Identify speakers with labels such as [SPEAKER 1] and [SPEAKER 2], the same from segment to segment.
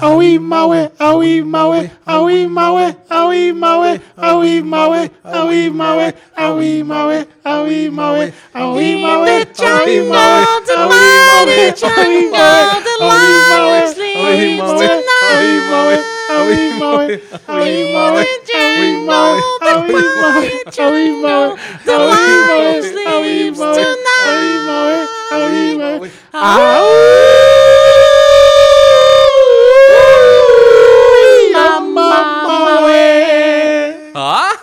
[SPEAKER 1] Aui Maué, Aui Maué, Aui Maué, Aui Maué, Aui Maué, Aui Maué, Aui Maué, Aui Maué, Aui Maué, Aui Maué, Aui Maué, Aui Maué, Aui Maué, Aui Maué, Aui Maué, Aui Maué, Aui Maué, Aui Maué, Aui Maué, Aui Maué, Aui Maué, Aui Maué, Aui Maué, Aui Maué, Aui Maué.
[SPEAKER 2] Ah!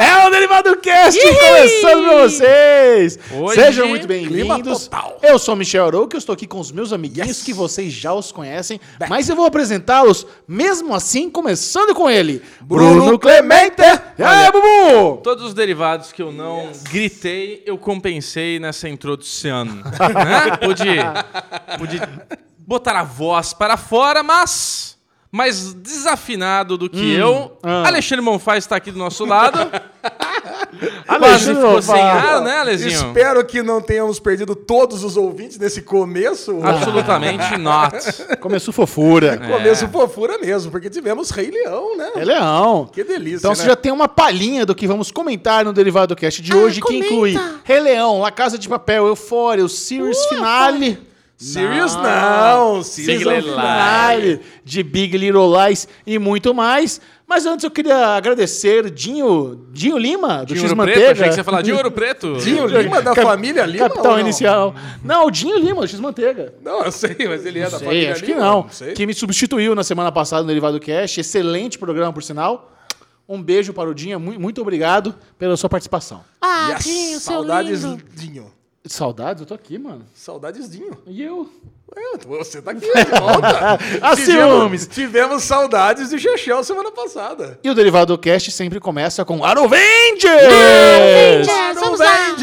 [SPEAKER 1] É o Derivado Cast
[SPEAKER 2] Ih!
[SPEAKER 1] começando pra vocês!
[SPEAKER 2] Hoje,
[SPEAKER 1] Sejam muito
[SPEAKER 2] clima
[SPEAKER 1] bem-vindos.
[SPEAKER 2] total.
[SPEAKER 1] Eu sou Michel Arouca, eu estou aqui com os meus amiguinhos que vocês já os conhecem, mas eu vou apresentá-los mesmo assim, começando com ele, Bruno,
[SPEAKER 2] Bruno
[SPEAKER 1] Clemente! E aí, Bubu!
[SPEAKER 2] Todos os derivados que eu não gritei, eu compensei nessa introdução. né? pude, pude botar a voz para fora, mas mais desafinado do que eu.
[SPEAKER 1] ah.
[SPEAKER 2] Alexandre Monfaz está aqui do nosso lado. Quase
[SPEAKER 1] Alexandre
[SPEAKER 2] ficou sem
[SPEAKER 1] Monfaz.
[SPEAKER 2] ar, né, Alezinho?
[SPEAKER 3] Espero que não tenhamos perdido todos os ouvintes nesse começo.
[SPEAKER 2] Absolutamente É. not.
[SPEAKER 1] Começou fofura.
[SPEAKER 3] Começo fofura mesmo, porque tivemos Rei Leão, né?
[SPEAKER 1] É, leão.
[SPEAKER 3] Que delícia,
[SPEAKER 1] Então
[SPEAKER 3] né?
[SPEAKER 1] você já tem uma palhinha do que vamos comentar no Derivado Cast de hoje, que inclui Rei Leão, La Casa de Papel, Eufória, o Series Finale.
[SPEAKER 3] Sirius não,
[SPEAKER 2] Big
[SPEAKER 3] Sirius
[SPEAKER 2] Little
[SPEAKER 3] não.
[SPEAKER 1] Ah, Finale de Big Little Lies e muito mais. Mas antes eu queria agradecer Dinho, Dinho Lima, do
[SPEAKER 2] De
[SPEAKER 1] X
[SPEAKER 2] ouro preto?
[SPEAKER 1] Manteiga.
[SPEAKER 2] Achei que você ia falar de ouro
[SPEAKER 1] tá
[SPEAKER 2] preto.
[SPEAKER 3] Dinho Lima da família Lima? ou
[SPEAKER 1] Capital
[SPEAKER 3] não?
[SPEAKER 1] inicial. Não, Dinho Lima, do X Manteiga.
[SPEAKER 3] Não, eu sei, mas ele é
[SPEAKER 2] Tá
[SPEAKER 3] da
[SPEAKER 1] Sei,
[SPEAKER 3] família
[SPEAKER 1] acho que
[SPEAKER 3] Lima.
[SPEAKER 1] não.
[SPEAKER 3] sei.
[SPEAKER 1] que me substituiu na semana passada no Derivado Cast. Excelente programa, por sinal. Um beijo para o Dinho, mu- muito obrigado pela sua participação.
[SPEAKER 4] Ah,
[SPEAKER 3] Yes,
[SPEAKER 4] Rinho, seu
[SPEAKER 3] Saudades
[SPEAKER 4] lindo.
[SPEAKER 3] Dinho.
[SPEAKER 1] Saudades, eu tô aqui, mano.
[SPEAKER 3] Saudades Dinho.
[SPEAKER 1] E eu?
[SPEAKER 3] É, Você tá aqui de volta.
[SPEAKER 1] Ah, ciúmes.
[SPEAKER 3] tivemos, tivemos saudades de Chechel semana passada.
[SPEAKER 1] E o Derivado Cast sempre começa com Arovengers!
[SPEAKER 4] Yes, vamos lá.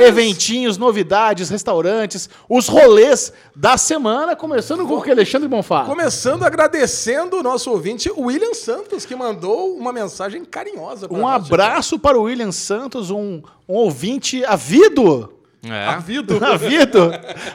[SPEAKER 1] Eventinhos, novidades, restaurantes, os rolês da semana, começando com o que Alexandre Bonfá.
[SPEAKER 3] Ah. Começando agradecendo o nosso ouvinte William Santos, que mandou uma mensagem carinhosa pra
[SPEAKER 1] Um
[SPEAKER 3] nós,
[SPEAKER 1] abraço para o William Santos, um, um ouvinte avido,
[SPEAKER 2] É.
[SPEAKER 3] Avido.
[SPEAKER 1] avido,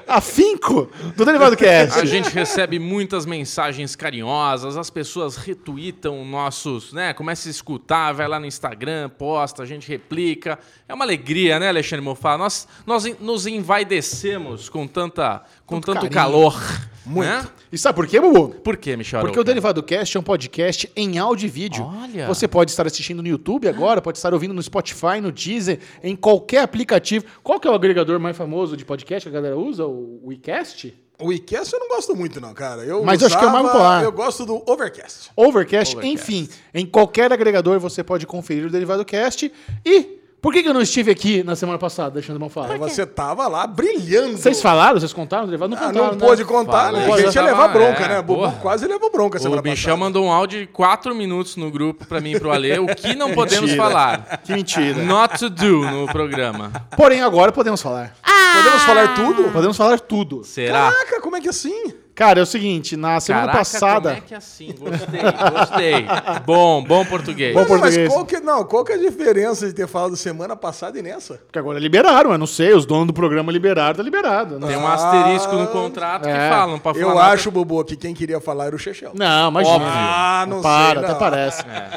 [SPEAKER 1] afinco do Derivado Cast.
[SPEAKER 2] A gente recebe muitas mensagens carinhosas, as pessoas retweetam nossos, né? Começa a escutar, vai lá no Instagram, posta, a gente replica. É uma alegria, né, Alexandre Mofá? Nós, nós en- nos envaidecemos com, tanta, com
[SPEAKER 1] Tanto carinho.
[SPEAKER 2] tanto, calor. Muito.
[SPEAKER 1] E sabe por quê, Bubu?
[SPEAKER 2] Por que, Michel?
[SPEAKER 1] Porque o
[SPEAKER 2] Arouca?
[SPEAKER 1] Derivado Cast é um podcast em áudio e vídeo.
[SPEAKER 2] Olha.
[SPEAKER 1] Você pode estar assistindo no YouTube agora, pode estar ouvindo no Spotify, no Deezer, em qualquer aplicativo. Qual que é o agregador mais famoso de podcast que a galera usa? O WeCast?
[SPEAKER 3] O WeCast eu não gosto muito, não, cara. Eu
[SPEAKER 1] Mas eu acho que é o mais
[SPEAKER 3] usava-
[SPEAKER 1] popular.
[SPEAKER 3] Eu gosto do Overcast.
[SPEAKER 1] Overcast,
[SPEAKER 2] Overcast.
[SPEAKER 1] enfim, em qualquer agregador você pode conferir o Derivado Cast. E por que, que eu não estive aqui na semana passada, deixando o mão falar?
[SPEAKER 3] Você tava lá brilhando.
[SPEAKER 1] Vocês falaram? Vocês contaram? o Derivado não
[SPEAKER 3] Ah,
[SPEAKER 1] contaram,
[SPEAKER 3] não
[SPEAKER 1] né?
[SPEAKER 3] pôde contar,
[SPEAKER 2] Fala,
[SPEAKER 3] né?
[SPEAKER 1] não
[SPEAKER 3] A gente
[SPEAKER 2] pôde.
[SPEAKER 3] ia levar bronca,
[SPEAKER 2] É,
[SPEAKER 3] né? Bobo
[SPEAKER 2] porra.
[SPEAKER 3] quase levou bronca
[SPEAKER 2] O
[SPEAKER 3] semana
[SPEAKER 2] Michel
[SPEAKER 3] passada.
[SPEAKER 2] mandou um áudio de quatro minutos no grupo pra mim e pro Ale, o que não podemos
[SPEAKER 1] Mentira.
[SPEAKER 2] falar.
[SPEAKER 1] Que mentira.
[SPEAKER 2] Not to do no programa.
[SPEAKER 1] Porém, agora podemos falar.
[SPEAKER 4] Ah,
[SPEAKER 3] Podemos falar tudo?
[SPEAKER 1] Podemos falar tudo.
[SPEAKER 2] Será?
[SPEAKER 3] Caraca, como é que assim?
[SPEAKER 1] Cara, é o seguinte, na semana
[SPEAKER 2] Caraca,
[SPEAKER 1] passada...
[SPEAKER 2] Como é que é assim? Gostei, gostei. bom, bom português.
[SPEAKER 1] Bom
[SPEAKER 3] Não, não,
[SPEAKER 1] português.
[SPEAKER 3] mas qual que, não, qual que é a diferença de ter falado semana passada e nessa?
[SPEAKER 1] Porque agora liberaram, eu não sei, os donos do programa liberaram, tá liberado. né?
[SPEAKER 2] Tem um asterisco no contrato
[SPEAKER 1] É.
[SPEAKER 2] que falam pra falar. né?
[SPEAKER 3] Eu
[SPEAKER 2] nada.
[SPEAKER 3] acho, Bobo, que quem queria falar era o Chechel.
[SPEAKER 1] Não, imagina.
[SPEAKER 2] Óbvio.
[SPEAKER 3] Ah, não
[SPEAKER 1] Para,
[SPEAKER 3] sei,
[SPEAKER 1] até
[SPEAKER 3] não.
[SPEAKER 1] parece. né?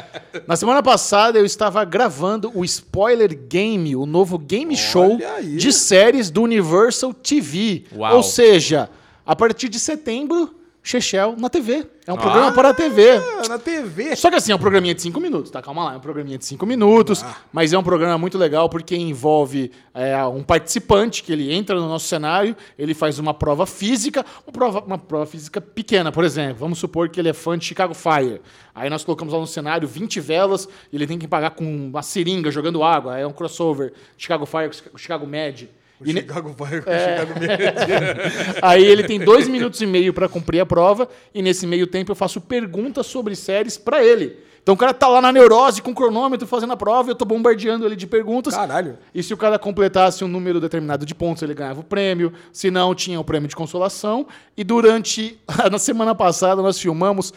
[SPEAKER 1] Na semana passada eu estava gravando o Spoiler Game, o novo game show
[SPEAKER 3] aí.
[SPEAKER 1] de séries do Universal TV.
[SPEAKER 2] Uau.
[SPEAKER 1] Ou seja, a partir de setembro, Chechel na TV. É um programa para a TV.
[SPEAKER 3] Ah, Na TV.
[SPEAKER 1] Só que assim, é um programinha de 5 minutos, tá? Calma lá, é um programinha de 5 minutos,
[SPEAKER 3] Ah.
[SPEAKER 1] mas é um programa muito legal porque envolve é, um participante que ele entra no nosso cenário, ele faz uma prova física, uma prova, uma prova física pequena, por exemplo. Vamos supor que ele é fã de Chicago Fire. Aí nós colocamos lá no cenário 20 velas e ele tem que pagar com uma seringa jogando água. Aí É um crossover. Chicago Fire com Chicago Med.
[SPEAKER 3] O
[SPEAKER 1] E ne- É.
[SPEAKER 3] Chicago vai, o Chicago mesmo.
[SPEAKER 1] Aí ele tem dois minutos e meio pra cumprir a prova, e nesse meio tempo eu faço perguntas sobre séries pra ele. Então o cara tá lá na neurose com o cronômetro fazendo a prova, eu tô bombardeando ele de perguntas.
[SPEAKER 3] Caralho.
[SPEAKER 1] E se o cara completasse um número determinado de pontos, ele ganhava o prêmio. Se não, tinha o prêmio de consolação. E durante. Na semana passada, nós filmamos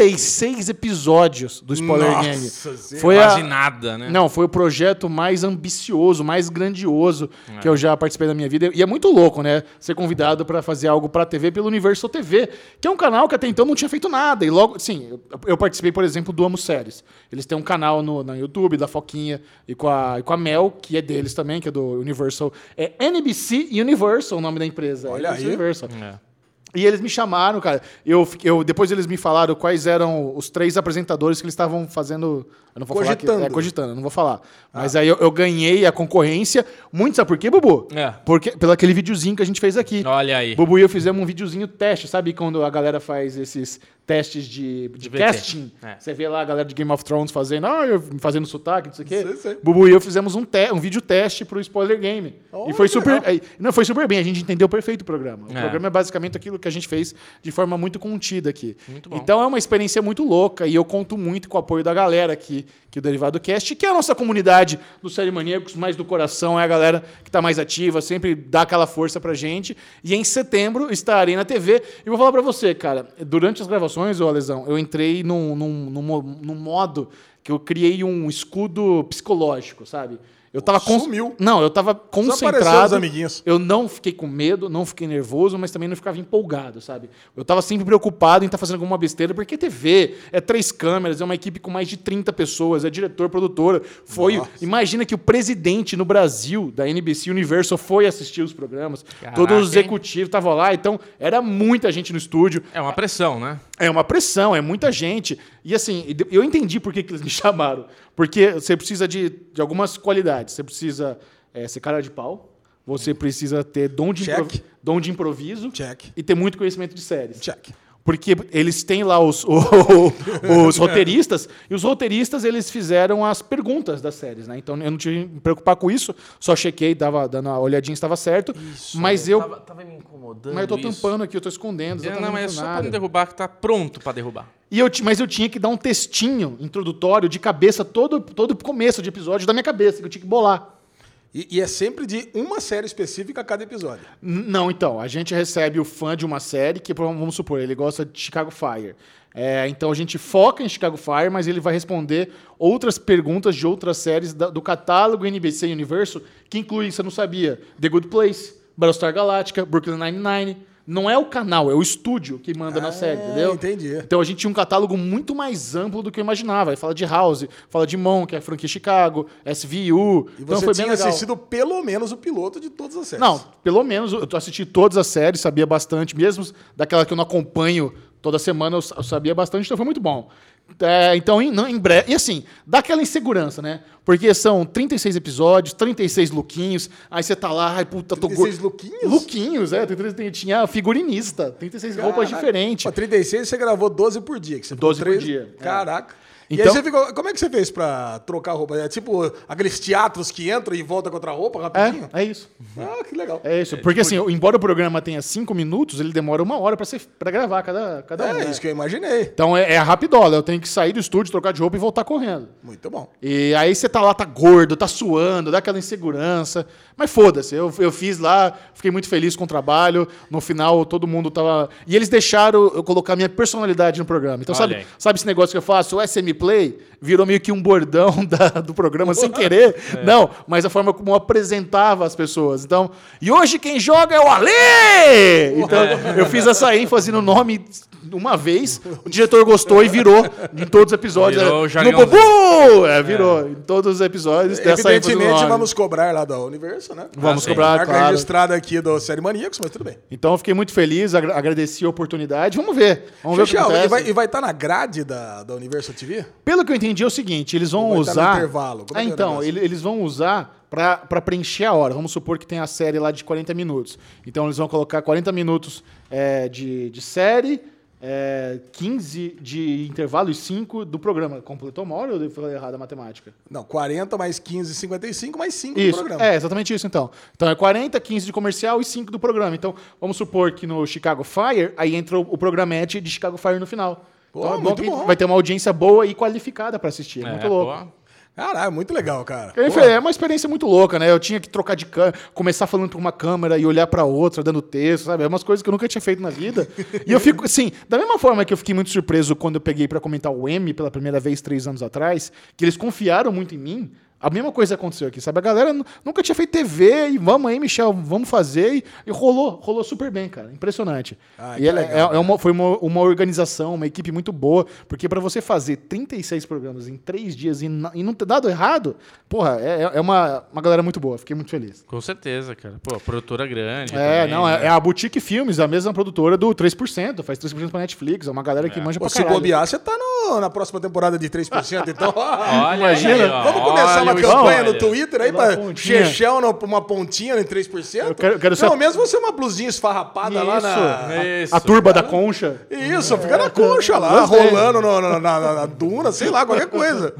[SPEAKER 1] 36 episódios do Spoiler
[SPEAKER 3] Nossa
[SPEAKER 1] Gang.
[SPEAKER 3] Senhora.
[SPEAKER 1] Foi
[SPEAKER 2] Quase
[SPEAKER 1] a,
[SPEAKER 2] nada, né?
[SPEAKER 1] não, foi o projeto mais ambicioso, mais grandioso que
[SPEAKER 2] É.
[SPEAKER 1] eu já participei da minha vida. E é muito louco, né? Ser convidado pra fazer algo pra TV pelo Universo TV, que é um canal que até então não tinha feito nada. E logo, sim, eu- eu participei, por exemplo, do Amo Séries. Eles têm um canal no, no YouTube da Foquinha e com, a, e com a Mel, que é deles também, que é do Universal. É NBC Universal o nome da empresa.
[SPEAKER 3] Olha
[SPEAKER 1] NBC
[SPEAKER 3] aí.
[SPEAKER 1] Universal.
[SPEAKER 2] É.
[SPEAKER 1] E eles me chamaram, cara. Eu, fi- eu, depois eles me falaram quais eram os três apresentadores que eles estavam fazendo. Eu não vou falar.
[SPEAKER 3] Cogitando.
[SPEAKER 1] Que, é, cogitando, eu não vou falar. Mas aí eu, eu ganhei a concorrência. Muito, sabe por quê, Bubu?
[SPEAKER 2] É.
[SPEAKER 1] Porque, pelo aquele videozinho que a gente fez aqui.
[SPEAKER 2] Olha aí.
[SPEAKER 1] Bubu e eu fizemos um videozinho teste, sabe? Quando a galera faz esses testes de, de
[SPEAKER 2] VT.
[SPEAKER 1] casting.
[SPEAKER 2] É.
[SPEAKER 1] Você vê lá a galera de Game of Thrones fazendo, ah, eu fazendo sotaque, não sei o quê.
[SPEAKER 3] Sei, sei.
[SPEAKER 1] Bubu e eu fizemos um, te- um vídeo teste pro spoiler game. e
[SPEAKER 3] Olha,
[SPEAKER 1] foi super.
[SPEAKER 3] legal.
[SPEAKER 1] aí- Não, foi super bem, a gente entendeu perfeito o programa. O
[SPEAKER 2] É.
[SPEAKER 1] programa é basicamente aquilo que a gente fez de forma muito contida aqui.
[SPEAKER 2] Muito bom.
[SPEAKER 1] Então é uma experiência muito louca e eu conto muito com o apoio da galera aqui, que o Derivado Cast, que é a nossa comunidade dos Série Maníacos, mais do coração, é a galera que tá mais ativa, sempre dá aquela força pra gente. E em setembro estarei na TV. E vou falar pra você, cara, durante as gravações, ô Alesão, eu entrei num, num, num, mo- num modo que eu criei um escudo psicológico, sabe? Eu tava cons-
[SPEAKER 3] Sumiu.
[SPEAKER 1] Não, eu tava
[SPEAKER 3] apareceu os
[SPEAKER 1] concentrado.
[SPEAKER 3] amiguinhos.
[SPEAKER 1] Eu não fiquei com medo, não fiquei nervoso, mas também não ficava empolgado, sabe? Eu tava sempre preocupado em estar fazendo alguma besteira, porque é TV, é três câmeras, é uma equipe com mais de 30 pessoas, é diretor, produtora. Foi.
[SPEAKER 3] Nossa.
[SPEAKER 1] Imagina que o presidente no Brasil da NBC Universal foi assistir os programas.
[SPEAKER 2] Caraca,
[SPEAKER 1] todos os
[SPEAKER 2] hein?
[SPEAKER 1] executivos estavam lá, então era muita gente no estúdio.
[SPEAKER 2] É uma pressão, né?
[SPEAKER 1] É uma pressão, é muita gente. E assim, e de- eu entendi por que, que eles me chamaram. Porque você precisa de, de algumas qualidades. Você precisa eh, ser cara de pau. Você precisa ter dom de,
[SPEAKER 3] Check.
[SPEAKER 1] improvi- dom de improviso.
[SPEAKER 3] Check.
[SPEAKER 1] E ter muito conhecimento de séries.
[SPEAKER 3] Check.
[SPEAKER 1] Porque eles têm lá os, o- os roteiristas, e os roteiristas eles fizeram as perguntas das séries, né? Então eu não tive que me preocupar com isso, só chequei, dava, dando uma olhadinha, estava certo. mas eu.
[SPEAKER 2] é, Tava, tava me incomodando.
[SPEAKER 1] Mas eu tô
[SPEAKER 2] isso.
[SPEAKER 1] tampando aqui, eu tô escondendo.
[SPEAKER 2] É, Não,
[SPEAKER 1] exatamente
[SPEAKER 2] mas é só pra
[SPEAKER 1] nada.
[SPEAKER 2] não derrubar que tá pronto pra derrubar.
[SPEAKER 1] E eu, ti- mas eu tinha que dar um textinho introdutório de cabeça todo todo começo de episódio da minha cabeça, que eu tinha que bolar.
[SPEAKER 3] E, e é sempre de uma série específica a cada episódio.
[SPEAKER 1] N- Não, então, a gente recebe o fã de uma série que, por- vamos supor, ele gosta de Chicago Fire. É, então a gente foca em Chicago Fire, mas ele vai responder outras perguntas de outras séries da- do catálogo NBC Universo, que inclui, você não sabia, The Good Place, Battlestar Galactica, Brooklyn Nine-Nine. Não é o canal, é o estúdio que manda na É série, entendeu?
[SPEAKER 3] Ah, Entendi.
[SPEAKER 1] Então a gente tinha um catálogo muito mais amplo do que eu imaginava. Aí Fala de House, fala de Mon, que é a franquia Chicago, SVU.
[SPEAKER 3] E
[SPEAKER 1] então
[SPEAKER 3] você
[SPEAKER 1] foi bem
[SPEAKER 3] tinha
[SPEAKER 1] legal.
[SPEAKER 3] assistido pelo menos o piloto de todas as séries.
[SPEAKER 1] Não, pelo menos eu assisti todas as séries, sabia bastante, mesmo daquela que eu não acompanho toda semana, eu sa- eu sabia bastante, então foi muito bom. É, então, em, não, em breve. E assim, dá aquela insegurança, né? Porque são 36 episódios, 36 lookinhos, aí você tá lá, ai puta, tô gordo.
[SPEAKER 3] 36 lookinhos?
[SPEAKER 1] Lookinhos, é, tem 36 tinha figurinista, 36 roupas
[SPEAKER 3] Caralho.
[SPEAKER 1] diferentes.
[SPEAKER 3] Pô, 36 você gravou 12 por dia. Que você
[SPEAKER 1] 12
[SPEAKER 3] ficou
[SPEAKER 1] por
[SPEAKER 3] três-
[SPEAKER 1] dia, é.
[SPEAKER 3] Caraca. E
[SPEAKER 1] Então-
[SPEAKER 3] aí você ficou. Como é que você fez pra trocar a roupa? É tipo aqueles teatros que entra e volta com outra roupa rapidinho?
[SPEAKER 1] É, é isso.
[SPEAKER 3] Ah, que legal.
[SPEAKER 1] É isso, porque assim, embora o programa tenha cinco minutos, ele demora uma hora pra ser para gravar cada cada um.
[SPEAKER 3] É,
[SPEAKER 1] né?
[SPEAKER 3] isso que eu imaginei.
[SPEAKER 1] Então é, é a rapidola, eu tenho que sair do estúdio, trocar de roupa e voltar correndo.
[SPEAKER 3] Muito bom.
[SPEAKER 1] E aí você tá lá, tá gordo, tá suando, dá aquela insegurança. Mas foda-se, eu, eu fiz lá, fiquei muito feliz com o trabalho. No final, todo mundo tava. E eles deixaram eu colocar minha personalidade no programa. Então,
[SPEAKER 2] Olha
[SPEAKER 1] sabe,
[SPEAKER 2] aí.
[SPEAKER 1] sabe esse negócio que eu faço? O SM Play virou meio que um bordão da- do programa sem querer.
[SPEAKER 2] É.
[SPEAKER 1] Não, mas a forma como eu apresentava as pessoas. Então, e hoje quem joga é o Alê! Então, eu fiz essa ênfase no nome uma vez, o diretor gostou e virou em todos os episódios.
[SPEAKER 2] Virou o
[SPEAKER 1] no
[SPEAKER 2] jargãozinho.
[SPEAKER 1] Bubu! Uh, é, virou em todos os episódios dessa ênfase no
[SPEAKER 3] Evidentemente,
[SPEAKER 1] nome.
[SPEAKER 3] vamos cobrar lá da Universo, né?
[SPEAKER 1] Vamos
[SPEAKER 2] Ah, sim.
[SPEAKER 1] cobrar,
[SPEAKER 3] Marca
[SPEAKER 1] claro.
[SPEAKER 3] registrada aqui do Série Maníacos, mas tudo bem.
[SPEAKER 1] Então eu fiquei muito feliz, agra- agradeci a oportunidade. Vamos ver. Vamos ver o que
[SPEAKER 3] Chechel,
[SPEAKER 1] acontece.
[SPEAKER 3] e vai- e vai estar na grade da, da Universo TV?
[SPEAKER 1] Pelo que eu entendi é o seguinte, eles vão
[SPEAKER 3] Vai tá no
[SPEAKER 1] usar...
[SPEAKER 3] intervalo, como
[SPEAKER 1] Ah,
[SPEAKER 3] é que é o
[SPEAKER 1] então,
[SPEAKER 3] negócio?
[SPEAKER 1] ele- eles vão usar pra pra preencher a hora. Vamos supor que tem a série lá de 40 minutos. Então eles vão colocar 40 minutos é, de, de série, é, 15 de intervalo e 5 do programa. Completou uma hora ou eu falei errado a matemática?
[SPEAKER 3] Não, 40 mais 15, 55 mais 5 do
[SPEAKER 1] Isso,
[SPEAKER 3] programa.
[SPEAKER 1] é exatamente isso então. Então é 40, 15 de comercial e 5 do programa. Então vamos supor que no Chicago Fire, aí entra o, o programete de Chicago Fire no final.
[SPEAKER 3] Pô,
[SPEAKER 1] então é bom
[SPEAKER 3] muito
[SPEAKER 1] que
[SPEAKER 3] bom.
[SPEAKER 1] vai ter uma audiência boa e qualificada pra assistir. É, muito louco.
[SPEAKER 2] boa.
[SPEAKER 3] Caralho, muito legal, cara.
[SPEAKER 1] Ele
[SPEAKER 3] Pô,
[SPEAKER 1] foi- É uma experiência muito louca, né? Eu tinha que trocar de câmera, começar falando pra uma câmera e olhar pra outra, dando texto, sabe? É umas coisas que eu nunca tinha feito na vida. E eu fico, assim, da mesma forma que eu fiquei muito surpreso quando eu peguei pra comentar o M pela primeira vez três anos atrás, que eles confiaram muito em mim. A mesma coisa aconteceu aqui, sabe? A galera nu- nunca tinha feito TV e vamos aí, Michel, vamos fazer. E, e rolou, rolou super bem, cara. Impressionante.
[SPEAKER 3] Ah,
[SPEAKER 1] e
[SPEAKER 3] que
[SPEAKER 1] é le-
[SPEAKER 3] legal.
[SPEAKER 1] é- é uma- foi uma, uma organização, uma equipe muito boa, porque pra você fazer 36 programas em três dias e, na- e não ter dado errado, porra, é, é uma, uma galera muito boa. Fiquei muito feliz.
[SPEAKER 2] Com certeza, cara. Pô, produtora grande.
[SPEAKER 1] É,
[SPEAKER 2] também,
[SPEAKER 1] não,
[SPEAKER 2] né?
[SPEAKER 1] é, é a Boutique Filmes, a mesma produtora do 3%, faz 3% pra Netflix, é uma galera que manja pra
[SPEAKER 3] se
[SPEAKER 1] caralho.
[SPEAKER 3] bobear, você tá no- na próxima temporada de 3%, então.
[SPEAKER 2] Olha
[SPEAKER 1] Imagina.
[SPEAKER 2] aí, ó.
[SPEAKER 3] Vamos começar
[SPEAKER 2] Olha
[SPEAKER 3] uma
[SPEAKER 2] o
[SPEAKER 3] campanha
[SPEAKER 2] spoiler.
[SPEAKER 3] no Twitter aí
[SPEAKER 1] Dá uma
[SPEAKER 3] pra
[SPEAKER 1] pontinha.
[SPEAKER 3] Chechel no- uma pontinha em 3%?
[SPEAKER 1] Eu quero- eu quero ser-
[SPEAKER 3] Não, mesmo você uma blusinha esfarrapada lá na.
[SPEAKER 1] Isso,
[SPEAKER 2] Isso.
[SPEAKER 1] a, a turba da concha.
[SPEAKER 3] Isso, fica na concha lá,
[SPEAKER 1] Gostei.
[SPEAKER 3] rolando no- na, na- na- na duna, sei lá, qualquer coisa.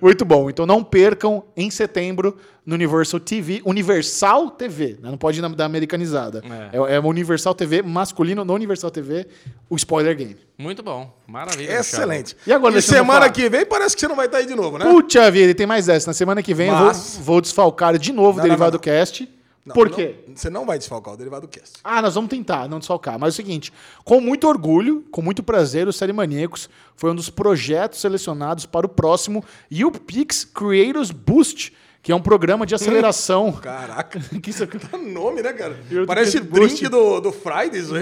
[SPEAKER 1] Muito bom. Então não percam em setembro no Universal TV, Universal TV, né? não pode ir na- da americanizada. É. é uma Universal TV masculino no Universal TV, o spoiler game.
[SPEAKER 2] Muito bom. Maravilha. Michel.
[SPEAKER 3] Excelente.
[SPEAKER 1] E agora, Alexandre,
[SPEAKER 3] semana
[SPEAKER 1] fala.
[SPEAKER 3] que vem parece que você não vai estar aí de novo, né?
[SPEAKER 1] Puta vida, e tem mais essa. Na semana que vem eu
[SPEAKER 3] Mas-
[SPEAKER 1] vou, vou desfalcar de novo o
[SPEAKER 3] Não,
[SPEAKER 1] Derivado
[SPEAKER 3] não, não.
[SPEAKER 1] Cast.
[SPEAKER 3] Não,
[SPEAKER 1] Por
[SPEAKER 3] não-
[SPEAKER 1] quê?
[SPEAKER 3] você não vai desfalcar o derivado cast.
[SPEAKER 1] Ah, nós vamos tentar não desfalcar. Mas é o seguinte, com muito orgulho, com muito prazer, o Série Maníacos foi um dos projetos selecionados para o próximo YouPix Creators Boost, que é um programa de aceleração.
[SPEAKER 3] Caraca.
[SPEAKER 1] que isso... é
[SPEAKER 3] Tá nome, né, cara?
[SPEAKER 1] Eu
[SPEAKER 3] Parece
[SPEAKER 1] tô com gosto.
[SPEAKER 3] drink do, do Fridays. né?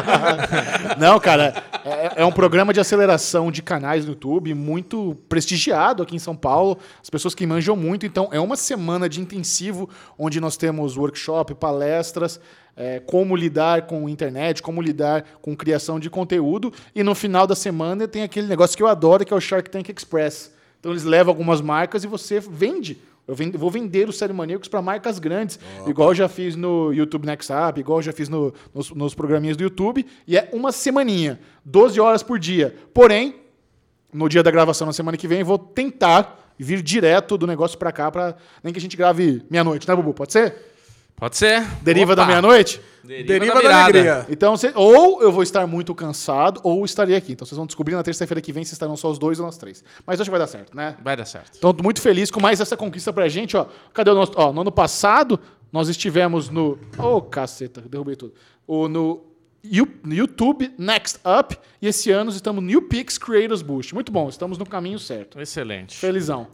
[SPEAKER 1] Não, cara, é, é um programa de aceleração de canais no YouTube muito prestigiado aqui em São Paulo. As pessoas que manjam muito, então é uma semana de intensivo onde nós temos workshop, palestras, é, como lidar com internet, como lidar com criação de conteúdo. E no final da semana tem aquele negócio que eu adoro, que é o Shark Tank Express. Então eles levam algumas marcas e você vende. Eu vende- vou vender os Maníacos para marcas grandes, igual eu já fiz no YouTube Next Up, igual eu já fiz no- nos, nos programinhas do YouTube, e é uma semaninha, 12 horas por dia. Porém, no dia da gravação na semana que vem, vou tentar vir direto do negócio para cá, para nem que a gente grave meia-noite, né, Bubu? Pode ser?
[SPEAKER 2] Pode ser.
[SPEAKER 1] Deriva
[SPEAKER 2] Opa.
[SPEAKER 1] da meia-noite?
[SPEAKER 2] Deriva,
[SPEAKER 3] Deriva da
[SPEAKER 2] virada.
[SPEAKER 3] alegria.
[SPEAKER 1] Então, cê- ou eu vou estar muito cansado, ou estarei aqui. Então, vocês vão descobrir na terça-feira que vem se estarão só os dois ou nós três. Mas acho que vai dar certo, né?
[SPEAKER 2] Vai dar certo.
[SPEAKER 1] Então, tô muito feliz com mais essa conquista pra gente, ó. Cadê o nosso. Ó, no ano passado, nós estivemos no. Ô, caceta, derrubei tudo. O, no Yu- no YouTube Next Up. E esse ano nós estamos no New Pix Creators Boost. Muito bom, estamos no caminho certo.
[SPEAKER 2] Excelente.
[SPEAKER 1] Felizão.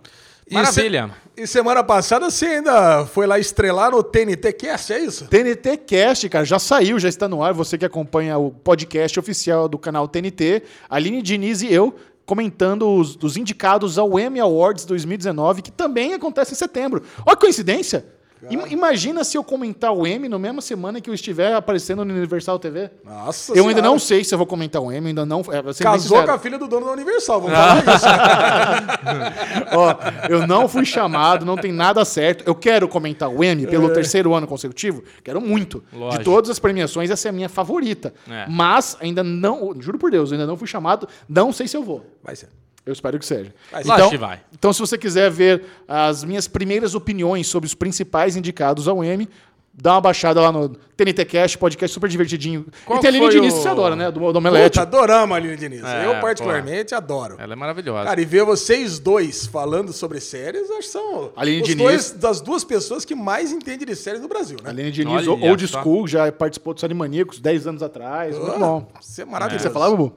[SPEAKER 3] E
[SPEAKER 2] Maravilha.
[SPEAKER 3] se- E semana passada você ainda foi lá estrelar no TNT Cast, é isso?
[SPEAKER 1] TNT Cast, cara, já saiu, já está no ar. Você que acompanha o podcast oficial do canal TNT, Aline Diniz e eu comentando os, dos indicados ao Emmy Awards 2019, que também acontece em setembro. Olha que coincidência! Ima- Imagina se eu comentar o Emmy na mesma semana que eu estiver aparecendo no Universal TV.
[SPEAKER 3] Nossa
[SPEAKER 1] Eu ainda
[SPEAKER 3] Senhora.
[SPEAKER 1] não sei se eu vou comentar o Emmy, ainda não. É, pra ser bem
[SPEAKER 3] Casou
[SPEAKER 1] sincero. Ah.
[SPEAKER 3] com a filha do dono da Universal, vamos falar isso.
[SPEAKER 1] Ó, eu não fui chamado, não tem nada certo. Eu quero comentar o Emmy pelo terceiro ano consecutivo. Quero muito.
[SPEAKER 2] É. Lógico.
[SPEAKER 1] De todas as premiações, essa é a minha favorita.
[SPEAKER 2] É.
[SPEAKER 1] Mas ainda não, juro por Deus, eu ainda não fui chamado. Não sei se eu vou.
[SPEAKER 3] Vai ser.
[SPEAKER 1] Eu espero que seja.
[SPEAKER 3] Vai
[SPEAKER 2] ser. Acho que vai.
[SPEAKER 1] então, se você quiser ver as minhas primeiras opiniões sobre os principais indicados ao Emmy, dá uma baixada lá no TNT Cash, podcast super divertidinho.
[SPEAKER 2] Qual
[SPEAKER 1] e tem a Aline
[SPEAKER 2] foi
[SPEAKER 1] Diniz,
[SPEAKER 2] o-
[SPEAKER 1] que você adora, né? Do, do Omelete.
[SPEAKER 3] Puta, adoramos a Aline Diniz.
[SPEAKER 2] É,
[SPEAKER 3] eu, particularmente, adoro.
[SPEAKER 2] Ela é maravilhosa.
[SPEAKER 3] Cara, e ver vocês dois falando sobre séries, acho que são
[SPEAKER 1] Aline
[SPEAKER 3] os
[SPEAKER 1] Diniz.
[SPEAKER 3] dois das duas pessoas que mais entendem de séries no Brasil, né?
[SPEAKER 1] Aline Diniz,
[SPEAKER 2] Olha
[SPEAKER 1] Old
[SPEAKER 2] só.
[SPEAKER 1] School, já participou do Maníacos 10 anos atrás. Muito
[SPEAKER 3] Ah,
[SPEAKER 1] bom.
[SPEAKER 3] Isso é
[SPEAKER 1] O que
[SPEAKER 3] maravilhoso.
[SPEAKER 1] você falava, Bubu?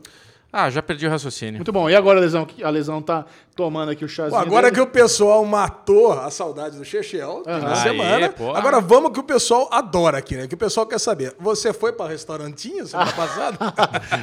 [SPEAKER 2] Ah, já perdi o raciocínio.
[SPEAKER 1] Muito bom. E agora, Lesão? A Lesão tá tomando aqui o
[SPEAKER 3] Pô,
[SPEAKER 1] chazinho.
[SPEAKER 3] agora
[SPEAKER 1] dele.
[SPEAKER 3] que o pessoal matou a saudade do Chechel
[SPEAKER 1] Ah.
[SPEAKER 3] na
[SPEAKER 2] Aê,
[SPEAKER 3] semana.
[SPEAKER 2] porra.
[SPEAKER 3] agora vamos que o pessoal adora aqui, né? Que o pessoal quer saber. Você foi pra restaurantinho semana passada?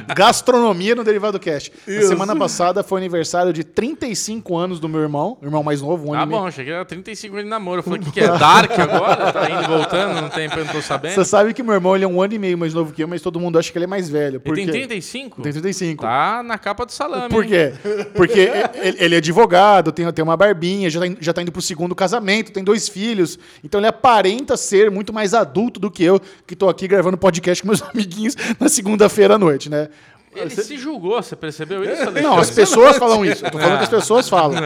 [SPEAKER 1] Gastronomia no Derivado Cast. A
[SPEAKER 3] Isso.
[SPEAKER 1] semana passada foi aniversário de 35 anos do meu irmão, irmão mais novo, um ano
[SPEAKER 2] Tá
[SPEAKER 1] e meio.
[SPEAKER 2] bom, cheguei a 35 anos de namoro. Eu falei, o que, que é? Dark agora? Tá indo e voltando, não tem, eu não tô
[SPEAKER 1] Você
[SPEAKER 2] sabendo.
[SPEAKER 1] sabe que meu irmão ele é um ano e meio mais novo que eu, mas todo mundo acha que ele é mais velho. Por
[SPEAKER 2] Ele tem
[SPEAKER 1] quê?
[SPEAKER 2] 35?
[SPEAKER 1] Tem 35.
[SPEAKER 2] Tá na capa do salame.
[SPEAKER 1] Por
[SPEAKER 2] hein?
[SPEAKER 1] quê? Porque ele, ele é advogado, tem, tem uma barbinha, já tá, in- já tá indo pro segundo casamento, tem dois filhos. Então ele aparenta ser muito mais adulto do que eu, que tô aqui gravando podcast com meus amiguinhos na segunda-feira à noite, né?
[SPEAKER 2] Ele se julgou, você percebeu isso, Alexandre?
[SPEAKER 1] Não, as pessoas falam isso. Eu tô falando que as pessoas falam.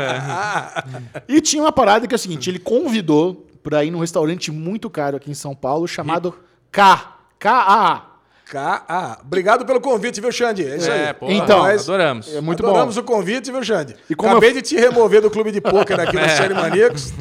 [SPEAKER 1] E tinha uma parada que é o seguinte: ele convidou pra ir num restaurante muito caro aqui em São Paulo chamado K. K-A.
[SPEAKER 3] K.A. Obrigado pelo convite, viu, Xande? É isso
[SPEAKER 2] É,
[SPEAKER 3] aí.
[SPEAKER 2] pô,
[SPEAKER 1] Então,
[SPEAKER 2] nós adoramos.
[SPEAKER 1] é muito
[SPEAKER 3] Adoramos
[SPEAKER 1] bom.
[SPEAKER 3] o convite, viu, Xande?
[SPEAKER 1] E como É.
[SPEAKER 3] Acabei de te remover do clube de pôquer aqui da Série Maníacos.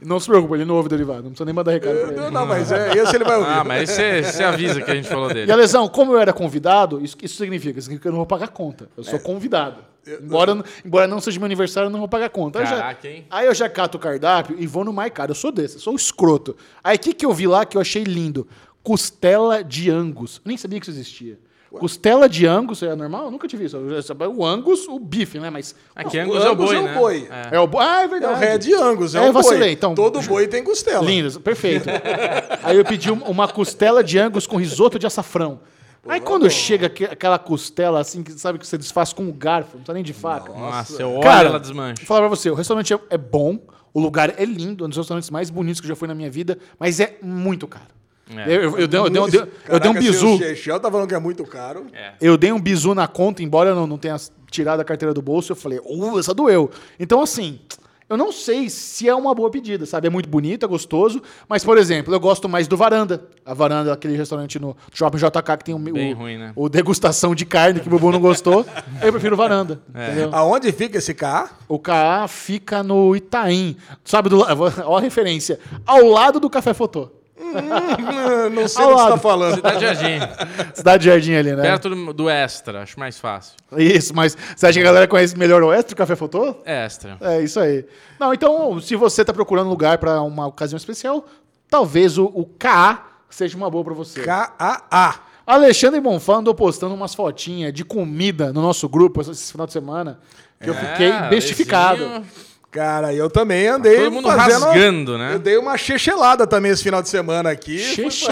[SPEAKER 1] Não se preocupa, ele não ouve derivado. Não precisa nem mandar recado pra ele.
[SPEAKER 3] Não, não, mas é, esse ele vai ouvir.
[SPEAKER 2] Ah, mas você você avisa que a gente falou
[SPEAKER 1] E
[SPEAKER 2] dele.
[SPEAKER 1] a lesão, como eu era convidado, isso, isso significa? Significa que eu não vou pagar conta. Eu sou convidado. Embora, embora não seja meu aniversário, eu não vou pagar conta. Aí eu já-
[SPEAKER 2] Caraca, hein?
[SPEAKER 1] aí eu já cato o cardápio e vou no mais caro. Eu sou desse, eu sou um escroto. Aí o que, que eu vi lá que eu achei lindo? Costela de Angus. Eu nem sabia que isso existia. Costela de Angus, é normal? Eu nunca tive isso. Eu sabia O Angus, o bife, né? Mas.
[SPEAKER 2] Aqui
[SPEAKER 3] O
[SPEAKER 2] Angus é o
[SPEAKER 3] Angus
[SPEAKER 2] boi,
[SPEAKER 3] é o
[SPEAKER 2] né?
[SPEAKER 3] boi.
[SPEAKER 1] É o bo- Ah, é
[SPEAKER 3] É o
[SPEAKER 1] verdade.
[SPEAKER 3] Red Angus, é,
[SPEAKER 1] É, eu
[SPEAKER 3] um boi.
[SPEAKER 1] vacilei, então.
[SPEAKER 3] Todo boi tem costela.
[SPEAKER 1] Lindas, perfeito. Aí eu pedi um- uma costela de angus com risoto de açafrão. Aí quando chega aque- aquela costela assim, que sabe que você desfaz com o garfo, não precisa nem de faca.
[SPEAKER 2] Nossa, eu olho
[SPEAKER 1] Cara,
[SPEAKER 2] ela desmancha.
[SPEAKER 1] vou falar pra você, o restaurante é, é bom, o lugar é lindo, um dos restaurantes mais bonitos que eu já fui na minha vida, mas é muito caro.
[SPEAKER 2] É.
[SPEAKER 1] Eu, eu- eu dei, eu dei- eu dei- eu dei um
[SPEAKER 3] Caraca, se
[SPEAKER 1] bizu.
[SPEAKER 3] O Chechel tá falando que é muito caro.
[SPEAKER 1] Eu dei um bizu na conta, embora eu não, não tenha tirado a carteira do bolso, eu falei, uh, essa doeu. Então, assim, eu não sei se é uma boa pedida, sabe? É muito bonito, é gostoso, mas, por exemplo, eu gosto mais do Varanda. A Varanda, aquele restaurante no Shopping JK que tem o,
[SPEAKER 2] Bem
[SPEAKER 1] o,
[SPEAKER 2] ruim, né?
[SPEAKER 1] o degustação de carne que o Bubu não gostou. eu prefiro o Varanda,
[SPEAKER 2] É.
[SPEAKER 1] entendeu?
[SPEAKER 3] Aonde fica esse K?
[SPEAKER 1] O KA fica no Itaim, sabe? Do, la- ó a referência, ao lado do Café Fotô.
[SPEAKER 3] Hum, não sei
[SPEAKER 1] Ao
[SPEAKER 3] do que você tá
[SPEAKER 1] lado.
[SPEAKER 3] falando.
[SPEAKER 2] Cidade Jardim,
[SPEAKER 1] Cidade Jardim ali, né?
[SPEAKER 2] perto do- do Extra, acho mais fácil.
[SPEAKER 1] Isso, mas você acha que a galera conhece melhor o Extra, o Café Fotô?
[SPEAKER 2] É Extra.
[SPEAKER 1] É isso aí. Não, então, se você tá procurando lugar para uma ocasião especial, talvez o, o KA seja uma boa para você.
[SPEAKER 3] K-A-A.
[SPEAKER 1] Alexandre Bonfá andou postando umas fotinhas de comida no nosso grupo esse final de semana, que eu
[SPEAKER 2] É,
[SPEAKER 1] fiquei bestificado.
[SPEAKER 2] Lezinho,
[SPEAKER 3] Cara, eu também andei
[SPEAKER 2] Todo mundo
[SPEAKER 3] fazendo-
[SPEAKER 2] rasgando, né?
[SPEAKER 3] Eu dei uma chechelada também esse final de semana aqui.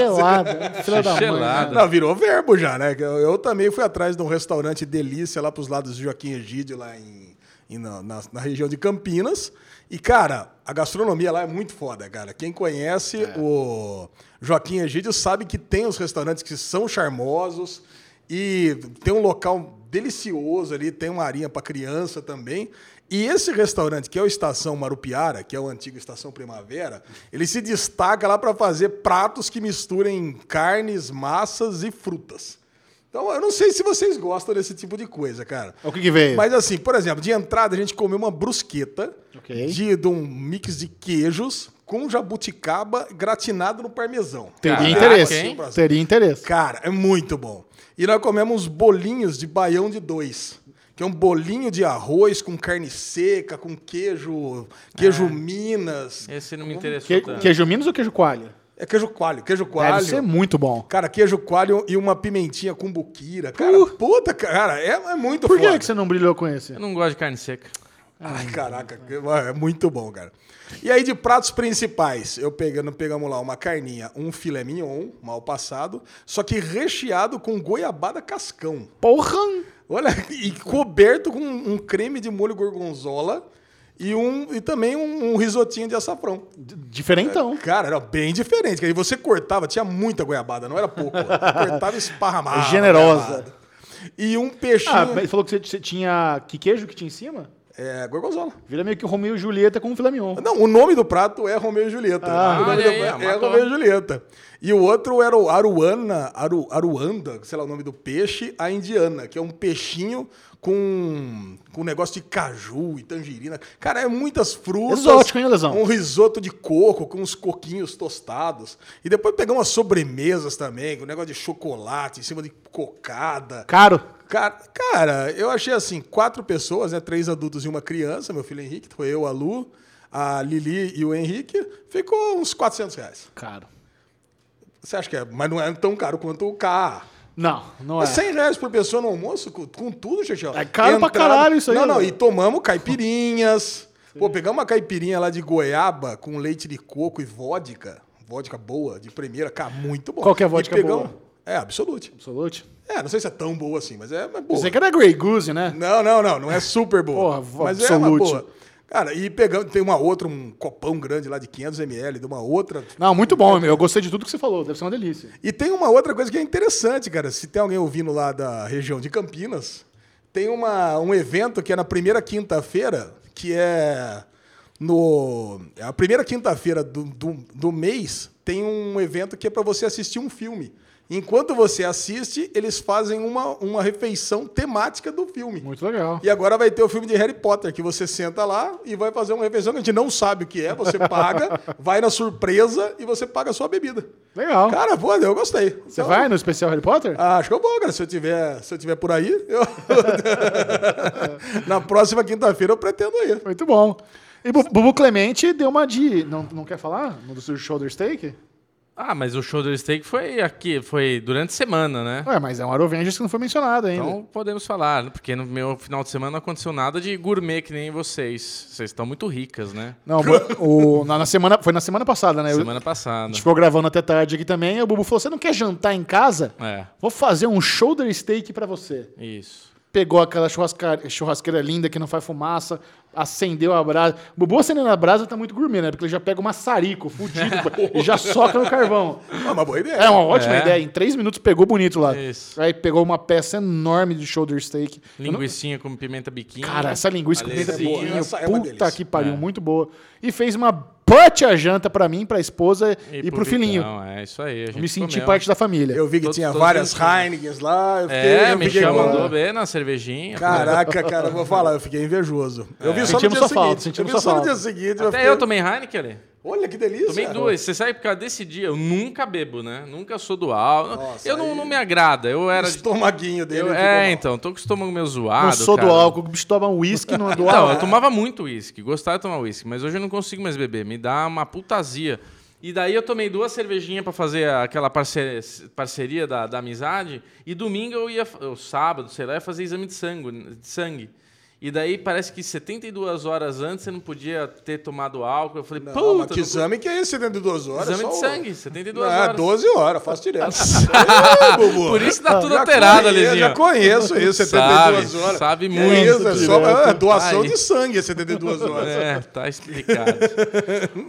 [SPEAKER 1] Chechelada, filha da mãe.
[SPEAKER 2] Chechelada.
[SPEAKER 1] né?
[SPEAKER 3] Não, virou verbo já, né? Que Eu, eu também fui atrás de um restaurante delícia lá pros lados de Joaquim Egídio, lá em, em- na, na- na região de Campinas. E, cara, a gastronomia lá é muito foda, cara. Quem conhece
[SPEAKER 1] É.
[SPEAKER 3] o Joaquim Egídio sabe que tem os restaurantes que são charmosos e tem um local delicioso ali, tem uma arinha para criança também. E esse restaurante, que é o Estação Marupiara, que é o antigo Estação Primavera, ele se destaca lá para fazer pratos que misturem carnes, massas e frutas. Então, eu não sei se vocês gostam desse tipo de coisa, cara.
[SPEAKER 1] O que que veio?
[SPEAKER 3] Mas assim, por exemplo, de entrada a gente comeu uma brusqueta
[SPEAKER 1] Ok.
[SPEAKER 3] de, de um mix de queijos com jabuticaba gratinado no parmesão.
[SPEAKER 1] Teria
[SPEAKER 2] Caraca,
[SPEAKER 1] interesse.
[SPEAKER 2] hein?
[SPEAKER 1] Teria interesse.
[SPEAKER 3] Cara, é muito bom. E nós comemos uns bolinhos de baião de dois. Que é um bolinho de arroz com carne seca, com queijo, queijo
[SPEAKER 1] É.
[SPEAKER 3] minas.
[SPEAKER 2] Esse não me interessou
[SPEAKER 1] Que,
[SPEAKER 2] tanto.
[SPEAKER 1] queijo Minas ou queijo coalha?
[SPEAKER 3] É queijo coalho, queijo coalho.
[SPEAKER 1] Deve ser muito bom.
[SPEAKER 3] Cara, queijo coalho e uma pimentinha com buquira. Cara, puta, cara, é, é muito
[SPEAKER 1] Uh! Por que,
[SPEAKER 3] foda.
[SPEAKER 1] que você não brilhou com esse?
[SPEAKER 2] Eu não gosto de carne seca.
[SPEAKER 3] Ai, caraca, que- é muito bom, cara. E aí, de pratos principais, eu pegando, pegamos lá uma carninha, um filé mignon, mal passado, só que recheado com goiabada cascão.
[SPEAKER 1] Porra!
[SPEAKER 3] Olha, e coberto com um creme de molho gorgonzola e, um, e também um, um risotinho de açafrão.
[SPEAKER 1] D- Diferentão.
[SPEAKER 3] Cara, era bem diferente. Aí você cortava, tinha muita goiabada, não era pouco. cortava esparramada.
[SPEAKER 1] Generosa.
[SPEAKER 3] goiabada. E um peixinho.
[SPEAKER 1] Ah, mas falou que você- você tinha. Que queijo que tinha em cima?
[SPEAKER 3] É, gorgonzola.
[SPEAKER 1] Vira meio que o Romeu e Julieta com o filé mignon.
[SPEAKER 3] Não, o nome do prato é Romeu e Julieta.
[SPEAKER 2] Ah,
[SPEAKER 3] o nome
[SPEAKER 2] olha
[SPEAKER 3] do
[SPEAKER 2] aí,
[SPEAKER 3] prato é
[SPEAKER 2] matou.
[SPEAKER 3] Romeu e Julieta. E o outro era o Aruana, Aru, Aruanda, sei lá o nome do peixe, a indiana, que é um peixinho com, com um negócio de caju e tangerina. Cara, é muitas frutas.
[SPEAKER 1] Exótico, hein, Lesão?
[SPEAKER 3] Um risoto de coco com uns coquinhos tostados. E depois pegar umas sobremesas também, com um negócio de chocolate em cima de cocada.
[SPEAKER 1] Caro.
[SPEAKER 3] Cara, cara, eu achei assim, quatro pessoas, né? Três adultos e uma criança, meu filho Henrique, foi eu, a Lu, a Lili e o Henrique, ficou uns 400 reais.
[SPEAKER 1] Caro.
[SPEAKER 3] Você acha que é? Mas não é tão caro quanto o K.
[SPEAKER 1] Não, não é.
[SPEAKER 3] Mas 100 reais por pessoa no almoço, com, com tudo, Xixão.
[SPEAKER 1] É caro pra caralho isso aí,
[SPEAKER 3] Não, não,
[SPEAKER 1] né?
[SPEAKER 3] e tomamos caipirinhas. Pô, pegamos uma caipirinha lá de goiaba com leite de coco e vodka. Vodka boa, de primeira, cara, muito bom.
[SPEAKER 1] Qual que é a
[SPEAKER 3] E
[SPEAKER 1] vodka
[SPEAKER 3] pegamos-
[SPEAKER 1] boa?
[SPEAKER 3] É, absolute.
[SPEAKER 1] Absolute.
[SPEAKER 3] É, não sei se é tão boa assim, mas é, mas boa.
[SPEAKER 1] Você que era Grey Goose, né?
[SPEAKER 3] Não, não, não. Não é super boa.
[SPEAKER 1] Porra, vo-
[SPEAKER 3] mas é uma
[SPEAKER 1] absolute.
[SPEAKER 3] boa. Cara, e pegando, tem uma outra, um copão grande lá de 500ml, de uma outra.
[SPEAKER 1] Não, muito bom. meu. Eu gostei de tudo que você falou. Deve ser uma delícia.
[SPEAKER 3] E tem uma outra coisa que é interessante, cara. Se tem alguém ouvindo lá da região de Campinas, tem uma, um evento que é na primeira quinta-feira, que é no. é A primeira quinta-feira do, do, do mês tem um evento que é pra você assistir um filme. Enquanto você assiste, eles fazem uma, uma refeição temática do filme.
[SPEAKER 1] Muito legal.
[SPEAKER 3] E agora vai ter o filme de Harry Potter, que você senta lá e vai fazer uma refeição que a gente não sabe o que é, você paga, vai na surpresa e você paga a sua bebida.
[SPEAKER 1] Legal.
[SPEAKER 3] Cara, pô, eu gostei.
[SPEAKER 1] Você vai no especial Harry Potter?
[SPEAKER 3] Ah, acho que eu vou, cara. Se eu tiver, se eu tiver por aí, eu... na próxima quinta-feira eu pretendo ir.
[SPEAKER 1] Muito bom. E Bu- Bubu Clemente deu uma de. Não, não quer falar? No do seu shoulder steak?
[SPEAKER 2] Ah, mas o show do steak foi aqui, foi durante a semana, né?
[SPEAKER 1] Ué, mas é um Arovengers que não foi mencionado ainda.
[SPEAKER 2] Então podemos falar, né? porque no meu final de semana não aconteceu nada de gourmet que nem vocês. Vocês estão muito ricas, né?
[SPEAKER 1] Não, o, o- na, na semana, foi na semana passada, né? Eu-
[SPEAKER 2] Semana
[SPEAKER 1] a
[SPEAKER 2] passada.
[SPEAKER 1] gente ficou gravando até tarde aqui também. E o Bubu falou: Você não quer jantar em casa?
[SPEAKER 2] É,
[SPEAKER 1] Vou fazer um shoulder steak pra você.
[SPEAKER 2] isso.
[SPEAKER 1] Pegou aquela churrasca- churrasqueira linda que não faz fumaça, acendeu a brasa. O Bubu acendendo a brasa tá muito gourmet, né? Porque ele já pega o maçarico fudido e já soca no carvão.
[SPEAKER 3] Ah, uma boa ideia.
[SPEAKER 1] É uma ótima
[SPEAKER 2] É.
[SPEAKER 1] ideia. Em três minutos pegou bonito lá.
[SPEAKER 2] Isso.
[SPEAKER 1] Aí pegou uma peça enorme de shoulder steak. Eu não-
[SPEAKER 2] Linguicinha com pimenta biquinho.
[SPEAKER 1] Cara, essa linguiça com pimenta
[SPEAKER 2] Alezinha.
[SPEAKER 1] biquinho,
[SPEAKER 3] Essa é uma
[SPEAKER 1] puta
[SPEAKER 3] delícia.
[SPEAKER 1] que pariu, muito boa. E fez uma bote a janta pra mim, pra esposa e, pro, filhinho.
[SPEAKER 2] Não, é isso aí. A gente
[SPEAKER 1] Eu me senti
[SPEAKER 2] comeu.
[SPEAKER 1] parte da família.
[SPEAKER 3] Eu vi que
[SPEAKER 2] Todo-
[SPEAKER 3] tinha
[SPEAKER 2] todo
[SPEAKER 3] várias
[SPEAKER 2] mundo tinha.
[SPEAKER 3] Heinekens lá. Eu fiquei,
[SPEAKER 2] É,
[SPEAKER 3] eu fiquei
[SPEAKER 2] Michel
[SPEAKER 3] com-
[SPEAKER 2] mandou bem na cervejinha.
[SPEAKER 3] Caraca, cara, eu vou falar, eu fiquei invejoso. Eu vi só
[SPEAKER 1] Sentimos
[SPEAKER 3] no
[SPEAKER 1] sua
[SPEAKER 3] dia
[SPEAKER 1] falta,
[SPEAKER 3] seguinte.
[SPEAKER 1] sentimos
[SPEAKER 3] eu vi
[SPEAKER 1] sua
[SPEAKER 3] só no
[SPEAKER 1] falta.
[SPEAKER 3] dia seguinte.
[SPEAKER 2] Até
[SPEAKER 3] fiquei-
[SPEAKER 2] eu tomei Heineken, Ale.
[SPEAKER 3] Olha que delícia.
[SPEAKER 1] é
[SPEAKER 2] Tomei duas. Você sabe por causa desse dia. Eu nunca bebo, né? Nunca sou dual.
[SPEAKER 3] Nossa,
[SPEAKER 2] eu não,
[SPEAKER 3] aí-
[SPEAKER 2] não me agrada. Eu
[SPEAKER 3] O
[SPEAKER 2] era. de-
[SPEAKER 3] estomaguinho dele.
[SPEAKER 2] eu-
[SPEAKER 3] ficou
[SPEAKER 2] é,
[SPEAKER 3] mal.
[SPEAKER 2] então. Tô com o estômago meio zoado.
[SPEAKER 1] não sou do
[SPEAKER 2] Ah, cara.
[SPEAKER 1] álcool, o bicho toma um uísque, não é do
[SPEAKER 2] Então,
[SPEAKER 1] álcool.
[SPEAKER 2] eu tomava muito uísque, gostava de tomar uísque, mas hoje eu não consigo mais beber, me dá uma putazia. E daí eu tomei duas cervejinhas pra fazer aquela parceria, parceria da, da amizade, e domingo eu ia, ou sábado, sei lá, ia fazer exame de sangue, de sangue. E daí parece que 72 horas antes você não podia ter tomado álcool. Eu falei,
[SPEAKER 3] Não, mas
[SPEAKER 2] puta,
[SPEAKER 3] que
[SPEAKER 2] não-
[SPEAKER 3] exame que é esse dentro de duas horas?
[SPEAKER 2] tá exame
[SPEAKER 3] Só
[SPEAKER 2] de
[SPEAKER 3] o-
[SPEAKER 2] sangue, 72
[SPEAKER 3] Ah,
[SPEAKER 2] horas.
[SPEAKER 3] 12 horas, faço direto. Ê, Bubu.
[SPEAKER 2] Por isso
[SPEAKER 1] Ah,
[SPEAKER 2] tá tudo
[SPEAKER 3] Já
[SPEAKER 2] alterado,
[SPEAKER 3] conheço,
[SPEAKER 2] Alezinho.
[SPEAKER 3] Já conheço isso, 72
[SPEAKER 2] Sabe,
[SPEAKER 3] horas.
[SPEAKER 2] sabe
[SPEAKER 3] Que
[SPEAKER 2] muito
[SPEAKER 3] Isso, é só
[SPEAKER 1] direto.
[SPEAKER 3] ah, doação
[SPEAKER 2] Ai.
[SPEAKER 3] de sangue, é 72 horas.
[SPEAKER 2] É, tá explicado.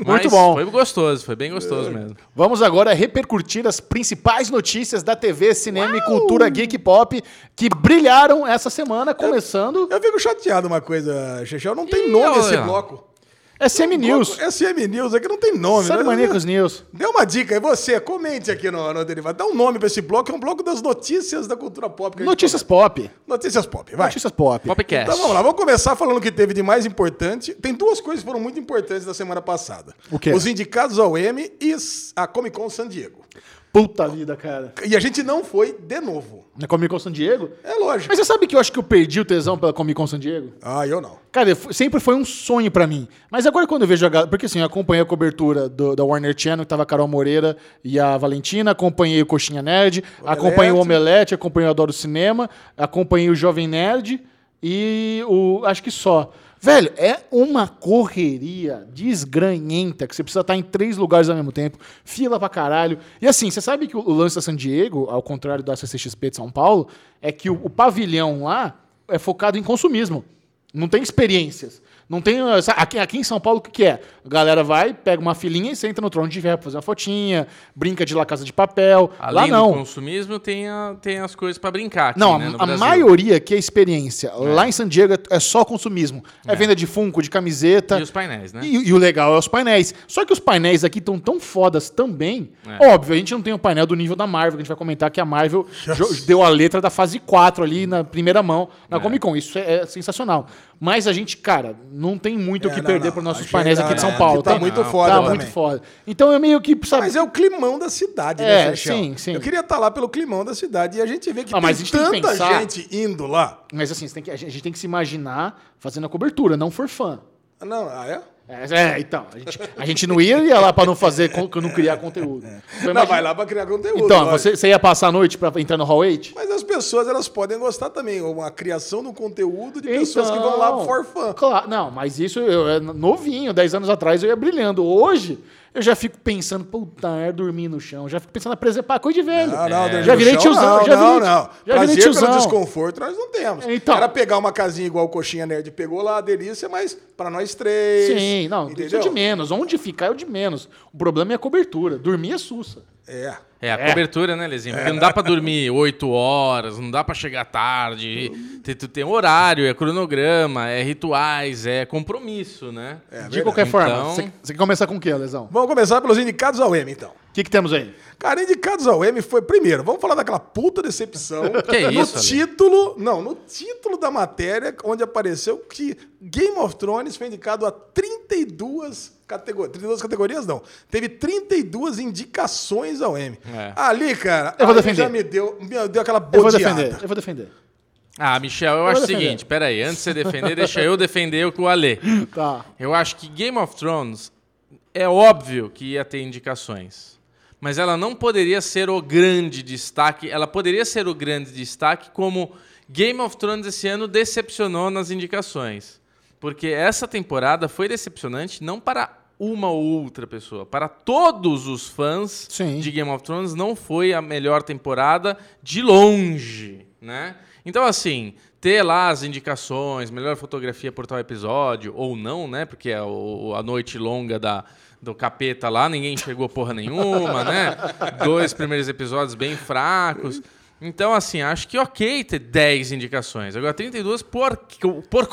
[SPEAKER 2] Muito
[SPEAKER 1] bom.
[SPEAKER 2] Foi gostoso, foi bem gostoso mesmo.
[SPEAKER 1] Vamos agora repercutir as principais notícias da TV, cinema e cultura geek pop que brilharam essa semana, começando
[SPEAKER 3] Eu fico chateado uma coisa, Xexel, não tem
[SPEAKER 2] Ih,
[SPEAKER 3] nome esse
[SPEAKER 2] olha.
[SPEAKER 3] bloco.
[SPEAKER 1] SM é News.
[SPEAKER 3] SM News, é que não tem nome. né?
[SPEAKER 1] Maníacos News.
[SPEAKER 3] Dê uma dica aí, você, comente aqui no, no Derivado. Dá um nome pra esse bloco, é um bloco das notícias da cultura pop. que a gente
[SPEAKER 1] Notícias pop.
[SPEAKER 3] comenta. Notícias pop, vai.
[SPEAKER 1] Notícias pop.
[SPEAKER 2] Popcast.
[SPEAKER 3] Então vamos lá, vamos começar falando o que teve de mais importante. Tem duas coisas que foram muito importantes da semana passada.
[SPEAKER 1] O quê?
[SPEAKER 3] Os indicados ao M e s- a Comic Con San Diego.
[SPEAKER 1] Puta vida, cara.
[SPEAKER 3] E a gente não foi de novo.
[SPEAKER 1] Na Comic Con San Diego?
[SPEAKER 3] É lógico.
[SPEAKER 1] Mas você sabe que eu acho que eu perdi o tesão pela Comic Con San Diego?
[SPEAKER 3] Ah, eu não.
[SPEAKER 1] Cara, eu fu- sempre foi um sonho pra mim. Mas agora quando eu vejo a galera. Porque assim, eu acompanhei a cobertura do- da Warner Channel, que tava a Carol Moreira e a Valentina, acompanhei o Coxinha Nerd, acompanhei o Omelete, acompanhei o Adoro Cinema, acompanhei o Jovem Nerd e o. Acho que só. Velho, é uma correria desgranhenta que você precisa estar em três lugares ao mesmo tempo, fila pra caralho. E assim, você sabe que o- o lance da San Diego, ao contrário da CCXP de São Paulo, é que o- o pavilhão lá é focado em consumismo. Não tem experiências. Não tem. eh, sa- Aqui, aqui em São Paulo, o que, que é? A galera vai, pega uma filinha e senta no trono de ferro pra fazer uma fotinha, brinca de La Casa de Papel.
[SPEAKER 2] Além
[SPEAKER 1] lá
[SPEAKER 2] do
[SPEAKER 1] não.
[SPEAKER 2] consumismo, tem, a- tem as coisas pra brincar. aqui,
[SPEAKER 1] Não, a,
[SPEAKER 2] né, no
[SPEAKER 1] a
[SPEAKER 2] Brasil.
[SPEAKER 1] maioria aqui é experiência. Lá em San Diego é- é só consumismo. É, venda de funko, de camiseta.
[SPEAKER 2] E os painéis, né?
[SPEAKER 1] tá- E, e o legal é os painéis. Só que os painéis aqui estão tão fodas também.
[SPEAKER 2] É.
[SPEAKER 1] Óbvio, a gente não tem o painel do nível da Marvel, que a gente vai comentar que a Marvel jo- deu a letra da fase 4 ali na primeira mão na Comic Con. Isso é, é sensacional. Mas a gente, cara, não tem muito o
[SPEAKER 3] É,
[SPEAKER 1] que
[SPEAKER 3] não,
[SPEAKER 1] perder
[SPEAKER 3] não.
[SPEAKER 1] para nossos
[SPEAKER 3] Achei-
[SPEAKER 1] painéis aqui de São
[SPEAKER 3] não, é,
[SPEAKER 1] Paulo.
[SPEAKER 3] tá muito foda
[SPEAKER 1] Tá
[SPEAKER 3] também.
[SPEAKER 1] muito foda. Então é meio que, sabe...
[SPEAKER 3] Mas é o climão da cidade, né,
[SPEAKER 1] É,
[SPEAKER 3] Xexel?
[SPEAKER 1] sim, sim.
[SPEAKER 3] Eu queria estar lá pelo climão da cidade e a gente vê que
[SPEAKER 1] Ah,
[SPEAKER 3] tem
[SPEAKER 1] mas a gente tem que
[SPEAKER 3] tanta
[SPEAKER 1] pensar-
[SPEAKER 3] gente indo lá.
[SPEAKER 1] Mas assim, você tem que- a gente tem que se imaginar fazendo a cobertura, não for fã.
[SPEAKER 3] Ah, Não, ah, é?
[SPEAKER 1] É, é, então, a gente, a gente não iria lá para não fazer, con- não criar conteúdo. Então,
[SPEAKER 3] É. Não,
[SPEAKER 1] imagina-
[SPEAKER 3] vai lá pra criar conteúdo.
[SPEAKER 1] Então,
[SPEAKER 3] lógico.
[SPEAKER 1] você, você ia passar a noite pra entrar no Hall 8?
[SPEAKER 3] Mas as pessoas, elas podem gostar também. Uma criação do conteúdo de
[SPEAKER 1] Então.
[SPEAKER 3] pessoas que vão lá for fã.
[SPEAKER 1] Claro, não, mas isso eu é novinho, 10 anos atrás eu ia brilhando. Hoje, eu já fico pensando, puta, é dormir no chão. Já fico pensando, preservar coisa de velho.
[SPEAKER 3] Não, não,
[SPEAKER 1] É. já virei
[SPEAKER 3] não,
[SPEAKER 1] tiozão,
[SPEAKER 3] não,
[SPEAKER 1] já
[SPEAKER 3] não,
[SPEAKER 1] virei,
[SPEAKER 3] não.
[SPEAKER 1] Já virei
[SPEAKER 3] Prazer pelo
[SPEAKER 1] tiozão.
[SPEAKER 3] desconforto nós não temos.
[SPEAKER 1] É, então.
[SPEAKER 3] Era pegar uma casinha igual o Coxinha Nerd pegou lá, delícia, mas pra nós três.
[SPEAKER 1] Sim, não, isso é de menos. Onde ficar é o de menos. O problema é a cobertura. Dormir é sussa.
[SPEAKER 3] É.
[SPEAKER 2] É, a cobertura, né, Lezinho? Porque não dá pra dormir 8 horas, não dá pra chegar tarde. Tem, tu tem horário, é cronograma, é rituais, é compromisso, né?
[SPEAKER 3] É
[SPEAKER 1] De qualquer forma,
[SPEAKER 2] Então-
[SPEAKER 1] você você quer começar com o quê, Lesão?
[SPEAKER 3] Vamos começar pelos indicados ao M, então.
[SPEAKER 1] O que, que temos aí?
[SPEAKER 3] Cara, indicados ao M foi primeiro. Vamos falar daquela puta decepção.
[SPEAKER 2] Que
[SPEAKER 3] no
[SPEAKER 2] isso, Ale?
[SPEAKER 3] título, não, no título da matéria, onde apareceu que Game of Thrones foi indicado a 32 categorias. 32 categorias não. Teve 32 indicações ao M.
[SPEAKER 2] É.
[SPEAKER 3] Ali, cara,
[SPEAKER 1] Eu vou
[SPEAKER 3] ali
[SPEAKER 1] defender.
[SPEAKER 3] já me deu, me deu aquela
[SPEAKER 1] Eu vou
[SPEAKER 3] bodeada.
[SPEAKER 1] defender, eu vou defender.
[SPEAKER 2] Ah, Michel, eu acho o
[SPEAKER 1] defender.
[SPEAKER 2] seguinte, peraí, antes de você defender, deixa eu defender o que o Ale.
[SPEAKER 1] Tá.
[SPEAKER 2] Eu acho que Game of Thrones é óbvio que ia ter indicações. Mas ela não poderia ser o grande destaque. Ela poderia ser o grande destaque como Game of Thrones esse ano decepcionou nas indicações. Porque essa temporada foi decepcionante não para uma ou outra pessoa, para todos os fãs
[SPEAKER 1] Sim.
[SPEAKER 2] de Game of Thrones não foi a melhor temporada de longe, né? Então, assim, ter lá as indicações, melhor fotografia por tal episódio, ou não, né? Porque é o- a noite longa da, do capeta lá, ninguém chegou porra nenhuma, né? Dois primeiros episódios bem fracos. Então, assim, acho que ok ter 10 indicações. Agora, 32 por... por...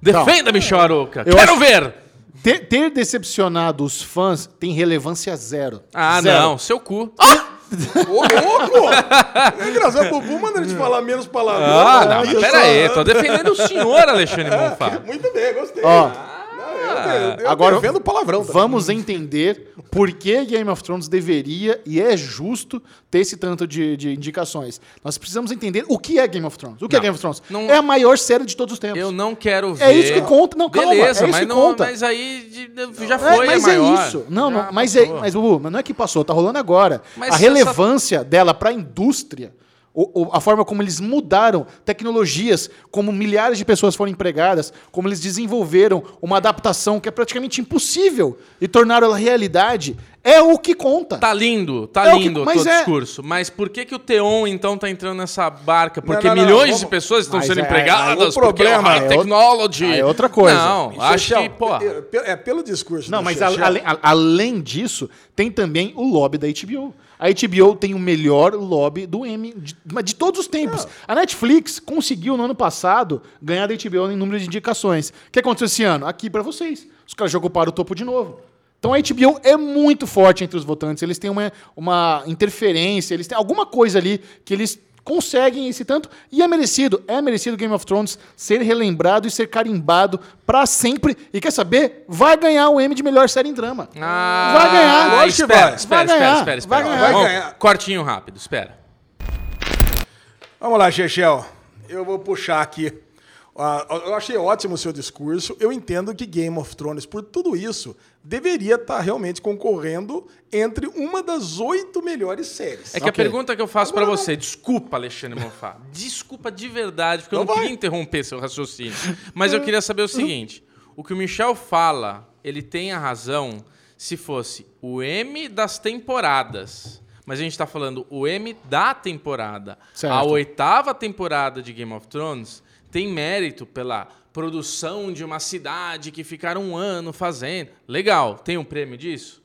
[SPEAKER 2] Defenda, Michel Aroca!
[SPEAKER 1] Eu
[SPEAKER 2] Quero
[SPEAKER 1] acho-
[SPEAKER 2] ver!
[SPEAKER 1] Ter, ter decepcionado os fãs tem relevância zero.
[SPEAKER 2] Ah,
[SPEAKER 1] Zero.
[SPEAKER 2] não, seu cu.
[SPEAKER 3] Ô, louco! É engraçado, o Bubu manda a gente falar menos palavrão. né?
[SPEAKER 2] Ah, não, mas
[SPEAKER 3] Olha só.
[SPEAKER 2] pera aí, tô defendendo o senhor Alexandre Bonfá.
[SPEAKER 3] Muito bem, gostei.
[SPEAKER 1] Ó.
[SPEAKER 3] Não, eu,
[SPEAKER 2] Ah,
[SPEAKER 3] eu, eu
[SPEAKER 1] Agora-
[SPEAKER 3] defendo palavrão. também.
[SPEAKER 1] Vamos entender por que Game of Thrones deveria e é justo ter esse tanto de, de indicações. Nós precisamos entender o que é Game of Thrones. O que é
[SPEAKER 2] Não,
[SPEAKER 1] Game of Thrones?
[SPEAKER 2] não-
[SPEAKER 1] É a maior série de todos os tempos.
[SPEAKER 2] Eu não quero ver.
[SPEAKER 1] É isso que conta. Não, calma,
[SPEAKER 2] Beleza,
[SPEAKER 1] é isso
[SPEAKER 2] mas
[SPEAKER 1] que
[SPEAKER 2] não,
[SPEAKER 1] conta.
[SPEAKER 2] mas aí de- já
[SPEAKER 1] É,
[SPEAKER 2] foi,
[SPEAKER 1] mas
[SPEAKER 2] é maior.
[SPEAKER 1] é isso. Não,
[SPEAKER 2] Já
[SPEAKER 1] não, mas, é,
[SPEAKER 2] passou.
[SPEAKER 1] mas, Bubu, mas não é que passou, tá rolando agora.
[SPEAKER 2] Mas
[SPEAKER 1] a
[SPEAKER 2] essa-
[SPEAKER 1] relevância dela para a indústria, o- o- a forma como eles mudaram tecnologias, como milhares de pessoas foram empregadas, como eles desenvolveram uma adaptação que é praticamente impossível e tornaram ela realidade, é o que conta.
[SPEAKER 2] Tá lindo, tá
[SPEAKER 1] É o que-
[SPEAKER 2] lindo o
[SPEAKER 1] mas
[SPEAKER 2] teu
[SPEAKER 1] é-
[SPEAKER 2] discurso. Mas por que, que o Teon, então, tá entrando nessa barca? Porque
[SPEAKER 3] não, não,
[SPEAKER 2] milhões
[SPEAKER 3] vamos-
[SPEAKER 2] de pessoas estão
[SPEAKER 1] Mas
[SPEAKER 2] sendo
[SPEAKER 1] é-
[SPEAKER 3] aí o
[SPEAKER 2] empregadas, porque é o
[SPEAKER 3] problema
[SPEAKER 2] high
[SPEAKER 1] é outro-
[SPEAKER 2] technology.
[SPEAKER 1] aí é outra coisa.
[SPEAKER 2] Não,
[SPEAKER 3] Isso,
[SPEAKER 2] acho
[SPEAKER 3] Chel,
[SPEAKER 2] que, pô...
[SPEAKER 3] é, pe- É, pelo discurso.
[SPEAKER 1] Não,
[SPEAKER 3] do
[SPEAKER 1] mas a-
[SPEAKER 3] Chel, Chel.
[SPEAKER 1] ale- a- além disso, tem também o lobby da HBO. A HBO tem o melhor lobby do M de, mas de todos os tempos. A Netflix conseguiu no ano passado ganhar da HBO em número de indicações. O que aconteceu esse ano? Aqui pra vocês. Os caras já ocuparam o topo de novo. Então a HBO é muito forte entre os votantes. Eles têm uma, uma interferência, eles têm alguma coisa ali que eles conseguem esse tanto e é merecido, é merecido Game of Thrones ser relembrado e ser carimbado pra sempre. E quer saber? Vai ganhar o M de melhor série em drama.
[SPEAKER 2] Ah,
[SPEAKER 1] vai ganhar.
[SPEAKER 3] lógico que
[SPEAKER 2] Espera,
[SPEAKER 3] vai.
[SPEAKER 1] Vai
[SPEAKER 2] espera,
[SPEAKER 1] ganhar,
[SPEAKER 2] espera, espera, espera.
[SPEAKER 1] vai
[SPEAKER 3] ganhar.
[SPEAKER 2] Vamos,
[SPEAKER 3] Vai ganhar.
[SPEAKER 2] Cortinho rápido, espera.
[SPEAKER 3] Vamos lá, Chechel. Eu vou puxar aqui. Ah, Eu achei ótimo o seu discurso. Eu entendo que Game of Thrones, por tudo isso, deveria estar realmente concorrendo entre uma das oito melhores séries.
[SPEAKER 2] É que a
[SPEAKER 1] Ok.
[SPEAKER 2] pergunta que eu faço pra você, desculpa, Alexandre Monfá, desculpa de verdade, porque eu
[SPEAKER 3] Não
[SPEAKER 2] não
[SPEAKER 3] vai.
[SPEAKER 2] queria interromper seu raciocínio, mas eu queria saber o seguinte, o que o Michel fala, ele tem a razão se fosse o M das temporadas, mas a gente tá falando o M da temporada.
[SPEAKER 1] Certo.
[SPEAKER 2] A oitava temporada de Game of Thrones tem mérito pela produção de uma cidade que ficaram um ano fazendo. Legal, tem um prêmio disso?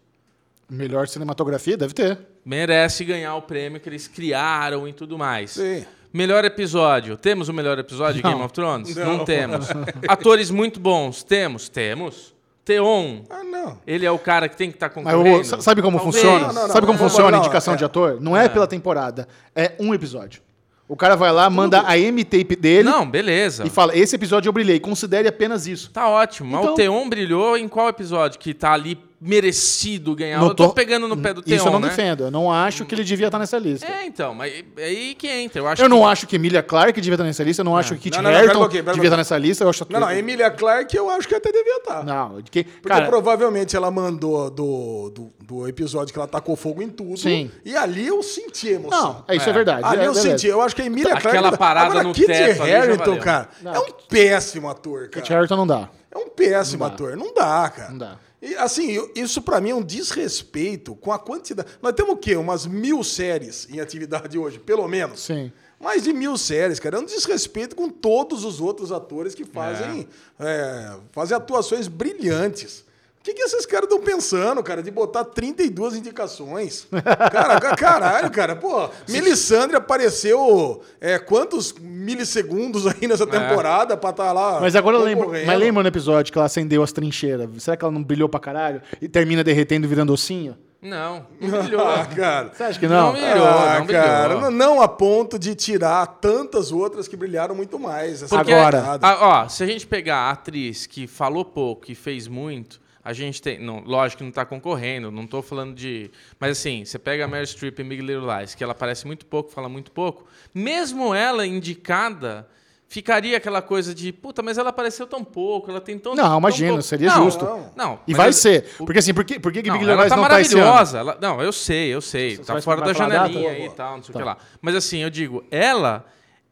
[SPEAKER 1] Melhor cinematografia deve ter.
[SPEAKER 2] merece ganhar o prêmio que eles criaram e tudo mais.
[SPEAKER 3] Sim.
[SPEAKER 2] Melhor episódio. Temos o melhor episódio de Game of Thrones?
[SPEAKER 3] Não.
[SPEAKER 2] Não, temos. Atores muito bons. Temos? Temos. Theon.
[SPEAKER 3] Ah, não.
[SPEAKER 2] Ele é o cara que tem que estar tá
[SPEAKER 1] Mas
[SPEAKER 2] concorrendo.
[SPEAKER 1] ô, sa- sabe como
[SPEAKER 2] Talvez.
[SPEAKER 1] funciona?
[SPEAKER 3] Não, não, não.
[SPEAKER 1] sabe como
[SPEAKER 3] Não,
[SPEAKER 1] funciona
[SPEAKER 3] não,
[SPEAKER 1] a indicação
[SPEAKER 3] é.
[SPEAKER 1] de ator? Não é, pela temporada, é um episódio. O cara vai lá, manda a M-tape dele
[SPEAKER 2] Não, beleza.
[SPEAKER 1] e fala: "Esse episódio eu brilhei, considere apenas isso".
[SPEAKER 2] Tá ótimo. Mas
[SPEAKER 1] Então-
[SPEAKER 2] o Theon brilhou em qual episódio? Que tá ali merecido ganhar.
[SPEAKER 1] Não
[SPEAKER 2] É, Eu tô
[SPEAKER 1] tô-
[SPEAKER 2] pegando no pé do Theon,
[SPEAKER 1] Isso eu não
[SPEAKER 2] né?
[SPEAKER 1] defendo. Eu não acho que ele devia estar nessa lista.
[SPEAKER 2] É, então. Mas aí que entra. Eu acho
[SPEAKER 1] Eu
[SPEAKER 2] que...
[SPEAKER 1] não acho que Emilia Clarke devia estar nessa lista, eu não acho que Kit
[SPEAKER 3] Não, não, não,
[SPEAKER 1] Harington
[SPEAKER 3] pera um pouquinho, pera um
[SPEAKER 1] devia estar nessa lista, eu acho
[SPEAKER 3] Não, não, a Emilia Clarke eu acho que até devia estar.
[SPEAKER 1] Não, de que,
[SPEAKER 3] Porque
[SPEAKER 1] cara,
[SPEAKER 3] provavelmente ela mandou do, do, do episódio que ela tacou fogo em tudo.
[SPEAKER 1] Sim.
[SPEAKER 3] E ali eu senti a emoção.
[SPEAKER 1] não, é, isso é, verdade.
[SPEAKER 3] Ali
[SPEAKER 1] é,
[SPEAKER 3] Ah, eu
[SPEAKER 1] beleza.
[SPEAKER 3] senti, eu acho que a Emília
[SPEAKER 2] Aquela
[SPEAKER 3] Clarke...
[SPEAKER 2] parada
[SPEAKER 3] Agora,
[SPEAKER 2] no
[SPEAKER 3] Kit
[SPEAKER 2] teto ali já
[SPEAKER 3] Harington,
[SPEAKER 2] valeu.
[SPEAKER 3] cara, é um péssimo ator,
[SPEAKER 1] Kit
[SPEAKER 3] cara.
[SPEAKER 1] Harington não dá.
[SPEAKER 3] É um péssimo ator. Não dá, cara.
[SPEAKER 1] Não dá.
[SPEAKER 3] E, assim, eu- isso pra mim é um desrespeito com a quantidade... Nós temos o quê? Umas mil séries em atividade hoje, pelo menos.
[SPEAKER 1] Sim.
[SPEAKER 3] Mais de mil séries, cara. É um desrespeito com todos os outros atores que fazem, é, fazem atuações é, brilhantes. que, que esses caras estão pensando, cara, de botar 32 indicações? Cara, ca- caralho, cara. Pô, Melissandre apareceu é, quantos milissegundos aí nessa temporada pra estar lá.
[SPEAKER 1] É. Mas agora eu lembro.
[SPEAKER 3] concorrendo?
[SPEAKER 1] Mas lembra no episódio que ela acendeu as trincheiras? Será que ela não brilhou pra caralho? E termina derretendo e virando ossinho?
[SPEAKER 2] Não,
[SPEAKER 3] Ah,
[SPEAKER 2] melhor.
[SPEAKER 3] cara.
[SPEAKER 1] Você acha que não?
[SPEAKER 2] Não, Brilhou,
[SPEAKER 3] ah,
[SPEAKER 2] não
[SPEAKER 3] cara,
[SPEAKER 2] brilhou.
[SPEAKER 3] não, não a ponto de tirar tantas outras que brilharam muito mais. essa
[SPEAKER 1] Porque-
[SPEAKER 3] temporada. é
[SPEAKER 2] Ah, ó, se a gente pegar a atriz que falou pouco e fez muito, a gente tem. Não, lógico que não tá concorrendo, não tô falando de. Mas assim, você pega a Mary Streep em Big Little Lies, que ela aparece muito pouco, fala muito pouco, mesmo ela indicada. Ficaria aquela coisa de, puta, mas ela apareceu tão pouco, ela tem tão.
[SPEAKER 1] Não,
[SPEAKER 2] tão
[SPEAKER 1] imagina,
[SPEAKER 2] pouco."
[SPEAKER 1] seria
[SPEAKER 2] Não,
[SPEAKER 1] justo.
[SPEAKER 2] Não, não,
[SPEAKER 1] E
[SPEAKER 2] mas
[SPEAKER 1] vai
[SPEAKER 2] eu-
[SPEAKER 1] ser. Porque assim, por que, por que, que Big Little
[SPEAKER 2] não, ela
[SPEAKER 1] Lies
[SPEAKER 2] tá
[SPEAKER 1] não tá esse ano?
[SPEAKER 2] maravilhosa. Ela- não, eu sei, eu sei. tá
[SPEAKER 1] vai-
[SPEAKER 2] fora
[SPEAKER 1] vai
[SPEAKER 2] da
[SPEAKER 1] falar data?
[SPEAKER 2] janelinha aí e
[SPEAKER 3] Boa,
[SPEAKER 2] tal, não sei o
[SPEAKER 1] Tá.
[SPEAKER 2] que lá. Mas assim, eu digo, ela.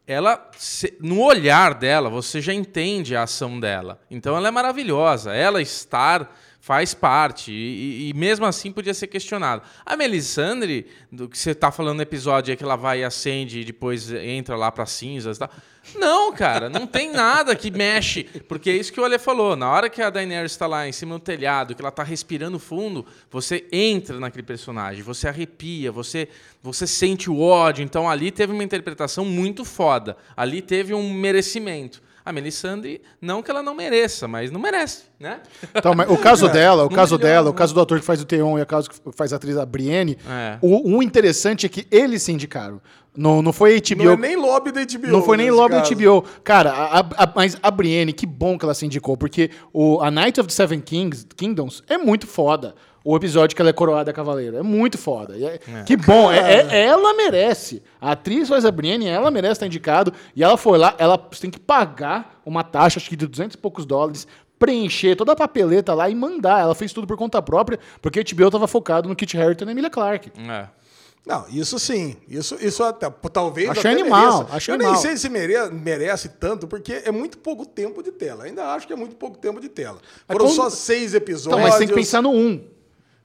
[SPEAKER 2] Ela, se- no olhar dela, você já entende a ação dela. Então ela é maravilhosa. Ela estar faz parte. E, e- e mesmo assim podia ser questionada. A Melisandre, do que você tá falando no episódio é que ela vai e acende e depois entra lá para cinzas e tal. Não, cara, não tem nada que mexe. Porque é isso que o Ale falou. Na hora que a Daenerys está lá em cima do telhado, que ela tá respirando fundo, você entra naquele personagem, você arrepia, você, você sente o ódio. Então ali teve uma interpretação muito foda. Ali teve um merecimento. A Melisandre, não que ela não mereça, mas não merece, né?
[SPEAKER 1] Então, mas o
[SPEAKER 3] É.
[SPEAKER 1] caso dela, o
[SPEAKER 2] Não
[SPEAKER 1] caso
[SPEAKER 2] melhora,
[SPEAKER 1] dela, o
[SPEAKER 2] não.
[SPEAKER 1] caso do ator que faz o Theon e o caso que faz a atriz a Brienne,
[SPEAKER 2] É.
[SPEAKER 1] o, o interessante é que eles se indicaram. Não, não foi a HBO.
[SPEAKER 3] Não é nem lobby da HBO.
[SPEAKER 1] Não foi nem
[SPEAKER 3] nesse
[SPEAKER 1] logo
[SPEAKER 3] caso.
[SPEAKER 1] no HBO. Cara, a, a- a- mas a Brienne, que bom que ela se indicou, porque o, a Night of the Seven Kings, Kingdoms é muito foda. O episódio que ela é coroada cavaleiro. É muito foda. E é- Que bom. é- é- ela merece. A atriz faz a Brienne, ela merece estar indicado. E ela foi lá, ela tem que pagar uma taxa, acho que de 200 e poucos dólares, preencher toda a papeleta lá e mandar. Ela fez tudo por conta própria, porque a HBO tava focado no Kit Harington e Emilia Clarke.
[SPEAKER 2] É.
[SPEAKER 3] Não, isso sim. Isso, isso até, pô, talvez.
[SPEAKER 1] Acho
[SPEAKER 3] até
[SPEAKER 1] animal,
[SPEAKER 3] mereça.
[SPEAKER 1] acho
[SPEAKER 3] Eu
[SPEAKER 1] animal.
[SPEAKER 3] nem sei se mere- merece tanto, porque é muito pouco tempo de tela. Ainda acho que é muito pouco tempo de tela. Foram
[SPEAKER 1] É como-
[SPEAKER 3] só seis
[SPEAKER 1] Então,
[SPEAKER 3] episódios.
[SPEAKER 1] mas tem que pensar no um.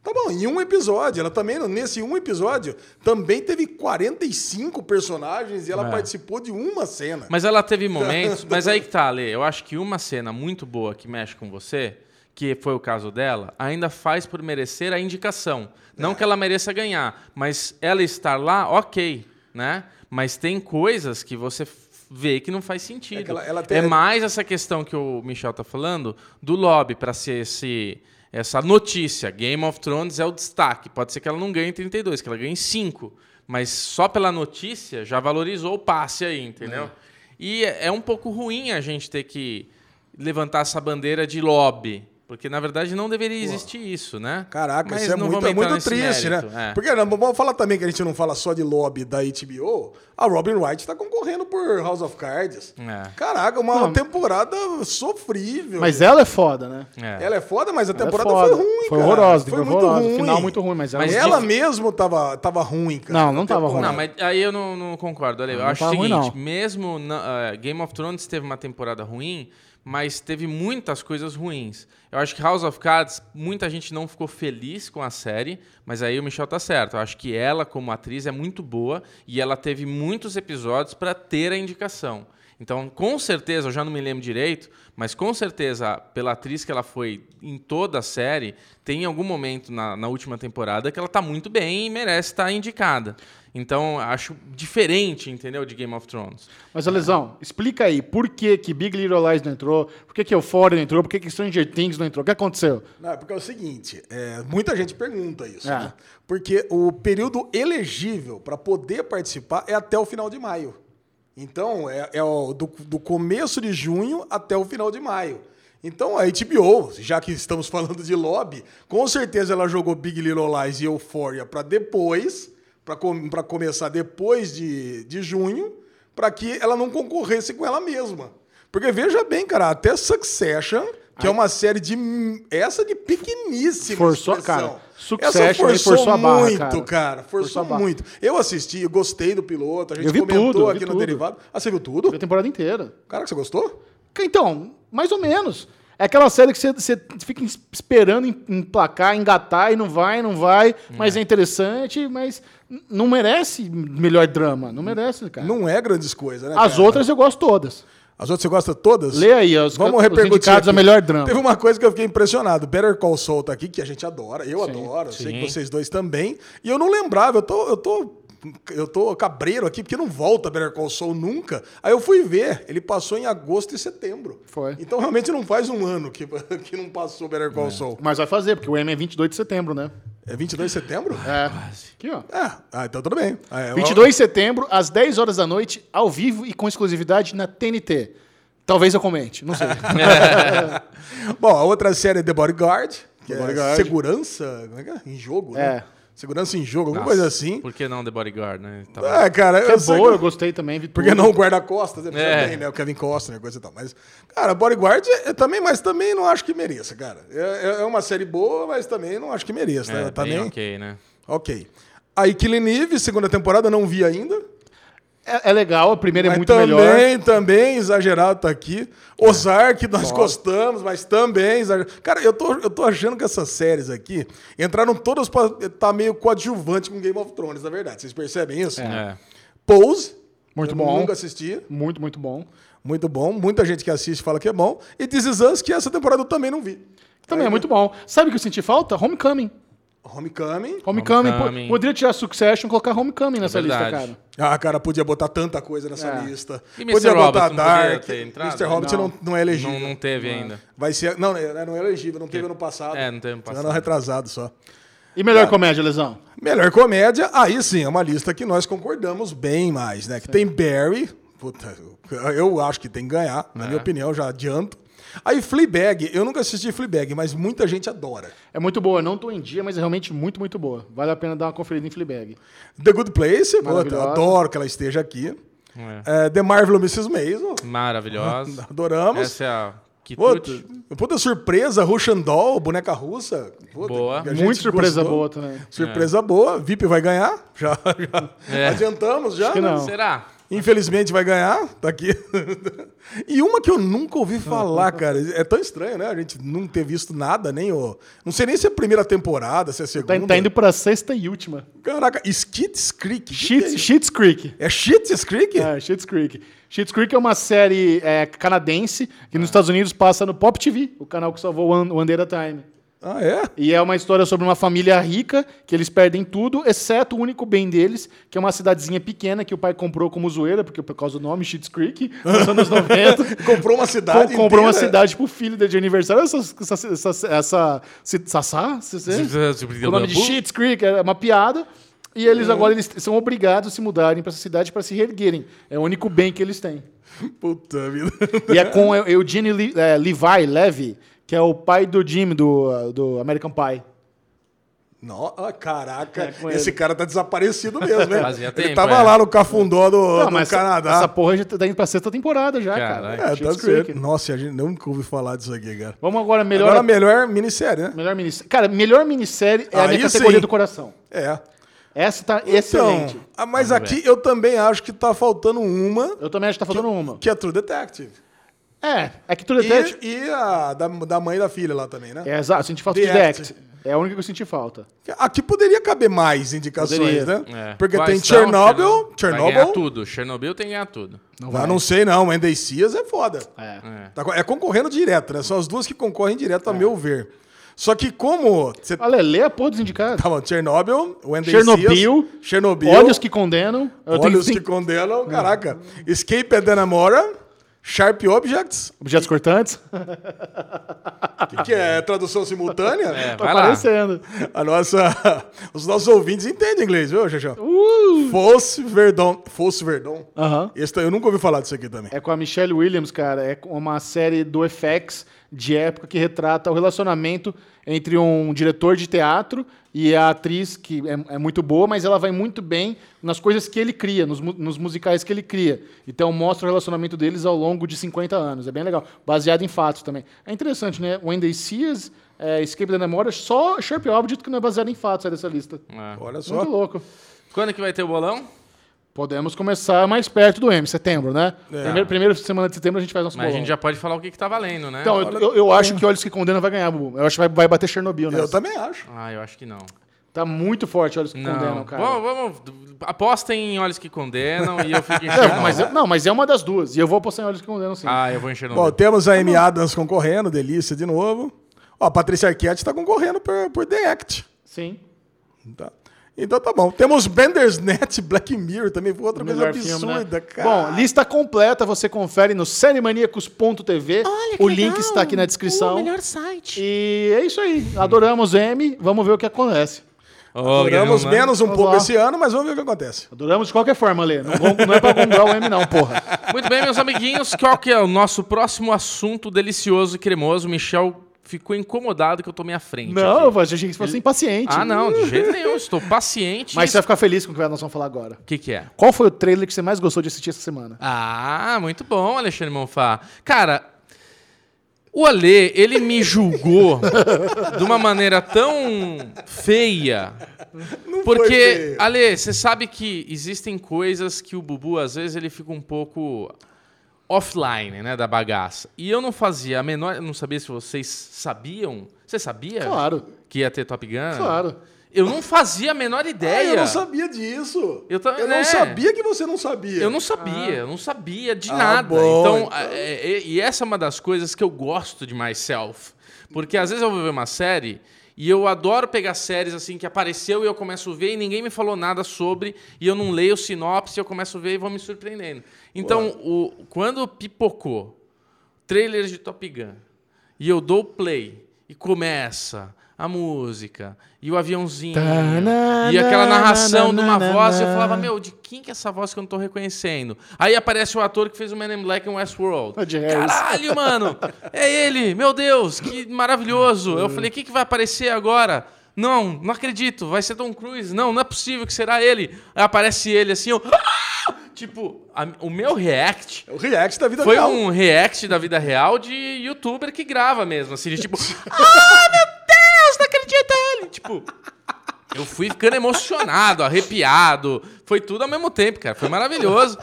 [SPEAKER 3] Tá bom, em um episódio. Ela também, nesse um episódio, também teve 45 personagens e ela
[SPEAKER 1] É.
[SPEAKER 3] participou de uma cena.
[SPEAKER 2] Mas ela teve momentos. mas aí que tá, Ale. Eu acho que uma cena muito boa que mexe com você, que foi o caso dela, ainda faz por merecer a indicação.
[SPEAKER 3] É.
[SPEAKER 2] Não que ela mereça ganhar, mas ela estar lá, ok, né? Mas tem coisas que você f- vê que não faz sentido. É,
[SPEAKER 3] É que ela- ela tem-
[SPEAKER 2] mais essa questão que o Michel tá falando do lobby pra ser esse. Essa notícia, Game of Thrones é o destaque. Pode ser que ela não ganhe 32, que ela ganhe 5. Mas só pela notícia já valorizou o passe aí, entendeu? E é é um pouco ruim a gente ter que levantar essa bandeira de lobby. Porque, na verdade, não deveria existir isso, né?
[SPEAKER 3] Caraca,
[SPEAKER 2] Mas
[SPEAKER 3] isso é
[SPEAKER 2] não vamos
[SPEAKER 3] muito, é
[SPEAKER 2] entrar
[SPEAKER 3] muito
[SPEAKER 2] nesse
[SPEAKER 3] triste,
[SPEAKER 2] mérito,
[SPEAKER 3] né?
[SPEAKER 2] é.
[SPEAKER 3] Porque não, vamos falar também que a gente não fala só de lobby da HBO. A Robin Wright tá concorrendo por House of Cards.
[SPEAKER 2] É.
[SPEAKER 3] Caraca, uma temporada sofrível.
[SPEAKER 1] Mas ela é foda, né?
[SPEAKER 2] É.
[SPEAKER 3] Ela é foda, mas a
[SPEAKER 1] Ela é
[SPEAKER 3] temporada
[SPEAKER 1] foda.
[SPEAKER 3] foi ruim,
[SPEAKER 1] Foi
[SPEAKER 3] cara.
[SPEAKER 1] horrorosa, foi
[SPEAKER 3] muito
[SPEAKER 1] horrorosa.
[SPEAKER 3] ruim.
[SPEAKER 1] Final muito ruim, mas ela
[SPEAKER 2] Mas
[SPEAKER 3] Ela
[SPEAKER 2] dif-
[SPEAKER 3] mesmo tava, tava ruim, cara.
[SPEAKER 1] Não, não tava ruim.
[SPEAKER 2] Não, mas aí eu não, não concordo. Ale. Eu
[SPEAKER 1] Não
[SPEAKER 2] acho o
[SPEAKER 1] tá ruim,
[SPEAKER 2] seguinte,
[SPEAKER 1] não.
[SPEAKER 2] mesmo na- eh, Game of Thrones teve uma temporada ruim, mas teve muitas coisas ruins. Eu acho que House of Cards, muita gente não ficou feliz com a série, mas aí o Michel tá certo. Eu acho que ela, como atriz, é muito boa e ela teve muitos episódios para ter a indicação. Então, com certeza, eu já não me lembro direito, mas com certeza, pela atriz que ela foi em toda a série, tem algum momento na, na última temporada que ela tá muito bem e merece estar indicada. Então, acho diferente, entendeu, de Game of Thrones.
[SPEAKER 1] Mas, Alesão, explica aí, por que que Big Little Lies não entrou? Por que que Euphoria não entrou? Por que que Stranger Things não entrou? O que aconteceu?
[SPEAKER 3] Não, é porque é o seguinte, é, muita gente pergunta isso,
[SPEAKER 1] É.
[SPEAKER 3] né? Porque o período elegível para poder participar é até o final de maio. Então, é, é o- do, do começo de junho até o final de maio. Então, a HBO, já que estamos falando de lobby, com certeza ela jogou Big Little Lies e Euphoria para depois, para começar depois de, de junho, para que ela não concorresse com ela mesma. Porque veja bem, cara, até Succession, que é uma série de. Essa de pequeníssima.
[SPEAKER 1] Forçou,
[SPEAKER 3] expressão.
[SPEAKER 1] cara, Succession, ele forçou a barra,
[SPEAKER 3] muito,
[SPEAKER 1] cara. Forçou
[SPEAKER 3] cara.
[SPEAKER 1] a
[SPEAKER 3] Forçou,
[SPEAKER 1] barra.
[SPEAKER 3] muito. Eu assisti, eu gostei do piloto, a gente
[SPEAKER 1] Eu vi
[SPEAKER 3] comentou
[SPEAKER 1] tudo, eu vi
[SPEAKER 3] aqui no
[SPEAKER 1] tudo.
[SPEAKER 3] Derivado. Ah, você viu
[SPEAKER 1] A
[SPEAKER 3] tudo?
[SPEAKER 1] temporada inteira.
[SPEAKER 3] Caraca, você gostou?
[SPEAKER 1] Então, mais ou menos. É aquela série que você- você fica es- esperando em- emplacar, engatar e não vai, não vai. Mas é interessante, mas n- não merece melhor drama. Não merece, cara.
[SPEAKER 3] Não é grandes coisas, né?
[SPEAKER 1] As
[SPEAKER 3] cara?
[SPEAKER 1] outras eu gosto todas.
[SPEAKER 3] As outras você gosta todas?
[SPEAKER 1] Lê aí, ó, os ca- os indicados a
[SPEAKER 3] aqui.
[SPEAKER 1] melhor drama.
[SPEAKER 3] Teve uma coisa que eu fiquei impressionado. Better Call Saul tá aqui, que a gente adora, eu adoro, sei
[SPEAKER 2] sim.
[SPEAKER 3] que vocês dois também. E eu não lembrava, eu tô, eu tô, eu tô cabreiro aqui, porque não volta Better Call Saul nunca. Aí eu fui ver, ele passou em agosto e setembro.
[SPEAKER 1] Foi. É.
[SPEAKER 3] Então realmente não faz um ano que, que não passou Better Call Saul.
[SPEAKER 1] Mas vai fazer, porque o M é 22 de setembro, né?
[SPEAKER 3] É 22 de setembro?
[SPEAKER 1] É. Aqui, ó.
[SPEAKER 3] Ah, ah, então tudo bem. Ah, é,
[SPEAKER 1] 22 de setembro, às 10 horas da noite, ao vivo e com exclusividade na TNT. Talvez eu comente, não sei. É.
[SPEAKER 3] É, Bom, a outra série é The Bodyguard, que
[SPEAKER 1] The
[SPEAKER 3] é
[SPEAKER 1] Bodyguard.
[SPEAKER 3] segurança como é que é? em jogo,
[SPEAKER 1] É.
[SPEAKER 3] né? Segurança em jogo, alguma
[SPEAKER 2] Nossa,
[SPEAKER 3] coisa assim.
[SPEAKER 2] Por que não The Bodyguard, né? Tá bom.
[SPEAKER 3] Ah, cara,
[SPEAKER 1] Que é
[SPEAKER 3] eu sei
[SPEAKER 1] boa, eu
[SPEAKER 3] que-
[SPEAKER 1] gostei também. vi
[SPEAKER 3] Porque
[SPEAKER 1] tudo.
[SPEAKER 3] não o guarda-costas, né?
[SPEAKER 2] É.
[SPEAKER 3] Também, né? O Kevin Costner, coisa e tal. Mas, cara, Bodyguard é, é também, mas também não acho que mereça, cara. É, é- é uma série boa, mas também não acho que mereça.
[SPEAKER 2] É,
[SPEAKER 3] né? Tá
[SPEAKER 2] bem
[SPEAKER 3] nem-
[SPEAKER 2] ok, né?
[SPEAKER 3] ok. Aí, Killing Eve, segunda temporada, não vi ainda.
[SPEAKER 1] É, é legal, a primeira é
[SPEAKER 3] mas
[SPEAKER 1] muito
[SPEAKER 3] também,
[SPEAKER 1] melhor.
[SPEAKER 3] também, exagerado tá aqui. Ozark, nós gostamos, mas também. exagerado. Cara, eu tô, eu tô achando que essas séries aqui entraram todas pra. tá meio coadjuvante com Game of Thrones, na verdade. Vocês percebem isso?
[SPEAKER 2] É.
[SPEAKER 3] Pose.
[SPEAKER 1] Muito
[SPEAKER 3] eu
[SPEAKER 1] bom.
[SPEAKER 3] Nunca assisti.
[SPEAKER 1] Muito, muito bom.
[SPEAKER 3] Muito bom. Muita gente que assiste fala que é bom. E This Is Us, que essa temporada eu também não vi.
[SPEAKER 1] Também é muito bom. Sabe o que eu senti falta? Homecoming.
[SPEAKER 3] Homecoming.
[SPEAKER 1] Homecoming. po-
[SPEAKER 2] Homecoming. É
[SPEAKER 1] Poderia tirar Succession e colocar Homecoming nessa lista,
[SPEAKER 2] verdade.
[SPEAKER 1] cara.
[SPEAKER 3] Ah, cara, podia botar tanta coisa nessa
[SPEAKER 1] É.
[SPEAKER 3] lista.
[SPEAKER 2] E Mr.
[SPEAKER 3] Podia botar
[SPEAKER 2] Robot, não podia
[SPEAKER 3] Dark.
[SPEAKER 2] ter entrado?
[SPEAKER 3] Mr. Hobbit
[SPEAKER 1] Não.
[SPEAKER 3] não, não é elegível.
[SPEAKER 2] Não, não teve ainda.
[SPEAKER 3] Vai ser. Não, né, não é elegível, não teve ano passado.
[SPEAKER 2] É, não teve ano
[SPEAKER 3] Teve
[SPEAKER 2] passado.
[SPEAKER 3] Ano retrasado só.
[SPEAKER 1] E
[SPEAKER 3] Tá.
[SPEAKER 1] melhor comédia, Lesão?
[SPEAKER 3] Melhor comédia, aí sim, é uma lista que nós concordamos bem mais, né? Que tem Barry, puta, eu acho que tem que ganhar, na
[SPEAKER 2] É.
[SPEAKER 3] minha opinião, já adianto. Aí Fleabag, eu nunca assisti Fleabag, mas muita gente adora.
[SPEAKER 1] É muito boa. Não tô em dia, mas é realmente muito, muito boa. Vale a pena dar uma conferida em Fleabag.
[SPEAKER 3] The Good Place, puta, eu
[SPEAKER 1] Maravilhosa.
[SPEAKER 3] adoro que ela esteja aqui.
[SPEAKER 2] É.
[SPEAKER 3] É, The Marvel Mrs. Maisel,
[SPEAKER 2] Maravilhosa.
[SPEAKER 3] adoramos.
[SPEAKER 2] Essa é a
[SPEAKER 3] Puta,
[SPEAKER 2] Kitut.
[SPEAKER 3] puta é surpresa, Russian Doll, boneca russa. Puta,
[SPEAKER 2] Boa.
[SPEAKER 3] que a gente
[SPEAKER 1] Muito surpresa
[SPEAKER 3] gostou.
[SPEAKER 1] boa também.
[SPEAKER 3] Surpresa boa, VIP vai ganhar, já, já
[SPEAKER 2] É.
[SPEAKER 3] adiantamos já.
[SPEAKER 1] que
[SPEAKER 3] né?
[SPEAKER 1] não.
[SPEAKER 2] Será?
[SPEAKER 3] Infelizmente vai ganhar, tá aqui. e uma que eu nunca ouvi falar, cara. É tão estranho, né? A gente não ter visto nada, nem o. Não sei nem se é a primeira temporada, se é a
[SPEAKER 1] Tá,
[SPEAKER 3] segunda.
[SPEAKER 1] tá indo pra sexta e última.
[SPEAKER 3] Caraca, Skits Creek. que que
[SPEAKER 1] Sheets, Sheets Creek.
[SPEAKER 3] É Shits Creek?
[SPEAKER 1] É, Sheets Creek. Sheets Creek é uma série é, canadense que nos Estados Unidos passa no Pop TV, o canal que salvou One, One Day at a Time.
[SPEAKER 3] Ah, é?
[SPEAKER 1] E é uma história sobre uma família rica que eles perdem tudo, exceto o único bem deles, que é uma cidadezinha pequena que o pai comprou como zoeira, porque por causa do nome, Sheets Creek, nos anos 90.
[SPEAKER 3] Comprou uma
[SPEAKER 1] Com-
[SPEAKER 3] cidade.
[SPEAKER 1] É. comprou uma
[SPEAKER 3] inteira.
[SPEAKER 1] cidade pro filho dele de aniversário. Essa. Essa. Essa. Essa. Sassá? O nome de Sheets Creek é uma piada. E eles agora eles são obrigados a se mudarem pra essa cidade pra se reerguerem. É o único bem que eles têm.
[SPEAKER 3] Puta vida.
[SPEAKER 1] E é com Eu- Eugene Le- é, Levi, Levy, que é o pai do Jimmy, do, uh, do American Pie.
[SPEAKER 3] No- ah, caraca,
[SPEAKER 1] É, com
[SPEAKER 3] esse
[SPEAKER 1] ele.
[SPEAKER 3] cara tá desaparecido mesmo, né?
[SPEAKER 2] Fazia
[SPEAKER 3] Ele
[SPEAKER 2] tempo,
[SPEAKER 3] tava
[SPEAKER 2] é.
[SPEAKER 3] lá no cafundó do,
[SPEAKER 1] Não,
[SPEAKER 3] do
[SPEAKER 1] mas essa-
[SPEAKER 3] Canadá.
[SPEAKER 1] Essa porra já tá indo pra sexta temporada já,
[SPEAKER 2] Caralho.
[SPEAKER 1] cara.
[SPEAKER 3] É, tá
[SPEAKER 1] Sheets
[SPEAKER 3] certo.
[SPEAKER 1] Creek.
[SPEAKER 3] Nossa, a gente nunca ouviu falar disso aqui, cara.
[SPEAKER 1] Vamos agora, melhor,
[SPEAKER 3] Melhor, Agora, melhor minissérie, né?
[SPEAKER 1] melhor minissérie. Cara, melhor minissérie é a minha
[SPEAKER 3] Aí
[SPEAKER 1] categoria
[SPEAKER 3] sim.
[SPEAKER 1] do coração.
[SPEAKER 3] É.
[SPEAKER 1] Essa tá
[SPEAKER 3] Então,
[SPEAKER 1] excelente.
[SPEAKER 3] ah, mas aqui eu também acho que tá faltando uma,
[SPEAKER 1] Eu também acho que tá faltando uma.
[SPEAKER 3] que é True Detective.
[SPEAKER 1] É, é que True
[SPEAKER 3] E-
[SPEAKER 1] Detective...
[SPEAKER 3] E, a da, da mãe e da filha lá também, né?
[SPEAKER 1] É, exato, senti falta de
[SPEAKER 3] The Act.
[SPEAKER 1] Detect. É a única que eu senti falta.
[SPEAKER 3] Aqui poderia caber mais indicações,
[SPEAKER 1] Poderia.
[SPEAKER 3] né?
[SPEAKER 2] É.
[SPEAKER 3] Porque
[SPEAKER 2] Quais
[SPEAKER 3] tem
[SPEAKER 2] são?
[SPEAKER 3] Chernobyl,
[SPEAKER 2] Vai ganhar
[SPEAKER 3] Chernobyl.
[SPEAKER 2] tudo. Chernobyl tem que ganhar tudo. né?
[SPEAKER 1] Não
[SPEAKER 3] Ah, não sei não, mas The Seas é foda.
[SPEAKER 1] É.
[SPEAKER 2] É.
[SPEAKER 3] Tá co- É concorrendo direto, né? São as duas que concorrem direto, a meu ver. Só que como... Você
[SPEAKER 1] Olha, lê é a porra dos indicados.
[SPEAKER 3] Tá bom, Chernobyl, When They See Us,
[SPEAKER 1] Chernobyl,
[SPEAKER 3] Chernobyl,
[SPEAKER 1] Olhos que condenam. Eu tenho Hum.
[SPEAKER 3] Olhos
[SPEAKER 1] tem-
[SPEAKER 3] que condenam, caraca. Escape at Anamora, Sharp Objects,
[SPEAKER 1] Objetos cortantes.
[SPEAKER 3] que, que é tradução simultânea.
[SPEAKER 2] É,
[SPEAKER 1] Tá
[SPEAKER 2] vai lá.
[SPEAKER 1] aparecendo.
[SPEAKER 3] A nossa, os nossos ouvintes entendem inglês, viu, Xaxão?
[SPEAKER 1] Uh!
[SPEAKER 3] Fosse Verdon. Fosse Verdon.
[SPEAKER 1] Aham.
[SPEAKER 3] Esse, tá- eu nunca ouvi falar disso aqui também.
[SPEAKER 1] É com a Michelle Williams, cara. É com uma série do FX de época que retrata o relacionamento entre um diretor de teatro e a atriz, que é, é muito boa, mas ela vai muito bem nas coisas que ele cria, nos, mu- nos musicais que ele cria. Então mostra o relacionamento deles ao longo de 50 anos. É bem legal. Baseado em fatos também. É interessante, né? When They See Us, é, Escape da Memória, só Sharp Object que não é baseado em fatos é dessa lista.
[SPEAKER 2] É.
[SPEAKER 3] Olha
[SPEAKER 1] Muito
[SPEAKER 3] só.
[SPEAKER 1] louco.
[SPEAKER 2] Quando é que vai ter o bolão?
[SPEAKER 1] Podemos começar mais perto do M, setembro, né?
[SPEAKER 3] É.
[SPEAKER 1] Primeiro, primeira semana de setembro a gente faz nosso
[SPEAKER 2] Mas a
[SPEAKER 1] bolão.
[SPEAKER 2] gente já pode falar o que, que tá valendo, né?
[SPEAKER 1] Então, eu, eu, eu acho que Olhos que Condenam vai ganhar, Bubu. Eu acho que vai, vai bater Chernobyl, né?
[SPEAKER 3] Eu também acho.
[SPEAKER 2] Ah, eu acho que não.
[SPEAKER 1] Tá muito forte Olhos que Condenam,
[SPEAKER 2] Não,
[SPEAKER 1] cara.
[SPEAKER 2] vamos, vamos- apostem em Olhos que Condenam e eu fico
[SPEAKER 1] É,
[SPEAKER 2] enchendo.
[SPEAKER 1] mas, eu- não, mas é uma das duas. E eu vou apostar em Olhos que Condenam, sim.
[SPEAKER 2] né? Ah, eu vou encher no
[SPEAKER 3] Bom, temos
[SPEAKER 1] Tá
[SPEAKER 3] a Amy Adams concorrendo, Delícia de novo. Ó, a Patrícia Arquette tá concorrendo por, por The Act.
[SPEAKER 1] Sim.
[SPEAKER 3] Tá. Então tá bom. Temos Bandersnatch, Black Mirror também, foi outra coisa
[SPEAKER 1] Melhor filme,
[SPEAKER 3] absurda,
[SPEAKER 1] né?
[SPEAKER 3] cara.
[SPEAKER 1] Bom, lista completa você confere no seriemaníacos.tv. O link está aqui na descrição.
[SPEAKER 3] Uh,
[SPEAKER 5] site.
[SPEAKER 1] E é isso aí. Adoramos M. Vamos ver o que acontece.
[SPEAKER 2] Oh,
[SPEAKER 3] Duramos
[SPEAKER 2] Guilherme,
[SPEAKER 3] menos um
[SPEAKER 1] Vamos
[SPEAKER 3] pouco
[SPEAKER 1] lá.
[SPEAKER 3] esse ano, mas vamos ver o que acontece.
[SPEAKER 1] Adoramos de qualquer forma, Lê. Não, gon- não é pra gongar o M, não, porra.
[SPEAKER 2] Muito bem, meus amiguinhos, qual que é o nosso próximo assunto delicioso e cremoso? Michel ficou incomodado que eu tomei a frente.
[SPEAKER 1] Não,
[SPEAKER 2] aqui.
[SPEAKER 1] eu achei que você fosse impaciente.
[SPEAKER 2] Ah, não, de jeito nenhum, estou paciente.
[SPEAKER 1] assim, Mas você vai ficar feliz com o que nós vamos falar agora.
[SPEAKER 2] O que, que é?
[SPEAKER 1] Qual foi o trailer que você mais gostou de assistir essa semana?
[SPEAKER 2] Ah, muito bom, Alexandre Monfá. Cara, o Alê, ele me julgou de uma maneira tão feia.
[SPEAKER 3] foi
[SPEAKER 2] porque,
[SPEAKER 3] feio.
[SPEAKER 2] Alê, você sabe que existem coisas que o Bubu, às vezes, ele fica um pouco offline, né, da bagaça. E eu não fazia a menor... Eu não sabia se vocês sabiam. Você sabia
[SPEAKER 1] Claro,
[SPEAKER 2] que ia ter Top Gun?
[SPEAKER 1] claro.
[SPEAKER 2] Eu não fazia a menor
[SPEAKER 3] Ah,
[SPEAKER 2] ideia.
[SPEAKER 3] eu não sabia disso.
[SPEAKER 2] Eu também-
[SPEAKER 3] não
[SPEAKER 2] é.
[SPEAKER 3] sabia que você não sabia.
[SPEAKER 2] Eu não sabia, eu não sabia de
[SPEAKER 3] Ah,
[SPEAKER 2] nada.
[SPEAKER 3] bom,
[SPEAKER 2] então,
[SPEAKER 3] então.
[SPEAKER 2] é, é, e essa é uma das coisas que eu gosto de myself. Porque às vezes eu vou ver uma série e eu adoro pegar séries assim que apareceu e eu começo a ver e ninguém me falou nada sobre e eu não leio sinopse, eu começo a ver e vou me surpreendendo. Então, o, quando pipocou trailer de Top Gun e eu dou play e começa a música e o aviãozinho
[SPEAKER 1] Tá,
[SPEAKER 2] e aquela
[SPEAKER 1] na,
[SPEAKER 2] narração
[SPEAKER 1] na,
[SPEAKER 2] de uma
[SPEAKER 1] na,
[SPEAKER 2] voz eu
[SPEAKER 1] na.
[SPEAKER 2] falava meu de quem que é essa voz que eu não tô reconhecendo aí aparece o ator que fez o Man in Black em Westworld
[SPEAKER 1] Ed Harris.
[SPEAKER 2] caralho mano é ele meu Deus que maravilhoso eu falei quem que vai aparecer agora não, não acredito, vai ser Tom Cruise. Não, não é possível que será ele. Aí aparece ele assim, eu... tipo, a- o meu react
[SPEAKER 3] É O react da vida
[SPEAKER 2] foi
[SPEAKER 3] real.
[SPEAKER 2] um react da vida real de youtuber que grava mesmo, assim, de tipo, ah, meu Deus, não acredita ele! Tipo, eu fui ficando emocionado, arrepiado, foi tudo ao mesmo tempo, cara, foi maravilhoso.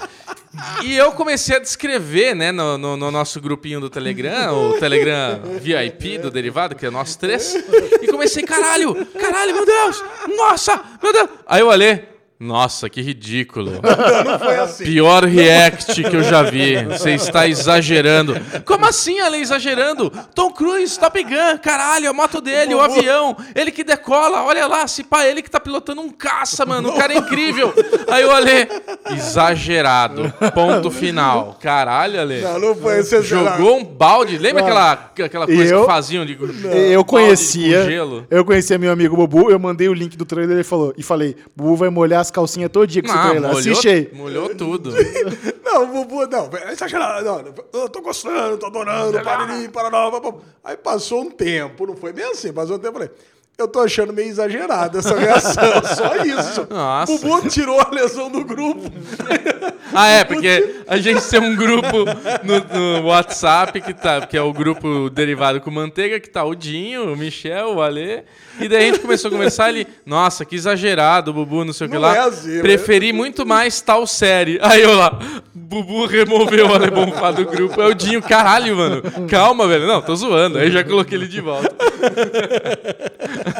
[SPEAKER 2] E eu comecei a descrever, né, no, no- no nosso grupinho do Telegram, o Telegram VIP do Derivado, que é nós três, e comecei, caralho, caralho, meu Deus, nossa, meu Deus. Aí eu olhei, nossa, que ridículo.
[SPEAKER 3] Não foi assim.
[SPEAKER 2] Pior react que eu já vi. Você está exagerando. Como assim, Ale, exagerando? Tom Cruise, Top Gun, caralho, a moto dele, o avião, ele que decola, olha lá, se pá, ele que tá pilotando um caça, mano, o cara é incrível. Aí o Ale, exagerado, ponto final. Caralho, Ale.
[SPEAKER 3] Não, não foi esse
[SPEAKER 2] Jogou um balde, lembra aquela, aquela coisa
[SPEAKER 1] eu-
[SPEAKER 2] que faziam de balde
[SPEAKER 1] Eu
[SPEAKER 2] com
[SPEAKER 1] conhecia,
[SPEAKER 2] gelo?
[SPEAKER 1] eu conhecia meu amigo Bubu, eu mandei o link do trailer ele falou, e falei, Bubu vai molhar as calcinhas todo dia com esse
[SPEAKER 2] Ah,
[SPEAKER 1] trailer,
[SPEAKER 2] molhou,
[SPEAKER 1] assiste aí.
[SPEAKER 2] molhou tudo.
[SPEAKER 3] Não, o Bubu, não, é exagerado. Não, eu tô gostando, tô adorando, pariri, parará, papapá. Aí passou um tempo, não foi bem assim, passou um tempo, eu falei, eu tô achando meio exagerada essa reação, só isso.
[SPEAKER 2] Nossa.
[SPEAKER 3] O Bubu tirou a lesão do grupo.
[SPEAKER 2] Ah, é, porque a gente tem um grupo no, no WhatsApp que tá, que é o grupo derivado com manteiga, que tá o Dinho, o Michel, o Alê. E daí a gente começou a conversar ele, nossa, que exagerado, Bubu, não sei o que
[SPEAKER 3] Não
[SPEAKER 2] lá.
[SPEAKER 3] é assim,
[SPEAKER 2] Preferi muito mais tal série. Aí eu lá, Bubu removeu o Ale Bonfá do grupo. É o Dinho, caralho, mano. Calma, velho. Não, tô zoando. Aí já coloquei ele de volta.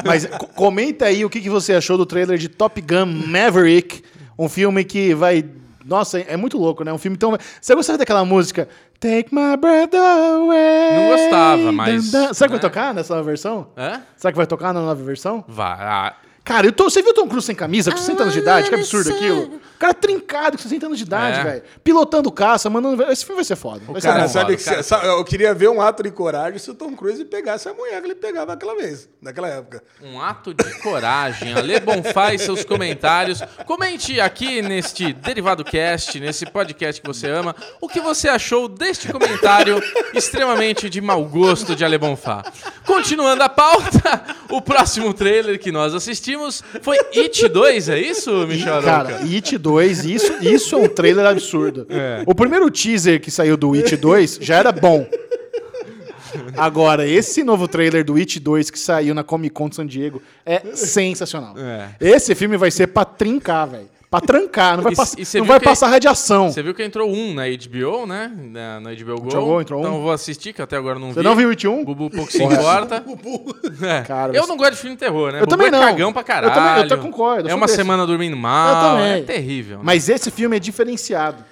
[SPEAKER 1] Mas co- comenta aí o que, que você achou do trailer de Top Gun Maverick, um filme que vai. Nossa, é muito louco, né? Um filme tão. Você gostava daquela música? Take my breath away.
[SPEAKER 2] Não gostava, mas,
[SPEAKER 1] Dan, dan. Será que vai
[SPEAKER 2] né? É.
[SPEAKER 1] tocar nessa nova versão?
[SPEAKER 2] Hã?
[SPEAKER 1] Será que vai tocar na nova versão?
[SPEAKER 2] Vai. ah,
[SPEAKER 1] Cara, eu tô- você viu o Tom Cruise sem camisa, com 60 anos de idade? Que absurdo
[SPEAKER 5] Ah, Olha só.
[SPEAKER 1] aquilo. O cara trincado com 60 anos de idade,
[SPEAKER 2] É.
[SPEAKER 1] velho. Pilotando caça, mandando. Esse filme vai ser é foda. Vai ser
[SPEAKER 3] Cara,
[SPEAKER 1] bom.
[SPEAKER 3] sabe que
[SPEAKER 2] cara.
[SPEAKER 3] cê- sabe, eu queria ver um ato de coragem se o Tom Cruise pegasse a mulher que ele pegava aquela vez, naquela época.
[SPEAKER 2] Um ato de coragem. Ale Bonfá e seus comentários. Comente aqui neste Derivado Cast, nesse podcast que você ama, o que você achou deste comentário extremamente de mau gosto de Ale Bonfá. Continuando a pauta, o próximo trailer que nós assistimos foi It 2, é isso, Michel
[SPEAKER 1] Cara,
[SPEAKER 2] Aroca?
[SPEAKER 1] It 2, isso, isso é um trailer absurdo.
[SPEAKER 2] É.
[SPEAKER 1] O primeiro teaser que saiu do It 2 já era bom. Agora, esse novo trailer do It 2 que saiu na Comic Con de San Diego é sensacional.
[SPEAKER 2] É.
[SPEAKER 1] Esse filme vai ser pra trincar, velho. Pra trancar, não vai,
[SPEAKER 2] E-
[SPEAKER 1] passar-
[SPEAKER 2] e você
[SPEAKER 1] não
[SPEAKER 2] viu
[SPEAKER 1] vai
[SPEAKER 2] que-
[SPEAKER 1] passar radiação. Você
[SPEAKER 2] Você viu que entrou um na HBO, né? Na, na HBO Go.
[SPEAKER 1] Entrou um, entrou um.
[SPEAKER 2] Então eu vou assistir, que até agora não vi.
[SPEAKER 1] não viu um? o 21?
[SPEAKER 2] Bubu pouco se
[SPEAKER 1] Porra.
[SPEAKER 2] importa. É.
[SPEAKER 1] Cara,
[SPEAKER 2] eu
[SPEAKER 1] você-
[SPEAKER 2] não gosto de filme de terror, né?
[SPEAKER 1] Eu também não.
[SPEAKER 2] é cagão pra
[SPEAKER 1] Eu também-
[SPEAKER 2] caralho.
[SPEAKER 1] eu até concordo, eu
[SPEAKER 2] É
[SPEAKER 1] sou
[SPEAKER 2] uma
[SPEAKER 1] desse.
[SPEAKER 2] semana dormindo
[SPEAKER 1] Eu
[SPEAKER 2] mal.
[SPEAKER 1] também.
[SPEAKER 2] É terrível. né?
[SPEAKER 1] Mas esse filme é diferenciado.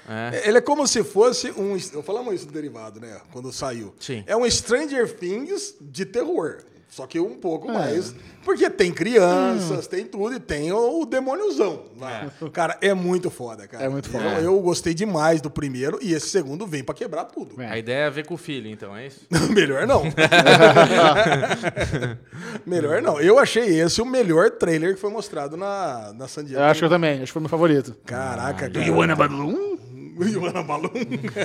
[SPEAKER 3] Ele é como se fosse um. Falamos isso do derivado, né? Quando saiu.
[SPEAKER 2] Sim.
[SPEAKER 3] É um Stranger Things de terror. Só que um
[SPEAKER 1] É.
[SPEAKER 3] pouco mais. Porque tem
[SPEAKER 1] Hum.
[SPEAKER 3] crianças, tem tudo e tem o, o demôniozão lá. Cara, é muito foda, cara.
[SPEAKER 1] É muito foda.
[SPEAKER 3] Eu, eu gostei demais do primeiro e esse segundo vem pra quebrar tudo.
[SPEAKER 1] É.
[SPEAKER 2] A ideia é ver com o filho, então, é isso?
[SPEAKER 3] melhor não. melhor não. Eu achei esse o melhor trailer que foi mostrado na, na San Diego.
[SPEAKER 1] Eu acho Ah, que eu também, acho que foi meu favorito.
[SPEAKER 3] Caraca, cara.
[SPEAKER 1] Balloon?
[SPEAKER 3] Ioana Balloon.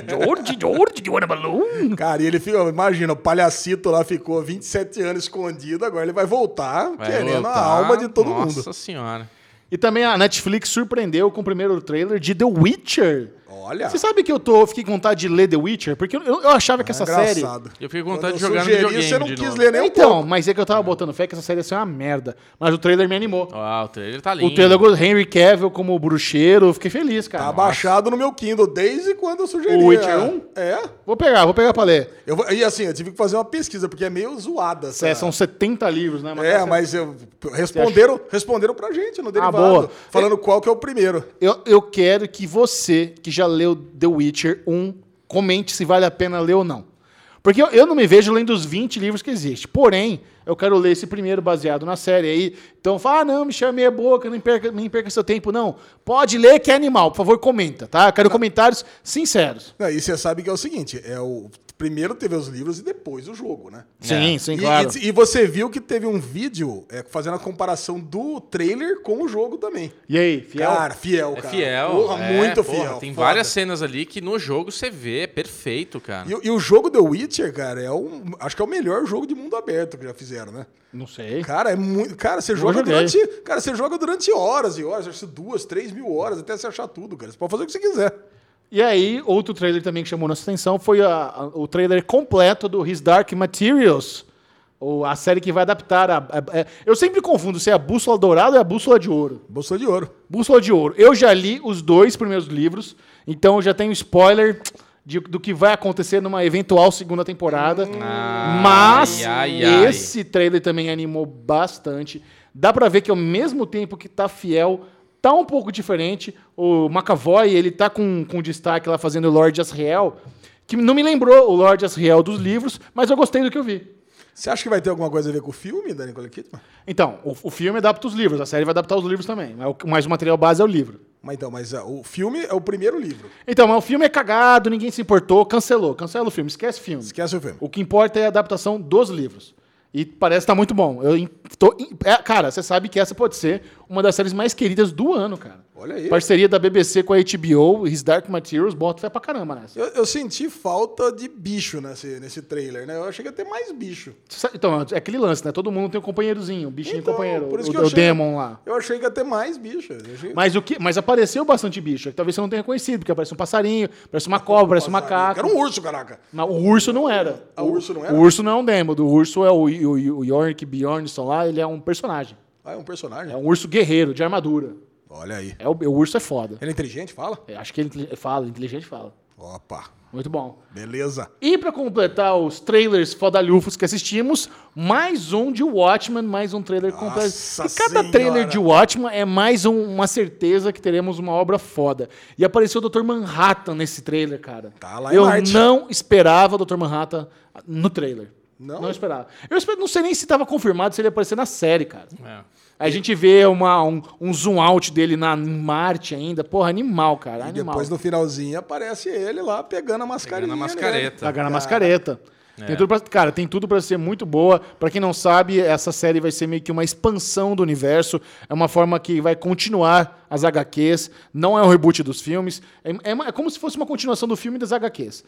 [SPEAKER 1] George, George, you wanna balloon?
[SPEAKER 3] Cara, e ele ficou, imagina, o palhacito lá ficou 27 anos escondido, agora ele vai voltar
[SPEAKER 2] Vai
[SPEAKER 3] querendo
[SPEAKER 2] voltar.
[SPEAKER 3] a alma de todo
[SPEAKER 2] Nossa
[SPEAKER 3] mundo.
[SPEAKER 2] Nossa senhora.
[SPEAKER 1] E também a Netflix surpreendeu com o primeiro trailer de The Witcher.
[SPEAKER 3] Olha,
[SPEAKER 1] Você sabe que eu tô, fiquei com vontade de ler The Witcher? Porque eu, eu achava que essa série.
[SPEAKER 3] é Ah, engraçado.
[SPEAKER 2] Eu fiquei com
[SPEAKER 3] Quando
[SPEAKER 2] vontade de
[SPEAKER 3] eu
[SPEAKER 2] jogar no
[SPEAKER 3] sugeri,
[SPEAKER 2] videogame
[SPEAKER 3] Você não
[SPEAKER 2] de
[SPEAKER 3] quis
[SPEAKER 2] novo.
[SPEAKER 3] ler nem um
[SPEAKER 1] então,
[SPEAKER 3] pouco.
[SPEAKER 1] mas é que eu tava botando fé que essa série ia ser uma merda. Mas o trailer me animou.
[SPEAKER 2] Ó, o trailer tá lindo.
[SPEAKER 1] o trailer do Henry Cavill como bruxeiro, eu fiquei feliz, cara.
[SPEAKER 3] Tá baixado no meu Kindle desde quando eu sugeri.
[SPEAKER 1] O Witcher
[SPEAKER 3] é.
[SPEAKER 1] 1?
[SPEAKER 3] É.
[SPEAKER 1] Vou pegar, vou pegar pra ler.
[SPEAKER 3] Eu, vou- e assim, eu tive que fazer uma pesquisa, porque é meio zoada. essa-
[SPEAKER 1] É, são 70 livros, né?
[SPEAKER 3] É, mas eu, responderam, responderam pra gente no derivado.
[SPEAKER 1] Ah, boa.
[SPEAKER 3] Falando qual que é o primeiro.
[SPEAKER 1] Eu, eu quero que você, que já leu The Witcher 1, comente se vale a pena ler ou não. Porque eu, eu não me vejo lendo os 20 livros que existem. Porém, eu quero ler esse primeiro baseado na série aí. Então fala, ah, não, me chamei a boca, não perca, não perca seu tempo, não. Pode ler que é animal, por favor, comenta, tá? Eu quero comentários sinceros.
[SPEAKER 3] Não, e você sabe que é o seguinte, é o primeiro teve os livros e depois o jogo, né?
[SPEAKER 1] Sim,
[SPEAKER 2] É.
[SPEAKER 1] sim,
[SPEAKER 3] E-
[SPEAKER 1] claro.
[SPEAKER 3] E, e você viu que teve um vídeo é, fazendo a comparação do trailer com o jogo também.
[SPEAKER 1] E, aí, fiel?
[SPEAKER 3] Cara, fiel,
[SPEAKER 2] É
[SPEAKER 3] cara.
[SPEAKER 2] fiel.
[SPEAKER 3] Porra,
[SPEAKER 2] é,
[SPEAKER 3] muito
[SPEAKER 2] porra,
[SPEAKER 3] fiel.
[SPEAKER 2] Tem
[SPEAKER 3] foda.
[SPEAKER 2] várias cenas ali que no jogo você vê, é perfeito, cara.
[SPEAKER 3] E, o- e o jogo The Witcher, cara, é um, acho que é o melhor jogo de mundo aberto que já fizeram, né?
[SPEAKER 1] não sei.
[SPEAKER 3] Cara, é muito. Cara, você joga
[SPEAKER 1] joguei.
[SPEAKER 3] durante. Cara, você joga durante horas e horas, acho que duas, três mil horas, até você achar tudo, cara. Você pode fazer o que você quiser.
[SPEAKER 1] E aí, outro trailer também que chamou nossa atenção foi a- a- o trailer completo do His Dark Materials, ou a série que vai adaptar a, a- é- Eu sempre confundo se é a Bússola Dourada ou é a Bússola de Ouro.
[SPEAKER 3] Bolsa de ouro.
[SPEAKER 1] Bússola de Ouro. Eu já li os dois primeiros livros, então eu já tenho spoiler de- do que vai acontecer numa eventual segunda temporada.
[SPEAKER 2] Ai,
[SPEAKER 1] Mas
[SPEAKER 2] Hum. ai, ai.
[SPEAKER 1] esse trailer também animou bastante. Dá pra ver que ao mesmo tempo que tá fiel, tá um pouco diferente. O McAvoy, ele tá com, com destaque lá fazendo o Lord Asriel, que não me lembrou o Lord Asriel dos livros, mas eu gostei do que eu vi.
[SPEAKER 3] Você acha que vai ter alguma coisa a ver com o filme da Nicole Kidman?
[SPEAKER 1] Então, o, o filme adapta os livros, a série vai adaptar os livros também, mas o- mas o material base é o livro.
[SPEAKER 3] Mas então, mas ah, o filme é o primeiro livro.
[SPEAKER 1] Então, mas o filme é cagado, ninguém se importou, cancelou. Cancela o filme, esquece o filme.
[SPEAKER 3] Esquece o filme.
[SPEAKER 1] O que importa é a adaptação dos livros. E parece que tá muito bom. Eu in- tô in- é, cara, você sabe que essa pode ser uma das séries mais queridas do ano, cara.
[SPEAKER 3] Olha aí.
[SPEAKER 1] Parceria da BBC com a HBO, His Dark Materials, bota fé pra caramba nessa.
[SPEAKER 3] Eu, eu senti falta de bicho nesse, nesse trailer, né? Eu achei que ia ter mais bicho.
[SPEAKER 1] Sa- Então, é aquele lance, né? Todo mundo tem um companheirozinho, um bichinho
[SPEAKER 3] Então,
[SPEAKER 1] companheiro,
[SPEAKER 3] por isso
[SPEAKER 1] o,
[SPEAKER 3] que
[SPEAKER 1] o
[SPEAKER 3] eu achei-
[SPEAKER 1] Demon lá.
[SPEAKER 3] Eu achei que ia ter mais bicho. Eu achei-
[SPEAKER 1] Mas, o que, mas apareceu bastante bicho, que talvez você não tenha conhecido, porque aparece um passarinho, parece uma cobra, parece um macaco.
[SPEAKER 3] Era um urso, caraca.
[SPEAKER 1] Mas o urso não era.
[SPEAKER 3] Ah, o urso não era?
[SPEAKER 1] O urso não é um demo. O urso é o, o, o York Bjornsson lá, ele é um personagem.
[SPEAKER 3] Ah, é um personagem.
[SPEAKER 1] É um urso guerreiro, de armadura.
[SPEAKER 3] Olha aí.
[SPEAKER 1] É, o, o urso é foda.
[SPEAKER 3] Ele é inteligente, fala?
[SPEAKER 1] É, acho que ele inte- fala, inteligente fala.
[SPEAKER 3] Opa,
[SPEAKER 1] Muito bom.
[SPEAKER 3] beleza.
[SPEAKER 1] E pra completar os trailers fodalhufos que assistimos, mais um de Watchmen, mais um trailer
[SPEAKER 3] Nossa
[SPEAKER 1] completo. E cada
[SPEAKER 3] senhora.
[SPEAKER 1] trailer de Watchmen é mais um- uma certeza que teremos uma obra foda. E apareceu o Dr. Manhattan nesse trailer, cara.
[SPEAKER 3] Tá lá em
[SPEAKER 1] Eu
[SPEAKER 3] Marte.
[SPEAKER 1] não esperava o Dr. Manhattan no trailer.
[SPEAKER 3] Não?
[SPEAKER 1] Não esperava. Eu espe- não sei nem se tava confirmado se ele ia aparecer na série, cara.
[SPEAKER 2] É.
[SPEAKER 1] A gente vê uma, um, um zoom out dele na em Marte ainda. Porra, animal, cara.
[SPEAKER 3] E
[SPEAKER 1] Tá animal.
[SPEAKER 3] depois no finalzinho aparece ele lá pegando a mascarinha.
[SPEAKER 2] Pegando a
[SPEAKER 3] né?
[SPEAKER 2] mascareta.
[SPEAKER 1] Pagar na mascareta.
[SPEAKER 2] É.
[SPEAKER 1] Tem tudo pra- cara, tem tudo pra ser muito boa. Pra quem não sabe, essa série vai ser meio que uma expansão do universo. É uma forma que vai continuar as HQs. Não é um reboot dos filmes. É, é uma- é como se fosse uma continuação do filme das HQs.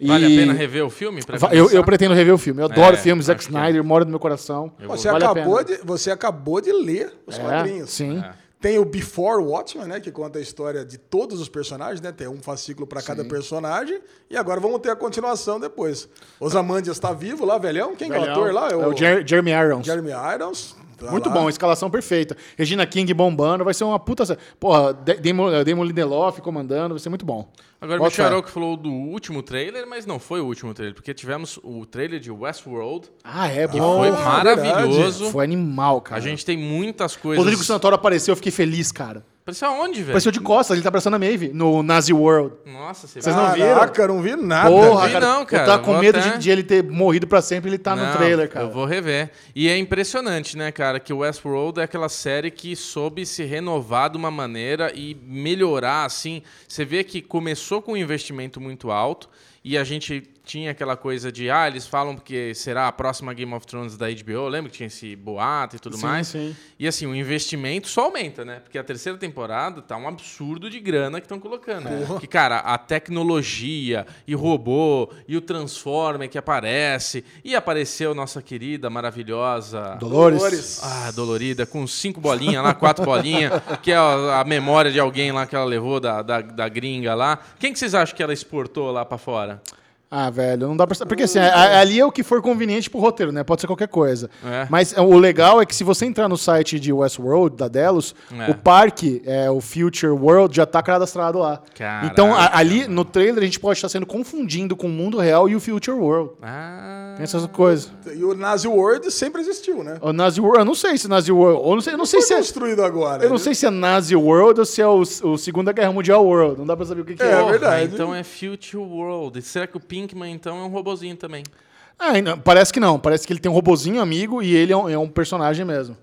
[SPEAKER 2] Vale a
[SPEAKER 1] E-
[SPEAKER 2] pena rever o filme? pra
[SPEAKER 1] Va- eu, eu
[SPEAKER 2] começar?
[SPEAKER 1] pretendo rever o filme. Eu adoro
[SPEAKER 2] É,
[SPEAKER 1] filmes. Zack
[SPEAKER 2] acho que é.
[SPEAKER 1] Snyder, mora no meu coração.
[SPEAKER 2] Eu
[SPEAKER 3] Você,
[SPEAKER 1] Vale a
[SPEAKER 3] acabou
[SPEAKER 1] pena.
[SPEAKER 3] de, você acabou de ler os
[SPEAKER 1] É,
[SPEAKER 3] quadrinhos.
[SPEAKER 1] Sim.
[SPEAKER 3] Tem o Before Watchmen, né? Que conta a história de todos os personagens, né? Tem um fascículo pra cada personagem. E agora vamos ter a continuação depois. Osamandias tá vivo lá, velhão? Quem que é o ator lá?
[SPEAKER 1] É o Jer- Jeremy Irons.
[SPEAKER 3] Jeremy Irons. Tá
[SPEAKER 1] Muito
[SPEAKER 3] lá.
[SPEAKER 1] bom, escalação perfeita. Regina King bombando, vai ser uma puta. sé- Porra, De- Damon, Damon Lindelof comandando, vai ser muito bom.
[SPEAKER 2] Agora, o
[SPEAKER 1] Bota fé.
[SPEAKER 2] Michel que falou do último trailer, mas não foi o último trailer, porque tivemos o trailer de Westworld,
[SPEAKER 1] Ah, é,
[SPEAKER 2] que
[SPEAKER 1] bom.
[SPEAKER 2] foi
[SPEAKER 3] verdade.
[SPEAKER 2] maravilhoso.
[SPEAKER 1] Foi animal, cara.
[SPEAKER 2] A gente tem muitas coisas.
[SPEAKER 1] Rodrigo Santoro apareceu, eu fiquei feliz, cara.
[SPEAKER 2] Apareceu aonde, velho?
[SPEAKER 1] Apareceu de costas, ele tá abraçando a Maeve no Nazi World.
[SPEAKER 2] Nossa, você
[SPEAKER 1] Vocês não viram?
[SPEAKER 3] Caraca, não vi nada.
[SPEAKER 1] Porra,
[SPEAKER 2] vi
[SPEAKER 1] cara,
[SPEAKER 2] não, cara.
[SPEAKER 1] Eu tava com
[SPEAKER 2] Vou
[SPEAKER 1] medo
[SPEAKER 2] até-
[SPEAKER 1] de, de ele ter morrido pra sempre, ele tá
[SPEAKER 2] Não,
[SPEAKER 1] no trailer, cara.
[SPEAKER 2] Eu vou rever. E é impressionante, né, cara, que o Westworld é aquela série que soube se renovar de uma maneira e melhorar, assim. Você vê que começou com um investimento muito alto e a gente tinha aquela coisa de, ah, eles falam que será a próxima Game of Thrones da HBO. Lembra que tinha esse boato e tudo
[SPEAKER 1] Sim,
[SPEAKER 2] mais?
[SPEAKER 1] sim.
[SPEAKER 2] E assim, o investimento só aumenta, né? Porque a terceira temporada tá um absurdo de grana que estão colocando.
[SPEAKER 3] É.
[SPEAKER 2] Que, cara, a tecnologia e robô e o Transformer que aparece. E apareceu nossa querida, maravilhosa.
[SPEAKER 1] Dolores.
[SPEAKER 2] Ah, dolorida, com cinco bolinhas lá, quatro bolinhas, que é a a memória de alguém lá que ela levou da, da, da gringa lá. Quem que vocês acham que ela exportou lá pra fora?
[SPEAKER 1] Ah, velho, não dá pra. sa- Porque assim, a- ali é o que for conveniente pro roteiro, né? Pode ser qualquer coisa.
[SPEAKER 2] É.
[SPEAKER 1] Mas é, o legal é que se você entrar no site de Westworld, da Delos,
[SPEAKER 2] É.
[SPEAKER 1] o parque, é, o Future World, já tá cadastrado lá.
[SPEAKER 2] Caraca.
[SPEAKER 1] Então, a- ali no trailer, a gente pode estar sendo confundindo com o mundo real e o Future World.
[SPEAKER 2] Ah.
[SPEAKER 1] Tem essas coisas.
[SPEAKER 3] E o Nazi World sempre existiu, né?
[SPEAKER 1] O Nazi World, eu não sei se Nazi World. Ou não sei, eu não sei se
[SPEAKER 3] Foi
[SPEAKER 1] é.
[SPEAKER 3] construído agora. né?
[SPEAKER 1] Eu não sei se é Nazi World ou se é o, o Segunda Guerra Mundial World. Não dá pra saber o que, que é.
[SPEAKER 3] É,
[SPEAKER 2] Porra,
[SPEAKER 3] verdade.
[SPEAKER 2] Então é Future World. E será que o Pinkman, então, é um robozinho também?
[SPEAKER 1] Ah, ainda- parece que não. Parece que ele tem um robozinho amigo e ele é um, é um personagem mesmo.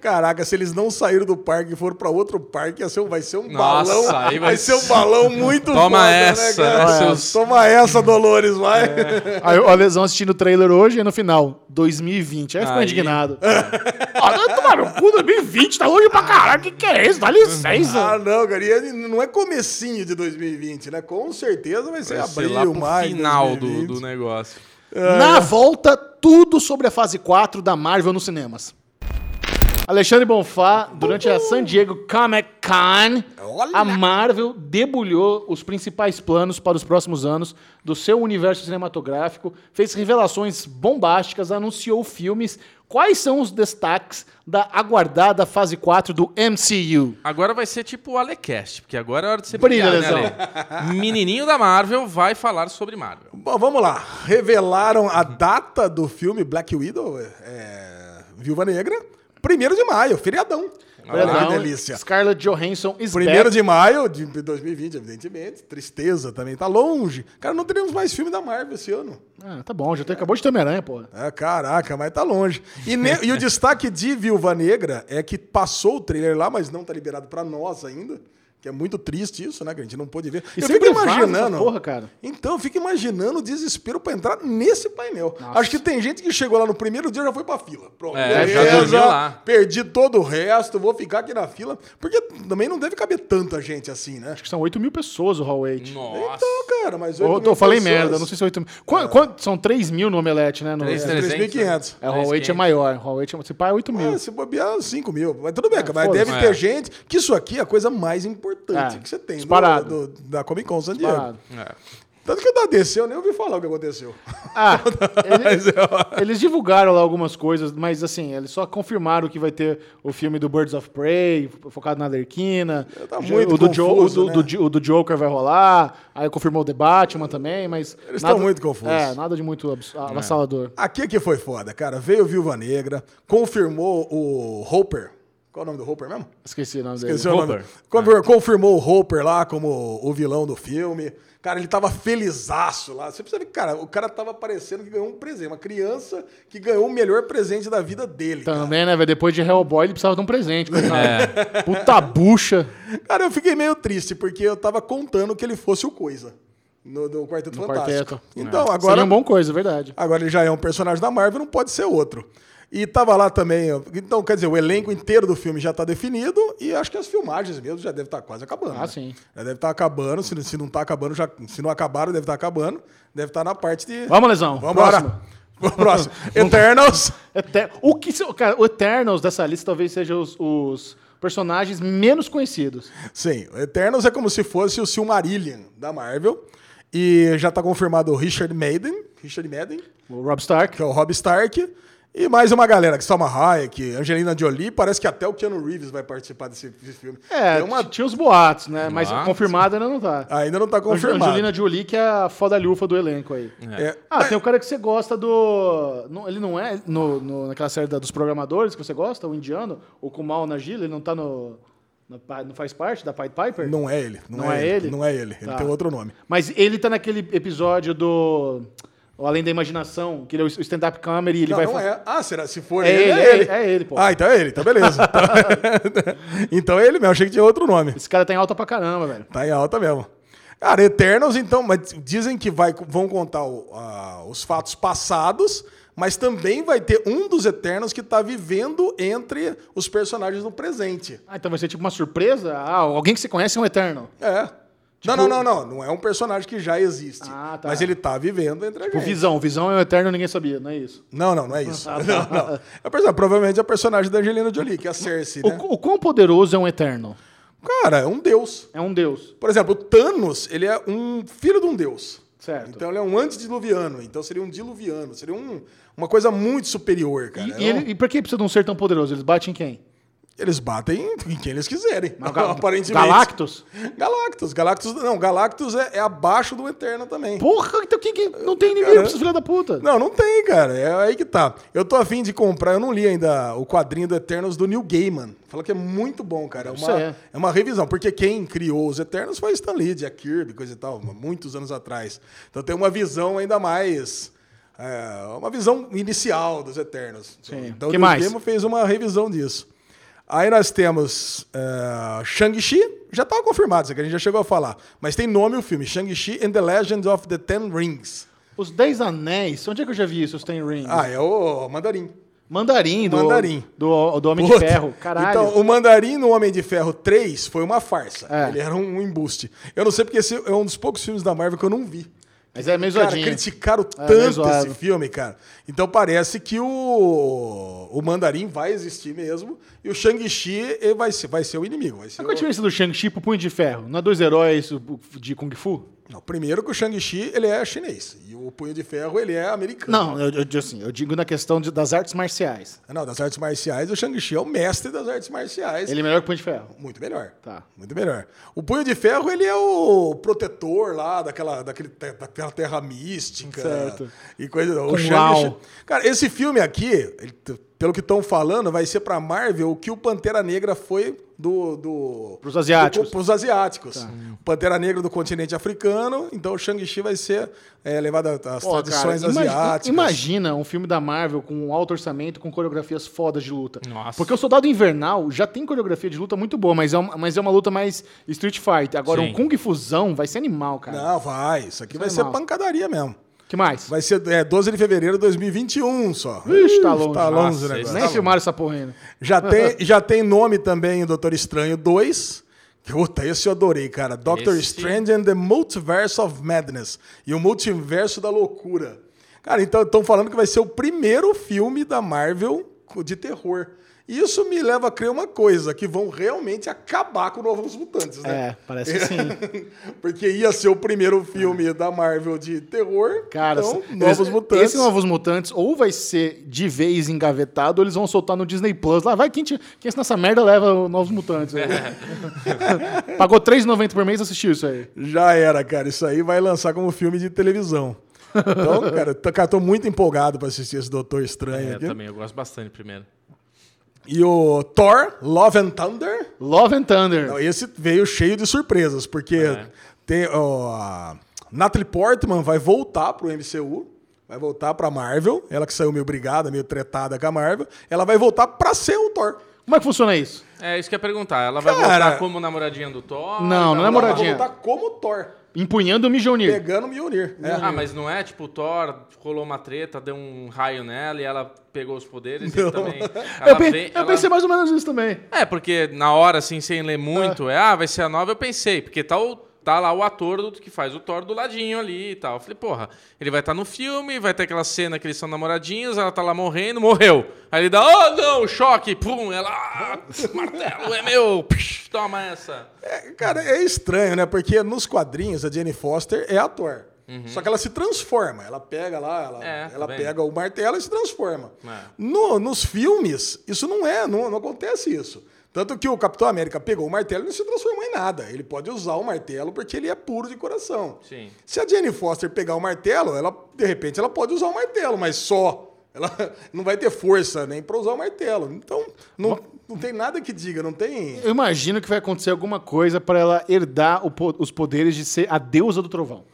[SPEAKER 3] Caraca, se eles não saíram do parque e foram pra outro parque, ia ser um- vai ser um
[SPEAKER 2] Nossa,
[SPEAKER 3] balão.
[SPEAKER 2] aí
[SPEAKER 3] Vai,
[SPEAKER 2] vai
[SPEAKER 3] ser um balão muito
[SPEAKER 2] Toma
[SPEAKER 3] foda,
[SPEAKER 2] essa,
[SPEAKER 3] né,
[SPEAKER 2] né,
[SPEAKER 3] cara?
[SPEAKER 2] seus- É.
[SPEAKER 3] Toma essa, Dolores, vai.
[SPEAKER 1] Aí o Alesão assistindo o trailer hoje e no final, 2020. Aí ficou
[SPEAKER 2] Aí.
[SPEAKER 1] indignado. ah, vai tomar meu cu, 2020, tá longe pra caralho. O que, que é isso? Dá licença.
[SPEAKER 3] Ah, não, cara. E não é comecinho de 2020, né? Com certeza vai ser
[SPEAKER 2] Vai ser
[SPEAKER 3] abril,
[SPEAKER 2] lá pro
[SPEAKER 3] maio.
[SPEAKER 2] final do,
[SPEAKER 3] 2020.
[SPEAKER 2] do negócio.
[SPEAKER 3] É,
[SPEAKER 1] Na volta, tudo sobre a fase 4 da Marvel nos cinemas. Alexandre Bonfá, durante a San Diego Comic Con,
[SPEAKER 3] Olha!
[SPEAKER 1] a Marvel debulhou os principais planos para os próximos anos do seu universo cinematográfico, fez revelações bombásticas, anunciou filmes. Quais são os destaques da aguardada fase 4 do MCU?
[SPEAKER 2] Agora vai ser tipo o Alecast, porque agora é hora de você
[SPEAKER 1] Brilha,
[SPEAKER 2] brilhar, né, Ale? Menininho da Marvel vai falar sobre Marvel.
[SPEAKER 3] Bom, vamos lá. Revelaram a data do filme Black Widow, é, Viúva Negra, 1 de maio, feriadão. Olha
[SPEAKER 1] Perdão,
[SPEAKER 3] que delícia.
[SPEAKER 1] Scarlett Johansson is
[SPEAKER 3] Primeiro
[SPEAKER 1] back.
[SPEAKER 3] de maio de 2020, evidentemente. Tristeza também, tá longe. Cara, não teremos mais filme da Marvel esse ano.
[SPEAKER 1] Ah, tá bom, já tem, acabou de ter Homem-Aranha, pô.
[SPEAKER 3] Ah, caraca, mas tá longe. E, ne- e o destaque de Viúva Negra é que passou o trailer lá, mas não tá liberado pra nós ainda. Que é muito triste isso, né, que a gente não pôde ver.
[SPEAKER 1] E
[SPEAKER 3] eu
[SPEAKER 1] sempre
[SPEAKER 3] fico
[SPEAKER 1] vaza essa
[SPEAKER 3] imaginando.
[SPEAKER 1] porra, cara.
[SPEAKER 3] Então, eu fico imaginando o desespero pra entrar nesse painel.
[SPEAKER 1] Nossa.
[SPEAKER 3] Acho que tem gente que chegou lá no primeiro dia e já foi pra fila. Pronto,
[SPEAKER 2] É, já dormiu lá.
[SPEAKER 3] Perdi todo o resto, vou ficar aqui na fila. Porque também não deve caber tanta gente assim, né?
[SPEAKER 1] Acho que são 8 mil pessoas o Hall 8.
[SPEAKER 2] Nossa.
[SPEAKER 3] Então, cara, mas
[SPEAKER 1] Eu,
[SPEAKER 3] 8 mil
[SPEAKER 1] eu falei
[SPEAKER 3] pessoas. É.
[SPEAKER 1] merda, não sei se 8 mil. Qu- quanto- são 3 mil no Omelete, né? No,
[SPEAKER 2] Três,
[SPEAKER 1] é,
[SPEAKER 2] três.
[SPEAKER 3] 3.500.
[SPEAKER 1] é, o Hall 8 é maior. o Hall 8 é, se pá, é 8 mil.
[SPEAKER 3] Ah, se bobear, 5 mil. Mas tudo bem, cara, mas
[SPEAKER 1] foda-se.
[SPEAKER 3] deve
[SPEAKER 2] É.
[SPEAKER 3] ter gente que isso aqui é a coisa mais importante
[SPEAKER 1] É,
[SPEAKER 3] que você tem do,
[SPEAKER 1] disparado.
[SPEAKER 3] do- da Comic Con San Diego.
[SPEAKER 1] Parado.
[SPEAKER 2] É.
[SPEAKER 3] Tanto que eu da DC, eu nem ouvi falar o que aconteceu.
[SPEAKER 1] Ah, eles,
[SPEAKER 2] é
[SPEAKER 1] eles divulgaram lá algumas coisas, mas assim, eles só confirmaram que vai ter o filme do Birds of Prey, focado na Alerquina.
[SPEAKER 3] Tá muito
[SPEAKER 1] o, do Jo-
[SPEAKER 3] confuso,
[SPEAKER 1] o do- do
[SPEAKER 3] né?
[SPEAKER 1] Jo- o do Joker vai rolar. Aí confirmou o The Batman também, mas.
[SPEAKER 3] Eles
[SPEAKER 1] nada-
[SPEAKER 3] tão muito confusos.
[SPEAKER 1] É, nada de muito abs- avassalador.
[SPEAKER 3] Aqui é que foi foda, cara. Veio Viúva Negra, confirmou o Hopper. Qual é o nome do Hopper mesmo?
[SPEAKER 1] Esqueci o nome dele.
[SPEAKER 3] Esqueci o nome.
[SPEAKER 2] Hopper.
[SPEAKER 1] É.
[SPEAKER 3] Confir- Confirmou o Hopper lá como o vilão do filme. Cara, ele tava felizaço lá. Você precisa ver, que, cara, o cara tava parecendo que ganhou um presente. Uma criança que ganhou o melhor presente da vida dele. cara.
[SPEAKER 1] Também, né, velho? Depois de Hellboy, ele precisava de um presente.
[SPEAKER 2] É.
[SPEAKER 1] coitado. Puta bucha.
[SPEAKER 3] Cara, eu fiquei meio triste, porque eu tava contando que ele fosse o Coisa no, do Quarteto Fantástico.
[SPEAKER 1] Quarteto.
[SPEAKER 3] Então,
[SPEAKER 1] Seria
[SPEAKER 3] agora,
[SPEAKER 1] um bom coisa, é verdade.
[SPEAKER 3] agora ele já é um personagem da Marvel, não pode ser outro. E tava lá também, ó, então, quer dizer, o elenco inteiro do filme já tá definido e acho que as filmagens mesmo já deve estar quase acabando.
[SPEAKER 1] Ah,
[SPEAKER 3] né?
[SPEAKER 1] sim.
[SPEAKER 3] Já deve estar acabando, se, não- se não tá acabando, já, se não acabaram, deve estar acabando. Deve estar na parte de...
[SPEAKER 1] Vamos, Lesão.
[SPEAKER 3] Vamos
[SPEAKER 1] Próximo.
[SPEAKER 3] embora. Vamos próximo. Eternals.
[SPEAKER 1] Eter- O que, se- cara, o Eternals dessa lista talvez seja os, os personagens menos conhecidos.
[SPEAKER 3] Sim, o Eternals é como se fosse o Silmarillion da Marvel. E já tá confirmado o Richard Madden, Richard Madden,
[SPEAKER 1] O Rob Stark,
[SPEAKER 3] que é o Rob Stark. E mais uma galera, que Salma Hayek, Angelina Jolie, parece que até o Keanu Reeves vai participar desse, desse filme.
[SPEAKER 1] É,
[SPEAKER 3] Tem uma-
[SPEAKER 1] t- tinha os boatos, né? Mas
[SPEAKER 2] Boatos.
[SPEAKER 1] confirmado ainda não tá.
[SPEAKER 3] Ainda não tá confirmado.
[SPEAKER 1] Angelina Jolie, que é a fodalhufa do elenco aí.
[SPEAKER 3] É.
[SPEAKER 1] Ah, tem o cara que você gosta do. não, ele não é no, no- naquela série da- dos programadores que você gosta, o indiano, o Kumal Nagila, ele não tá no. na pa- não faz parte da Pied Piper?
[SPEAKER 3] Não é ele. Não, é, ele? Não é ele. Ele
[SPEAKER 1] Tá.
[SPEAKER 3] tem outro nome.
[SPEAKER 1] Mas ele tá naquele episódio do. o Além da Imaginação, que ele é o stand-up comedy e ele
[SPEAKER 3] não,
[SPEAKER 1] vai.
[SPEAKER 3] não
[SPEAKER 1] fa-
[SPEAKER 3] é. Ah, será? Se for
[SPEAKER 1] É
[SPEAKER 3] ele,
[SPEAKER 1] ele,
[SPEAKER 3] é ele.
[SPEAKER 1] é ele, pô.
[SPEAKER 3] Ah, então é ele. Então beleza. então é ele mesmo. Achei que tinha outro nome.
[SPEAKER 1] Esse cara tá em alta pra caramba, velho.
[SPEAKER 3] Tá em alta mesmo. Cara, Eternals, então, mas dizem que vai, vão contar o- a- os fatos passados, mas também vai ter um dos Eternos que tá vivendo entre os personagens no presente.
[SPEAKER 1] Ah, então vai ser tipo uma surpresa? Ah, alguém que você conhece é um eterno.
[SPEAKER 3] É. Não, não, não, não. Não é um personagem que já existe.
[SPEAKER 1] Tipo Ah, tá.
[SPEAKER 3] Mas ele tá vivendo entre a
[SPEAKER 1] O
[SPEAKER 3] gente.
[SPEAKER 1] Visão, o Visão é um eterno, ninguém sabia, não é isso.
[SPEAKER 3] Não, não, não é isso. não, não. É o personagem- provavelmente é o personagem da Angelina Jolie, que é a Cersei,
[SPEAKER 1] O,
[SPEAKER 3] né?
[SPEAKER 1] o quão poderoso é um eterno?
[SPEAKER 3] Cara, é um deus.
[SPEAKER 1] É um deus,
[SPEAKER 3] Por exemplo, o Thanos, ele é um filho de um deus.
[SPEAKER 1] certo?
[SPEAKER 3] Então ele é um antediluviano. Então seria um diluviano. Seria um- uma coisa muito superior, cara.
[SPEAKER 1] E-
[SPEAKER 3] É
[SPEAKER 1] E,
[SPEAKER 3] um-
[SPEAKER 1] ele- e por que precisa de um ser tão poderoso? Eles batem em quem?
[SPEAKER 3] Eles batem em quem eles quiserem.
[SPEAKER 1] Mas o Ga-
[SPEAKER 3] aparentemente.
[SPEAKER 1] Galactus?
[SPEAKER 3] Galactus. Galactus. Não, Galactus é, é abaixo do Eterno também.
[SPEAKER 1] Porra, então quem, quem- não tem inimigo
[SPEAKER 3] Cara,
[SPEAKER 1] pra esse filho da puta?
[SPEAKER 3] Não, não tem, cara. É aí que tá. Eu tô afim de comprar, eu não li ainda o quadrinho do Eternos do Neil Gaiman. Fala que é muito bom, cara. É
[SPEAKER 1] Deve
[SPEAKER 3] uma,
[SPEAKER 1] ser.
[SPEAKER 3] é uma revisão, porque quem criou os Eternos foi Stan Lee, Jack Kirby, coisa e tal, muitos anos atrás. Então tem uma visão ainda mais... é, uma visão inicial dos Eternos.
[SPEAKER 1] Sim.
[SPEAKER 3] Então
[SPEAKER 1] Que
[SPEAKER 3] o Neil
[SPEAKER 1] mais?
[SPEAKER 3] Gaiman fez uma revisão disso. Aí nós temos é, Shang-Chi, já estava confirmado, isso aqui a gente já chegou a falar. Mas tem nome o filme, Shang-Chi and the Legend of the Ten Rings.
[SPEAKER 1] Os Dez Anéis, onde é que eu já vi isso, os Ten Rings?
[SPEAKER 3] Ah, é o Mandarim.
[SPEAKER 1] Mandarim, do,
[SPEAKER 3] Mandarim.
[SPEAKER 1] do, do Homem
[SPEAKER 3] Puta.
[SPEAKER 1] de Ferro, caralho.
[SPEAKER 3] Então, o Mandarim no Homem de Ferro 3 foi uma farsa.
[SPEAKER 1] É.
[SPEAKER 3] Ele era um embuste. Eu não sei porque esse é um dos poucos filmes da Marvel que eu não vi.
[SPEAKER 1] Mas é meio
[SPEAKER 3] Cara,
[SPEAKER 1] zoadinho.
[SPEAKER 3] criticaram
[SPEAKER 1] É, meio
[SPEAKER 3] tanto
[SPEAKER 1] zoado.
[SPEAKER 3] esse filme, cara. Então parece que o, o Mandarim vai existir mesmo. E o Shang-Chi ele vai ser, vai ser o inimigo. Vai ser
[SPEAKER 1] Mas
[SPEAKER 3] o...
[SPEAKER 1] qual a diferença do Shang-Chi pro Punho de Ferro? Não é dois heróis de Kung Fu?
[SPEAKER 3] Não, primeiro que o Shang-Chi ele é chinês. E o Punho de Ferro ele é americano.
[SPEAKER 1] Não, eu, eu- assim, eu digo na questão de- das artes marciais.
[SPEAKER 3] Não, das artes marciais, o Shang-Chi é o mestre das artes marciais.
[SPEAKER 1] Ele é melhor que o Punho de Ferro.
[SPEAKER 3] Muito melhor.
[SPEAKER 1] Tá.
[SPEAKER 3] Muito melhor. O Punho de Ferro, ele é o protetor lá daquela, daquele, te- daquela terra mística.
[SPEAKER 1] Certo.
[SPEAKER 3] E coisa.
[SPEAKER 1] Kung
[SPEAKER 3] O
[SPEAKER 1] Lao.
[SPEAKER 3] Shang Cara, esse filme aqui, ele t- pelo que estão falando, vai ser pra Marvel o que o Pantera Negra foi do. do
[SPEAKER 1] Pros asiáticos. Tá.
[SPEAKER 3] do- pros asiáticos. O Pantera Negra do continente africano, então o Shang-Chi vai ser é, levado às
[SPEAKER 1] Pô,
[SPEAKER 3] tradições
[SPEAKER 1] cara, imagi-
[SPEAKER 3] asiáticas.
[SPEAKER 1] Imagina um filme da Marvel com um alto orçamento, com coreografias fodas de luta.
[SPEAKER 2] Nossa.
[SPEAKER 1] Porque o Soldado Invernal já tem coreografia de luta muito boa, mas é uma, mas é uma luta mais Street Fighter. Agora,
[SPEAKER 2] Sim.
[SPEAKER 1] um Kung Fusão vai ser animal, cara.
[SPEAKER 3] Não, vai. Isso aqui vai
[SPEAKER 1] é
[SPEAKER 3] ser
[SPEAKER 1] mal.
[SPEAKER 3] pancadaria mesmo.
[SPEAKER 1] que mais?
[SPEAKER 3] Vai ser é, 12 de fevereiro de 2021 só.
[SPEAKER 1] Ixi, tá longe.
[SPEAKER 3] Tá longe
[SPEAKER 2] Nossa,
[SPEAKER 3] o negócio.
[SPEAKER 2] esse
[SPEAKER 1] Nem
[SPEAKER 2] tá
[SPEAKER 1] filmaram essa porra ainda.
[SPEAKER 3] Já tem, já tem nome também o Doutor Estranho 2. Puta, esse eu adorei, cara. Doctor
[SPEAKER 2] Esse-
[SPEAKER 3] Strange and the Multiverse of Madness. E o Multiverso da Loucura. Cara, então estão falando que vai ser o primeiro filme da Marvel de terror. E Isso me leva a crer uma coisa, que vão realmente acabar com o Novos Mutantes, né?
[SPEAKER 1] É, parece que sim.
[SPEAKER 3] Porque ia ser o primeiro filme da Marvel de terror.
[SPEAKER 1] Cara,
[SPEAKER 3] então,
[SPEAKER 1] esse-
[SPEAKER 3] Novos
[SPEAKER 1] esse,
[SPEAKER 3] Mutantes.
[SPEAKER 1] esse é um Novos Mutantes ou vai ser de vez engavetado, ou eles vão soltar no Disney Plus. Lá vai, quem, te, quem assina essa merda leva o Novos Mutantes. aí. Pagou R$3,90 por mês e assistiu isso aí.
[SPEAKER 3] Já era, cara. Isso aí vai lançar como filme de televisão. Então, cara, tô, cara, tô muito empolgado pra assistir esse Doutor Estranho
[SPEAKER 2] É,
[SPEAKER 3] aqui.
[SPEAKER 2] também, eu gosto bastante primeiro.
[SPEAKER 3] E o Thor, Love and Thunder.
[SPEAKER 1] Love and Thunder.
[SPEAKER 3] Não, Esse veio cheio de surpresas, porque
[SPEAKER 2] É.
[SPEAKER 3] tem, ó, a Natalie Portman vai voltar pro MCU, vai voltar pra Marvel. Ela que saiu meio brigada, meio tretada com a Marvel. Ela vai voltar pra ser o Thor.
[SPEAKER 1] Como é que funciona isso?
[SPEAKER 2] É isso que eu ia perguntar. Ela vai
[SPEAKER 3] Cara-
[SPEAKER 2] voltar como namoradinha do Thor?
[SPEAKER 1] Não, não é
[SPEAKER 2] Ela-
[SPEAKER 3] Ela vai
[SPEAKER 1] Namoradinha.
[SPEAKER 3] voltar como Thor,
[SPEAKER 1] Empunhando o Mijonir.
[SPEAKER 3] pegando Mjolnir. É.
[SPEAKER 2] Ah, mas não é tipo o Thor rolou uma treta, deu um raio nela e ela pegou os poderes e ele também. ela
[SPEAKER 1] Eu, pe-
[SPEAKER 2] vem-
[SPEAKER 1] eu
[SPEAKER 2] ela-
[SPEAKER 1] pensei mais ou menos nisso também.
[SPEAKER 2] É, porque na hora, assim, sem ler muito, é, ah, vai ser a nova, eu pensei, porque tá, o- tá lá o ator do, que faz o Thor do ladinho ali e tal. Eu falei, porra, ele vai estar no filme, vai ter aquela cena que eles são namoradinhos, ela tá lá morrendo, morreu. Aí ele dá, oh não, choque, pum, ela, ah, martelo é meu, psh, toma essa.
[SPEAKER 3] É, Cara, é estranho, né? Porque nos quadrinhos a Jane Foster é ator. Só que ela se transforma. Ela pega lá, ela,
[SPEAKER 2] Uhum. É, tá
[SPEAKER 3] ela
[SPEAKER 2] bem.
[SPEAKER 3] pega o martelo e se transforma.
[SPEAKER 2] É.
[SPEAKER 3] No- nos filmes, isso não é, não, não acontece isso. Tanto que o Capitão América pegou o martelo e não se transformou em nada. Ele pode usar o martelo porque ele é puro de coração.
[SPEAKER 2] Sim.
[SPEAKER 3] Se a Jane Foster pegar o martelo, ela de repente ela pode usar o martelo, mas só. Ela não vai ter força nem para usar o martelo. Então, não, não tem nada que diga, não tem.
[SPEAKER 1] Eu imagino que vai acontecer alguma coisa pra ela herdar o po- os poderes de ser a deusa do trovão.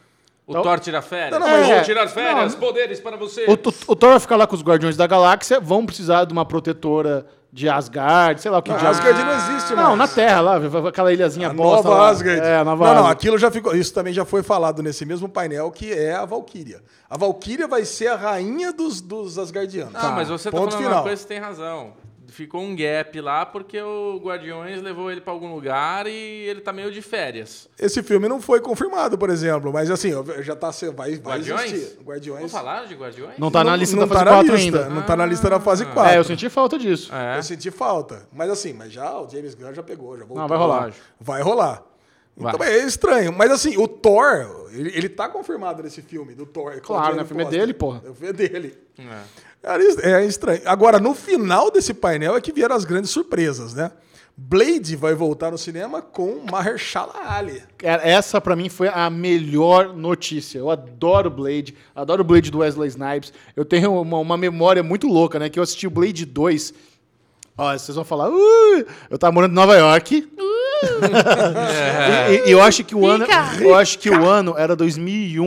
[SPEAKER 2] O Thor tira férias.
[SPEAKER 3] Então, Não, não, mas-
[SPEAKER 2] Vou
[SPEAKER 1] É.
[SPEAKER 2] tirar férias, poderes para você.
[SPEAKER 1] O, o- o Thor vai ficar lá com os Guardiões da Galáxia, vão precisar de uma protetora de Asgard, sei lá o que
[SPEAKER 3] Não,
[SPEAKER 1] de
[SPEAKER 3] Ah, Asgard não existe,
[SPEAKER 1] Não,
[SPEAKER 3] mais.
[SPEAKER 1] na Terra lá, v- v- aquela ilhazinha
[SPEAKER 3] A
[SPEAKER 1] bosta
[SPEAKER 3] nova
[SPEAKER 1] lá.
[SPEAKER 3] Asgard.
[SPEAKER 1] É, a nova
[SPEAKER 3] não, não,
[SPEAKER 1] Asgard.
[SPEAKER 3] aquilo já ficou. Isso também já foi falado nesse mesmo painel, que é a Valkyria. A Valkyria vai ser a rainha dos, dos Asgardianos.
[SPEAKER 2] Ah, mas você tá
[SPEAKER 3] Ponto
[SPEAKER 2] falando uma
[SPEAKER 3] final.
[SPEAKER 2] coisa que tem razão. Ficou um gap lá porque o Guardiões levou ele pra algum lugar e ele tá meio de férias.
[SPEAKER 3] Esse filme não foi confirmado, por exemplo, mas assim, já tá. se- Vai, vai
[SPEAKER 2] Guardiões?
[SPEAKER 3] existir. Guardiões.
[SPEAKER 2] Não falaram de Guardiões?
[SPEAKER 1] Não tá na lista
[SPEAKER 3] não
[SPEAKER 1] da fase
[SPEAKER 3] tá na
[SPEAKER 1] 4
[SPEAKER 3] lista,
[SPEAKER 1] ainda.
[SPEAKER 3] Não tá na
[SPEAKER 2] Ah.
[SPEAKER 3] lista da fase 4.
[SPEAKER 1] É, eu senti falta disso.
[SPEAKER 2] É.
[SPEAKER 3] Eu senti falta. Mas assim, mas já o James Gunn já pegou, já voltou.
[SPEAKER 1] Não, vai rolar.
[SPEAKER 2] Lógico.
[SPEAKER 3] Vai rolar.
[SPEAKER 2] Vai.
[SPEAKER 3] Então é estranho. Mas assim, o Thor, ele, ele tá confirmado nesse filme, do Thor. com a
[SPEAKER 1] Claro,
[SPEAKER 3] Jane
[SPEAKER 1] né? O filme é
[SPEAKER 3] Foster.
[SPEAKER 1] dele, porra.
[SPEAKER 3] O filme é dele.
[SPEAKER 2] É.
[SPEAKER 3] Cara, isso É estranho. Agora, no final desse painel é que vieram as grandes surpresas, né? Blade vai voltar no cinema com Mahershala Ali.
[SPEAKER 1] Cara, É, Essa pra mim foi a melhor notícia. Eu adoro Blade, adoro o Blade do Wesley Snipes. Eu tenho uma, uma memória muito louca, né? Que eu assisti o Blade 2. Ó, vocês vão falar, "Uh, eu tava morando em Nova York. E- e, e eu acho que o ano,
[SPEAKER 6] Rica.
[SPEAKER 1] eu acho que o ano era 2001,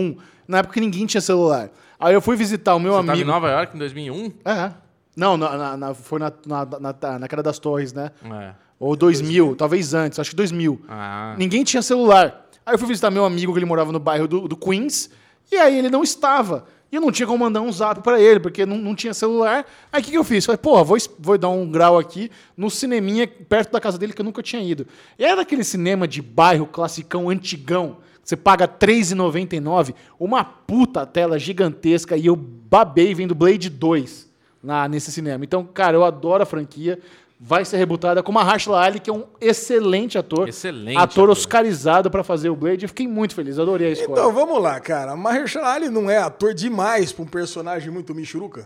[SPEAKER 1] na época que ninguém tinha celular. Aí eu fui visitar o meu
[SPEAKER 3] tá
[SPEAKER 2] Tava em
[SPEAKER 1] amigo.
[SPEAKER 2] Nova York em 2001?
[SPEAKER 1] É. Não, na, na- na- foi na, na, na, na cara das torres, né?
[SPEAKER 2] É.
[SPEAKER 1] Ou 2000, talvez antes, acho que 2000.
[SPEAKER 2] Ah.
[SPEAKER 1] Ninguém tinha celular. Aí eu fui visitar meu amigo que ele morava no bairro do, do Queens, e aí ele não estava. E eu não tinha como mandar um zap pra ele, porque não, não tinha celular. Aí o que, que eu fiz? Falei, porra, vou, es- vou dar um grau aqui no cineminha perto da casa dele que eu nunca tinha ido. E era aquele cinema de bairro classicão, antigão. que Você paga R$3,99, uma puta tela gigantesca, e eu babei vendo Blade 2 na, nesse cinema. Então, cara, eu adoro a franquia. Vai ser rebutada com Mahershala Ali, que é um excelente ator.
[SPEAKER 2] Excelente
[SPEAKER 1] Ator
[SPEAKER 2] ator.
[SPEAKER 1] oscarizado pra fazer o Blade. Eu fiquei muito feliz, adorei a escolha.
[SPEAKER 3] Então, vamos lá, cara. Mahershala Ali não é ator demais pra um personagem muito michuruca?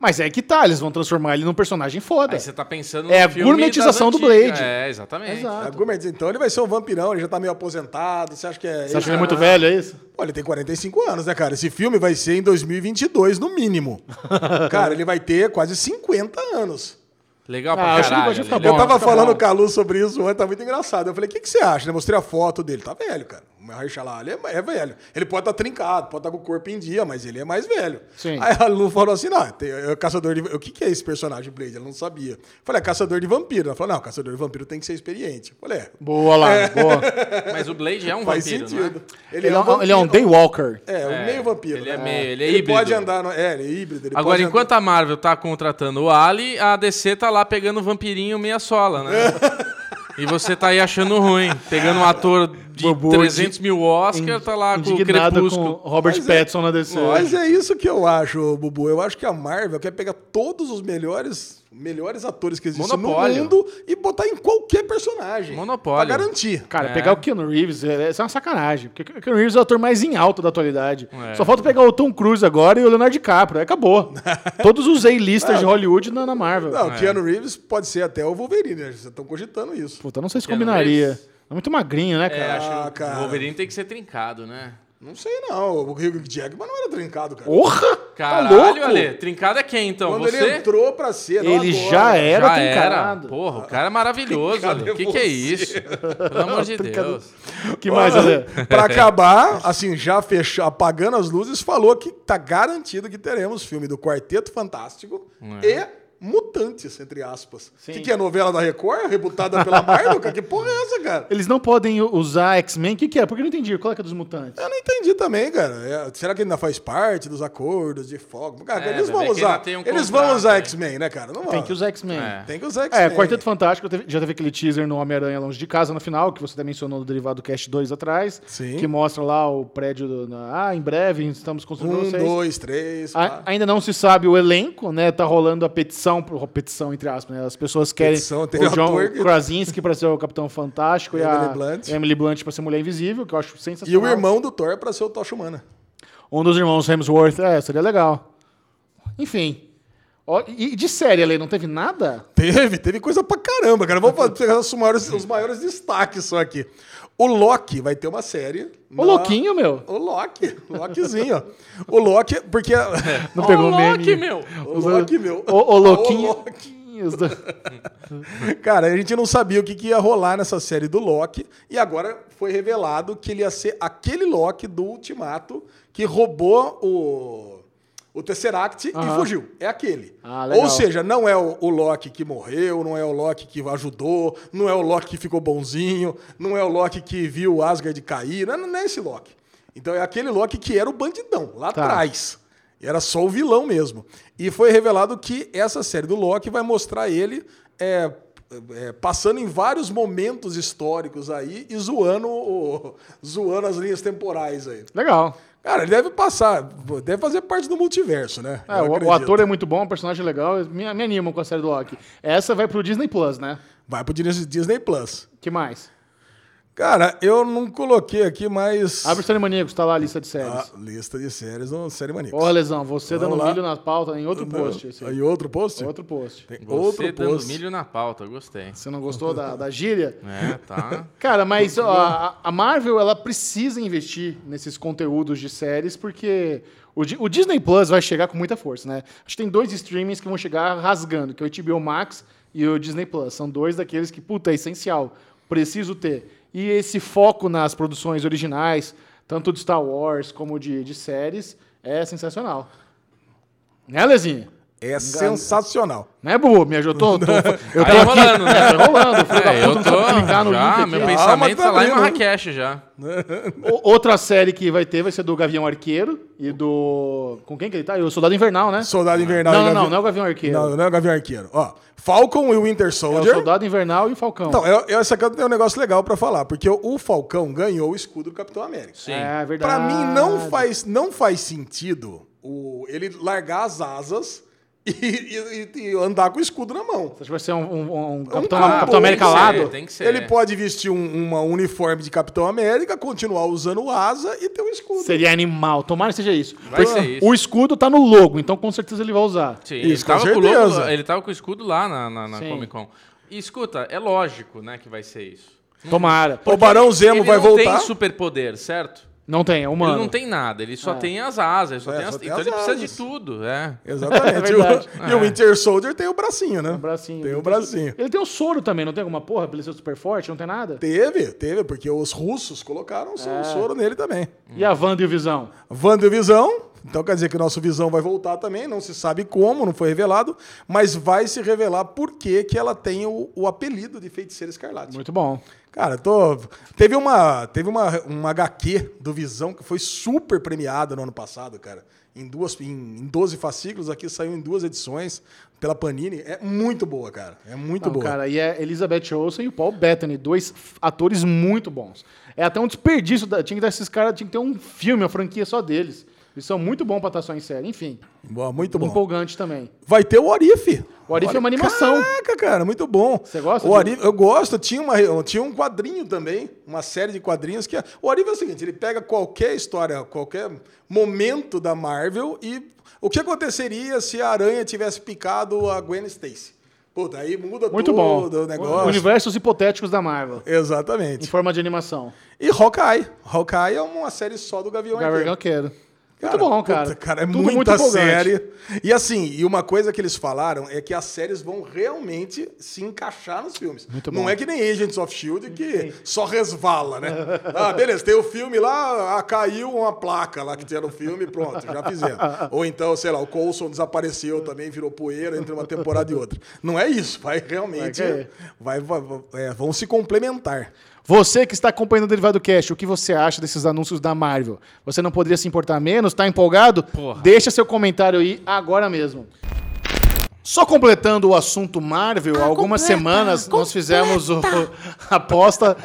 [SPEAKER 1] Mas é que tá, eles vão transformar ele num personagem foda.
[SPEAKER 2] Aí você tá pensando
[SPEAKER 1] É
[SPEAKER 2] no
[SPEAKER 1] a
[SPEAKER 2] filme
[SPEAKER 1] gourmetização
[SPEAKER 2] das
[SPEAKER 1] do
[SPEAKER 2] antigas.
[SPEAKER 1] Blade.
[SPEAKER 2] É, exatamente.
[SPEAKER 1] Exato.
[SPEAKER 3] Algum momento, Então ele vai ser um vampirão, ele já tá meio aposentado. Você acha que é.
[SPEAKER 1] Você acha que ele é muito velho, é isso?
[SPEAKER 3] Pô, ele tem 45 anos, né, cara? Esse filme vai ser em 2022, no mínimo. cara, ele vai ter quase 50 anos.
[SPEAKER 2] Legal
[SPEAKER 1] Ah,
[SPEAKER 2] pra
[SPEAKER 1] acho que
[SPEAKER 2] caralho.
[SPEAKER 1] vai ficar
[SPEAKER 2] Lele.
[SPEAKER 1] bom.
[SPEAKER 3] Eu tava
[SPEAKER 1] fica
[SPEAKER 3] falando
[SPEAKER 1] bom.
[SPEAKER 3] com a Lu sobre isso ontem, tá muito engraçado. Eu falei, o que, que você acha? Eu mostrei a foto dele, tá velho, cara. O Mahershala Ali é, é velho. Ele pode estar trincado, pode estar com o corpo em dia, mas ele é mais velho.
[SPEAKER 1] Sim.
[SPEAKER 3] Aí a Lu falou assim, não, tem, é caçador de... O que, que é esse personagem, Blade? Ela não sabia. Eu falei, é caçador de vampiro. Ela falou, não, caçador de vampiro tem que ser experiente. Eu falei, é,
[SPEAKER 1] Boa lá, boa.
[SPEAKER 2] Mas o Blade é um
[SPEAKER 3] faz
[SPEAKER 2] vampiro,
[SPEAKER 3] sentido.
[SPEAKER 2] né?
[SPEAKER 1] Ele, é um, ele é um Daywalker.
[SPEAKER 3] É, um
[SPEAKER 2] É,
[SPEAKER 3] meio vampiro.
[SPEAKER 2] ele é
[SPEAKER 3] né?
[SPEAKER 2] meio- ele é híbrido.
[SPEAKER 3] pode andar... No, é, ele é híbrido. ele
[SPEAKER 2] Agora,
[SPEAKER 3] pode andar-
[SPEAKER 2] enquanto a Marvel tá contratando o Ali, a DC tá lá pegando o vampirinho meia sola, né? E você tá aí achando ruim, pegando um ator de
[SPEAKER 1] Bobo,
[SPEAKER 2] 300 mil Oscar, tá lá com o
[SPEAKER 1] Indignado com
[SPEAKER 2] Crepúsculo.
[SPEAKER 1] Robert
[SPEAKER 3] Mas é-
[SPEAKER 1] Pattinson na DC.
[SPEAKER 3] Mas é isso que eu acho, Bubu. Eu acho que a Marvel quer pegar todos os melhores, melhores atores que existem
[SPEAKER 2] Monopólio.
[SPEAKER 3] no mundo e botar em qualquer personagem.
[SPEAKER 2] Monopólio.
[SPEAKER 3] Pra garantir.
[SPEAKER 1] Cara,
[SPEAKER 2] É.
[SPEAKER 1] pegar o Keanu Reeves é, isso é uma sacanagem. Porque o Keanu Reeves é o ator mais em alta da atualidade.
[SPEAKER 2] É.
[SPEAKER 1] Só falta pegar o Tom Cruise agora e o Leonardo DiCaprio. Aí acabou. Todos os A-listers de Hollywood na, na Marvel.
[SPEAKER 3] Não,
[SPEAKER 2] é.
[SPEAKER 3] o Keanu Reeves pode ser até o Wolverine, né? Vocês estão cogitando isso.
[SPEAKER 1] Puta, não sei se
[SPEAKER 2] Keanu
[SPEAKER 1] combinaria.
[SPEAKER 2] Reeves?
[SPEAKER 1] É muito magrinho, né,
[SPEAKER 2] É,
[SPEAKER 1] cara?
[SPEAKER 2] acho
[SPEAKER 3] Ah,
[SPEAKER 2] que o
[SPEAKER 3] cara.
[SPEAKER 2] Wolverine tem que ser trincado, né?
[SPEAKER 3] Não sei, não. O Hugh Jackman não era trincado, cara.
[SPEAKER 1] Porra! Tá
[SPEAKER 2] Caralho,
[SPEAKER 1] louco?
[SPEAKER 2] Ale, trincado é quem, então?
[SPEAKER 3] Tá Quando
[SPEAKER 2] você?
[SPEAKER 3] ele entrou pra ser, não
[SPEAKER 1] Ele
[SPEAKER 3] agora.
[SPEAKER 1] já era
[SPEAKER 2] Já
[SPEAKER 1] trincado.
[SPEAKER 2] Porra, o cara é maravilhoso, Ale. O que, que é isso? Pelo amor de Deus.
[SPEAKER 1] Que mais, Ale?
[SPEAKER 3] Pra acabar, assim, já fechou, apagando as luzes, falou que tá garantido que teremos filme do Quarteto Fantástico
[SPEAKER 2] É.
[SPEAKER 3] e Mutantes, entre aspas. Que, que é novela da Record, rebutada pela Marvel? cara? que porra é essa, cara?
[SPEAKER 1] Eles não podem u- usar X-Men. O que, que é? Porque eu não entendi. Qual é que é dos mutantes?
[SPEAKER 3] Eu não entendi também, cara. É, será que ainda faz parte dos acordos de fogo? Cara,
[SPEAKER 2] É, mas
[SPEAKER 3] eles vão
[SPEAKER 2] é que ainda
[SPEAKER 3] usar.
[SPEAKER 2] tem um
[SPEAKER 3] eles
[SPEAKER 2] contrato,
[SPEAKER 3] vão usar
[SPEAKER 2] né?
[SPEAKER 3] X-Men, né, cara? Não
[SPEAKER 1] Tem
[SPEAKER 3] vão.
[SPEAKER 1] que usar X-Men.
[SPEAKER 2] É.
[SPEAKER 3] Tem que usar X-Men.
[SPEAKER 1] É, Quarteto Fantástico teve- já teve aquele teaser no Homem-Aranha Longe de Casa no final, que você até mencionou no Derivado Cast 2 atrás.
[SPEAKER 3] Sim.
[SPEAKER 1] Que mostra lá o prédio. do- na- ah, em breve estamos construindo
[SPEAKER 3] Um,
[SPEAKER 1] vocês.
[SPEAKER 3] dois, tá. três.
[SPEAKER 1] A-
[SPEAKER 3] quatro.
[SPEAKER 1] ainda não se sabe o elenco, né? Tá rolando a petição, pro- petição entre aspas, né? As pessoas querem
[SPEAKER 3] Petição, teve
[SPEAKER 1] o John
[SPEAKER 3] ator que-
[SPEAKER 1] Krasinski pra ser o Capitão Fantástico e a
[SPEAKER 3] Emily Blunt.
[SPEAKER 1] e a Emily Blunt pra ser Mulher Invisível, que eu acho
[SPEAKER 3] E
[SPEAKER 1] sensacional.
[SPEAKER 3] o irmão do Thor pra ser o Tocha Humana.
[SPEAKER 1] Um dos irmãos Hemsworth, é, seria legal. Enfim. Ó, E e de série, Ale, não teve nada?
[SPEAKER 3] Teve, teve coisa pra caramba, cara. Vamos fazer- pegar os maiores, os maiores destaques só aqui. O Loki vai ter uma série.
[SPEAKER 1] Ô, louquinho, meu.
[SPEAKER 3] O Loki, Lokizinho, ó. O Loki, porque.
[SPEAKER 1] Não pegou o
[SPEAKER 2] Loki,
[SPEAKER 1] meme.
[SPEAKER 2] meu!
[SPEAKER 3] O Loki, meu.
[SPEAKER 1] Ô, ô, louquinho.
[SPEAKER 3] Ô, Loki.
[SPEAKER 1] Os dois-
[SPEAKER 3] Cara, a gente não sabia o que, que ia rolar nessa série do Loki. E agora foi revelado que ele ia ser aquele Loki do Ultimato que roubou o. O Tesseract e
[SPEAKER 1] Aham.
[SPEAKER 3] fugiu. É aquele.
[SPEAKER 1] Ah, legal.
[SPEAKER 3] Ou seja, não é o, o Loki que morreu, não é o Loki que ajudou, não é o Loki que ficou bonzinho, não é o Loki que viu o Asgard cair, não, não é esse Loki. Então é aquele Loki que era o bandidão, lá
[SPEAKER 1] Tá.
[SPEAKER 3] atrás. Era só o vilão mesmo. E foi revelado que essa série do Loki vai mostrar ele é, é, passando em vários momentos históricos aí e zoando, o- zoando as linhas temporais aí.
[SPEAKER 1] Legal.
[SPEAKER 3] Cara, ele deve passar, deve fazer parte do multiverso, né?
[SPEAKER 1] É,
[SPEAKER 3] Eu
[SPEAKER 1] o, o
[SPEAKER 3] acredito.
[SPEAKER 1] ator é muito bom, o personagem é legal. Me, me animam com a série do Loki. Essa vai pro Disney Plus, né?
[SPEAKER 3] Vai pro Disney Disney Plus.
[SPEAKER 1] que mais?
[SPEAKER 3] Cara, eu não coloquei aqui mais
[SPEAKER 1] Abre o Série Maníacos, tá lá a lista de
[SPEAKER 3] a
[SPEAKER 1] séries.
[SPEAKER 3] lista de séries no Série Maníacos.
[SPEAKER 1] Porra, Lesão, você
[SPEAKER 3] Ah, Vamos
[SPEAKER 1] dando um
[SPEAKER 3] lá.
[SPEAKER 1] milho na pauta em outro um post. esse.
[SPEAKER 3] Aí outro post?
[SPEAKER 1] Outro post.
[SPEAKER 3] Tem
[SPEAKER 2] Você
[SPEAKER 3] outro
[SPEAKER 2] dando
[SPEAKER 3] post. É
[SPEAKER 2] milho na pauta, gostei.
[SPEAKER 1] Você não gostou da, da gíria?
[SPEAKER 2] É, tá.
[SPEAKER 1] Cara, mas ó, a, a Marvel ela precisa investir nesses conteúdos de séries porque o, Di- o Disney Plus vai chegar com muita força, né? Acho que tem dois streamings que vão chegar rasgando, que é o HBO Max e o Disney Plus. São dois daqueles que, puta, é essencial, preciso ter. E esse foco nas produções originais, tanto de Star Wars como de, de séries, é sensacional. Né, Lezinha?
[SPEAKER 3] É sensacional.
[SPEAKER 1] Né, Bu? Me ajudou? Tô, tô- eu
[SPEAKER 2] Tá
[SPEAKER 1] tava
[SPEAKER 2] enrolando, né?
[SPEAKER 1] Tô enrolando, filho da
[SPEAKER 2] É, eu
[SPEAKER 1] puta, não sabe
[SPEAKER 2] tô.
[SPEAKER 1] clicar no
[SPEAKER 2] Já,
[SPEAKER 1] link
[SPEAKER 2] meu
[SPEAKER 1] aqui.
[SPEAKER 2] pensamento
[SPEAKER 3] tá
[SPEAKER 2] tá lá em
[SPEAKER 3] abrindo, né?
[SPEAKER 2] Marrakech já.
[SPEAKER 1] O- Outra série que vai ter vai ser do Gavião Arqueiro e do. Com quem que ele tá? E o Soldado Invernal, né?
[SPEAKER 3] Soldado Invernal.
[SPEAKER 1] Não,
[SPEAKER 3] e
[SPEAKER 1] não,
[SPEAKER 3] Gavi-
[SPEAKER 1] não, não é o Gavião Arqueiro.
[SPEAKER 3] Não, não é o Gavião Arqueiro. Ó, Falcon e o Winter
[SPEAKER 1] é o
[SPEAKER 3] Soldier.
[SPEAKER 1] Soldado Invernal e o Falcão.
[SPEAKER 3] Então, eu, eu, essa aqui tem um negócio legal pra falar, porque o, o Falcão ganhou o escudo do Capitão América.
[SPEAKER 2] Sim.
[SPEAKER 1] é verdade.
[SPEAKER 3] Pra mim, não faz, não faz sentido o, ele largar as asas e, e- e- e andar com o escudo na mão.
[SPEAKER 1] Acho que vai ser um, um- um
[SPEAKER 3] Um
[SPEAKER 1] Capitão,
[SPEAKER 3] cowboy,
[SPEAKER 1] Capitão América
[SPEAKER 2] tem que
[SPEAKER 1] lado.
[SPEAKER 2] ser, tem que ser.
[SPEAKER 3] Ele pode vestir um, uma uniforme de Capitão América, continuar usando asa e ter um escudo.
[SPEAKER 1] Seria animal. Tomara que seja isso.
[SPEAKER 2] Vai ser isso.
[SPEAKER 1] O escudo tá no logo, então com certeza ele vai usar.
[SPEAKER 2] Sim,
[SPEAKER 3] Isso,
[SPEAKER 2] ele, tava com
[SPEAKER 3] com
[SPEAKER 2] o logo-
[SPEAKER 3] certeza.
[SPEAKER 2] ele tava com o escudo lá na, na, na
[SPEAKER 1] Sim.
[SPEAKER 2] Comic Con. E escuta, é lógico, né, que vai ser isso.
[SPEAKER 1] Tomara.
[SPEAKER 3] o Barão Zemo
[SPEAKER 2] ele
[SPEAKER 3] vai
[SPEAKER 2] não
[SPEAKER 3] voltar.
[SPEAKER 2] tem superpoder, certo?
[SPEAKER 1] Não tem, é humano.
[SPEAKER 2] Ele não tem nada, ele só tem as asas, ele só
[SPEAKER 3] É,
[SPEAKER 2] tem as-
[SPEAKER 3] só tem
[SPEAKER 2] então
[SPEAKER 3] as
[SPEAKER 2] ele precisa
[SPEAKER 3] asas.
[SPEAKER 2] de tudo, é.
[SPEAKER 3] Exatamente.
[SPEAKER 1] É verdade.
[SPEAKER 3] E o- e o Winter Soldier tem o bracinho, né?
[SPEAKER 1] um bracinho.
[SPEAKER 3] Tem o bracinho.
[SPEAKER 1] Ele tem o soro também, não tem alguma porra pra ele ser super forte? Não tem nada?
[SPEAKER 3] Teve, teve, porque os russos colocaram o seu soro nele também.
[SPEAKER 1] E a Wanda e o Visão?
[SPEAKER 3] Vander Visão. Então quer dizer que o nosso Visão vai voltar também, não se sabe como, não foi revelado, mas vai se revelar por que que ela tem o, o apelido de Feiticeira Escarlate.
[SPEAKER 1] Muito bom.
[SPEAKER 3] Cara, tô teve uma teve uma, uma HQ do Visão que foi super premiada no ano passado, cara. Em duas em, em 12 fascículos aqui saiu em duas edições pela Panini, é muito boa, cara. É muito
[SPEAKER 1] Não,
[SPEAKER 3] boa.
[SPEAKER 1] cara, e é Elizabeth Olsen e o Paul Bettany, dois f- atores muito bons. É até um desperdício, da- tinha que dar esses caras, tinha que ter um filme, uma franquia só deles. Eles são muito bons pra estar só em série, enfim.
[SPEAKER 3] Boa, muito
[SPEAKER 1] um
[SPEAKER 3] bom.
[SPEAKER 1] Empolgante também.
[SPEAKER 3] Vai ter o Orif.
[SPEAKER 1] O What If é uma animação.
[SPEAKER 3] Caraca, cara, muito bom.
[SPEAKER 1] Você gosta um?
[SPEAKER 3] O
[SPEAKER 1] do-
[SPEAKER 3] Orif, eu gosto. Tinha, uma, tinha um quadrinho também, uma série de quadrinhos que... é- O Orif é o seguinte, ele pega qualquer história, qualquer momento da Marvel e o que aconteceria se a aranha tivesse picado a Gwen Stacy? Pô, daí muda
[SPEAKER 1] Muito
[SPEAKER 3] todo
[SPEAKER 1] bom.
[SPEAKER 3] o negócio.
[SPEAKER 1] Universos hipotéticos da Marvel, em
[SPEAKER 3] Exatamente.
[SPEAKER 1] forma de animação.
[SPEAKER 3] E Hawkeye. Hawkeye é uma série só do Gavião
[SPEAKER 1] Gabriel
[SPEAKER 3] Arqueiro.
[SPEAKER 1] Arqueiro.
[SPEAKER 3] Cara,
[SPEAKER 1] Muito bom,
[SPEAKER 3] puta,
[SPEAKER 1] cara.
[SPEAKER 3] é
[SPEAKER 1] Tudo
[SPEAKER 3] muita
[SPEAKER 1] empolgante.
[SPEAKER 3] série. E assim, e uma coisa que eles falaram é que as séries vão realmente se encaixar nos filmes.
[SPEAKER 1] Muito
[SPEAKER 3] Não
[SPEAKER 1] bom.
[SPEAKER 3] é que nem Agents of Shield que só resvala, né? Ah, beleza, tem o filme lá, ah, caiu uma placa lá que tinha no filme, pronto, já fizeram. Ou então, sei lá, o Coulson desapareceu também, virou poeira entre uma temporada e outra. Não é isso, vai realmente.
[SPEAKER 1] Vai cair.
[SPEAKER 3] Vai, vai- vai- é, vão se complementar.
[SPEAKER 1] Você que está acompanhando o Derivado Cash, o que você acha desses anúncios da Marvel? Você não poderia se importar menos? Tá empolgado?
[SPEAKER 2] Porra.
[SPEAKER 1] Deixa seu comentário aí agora mesmo. Só completando o assunto Marvel,
[SPEAKER 6] Ah,
[SPEAKER 1] algumas
[SPEAKER 6] completa,
[SPEAKER 1] semanas nós
[SPEAKER 6] completa.
[SPEAKER 1] fizemos o- a aposta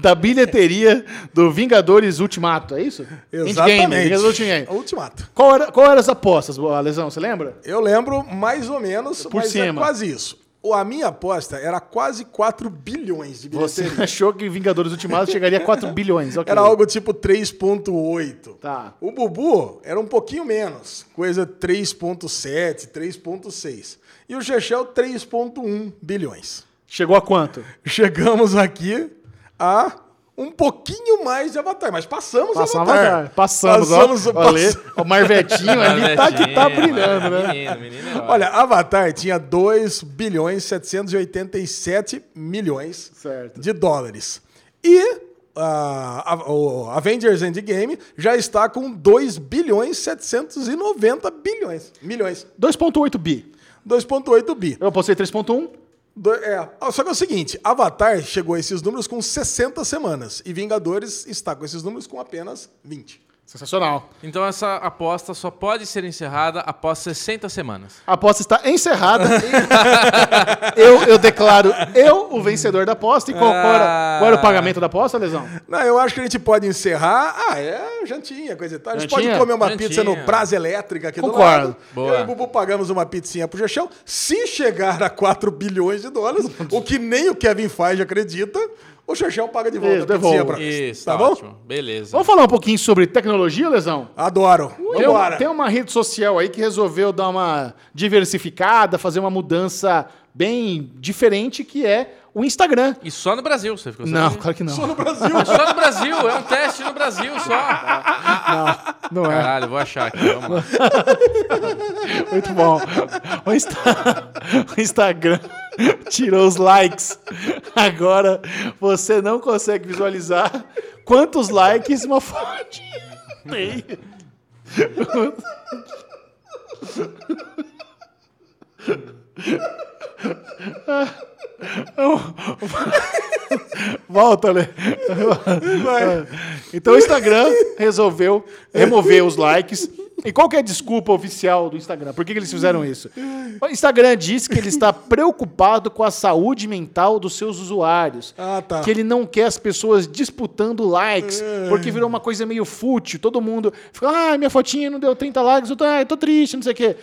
[SPEAKER 1] da bilheteria do Vingadores Ultimato, é isso? Endgame,
[SPEAKER 3] Exatamente.
[SPEAKER 1] Vingadores Ultimato.
[SPEAKER 3] Ultimato.
[SPEAKER 1] Qual, era, qual eram as apostas, Lesão? Você lembra?
[SPEAKER 3] Eu lembro mais ou menos,
[SPEAKER 1] Por
[SPEAKER 3] mas é
[SPEAKER 1] cima.
[SPEAKER 3] quase isso. o- a minha aposta era quase 4 bilhões de
[SPEAKER 1] Você
[SPEAKER 3] bilheteria.
[SPEAKER 1] achou que Vingadores Ultimato chegaria a 4 bilhões. ok.
[SPEAKER 3] Era algo tipo 3.8.
[SPEAKER 1] Tá.
[SPEAKER 3] O Bubu era um pouquinho menos, coisa 3.7, 3.6. E o Chechel 3.1 bilhões.
[SPEAKER 1] Chegou a quanto?
[SPEAKER 3] Chegamos aqui a um pouquinho mais de Avatar, mas passamos
[SPEAKER 1] Passamos,
[SPEAKER 3] Avatar.
[SPEAKER 1] Avatar. É, passamos,
[SPEAKER 3] Passamos,
[SPEAKER 1] ó.
[SPEAKER 3] pass-
[SPEAKER 1] Olê, o Marvetinho ali tá que tá
[SPEAKER 2] Marvetinha,
[SPEAKER 1] brilhando,
[SPEAKER 2] é mano,
[SPEAKER 1] né?
[SPEAKER 2] Menino, menino. é
[SPEAKER 3] Olha, Avatar tinha 2 bilhões 787 milhões
[SPEAKER 1] Certo.
[SPEAKER 3] de dólares. E ah, a- o Avengers Endgame já está com 2 bilhões 790 bilhões, milhões.
[SPEAKER 1] 2.8 bi.
[SPEAKER 3] 2.8 bi.
[SPEAKER 1] Eu apostei 3.1.
[SPEAKER 3] Do- é. Ah, Só que é o seguinte, Avatar chegou a esses números com 60 semanas e Vingadores está com esses números com apenas 20.
[SPEAKER 1] Sensacional.
[SPEAKER 2] Então essa aposta só pode ser encerrada após 60 semanas.
[SPEAKER 1] A aposta está encerrada. eu, eu declaro eu o vencedor da aposta. E qual, qual era, qual era o pagamento da aposta, Lesão?
[SPEAKER 3] Não, eu acho que a gente pode encerrar. Ah, é jantinha, coisa e tal. A gente
[SPEAKER 1] Jantinha?
[SPEAKER 3] pode comer uma
[SPEAKER 2] Jantinha.
[SPEAKER 3] pizza no Brasa Elétrica aqui
[SPEAKER 1] Concordo.
[SPEAKER 3] do lado.
[SPEAKER 2] Boa.
[SPEAKER 3] Eu e o Bubu pagamos uma pizzinha pro Jechão. Se chegar a 4 bilhões de dólares, o que nem o Kevin Feige acredita, o Jechão paga de volta
[SPEAKER 1] Isso,
[SPEAKER 3] a pizzinha
[SPEAKER 1] devolvo.
[SPEAKER 3] pra nós.
[SPEAKER 2] Isso,
[SPEAKER 3] tá
[SPEAKER 2] tá
[SPEAKER 3] bom?
[SPEAKER 2] ótimo. Beleza.
[SPEAKER 1] Vamos falar um pouquinho sobre tecnologia, Lesão?
[SPEAKER 3] Adoro.
[SPEAKER 1] Tem, um-
[SPEAKER 3] Vambora.
[SPEAKER 1] tem uma rede social aí que resolveu dar uma diversificada, fazer uma mudança bem diferente, que é o Instagram.
[SPEAKER 2] E só no Brasil, você ficou
[SPEAKER 1] Não,
[SPEAKER 2] sabendo?
[SPEAKER 1] claro que não.
[SPEAKER 3] Só no Brasil.
[SPEAKER 2] Só no Brasil, é um teste no Brasil só.
[SPEAKER 1] Não é.
[SPEAKER 2] Caralho, vou achar aqui, vamos lá.
[SPEAKER 1] Muito bom. O, Insta- o Instagram tirou os likes. Agora você não consegue visualizar quantos likes uma foto tem. Volta, Lê.
[SPEAKER 3] Vai.
[SPEAKER 1] Então o Instagram resolveu remover os likes. E qual que é a desculpa oficial do Instagram? Por que, que eles fizeram isso? O Instagram diz que ele está preocupado com a saúde mental dos seus usuários.
[SPEAKER 3] Ah, tá.
[SPEAKER 1] Que ele não quer as pessoas disputando likes, porque virou uma coisa meio fútil. Todo mundo fica, ah, minha fotinha não deu 30 likes, eu tô, ah, eu tô triste, não sei o quê.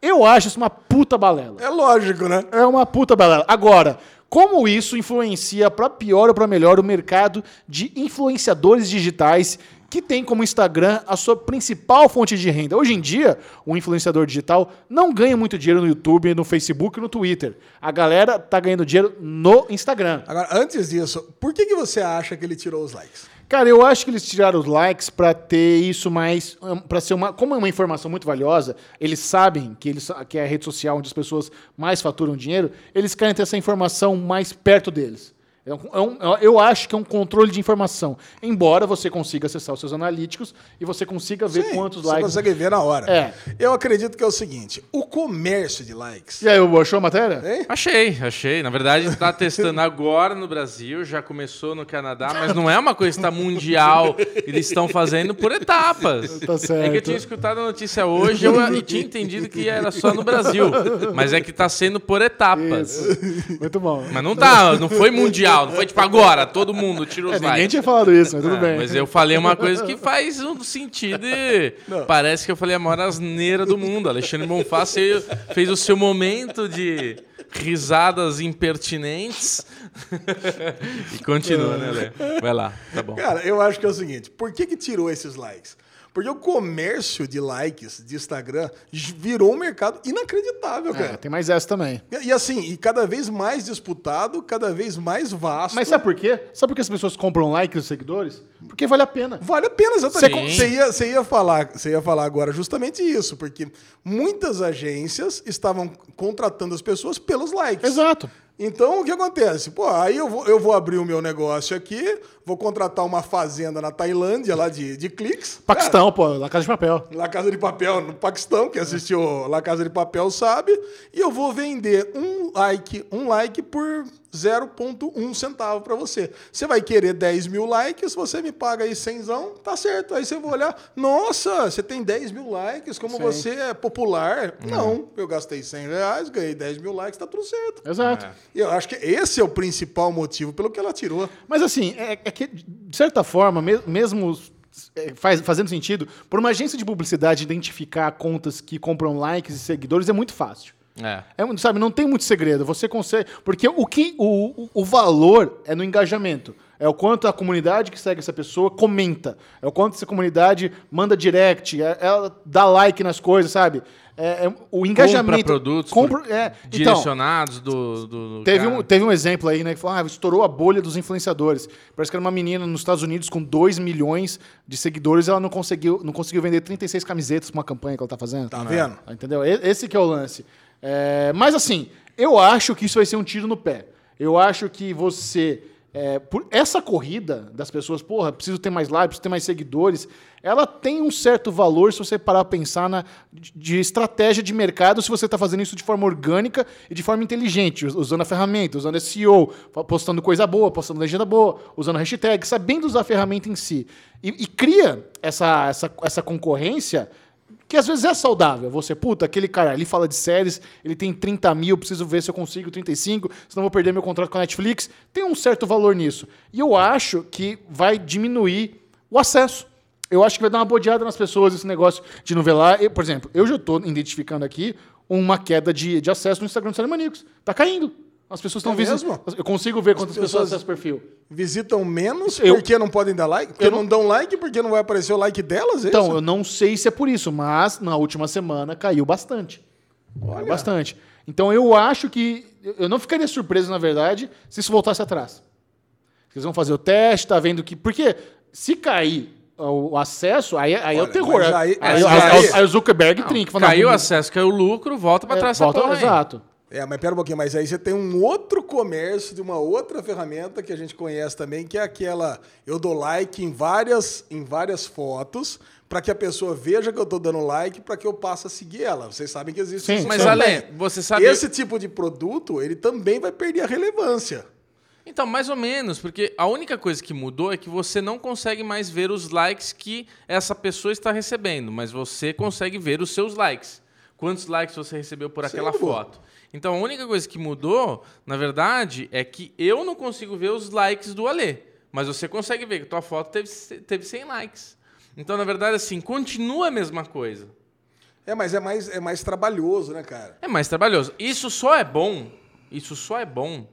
[SPEAKER 1] Eu acho isso uma puta balela.
[SPEAKER 3] É lógico, né?
[SPEAKER 1] É uma puta balela. Agora, como isso influencia pra pior ou pra melhor o mercado de influenciadores digitais que tem como Instagram a sua principal fonte de renda? Hoje em dia, o influenciador digital não ganha muito dinheiro no YouTube, no Facebook, no Twitter. A galera tá ganhando dinheiro no Instagram.
[SPEAKER 3] Agora, antes disso, por que, que você acha que ele tirou os likes?
[SPEAKER 1] Cara, eu acho que eles tiraram os likes pra ter isso mais. hum, pra ser uma. Como é uma informação muito valiosa, eles sabem que, eles, que é a rede social onde as pessoas mais faturam dinheiro, eles querem ter essa informação mais perto deles. É um- é um- eu acho que é um controle de informação. Embora você consiga acessar os seus analíticos e você consiga ver
[SPEAKER 3] Sim,
[SPEAKER 1] quantos
[SPEAKER 3] Você
[SPEAKER 1] likes.
[SPEAKER 3] consegue ver na hora.
[SPEAKER 1] É.
[SPEAKER 3] Eu acredito que é o seguinte: o comércio de likes.
[SPEAKER 1] E aí, Hugo, achou a matéria?
[SPEAKER 3] É.
[SPEAKER 2] Achei, achei. Na verdade, está testando agora no Brasil, já começou no Canadá, mas não é uma coisa que está mundial. Eles estão fazendo por etapas.
[SPEAKER 1] Tá certo.
[SPEAKER 2] É que eu tinha escutado a notícia hoje eu, e tinha entendido que era só no Brasil. Mas é que está sendo por
[SPEAKER 3] É
[SPEAKER 2] etapas.
[SPEAKER 1] Isso. Muito bom.
[SPEAKER 2] Mas não tá, não foi mundial, não foi tipo agora, todo mundo tira os
[SPEAKER 1] É, ninguém
[SPEAKER 2] likes.
[SPEAKER 1] tinha falado isso, mas tudo
[SPEAKER 2] Ah,
[SPEAKER 1] bem.
[SPEAKER 2] Mas eu falei uma coisa que faz um sentido e parece que eu falei a maior asneira do mundo. Alexandre Bonfá se- fez o seu momento de risadas impertinentes e continua, né, Lê? Vai lá, tá bom.
[SPEAKER 3] Cara, eu acho que é o seguinte: por que, que tirou esses likes? Porque o comércio de likes de Instagram j- virou um mercado inacreditável,
[SPEAKER 1] É,
[SPEAKER 3] cara.
[SPEAKER 1] tem mais essa também.
[SPEAKER 3] E assim, e cada vez mais disputado, cada vez mais vasto.
[SPEAKER 1] Mas sabe por quê? Sabe por que as pessoas compram like dos seguidores? Porque vale a pena.
[SPEAKER 3] Vale a pena,
[SPEAKER 2] Sim.
[SPEAKER 3] exatamente. Você ia, você, ia falar, você ia falar agora justamente isso, porque muitas agências estavam contratando as pessoas pelos likes.
[SPEAKER 1] Exato.
[SPEAKER 3] Então, o que acontece? Pô, aí eu vou, eu vou abrir o meu negócio aqui, vou contratar uma fazenda na Tailândia, lá de, de cliques.
[SPEAKER 1] Paquistão, pô, La Casa de Papel.
[SPEAKER 3] Cara, La Casa de Papel no Paquistão, quem assistiu La Casa de Papel sabe. E eu vou vender um like, um like por 0,1 centavo pra você. Você vai querer 10 mil likes, você me paga aí 100, tá certo. Aí você vai olhar, nossa, você tem 10 mil likes, como você é popular.
[SPEAKER 1] Uhum.
[SPEAKER 3] Não, eu gastei 100 reais, ganhei 10 mil likes, tá tudo certo.
[SPEAKER 1] Exato.
[SPEAKER 3] E Eu acho que esse é o principal motivo pelo que ela tirou.
[SPEAKER 1] Mas assim, é, é que, de certa forma, me- mesmo é, faz- fazendo sentido, por uma agência de publicidade identificar contas que compram likes e seguidores é muito fácil.
[SPEAKER 2] É.
[SPEAKER 1] É, um- sabe, não tem muito segredo. Você consegue. Porque o que o, o- o valor é no engajamento. É o quanto a comunidade que segue essa pessoa comenta. É o quanto essa comunidade manda direct. é- ela dá like nas coisas, sabe? É, é o engajamento.
[SPEAKER 2] Compra produtos
[SPEAKER 1] compra-
[SPEAKER 2] por-
[SPEAKER 1] é, então,
[SPEAKER 2] direcionados do, do- do
[SPEAKER 1] Teve
[SPEAKER 2] cara.
[SPEAKER 1] um, teve um exemplo aí, né? Que falou, ah, estourou a bolha dos influenciadores. Parece que era uma menina nos Estados Unidos com 2 milhões de seguidores ela não conseguiu, não conseguiu vender 36 camisetas pra uma campanha que ela tá fazendo.
[SPEAKER 3] Tá vendo?
[SPEAKER 1] Entendeu? E- Esse que é o lance. É, mas assim, eu acho que isso vai ser um tiro no pé. Eu acho que você. é, por essa corrida das pessoas, porra, preciso ter mais likes, preciso ter mais seguidores, ela tem um certo valor se você parar a pensar na, de, de estratégia de mercado, se você está fazendo isso de forma orgânica e de forma inteligente, us- usando a ferramenta, usando SEO, fa- postando coisa boa, postando legenda boa, usando hashtag, sabendo usar a ferramenta em si. E, e cria essa, essa, essa concorrência que às vezes é saudável. Você, puta, aquele cara ali fala de séries, ele tem 30 mil, preciso ver se eu consigo 35, senão vou perder meu contrato com a Netflix. Tem um certo valor nisso. E eu acho que vai diminuir o acesso. Eu acho que vai dar uma bodeada nas pessoas esse negócio de novelar. Eu, por exemplo, eu já estou identificando aqui uma queda de, de acesso no Instagram do Série Maníacos. Tá caindo. As pessoas estão
[SPEAKER 3] É
[SPEAKER 1] visando.
[SPEAKER 3] mesmo?
[SPEAKER 1] Eu consigo ver quantas pessoas
[SPEAKER 3] pessoas-
[SPEAKER 1] acessam o perfil.
[SPEAKER 3] Visitam menos
[SPEAKER 1] Eu-
[SPEAKER 3] porque não podem dar like? Porque
[SPEAKER 1] Eu
[SPEAKER 3] não...
[SPEAKER 1] não-
[SPEAKER 3] dão like porque não vai aparecer o like delas? é
[SPEAKER 1] Então,
[SPEAKER 3] isso?
[SPEAKER 1] eu não sei se é por isso, mas na última semana caiu bastante. Caiu bastante. Então eu acho que. Eu não ficaria surpreso, na verdade, se isso voltasse atrás. Eles vão fazer o teste, tá vendo que. Porque se cair o acesso, aí, aí é o
[SPEAKER 3] Olha,
[SPEAKER 1] terror.
[SPEAKER 3] mas
[SPEAKER 1] Aí,
[SPEAKER 3] aí-
[SPEAKER 1] aí-
[SPEAKER 3] mas
[SPEAKER 1] aí-
[SPEAKER 3] aí-
[SPEAKER 1] aí o Zuckerberg trinca. fala,
[SPEAKER 2] Caiu o
[SPEAKER 1] não,
[SPEAKER 2] acesso, caiu o lucro, volta pra
[SPEAKER 1] é,
[SPEAKER 2] trás
[SPEAKER 1] volta-
[SPEAKER 2] essa porra aí.
[SPEAKER 1] Exato.
[SPEAKER 3] É, mas pera um pouquinho, mas aí você tem um outro comércio de uma outra ferramenta que a gente conhece também, que é aquela eu dou like em várias, em várias fotos para que a pessoa veja que eu tô dando like para que eu passe a seguir ela. Vocês sabem que existe
[SPEAKER 1] Sim,
[SPEAKER 3] isso
[SPEAKER 2] Mas,
[SPEAKER 3] também.
[SPEAKER 2] Ale, você sabe...
[SPEAKER 3] Esse tipo de produto, ele também vai perder a relevância.
[SPEAKER 2] Então, mais ou menos, porque a única coisa que mudou é que você não consegue mais ver os likes que essa pessoa está recebendo, mas você consegue ver os seus likes. Quantos likes você recebeu por
[SPEAKER 3] Sim,
[SPEAKER 2] aquela
[SPEAKER 3] mudou.
[SPEAKER 2] foto? Então, a única coisa que mudou, na verdade, é que eu não consigo ver os likes do Alê, mas você consegue ver que tua foto teve, teve 100 likes. Então, na verdade, assim, continua a mesma coisa.
[SPEAKER 3] É, mas é mais, é mais trabalhoso, né, cara?
[SPEAKER 2] É mais trabalhoso. Isso só é bom, isso só é bom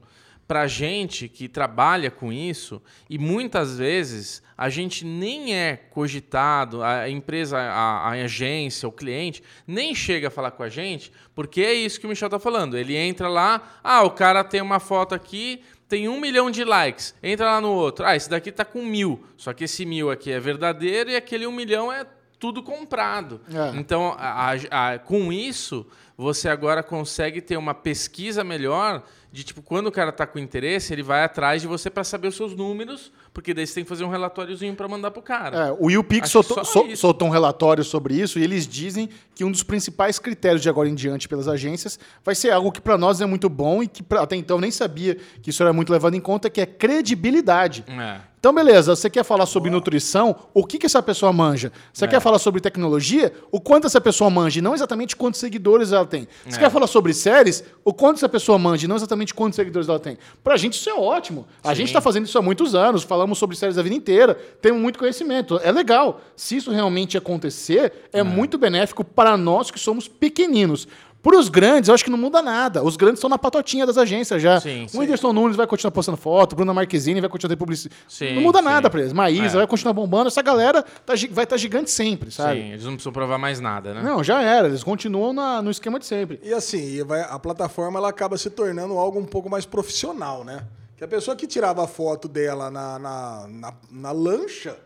[SPEAKER 2] pra gente que trabalha com isso e muitas vezes a gente nem é cogitado, a empresa, a, a agência, o cliente, nem chega a falar com a gente, porque é isso que o Michel tá falando. Ele entra lá, ah, o cara tem uma foto aqui, tem um milhão de likes, entra lá no outro, ah, esse daqui tá com mil, só que esse mil aqui é verdadeiro e aquele um milhão é tudo comprado.
[SPEAKER 1] É.
[SPEAKER 2] Então, a- a- a- com isso, você agora consegue ter uma pesquisa melhor de tipo, quando o cara tá com interesse, ele vai atrás de você para saber os seus números, porque daí você tem que fazer um relatóriozinho para mandar pro cara.
[SPEAKER 1] É, o YouPix
[SPEAKER 2] Acho que
[SPEAKER 1] soltou,
[SPEAKER 2] só
[SPEAKER 1] sol-
[SPEAKER 2] isso.
[SPEAKER 1] soltou um relatório sobre isso e eles dizem que um dos principais critérios de agora em diante pelas agências vai ser algo que para nós é muito bom e que pra- até então nem sabia que isso era muito levado em conta, que é credibilidade.
[SPEAKER 2] É.
[SPEAKER 1] Então, beleza, você quer falar sobre nutrição, o que, que essa pessoa manja?
[SPEAKER 2] É.
[SPEAKER 1] Você quer falar sobre tecnologia, o quanto essa pessoa manja, e não exatamente quantos seguidores ela tem.
[SPEAKER 2] É.
[SPEAKER 1] Você quer falar sobre séries, o quanto essa pessoa manja, e não exatamente quantos seguidores ela tem. Pra gente isso é ótimo. A gente tá fazendo isso há muitos anos, falamos sobre séries a vida inteira, temos muito conhecimento. É legal. Se isso realmente acontecer, é muito benéfico para nós que somos pequeninos. Para os grandes, eu acho que não muda nada. Os grandes estão na patotinha das agências já.
[SPEAKER 2] Sim,
[SPEAKER 1] o Whindersson Nunes vai continuar postando foto, Bruna Marquezine vai continuar tendo publicidade.
[SPEAKER 2] Sim,
[SPEAKER 1] não muda
[SPEAKER 2] sim.
[SPEAKER 1] nada pra eles. Maísa
[SPEAKER 2] É.
[SPEAKER 1] vai continuar bombando, essa galera tá gi- vai estar gigante sempre, sabe?
[SPEAKER 2] Sim, eles não precisam provar mais nada, né?
[SPEAKER 1] Não, já era, eles continuam na- no esquema de sempre.
[SPEAKER 3] E assim, e vai- a plataforma ela acaba se tornando algo um pouco mais profissional, né? Que a pessoa que tirava a foto dela na, na, na- na lancha,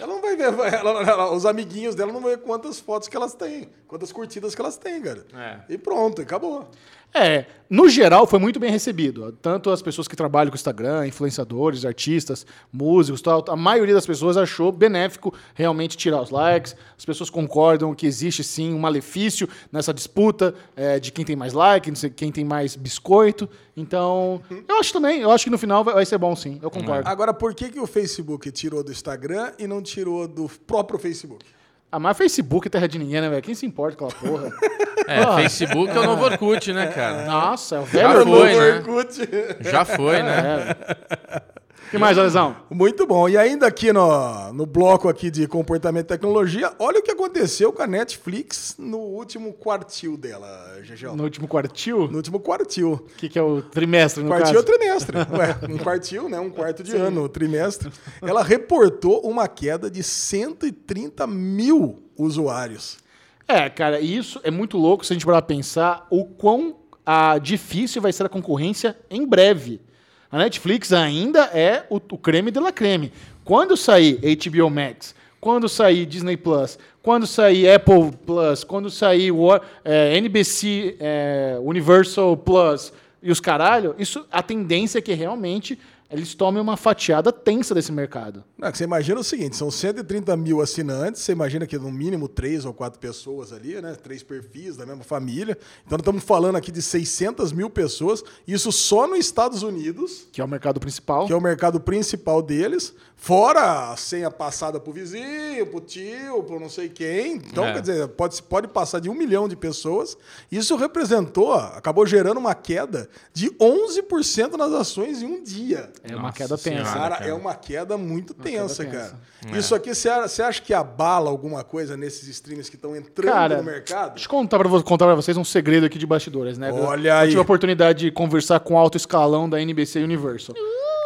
[SPEAKER 3] ela não vai ver, ela- ela- os amiguinhos dela não vão ver quantas fotos que elas têm, quantas curtidas que elas têm, cara.
[SPEAKER 2] É.
[SPEAKER 3] E pronto, acabou.
[SPEAKER 1] É, no geral foi muito bem recebido. Tanto as pessoas que trabalham com Instagram, influenciadores, artistas, músicos, tal, a maioria das pessoas achou benéfico realmente tirar os likes. As pessoas concordam que existe sim um malefício nessa disputa é, de quem tem mais like, não sei, quem tem mais biscoito. Então, eu acho também, eu acho que no final vai, vai ser bom sim, eu concordo.
[SPEAKER 3] Agora, por que, que o Facebook tirou do Instagram e não tirou do próprio Facebook?
[SPEAKER 1] Ah, mas Facebook é terra de ninguém, né, velho? Quem se importa com aquela porra?
[SPEAKER 2] É,
[SPEAKER 1] Ah.
[SPEAKER 2] Facebook é o novo Orkut, né, cara?
[SPEAKER 1] Nossa, é o
[SPEAKER 2] Já né?
[SPEAKER 1] velho.
[SPEAKER 2] foi,
[SPEAKER 3] Novo
[SPEAKER 2] né?
[SPEAKER 3] Orkut.
[SPEAKER 2] Já foi, né?
[SPEAKER 1] É. que mais, Alesão?
[SPEAKER 3] Muito bom. E ainda aqui no, no bloco aqui de comportamento e tecnologia, olha o que aconteceu com a Netflix no último quartil dela, Gegel.
[SPEAKER 1] No
[SPEAKER 3] No,
[SPEAKER 1] último quartil? O
[SPEAKER 3] último quartil.
[SPEAKER 1] que, que é o trimestre, no
[SPEAKER 3] Quartil é
[SPEAKER 1] caso?
[SPEAKER 3] o trimestre. Ué, um quartil, né? Um quarto de ano, o trimestre. Ela reportou uma queda de 130 mil usuários.
[SPEAKER 1] É, cara, e isso é muito louco se a gente parar pra pensar o quão ah, difícil vai ser a concorrência em breve. A Netflix ainda é o, o creme de la creme. Quando sair HBO Max, quando sair Disney Plus, quando sair Apple Plus, quando sair War- eh, NBC eh, Universal Plus e os caralho, isso, a tendência é que realmente eles tomem uma fatiada tensa desse mercado.
[SPEAKER 3] Não, que você imagina o seguinte, são 130 mil assinantes, você imagina que no mínimo três ou quatro pessoas ali, né? Três perfis da mesma família. Então nós estamos falando aqui de 600 mil pessoas, isso só nos Estados Unidos,
[SPEAKER 1] Que é o mercado principal.
[SPEAKER 3] que é o mercado principal deles, fora a senha passada pro vizinho, pro tio, pro não sei quem. Então,
[SPEAKER 2] É.
[SPEAKER 3] quer dizer, pode, pode passar de um milhão de pessoas. Isso representou, acabou gerando uma queda de 11% nas ações em um dia.
[SPEAKER 1] É uma
[SPEAKER 2] Nossa
[SPEAKER 1] queda tensa.
[SPEAKER 2] Senhora.
[SPEAKER 3] Cara,
[SPEAKER 2] cara. É.
[SPEAKER 3] é uma queda muito tensa,
[SPEAKER 1] queda
[SPEAKER 3] cara. Isso aqui, você você acha que abala alguma coisa nesses streams que estão entrando no mercado?
[SPEAKER 1] Deixa eu contar pra, vo- contar pra vocês um segredo aqui de bastidores, né?
[SPEAKER 3] Olha
[SPEAKER 1] eu
[SPEAKER 3] aí.
[SPEAKER 1] tive a oportunidade de conversar com o alto escalão da NBC Universal.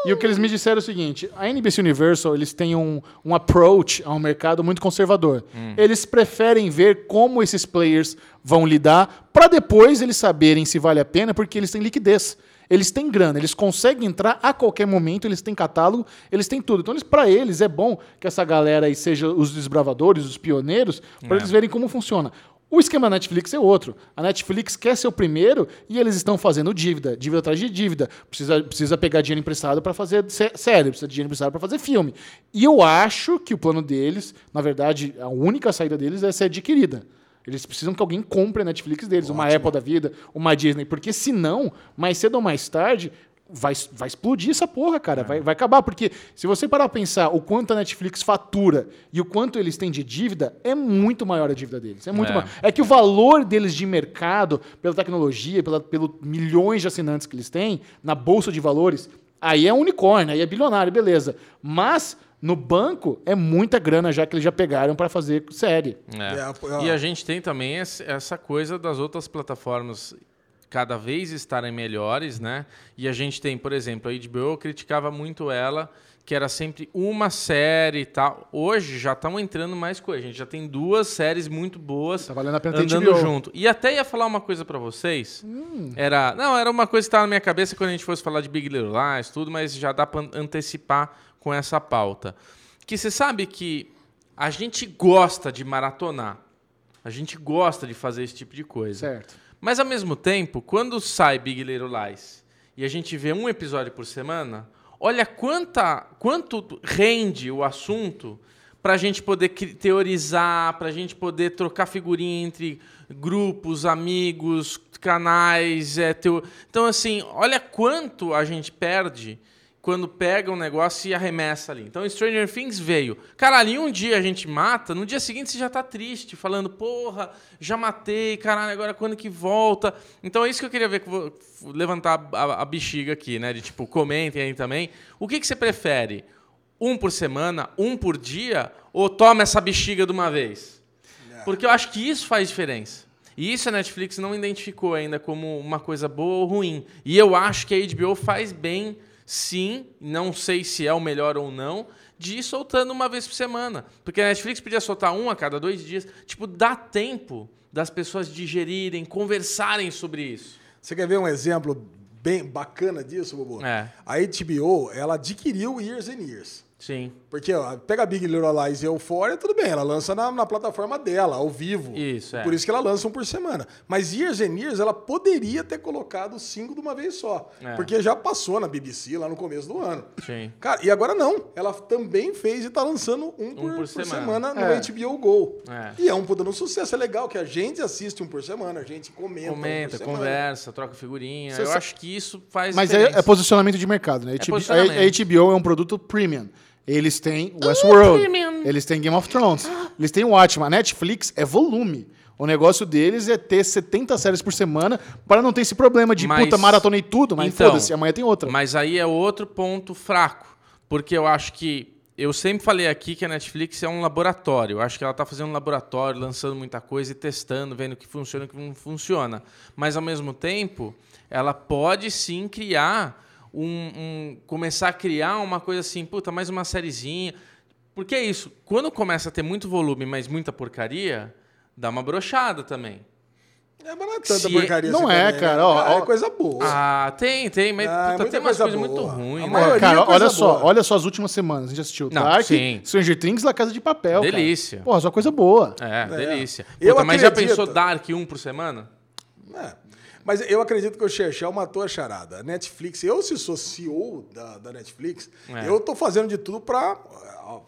[SPEAKER 1] E o que eles me disseram é o seguinte: a NBC Universal eles têm um, um approach ao mercado muito conservador.
[SPEAKER 3] Hum.
[SPEAKER 1] Eles preferem ver como esses players vão lidar pra depois eles saberem se vale a pena, porque eles têm liquidez. Eles têm grana, eles conseguem entrar a qualquer momento, eles têm catálogo, eles têm tudo. Então, eles, para eles, é bom que essa galera aí seja os desbravadores, os pioneiros,
[SPEAKER 3] É.
[SPEAKER 1] para eles verem como funciona. O esquema da Netflix é outro. A Netflix quer ser o primeiro e eles estão fazendo dívida, dívida atrás de dívida. Precisa, precisa pegar dinheiro emprestado para fazer sé- série, precisa de dinheiro emprestado para fazer filme. E eu acho que o plano deles, na verdade, a única saída deles é ser adquirida. Eles precisam que alguém compre a Netflix deles, uma Apple da vida, uma Disney, porque senão, mais cedo ou mais tarde, vai, vai explodir essa porra, cara. Vai, vai acabar. Porque se você parar pra pensar o quanto a Netflix fatura e o quanto eles têm de dívida, é muito maior a dívida deles. É muito
[SPEAKER 2] É.
[SPEAKER 1] maior. É que o valor deles de mercado, pela tecnologia, pela, pelo milhões de assinantes que eles têm, na bolsa de valores, aí é unicórnio, aí é bilionário, beleza. Mas. No banco é muita grana já que eles já pegaram pra fazer série.
[SPEAKER 2] É.
[SPEAKER 3] É, a-
[SPEAKER 2] E a gente tem também esse- essa coisa das outras plataformas cada vez estarem melhores, né? E a gente tem, por exemplo, a HBO eu criticava muito ela, que era sempre uma série e tal. Hoje já estão entrando mais coisas. A gente já tem duas séries muito boas
[SPEAKER 1] Tá valendo a pena ter
[SPEAKER 2] andando
[SPEAKER 1] HBO.
[SPEAKER 2] junto. E até ia falar uma coisa pra vocês.
[SPEAKER 1] Hum.
[SPEAKER 2] Era, não, era uma coisa que estava na minha cabeça quando a gente fosse falar de Big Little Lies, tudo, mas já dá pra antecipar com essa pauta. Que você sabe que a gente gosta de maratonar. A gente gosta de fazer esse tipo de coisa.
[SPEAKER 1] Certo.
[SPEAKER 2] Mas ao mesmo tempo, quando sai Big Little Lies e a gente vê um episódio por semana, olha quanta, quanto rende o assunto pra gente poder cri- teorizar, pra gente poder trocar figurinha entre grupos, amigos, canais, é, teo... então assim, olha quanto a gente perde quando pega um negócio e arremessa ali. Então Stranger Things veio. Caralho, em um dia a gente mata, no dia seguinte você já tá triste, falando, porra, já matei, caralho, agora quando que volta? Então é isso que eu queria ver, que eu vou f- levantar a, a- a bexiga aqui, né? De tipo, comentem aí também. O que, que você prefere? Um por semana, um por dia, ou toma essa bexiga de uma vez? Porque eu acho que isso faz diferença. E isso a Netflix não identificou ainda como uma coisa boa ou ruim. E eu acho que a HBO faz bem, sim, não sei se é o melhor ou não, de ir soltando uma vez por semana. Porque a Netflix podia soltar um a cada dois dias. Tipo, dá tempo das pessoas digerirem, conversarem sobre isso.
[SPEAKER 3] Você quer ver um exemplo bem bacana disso, Bubu?
[SPEAKER 2] É.
[SPEAKER 3] A HBO, ela adquiriu Years and Years.
[SPEAKER 2] Sim.
[SPEAKER 3] Porque ó, pega a Big Little Lies e Euphoria, tudo bem, ela lança na, na plataforma dela, ao vivo.
[SPEAKER 2] Isso, é.
[SPEAKER 3] Por isso que ela lança um por semana. Mas Years and Years, ela poderia ter colocado cinco de uma vez só.
[SPEAKER 2] É.
[SPEAKER 3] Porque já passou na BBC lá no começo do ano.
[SPEAKER 2] Sim.
[SPEAKER 3] Cara, e agora não. Ela também fez e tá lançando um, por, por semana,
[SPEAKER 1] É.
[SPEAKER 3] no HBO Go.
[SPEAKER 2] É.
[SPEAKER 3] E é um puta de um sucesso. É legal que a gente assiste um por semana, a gente comenta. um por
[SPEAKER 2] Comenta,
[SPEAKER 3] semana.
[SPEAKER 2] conversa, troca figurinha.
[SPEAKER 1] Você
[SPEAKER 2] eu
[SPEAKER 1] sa-
[SPEAKER 2] acho que isso faz
[SPEAKER 1] Mas é,
[SPEAKER 2] diferença.
[SPEAKER 1] é posicionamento de mercado, né? HBO,
[SPEAKER 2] posicionamento. Ah,
[SPEAKER 1] a HBO é um produto premium. Eles têm Westworld, eles têm Game of Thrones, eles têm Watchmen. A Netflix é volume. O negócio deles é ter 70 séries por semana para não ter esse problema de
[SPEAKER 2] Mas-
[SPEAKER 1] puta, maratonei tudo, mas
[SPEAKER 2] Então,
[SPEAKER 1] foda-se, amanhã tem outra.
[SPEAKER 2] Mas aí é outro ponto fraco. porque eu acho que. Eu sempre falei aqui que a Netflix é um laboratório. Eu acho que ela está fazendo um laboratório, lançando muita coisa e testando, vendo o que funciona e o que não funciona. Mas, ao mesmo tempo, ela pode sim criar um, um- começar a criar uma coisa assim, puta, mais uma sériezinha. Porque é isso. Quando começa a ter muito volume, mas muita porcaria, dá uma brochada também.
[SPEAKER 3] É, mas não é tanta
[SPEAKER 2] Se-
[SPEAKER 3] porcaria
[SPEAKER 1] não
[SPEAKER 3] assim
[SPEAKER 1] é,
[SPEAKER 3] também, né?
[SPEAKER 1] cara, ó, ó.
[SPEAKER 3] é coisa boa.
[SPEAKER 2] Ah, tem, tem, mas
[SPEAKER 3] Ah,
[SPEAKER 2] puta,
[SPEAKER 3] muita
[SPEAKER 2] tem umas
[SPEAKER 3] coisa
[SPEAKER 2] coisas muito
[SPEAKER 3] boa. A
[SPEAKER 2] ruins.
[SPEAKER 3] maior-
[SPEAKER 2] Né?
[SPEAKER 3] maioria
[SPEAKER 1] Cara,
[SPEAKER 3] é coisa
[SPEAKER 1] olha só,
[SPEAKER 3] boa.
[SPEAKER 1] olha só as últimas semanas. A gente assistiu
[SPEAKER 2] Não,
[SPEAKER 1] Dark,
[SPEAKER 2] sim.
[SPEAKER 1] Stranger Things, La Casa de Papel. cara.
[SPEAKER 2] Delícia.
[SPEAKER 1] Porra, só coisa boa.
[SPEAKER 2] É, delícia.
[SPEAKER 3] Eu
[SPEAKER 2] Puta, mas já
[SPEAKER 3] acredito.
[SPEAKER 2] pensou Dark um por semana?
[SPEAKER 3] É. Mas eu acredito que o Xerxel matou a charada. A Netflix, eu se sou CEO da, da Netflix,
[SPEAKER 2] É.
[SPEAKER 3] eu tô fazendo de tudo para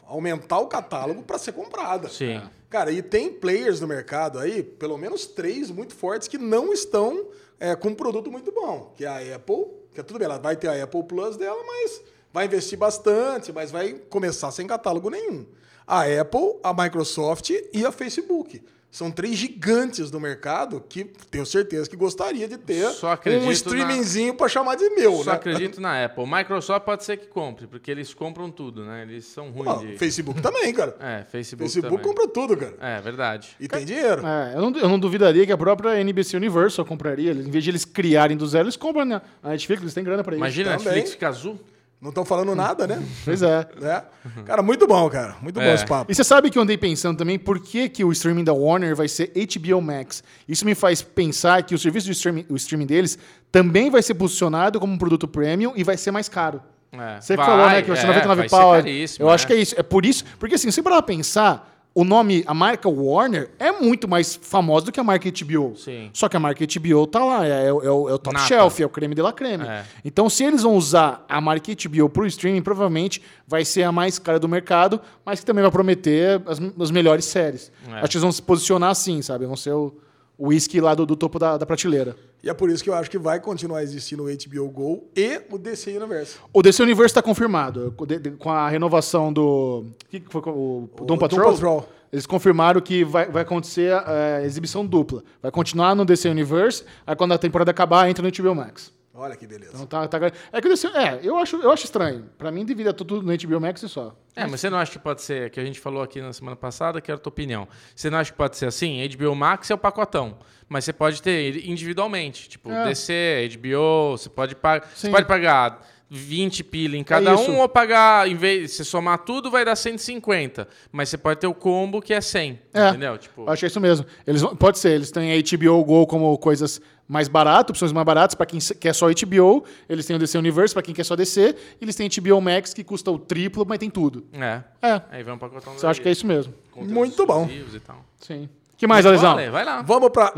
[SPEAKER 3] aumentar o catálogo para ser comprada.
[SPEAKER 2] Sim.
[SPEAKER 3] Cara, e tem players no mercado aí, pelo menos três muito fortes, que não estão é, com um produto muito bom. Que é a Apple, que é tudo bem, ela vai ter a Apple Plus dela, mas vai investir bastante, mas vai começar sem catálogo nenhum. A Apple, a Microsoft e a Facebook. São três gigantes do mercado que tenho certeza que gostaria de ter
[SPEAKER 2] Só acredito
[SPEAKER 3] um
[SPEAKER 2] na-
[SPEAKER 3] streamingzinho pra para chamar de meu,
[SPEAKER 2] Só
[SPEAKER 3] né?
[SPEAKER 2] acredito na Apple. Microsoft pode ser que compre, porque eles compram tudo, né? Eles são ruins
[SPEAKER 3] Ah,
[SPEAKER 2] de.
[SPEAKER 3] Facebook também, cara.
[SPEAKER 2] É, Facebook.
[SPEAKER 3] Facebook
[SPEAKER 2] também.
[SPEAKER 3] compra tudo, cara.
[SPEAKER 2] É, verdade.
[SPEAKER 3] E tem dinheiro.
[SPEAKER 1] É, eu, não, eu não duvidaria que a própria NBC Universal compraria. Em vez de eles criarem do zero, eles compram né? a Netflix, eles têm grana pra isso.
[SPEAKER 2] Imagina a
[SPEAKER 3] também.
[SPEAKER 2] Netflix fica azul.
[SPEAKER 3] Não estão falando nada, né?
[SPEAKER 1] Pois é.
[SPEAKER 3] né? Cara, muito bom, cara. Muito bom
[SPEAKER 2] É.
[SPEAKER 3] esse papo.
[SPEAKER 1] E você sabe que eu andei pensando também por que, que o streaming da Warner vai ser HBO Max. Isso me faz pensar que o serviço de streaming, o streaming deles também vai ser posicionado como um produto premium e vai ser mais caro.
[SPEAKER 2] É,
[SPEAKER 1] Você que
[SPEAKER 2] vai,
[SPEAKER 1] falou, né, que vai ser
[SPEAKER 2] é,
[SPEAKER 1] 99
[SPEAKER 2] vai ser
[SPEAKER 1] pau.
[SPEAKER 2] caríssimo,
[SPEAKER 1] eu acho
[SPEAKER 2] é.
[SPEAKER 1] que é isso. É por isso. Porque assim, se você parar pra pensar, o nome, a marca Warner é muito mais famosa do que a marca HBO.
[SPEAKER 2] Sim.
[SPEAKER 1] Só que a marca HBO tá lá, é, é o- é o, é o top
[SPEAKER 2] Nata.
[SPEAKER 1] shelf, é o creme de la creme.
[SPEAKER 2] É.
[SPEAKER 1] Então, se eles vão usar a marca HBO pro streaming, provavelmente vai ser a mais cara do mercado, mas que também vai prometer as, as melhores séries.
[SPEAKER 2] É.
[SPEAKER 1] Acho que eles vão se posicionar assim, sabe? Vão ser o o whisky lá do, do topo da, da prateleira.
[SPEAKER 3] E é por isso que eu acho que vai continuar existindo o HBO Go e o DC Universe.
[SPEAKER 1] O DC Universo está confirmado. Com de- de- Com a renovação do. que que foi com- o, o Doom Patrol?
[SPEAKER 3] Doom Patrol.
[SPEAKER 1] Eles confirmaram que vai, vai acontecer é, exibição dupla. Vai continuar no DC Universe, aí quando a temporada acabar, entra no HBO Max.
[SPEAKER 3] Olha que beleza.
[SPEAKER 1] Então tá, tá gra- É que o DC. É, eu acho, eu acho estranho. Pra mim, deveria estar tudo no HBO Max e só.
[SPEAKER 2] É, mas você não acha que pode ser, que a gente falou aqui na semana passada, quero a tua opinião. Você não acha que pode ser assim? HBO Max é o pacotão, mas você pode ter individualmente, tipo
[SPEAKER 1] É.
[SPEAKER 2] DC, HBO, você pode, pagar, você
[SPEAKER 1] Sim. É
[SPEAKER 2] pode pagar 20 pila em cada
[SPEAKER 1] isso.
[SPEAKER 2] um ou pagar, em vez se somar tudo, vai dar 150, mas você pode ter o combo que é 100,
[SPEAKER 1] É.
[SPEAKER 2] entendeu? Tipo,
[SPEAKER 1] Eu acho que é isso mesmo. Eles vão- pode ser, eles têm a HBO Go como coisas mais baratas, opções mais baratas pra quem se- quer só HBO, eles têm o DC Universe pra quem quer só DC, e eles têm HBO Max que custa o triplo, mas tem tudo.
[SPEAKER 2] é.
[SPEAKER 1] É.
[SPEAKER 2] Aí vem um pacotão
[SPEAKER 1] Você acha que é isso mesmo?
[SPEAKER 3] Muito bom.
[SPEAKER 2] E tal.
[SPEAKER 1] Sim. que mais, Alesão?
[SPEAKER 2] Vale, vai lá.
[SPEAKER 3] Vamos para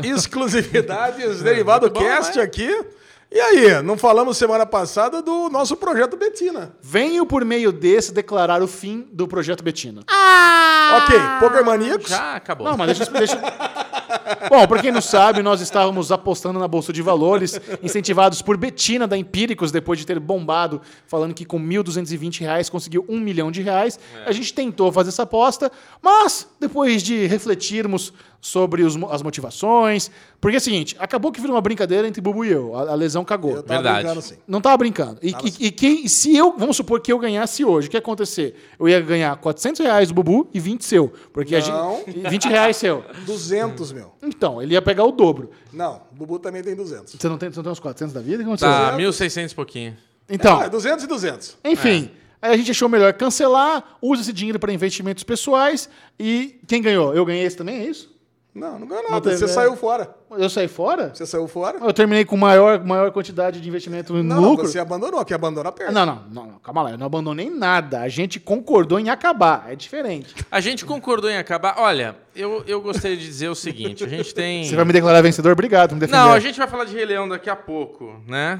[SPEAKER 3] exclusividades derivado
[SPEAKER 2] É, muito bom,
[SPEAKER 3] cast
[SPEAKER 2] né?
[SPEAKER 3] aqui. E aí, não falamos semana passada do nosso projeto Betina.
[SPEAKER 1] Venho por meio desse declarar o fim do projeto Betina.
[SPEAKER 3] Ok, Poker Maníacos.
[SPEAKER 2] Já acabou.
[SPEAKER 1] Não, mas deixa, eu- deixa... eu- Bom, pra quem não sabe, nós estávamos apostando na Bolsa de Valores, incentivados por Betina da Empíricos, depois de ter bombado, falando que com R$ 1.220 reais conseguiu um milhão de reais. A gente tentou fazer essa aposta, mas depois de refletirmos sobre os mo- as motivações... Porque é o seguinte, acabou que virou uma brincadeira entre Bubu e eu. A, a lesão cagou.
[SPEAKER 3] Eu tava
[SPEAKER 2] Verdade.
[SPEAKER 3] brincando assim.
[SPEAKER 1] Não tava brincando. E, e- e quem, se eu, vamos supor que eu ganhasse hoje, o que ia acontecer? Eu ia ganhar 400 reais do Bubu e 20 seu. Porque a
[SPEAKER 3] Não.
[SPEAKER 1] gente. e 20 reais seu.
[SPEAKER 3] 200 mil.
[SPEAKER 1] Então, ele ia pegar o dobro.
[SPEAKER 3] Não, o Bubu também tem 200.
[SPEAKER 1] Você não tem, você não tem uns 400 da vida? O que aconteceu?
[SPEAKER 2] Tá, 1600 e pouquinho.
[SPEAKER 1] Então,
[SPEAKER 3] Ah, 200 e 200.
[SPEAKER 1] enfim. Aí a gente achou melhor cancelar, usa esse dinheiro para investimentos pessoais e quem ganhou? Eu ganhei esse também, é isso?
[SPEAKER 3] Não, não ganhou
[SPEAKER 1] Não
[SPEAKER 3] nada.
[SPEAKER 1] teve,
[SPEAKER 3] Você
[SPEAKER 2] né?
[SPEAKER 1] é.
[SPEAKER 3] saiu fora.
[SPEAKER 1] Eu saí fora?
[SPEAKER 3] Você saiu fora.
[SPEAKER 1] Eu terminei com maior, maior quantidade de investimento no
[SPEAKER 3] Não,
[SPEAKER 1] lucro. Ah,
[SPEAKER 3] você é- abandonou. Quem abandona perde.
[SPEAKER 1] Não, não, não, não, calma lá, eu não abandonei nada. A gente concordou em acabar, é diferente.
[SPEAKER 2] A gente concordou em acabar. Olha, eu, eu gostaria de dizer o seguinte: a gente tem.
[SPEAKER 1] Você vai me declarar vencedor? Obrigado por me defender.
[SPEAKER 2] Não, a gente vai falar de Rei Leão daqui a pouco, né?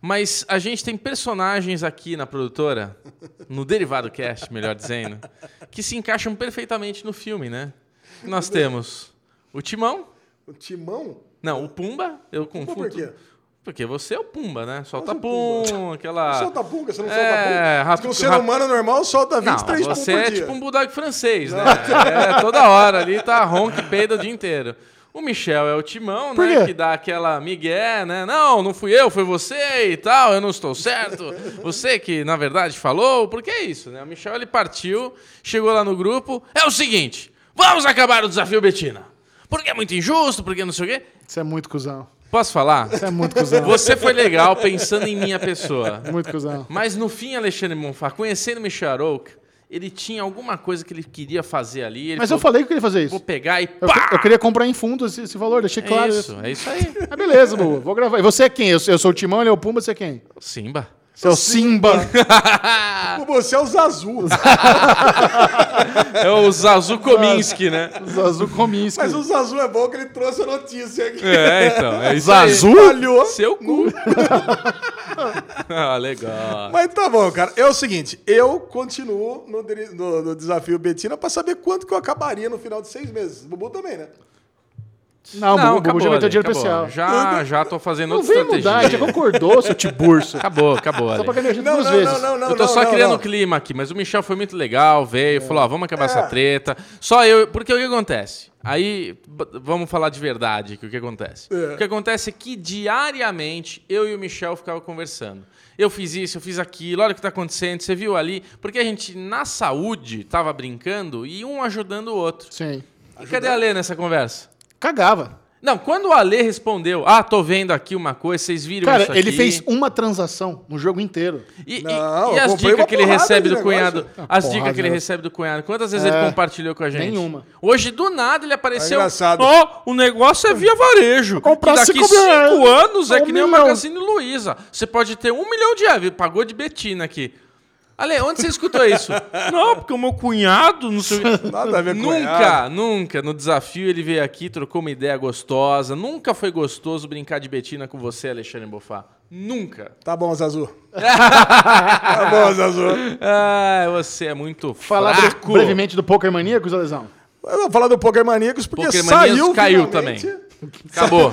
[SPEAKER 2] Mas a gente tem personagens aqui na produtora, no Derivado Cast, melhor dizendo, que se encaixam perfeitamente no filme, né? Nós temos o Timão,
[SPEAKER 3] O Timão?
[SPEAKER 2] não, o Pumba, eu confundo.
[SPEAKER 3] por quê?
[SPEAKER 2] Porque você é o Pumba, né? Solta
[SPEAKER 3] Eu sou o
[SPEAKER 2] pum, aquela.
[SPEAKER 3] Solta pulga, você não solta
[SPEAKER 2] Ah. É,
[SPEAKER 3] pulga.
[SPEAKER 2] rato-
[SPEAKER 3] Porque um ser
[SPEAKER 2] rato-
[SPEAKER 3] humano normal solta
[SPEAKER 2] Não,
[SPEAKER 3] 23 pulgas
[SPEAKER 2] você
[SPEAKER 3] por
[SPEAKER 2] é
[SPEAKER 3] dia.
[SPEAKER 2] tipo um bulldog francês, né? É, toda hora ali tá ronco e peida o dia inteiro. O Michel é o Timão,
[SPEAKER 7] Por
[SPEAKER 2] né?
[SPEAKER 7] quê?
[SPEAKER 2] Que dá aquela migué, né? Não, não fui eu, foi você e tal, eu não estou certo. Você que, na verdade, falou, porque é isso, né? O Michel, ele partiu, chegou lá no grupo. É o seguinte, vamos acabar o desafio Betina. Porque é muito injusto, porque não sei o quê.
[SPEAKER 1] Isso é muito cuzão.
[SPEAKER 2] Posso falar?
[SPEAKER 1] Isso é muito cuzão. É
[SPEAKER 2] Você foi legal pensando em minha pessoa.
[SPEAKER 1] Muito cuzão.
[SPEAKER 2] Mas no fim, Alexandre Monfá, conhecendo Michel Arouca, ele tinha alguma coisa que ele queria fazer ali. Ele
[SPEAKER 1] Mas eu
[SPEAKER 2] falou,
[SPEAKER 1] falei que eu queria fazer isso.
[SPEAKER 2] vou pegar e
[SPEAKER 1] Eu,
[SPEAKER 2] pá!
[SPEAKER 1] eu queria comprar em fundo esse, esse valor, deixei
[SPEAKER 2] É
[SPEAKER 1] claro isso.
[SPEAKER 2] isso, é isso aí.
[SPEAKER 1] Ah, beleza, Bubu. Vou gravar. E você é quem? Eu, eu sou o Timão, ele é o Pumba, você é quem?
[SPEAKER 2] Simba.
[SPEAKER 1] Você é o Simba.
[SPEAKER 3] O Você é o Zazu.
[SPEAKER 2] É o Zazu Kominski, né?
[SPEAKER 1] Zazu Cominsky.
[SPEAKER 3] Mas o Zazu é bom que ele trouxe a notícia aqui.
[SPEAKER 2] É, então. É isso aí.
[SPEAKER 1] Zazu?
[SPEAKER 3] Falhou.
[SPEAKER 2] Seu cu. ah, legal.
[SPEAKER 3] Mas tá bom, cara. É o seguinte, eu continuo no, dri- no- no desafio Betina pra saber quanto que eu acabaria no final de seis meses. O Bubu também, né?
[SPEAKER 1] Não, o Bubu,
[SPEAKER 2] acabou,
[SPEAKER 1] Bubu já meteu
[SPEAKER 2] Ale,
[SPEAKER 1] dinheiro
[SPEAKER 2] acabou.
[SPEAKER 1] especial.
[SPEAKER 2] Já, já tô fazendo
[SPEAKER 1] Não
[SPEAKER 2] outra
[SPEAKER 1] vem
[SPEAKER 2] estratégia.
[SPEAKER 1] mudar, já concordou, seu Tiburcio.
[SPEAKER 2] Acabou, acabou.
[SPEAKER 1] Só
[SPEAKER 2] Ale.
[SPEAKER 1] pra ganhar gente
[SPEAKER 3] Não,
[SPEAKER 1] duas
[SPEAKER 3] não,
[SPEAKER 1] vezes.
[SPEAKER 3] não, não, não.
[SPEAKER 2] eu tô
[SPEAKER 3] não,
[SPEAKER 2] só
[SPEAKER 3] não,
[SPEAKER 2] criando
[SPEAKER 3] não. É.
[SPEAKER 2] o clima aqui, mas o Michel foi muito legal, veio, falou, ó, vamos acabar essa treta. Só eu, porque o que acontece? Aí, b- vamos falar de verdade que o que acontece. O que acontece é que diariamente eu e o Michel ficavam conversando. Eu fiz isso, eu fiz aquilo, olha o que tá acontecendo, você viu ali. Porque a gente, na saúde, tava brincando e um ajudando o outro.
[SPEAKER 1] Sim.
[SPEAKER 2] E cadê a Lê nessa conversa?
[SPEAKER 1] Cagava.
[SPEAKER 2] Não, quando o Alê respondeu, ah, tô vendo aqui uma coisa, vocês viram isso
[SPEAKER 1] Cara,
[SPEAKER 2] aqui.
[SPEAKER 1] ele fez uma transação no jogo inteiro.
[SPEAKER 2] E, e-
[SPEAKER 3] Não,
[SPEAKER 2] e
[SPEAKER 3] eu
[SPEAKER 2] as
[SPEAKER 3] comprei
[SPEAKER 2] dicas
[SPEAKER 3] uma
[SPEAKER 2] que ele
[SPEAKER 3] porrada
[SPEAKER 2] recebe
[SPEAKER 3] de
[SPEAKER 2] do cunhado?
[SPEAKER 3] negócio.
[SPEAKER 2] As
[SPEAKER 1] Ah,
[SPEAKER 2] dicas
[SPEAKER 1] porra,
[SPEAKER 2] que ele
[SPEAKER 1] meu.
[SPEAKER 2] recebe do cunhado. Quantas vezes
[SPEAKER 1] É,
[SPEAKER 2] ele compartilhou com a gente?
[SPEAKER 1] nenhuma.
[SPEAKER 2] Hoje, do nada, ele apareceu.
[SPEAKER 3] É engraçado.
[SPEAKER 2] Ó, o negócio é via varejo.
[SPEAKER 1] comprar
[SPEAKER 2] e daqui
[SPEAKER 1] cinco
[SPEAKER 2] cinco,
[SPEAKER 1] mil-
[SPEAKER 2] anos é
[SPEAKER 1] um
[SPEAKER 2] que nem o
[SPEAKER 1] milhão.
[SPEAKER 2] Magazine Luiza. Você pode ter um milhão de reais. Pagou de Betina aqui. Ale, onde você escutou isso? não, porque o meu cunhado, não sei o quê.
[SPEAKER 3] Nada a ver com Ah,
[SPEAKER 2] Nunca,
[SPEAKER 3] cunhado.
[SPEAKER 2] nunca. No desafio ele veio aqui, trocou uma ideia gostosa. Nunca foi gostoso brincar de Betina com você, Alexandre Bofá. Nunca.
[SPEAKER 3] Tá bom, Zazu. tá bom, Zazu.
[SPEAKER 2] Ah, você é muito
[SPEAKER 1] Falar bre-
[SPEAKER 2] fraco.
[SPEAKER 1] brevemente do Poker Maníacos, Alesão.
[SPEAKER 3] Eu vou falar do Poker Maníacos porque
[SPEAKER 2] Pokémon
[SPEAKER 3] saiu
[SPEAKER 2] caiu
[SPEAKER 3] finalmente.
[SPEAKER 2] também. Acabou.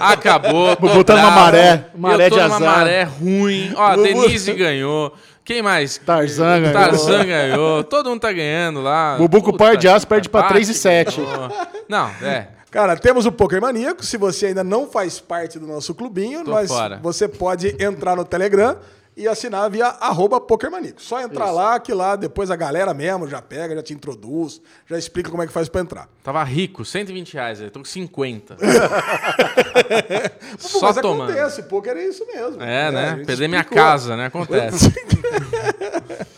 [SPEAKER 2] Acabou. tô
[SPEAKER 1] Bubu tá numa
[SPEAKER 2] bravo.
[SPEAKER 1] maré, maré
[SPEAKER 2] Eu tô
[SPEAKER 1] de
[SPEAKER 2] numa
[SPEAKER 1] azar.
[SPEAKER 2] maré ruim. Ó, a
[SPEAKER 3] Bubu-
[SPEAKER 2] Denise ganhou. Quem mais?
[SPEAKER 1] Tarzan ganhou.
[SPEAKER 2] Tarzan ganhou. Todo mundo tá ganhando lá.
[SPEAKER 1] Bubu com
[SPEAKER 2] Puta
[SPEAKER 1] par de aço
[SPEAKER 2] que
[SPEAKER 1] perde pra
[SPEAKER 2] pariu.
[SPEAKER 1] 3 e 7.
[SPEAKER 2] Ganhou. Não, é.
[SPEAKER 3] Cara, temos o Poker Maníaco. Se você ainda não faz parte do nosso clubinho, nós,
[SPEAKER 2] fora.
[SPEAKER 3] você pode entrar no Telegram e assinar via arroba Poker Maníaco. Só entrar lá, que lá depois a galera mesmo já pega, já te introduz, já explica como é que faz pra entrar.
[SPEAKER 2] Tava rico, 120 reais. Eu tô com 50.
[SPEAKER 3] Pô,
[SPEAKER 2] Só
[SPEAKER 3] mas
[SPEAKER 2] tomando.
[SPEAKER 3] acontece, poker é isso mesmo.
[SPEAKER 2] É,
[SPEAKER 3] a
[SPEAKER 2] né?
[SPEAKER 3] gente
[SPEAKER 2] Perder minha
[SPEAKER 3] explicou.
[SPEAKER 2] casa, né? Acontece.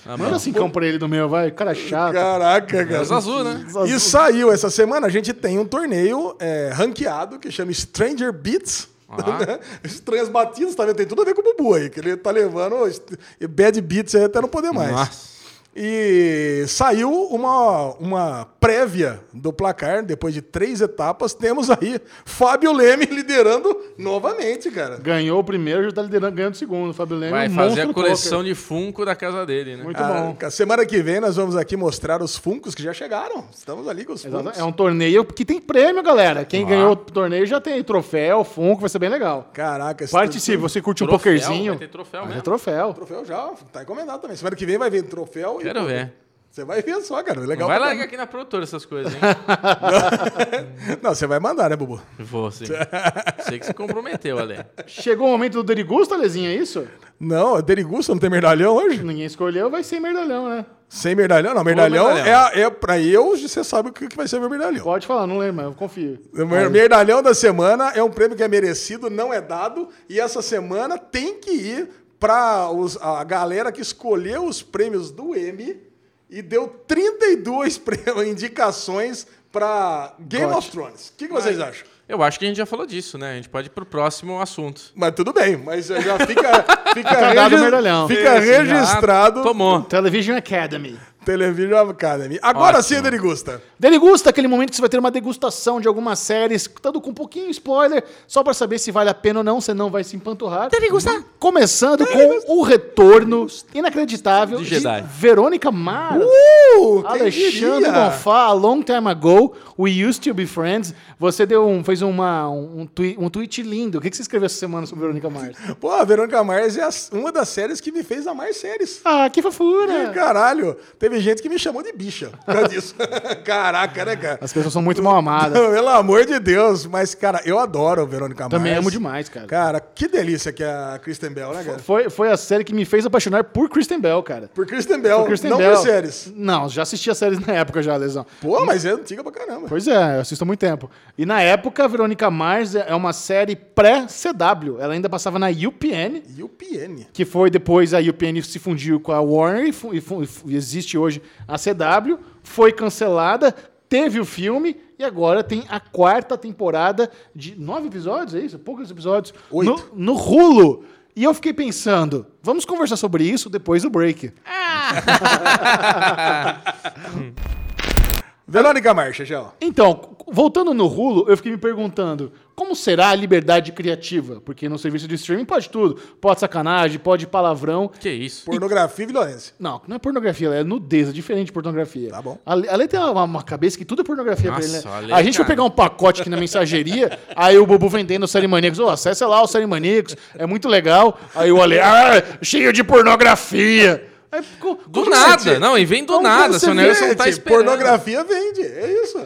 [SPEAKER 2] Tá bom.
[SPEAKER 1] Manda cincão pra ele do meu, vai. Cara é chato.
[SPEAKER 3] Caraca, cara.
[SPEAKER 2] Mas azul, né?
[SPEAKER 3] E saiu essa semana, a gente tem um torneio é, ranqueado que chama Stranger Beats. né?
[SPEAKER 2] Ah.
[SPEAKER 3] Estranhas batidas, tá vendo? Tem tudo a ver com o Bubu aí, que ele tá levando est- bad beats aí até não poder mais.
[SPEAKER 2] Nossa.
[SPEAKER 3] E saiu uma, uma prévia do placar, depois de três etapas, temos aí Fábio Leme liderando novamente, cara.
[SPEAKER 1] Ganhou o primeiro, já tá liderando, ganhando o segundo. O Fábio Leme é
[SPEAKER 2] Vai
[SPEAKER 1] um
[SPEAKER 2] fazer
[SPEAKER 1] monstro
[SPEAKER 2] a
[SPEAKER 1] do
[SPEAKER 2] coleção de Funko da casa dele, né?
[SPEAKER 1] poker. Muito bom.
[SPEAKER 3] Caraca, semana que vem nós vamos aqui mostrar os funcos que já chegaram. Estamos ali com os
[SPEAKER 1] Exato.
[SPEAKER 3] funcos.
[SPEAKER 1] É um torneio que tem prêmio, galera. Quem
[SPEAKER 2] Ah.
[SPEAKER 1] ganhou o torneio já tem troféu, funko, vai ser bem legal.
[SPEAKER 3] Caraca, esse
[SPEAKER 1] Participe, você curte um
[SPEAKER 2] Troféu,
[SPEAKER 1] pokerzinho.
[SPEAKER 2] vai ter troféu
[SPEAKER 1] Vai ter
[SPEAKER 2] mesmo?
[SPEAKER 1] troféu.
[SPEAKER 3] Troféu já, tá encomendado também. Semana que vem vai vir troféu e
[SPEAKER 2] Quero ver.
[SPEAKER 3] você vai ver só, cara.
[SPEAKER 2] Não
[SPEAKER 3] Legal.
[SPEAKER 2] vai
[SPEAKER 3] pra
[SPEAKER 2] largar aqui na produtora essas coisas, hein?
[SPEAKER 3] caramba. Não, você vai mandar, né, Bubu?
[SPEAKER 2] Vou, sim. Sei que se comprometeu, Ale.
[SPEAKER 1] Chegou o momento do Derigusta, Lezinha, é isso?
[SPEAKER 3] Não, é Derigusta, não tem merdalhão hoje?
[SPEAKER 1] Ninguém escolheu, vai ser merdalhão, né?
[SPEAKER 3] Sem merdalhão? Não, merdalhão,
[SPEAKER 2] merdalhão.
[SPEAKER 3] É, a- é pra eu, você sabe o que que vai ser meu merdalhão.
[SPEAKER 1] Pode falar, não lembro, mas eu confio.
[SPEAKER 3] O mer- Merdalhão da semana é um prêmio que é merecido, não é dado, e essa semana tem que ir para a galera que escolheu os prêmios do M e deu 32 prêmios, indicações para Game of Thrones. O que, que vocês acham?
[SPEAKER 2] Eu acho que a gente já falou disso, né? A gente pode ir pro próximo assunto.
[SPEAKER 3] Mas tudo bem, mas já fica, fica,
[SPEAKER 1] dado
[SPEAKER 3] regi-
[SPEAKER 1] o medalhão.
[SPEAKER 3] fica
[SPEAKER 2] Esse já
[SPEAKER 3] registrado.
[SPEAKER 2] Tomou.
[SPEAKER 1] Television Academy.
[SPEAKER 3] Television Academy. Agora sim,
[SPEAKER 2] Ótimo.
[SPEAKER 3] Derigusta.
[SPEAKER 1] Degusta aquele momento que você vai ter uma degustação de algumas séries, tanto com um pouquinho de spoiler, só pra saber se vale a pena ou não, você não vai se empanturrar. Degusta. Começando com o retorno inacreditável
[SPEAKER 2] De
[SPEAKER 1] de,
[SPEAKER 2] Jedi.
[SPEAKER 1] Verônica Mars.
[SPEAKER 3] Uh, quem
[SPEAKER 1] Alexandre
[SPEAKER 3] diria?
[SPEAKER 1] Bonfá, a long time ago, we used to be friends. Você deu um, fez uma, um, um twi- um tweet lindo. O que que você escreveu essa semana sobre Verônica Mars?
[SPEAKER 3] Pô, a Verônica Mars mas é as- uma das séries que me fez amar séries.
[SPEAKER 1] Ah, que fofura!
[SPEAKER 3] Ih, Caralho, teve gente que me chamou de bicha por causa disso. Caraca, né, cara?
[SPEAKER 1] As pessoas são muito mal amadas.
[SPEAKER 3] Pelo amor de Deus, mas, cara, eu adoro Verônica
[SPEAKER 1] Também
[SPEAKER 3] Mars.
[SPEAKER 1] amo demais, cara.
[SPEAKER 3] Cara, que delícia que é a Kristen Bell, né, cara?
[SPEAKER 1] Foi, foi a série que me fez apaixonar por Kristen Bell, cara.
[SPEAKER 3] Por Kristen Bell,
[SPEAKER 1] Por Kristen
[SPEAKER 3] não
[SPEAKER 1] Bell.
[SPEAKER 3] por séries.
[SPEAKER 1] Não, já assistia séries na época já, Lesão.
[SPEAKER 3] Pô, mas é antiga pra caramba.
[SPEAKER 1] Pois é, eu assisto há muito tempo. E na época, a Verônica Mars é uma série pré-CW. Ela ainda passava na UPN,
[SPEAKER 3] E o PN.
[SPEAKER 1] que foi depois a UPN se fundiu com a Warner e, fu- e fu- e fu- e existe hoje a CW, foi cancelada, teve o filme e agora tem a quarta temporada de nove episódios, é isso? Poucos episódios.
[SPEAKER 3] Oito.
[SPEAKER 1] No, no rulo. E eu fiquei pensando, vamos conversar sobre isso depois do break.
[SPEAKER 3] Verônica Mars, já.
[SPEAKER 1] Então, c- voltando no rulo, eu fiquei me perguntando como será a liberdade criativa? Porque no serviço de streaming pode tudo. Pode sacanagem, pode palavrão.
[SPEAKER 2] Que isso?
[SPEAKER 3] Pornografia e violência.
[SPEAKER 1] Não, não é pornografia, ela é nudez, é diferente de pornografia.
[SPEAKER 3] Tá bom.
[SPEAKER 1] A, Le- a Lei tem uma, uma cabeça que tudo é pornografia pra ele, né?
[SPEAKER 2] Nossa,
[SPEAKER 1] A,
[SPEAKER 2] a Lei,
[SPEAKER 1] gente foi
[SPEAKER 2] cara.
[SPEAKER 1] pegar um pacote aqui na mensageria, aí o Bubu vendendo o Série Maníacos. Ô, acessa lá o Série Maníacos, é muito legal. Aí o Ale, ah, cheio de pornografia. Aí ficou-
[SPEAKER 2] Do
[SPEAKER 1] como
[SPEAKER 2] nada,
[SPEAKER 1] você-
[SPEAKER 2] não, e vem do
[SPEAKER 1] Como
[SPEAKER 2] nada,
[SPEAKER 1] você
[SPEAKER 2] seu negócio não
[SPEAKER 3] Gente,
[SPEAKER 2] tá esperando.
[SPEAKER 3] pornografia vende, é isso.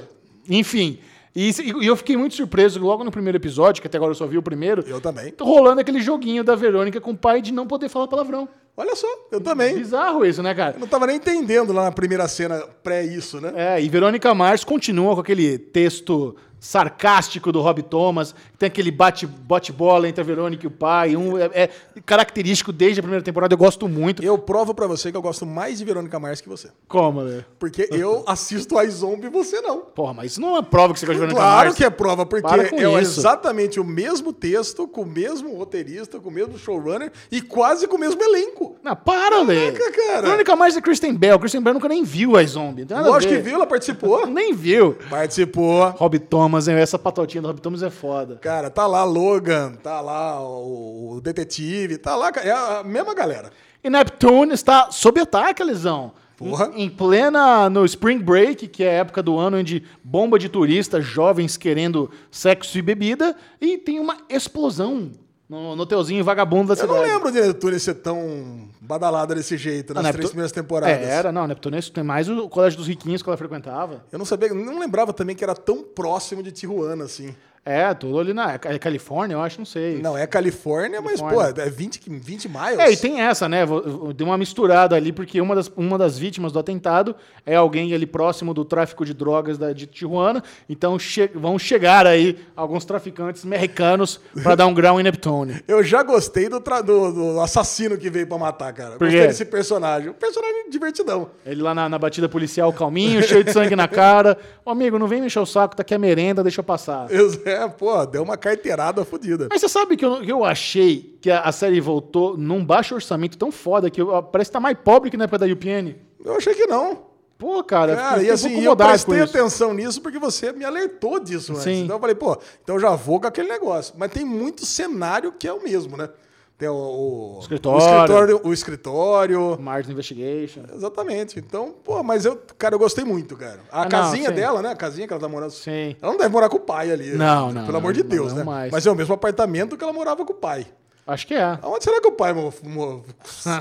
[SPEAKER 1] Enfim, e, se- e eu fiquei muito surpreso logo no primeiro episódio, que até agora eu só vi o primeiro.
[SPEAKER 3] Eu também.
[SPEAKER 1] Rolando aquele joguinho da Verônica com o pai de não poder falar palavrão.
[SPEAKER 3] Olha só, eu também.
[SPEAKER 1] Bizarro isso, né, cara?
[SPEAKER 3] Eu não tava nem entendendo lá na primeira cena pré isso, né?
[SPEAKER 1] É, e Verônica Mars continua com aquele texto sarcástico do Rob Thomas, tem aquele bate- bate-bola entre a Verônica e o pai, um é, é característico desde a primeira temporada, eu gosto muito.
[SPEAKER 3] Eu provo pra você que eu gosto mais de Verônica Mars que você.
[SPEAKER 1] Como, né?
[SPEAKER 3] Porque eu assisto a Zombie e você não.
[SPEAKER 1] Porra, mas isso não é prova que você gosta de Verônica
[SPEAKER 3] Claro
[SPEAKER 1] Mars.
[SPEAKER 3] que é prova, porque
[SPEAKER 1] Para com
[SPEAKER 3] é o-
[SPEAKER 1] isso.
[SPEAKER 3] exatamente o mesmo texto, com o mesmo roteirista, com o mesmo showrunner e quase com o mesmo elenco.
[SPEAKER 1] Não, para, Lê.
[SPEAKER 3] Caraca, cara.
[SPEAKER 1] Verônica Mars é Kristen Bell. Kristen Bell nunca nem viu a zombie. não tem nada a
[SPEAKER 3] Lógico
[SPEAKER 1] ver.
[SPEAKER 3] que viu, ela participou.
[SPEAKER 1] Nem viu.
[SPEAKER 3] Participou.
[SPEAKER 1] Rob Thomas, hein? essa patotinha do Rob Thomas é foda.
[SPEAKER 3] Cara, tá lá Logan, tá lá o, o detetive, tá lá, cara, é a mesma galera.
[SPEAKER 1] E Neptune está sob ataque, Lesão.
[SPEAKER 3] Porra.
[SPEAKER 1] Em em plena no Spring Break, que é a época do ano onde bomba de turistas, jovens querendo sexo e bebida, e tem uma explosão no, no hotelzinho vagabundo da
[SPEAKER 3] Eu
[SPEAKER 1] cidade.
[SPEAKER 3] não lembro de Neptune ser tão badalada desse jeito nas
[SPEAKER 1] Ah,
[SPEAKER 3] três
[SPEAKER 1] Neptu-
[SPEAKER 3] primeiras temporadas.
[SPEAKER 1] É, era, não, Neptune tem mais o colégio dos riquinhos que ela frequentava.
[SPEAKER 3] Eu não sabia, não lembrava também que era tão próximo de Tijuana, assim.
[SPEAKER 1] É, tudo ali na é Califórnia, eu acho, não sei.
[SPEAKER 3] Não, é Califórnia, mas,
[SPEAKER 1] Califórnia.
[SPEAKER 3] pô, é 20, que- 20 miles.
[SPEAKER 1] É, e tem essa, né? Vo- vo- Deu uma misturada ali, porque uma das, uma das vítimas do atentado é alguém ali próximo do tráfico de drogas da, de Tijuana. Então che- vão chegar aí alguns traficantes americanos pra dar um grau em Neptune.
[SPEAKER 3] Eu já gostei do, tra- do- do assassino que veio pra matar, cara.
[SPEAKER 1] Por
[SPEAKER 3] gostei
[SPEAKER 1] quê?
[SPEAKER 3] desse personagem. Um personagem divertidão.
[SPEAKER 1] Ele lá na, na batida policial, calminho, cheio de sangue na cara. Ô, amigo, não vem me encher o saco, tá aqui a merenda, deixa eu passar.
[SPEAKER 3] Ex- É, pô, deu uma carteirada fodida.
[SPEAKER 1] Mas você sabe que eu, que eu achei que a, a série voltou num baixo orçamento tão foda que eu- parece que tá mais pobre que na época da UPN.
[SPEAKER 3] Eu achei que não.
[SPEAKER 1] Pô, cara, fiquei-
[SPEAKER 3] Cara, e
[SPEAKER 1] fiquei um
[SPEAKER 3] assim,
[SPEAKER 1] pouco
[SPEAKER 3] eu
[SPEAKER 1] incomodado com
[SPEAKER 3] prestei
[SPEAKER 1] isso.
[SPEAKER 3] atenção nisso porque você me alertou disso antes.
[SPEAKER 1] Sim.
[SPEAKER 3] Então eu falei, pô, então eu já vou com aquele negócio. Mas tem muito cenário que é o mesmo, né? Tem o, o-
[SPEAKER 1] Escritório.
[SPEAKER 3] o escritório. O escritório.
[SPEAKER 1] Mars Investigation.
[SPEAKER 3] Exatamente. Então, pô, mas eu, cara, eu gostei muito, cara.
[SPEAKER 1] Ah,
[SPEAKER 3] A
[SPEAKER 1] não,
[SPEAKER 3] casinha
[SPEAKER 1] sim.
[SPEAKER 3] dela, né? A casinha que ela tá morando.
[SPEAKER 1] Sim.
[SPEAKER 3] Ela não deve morar com o pai ali.
[SPEAKER 1] Não,
[SPEAKER 3] né?
[SPEAKER 1] não,
[SPEAKER 3] Pelo amor de
[SPEAKER 1] não,
[SPEAKER 3] Deus,
[SPEAKER 1] não
[SPEAKER 3] né?
[SPEAKER 1] mais.
[SPEAKER 3] Mas é o mesmo apartamento que ela morava com o pai.
[SPEAKER 1] Acho que é.
[SPEAKER 3] Aonde será que o pai mo- mo-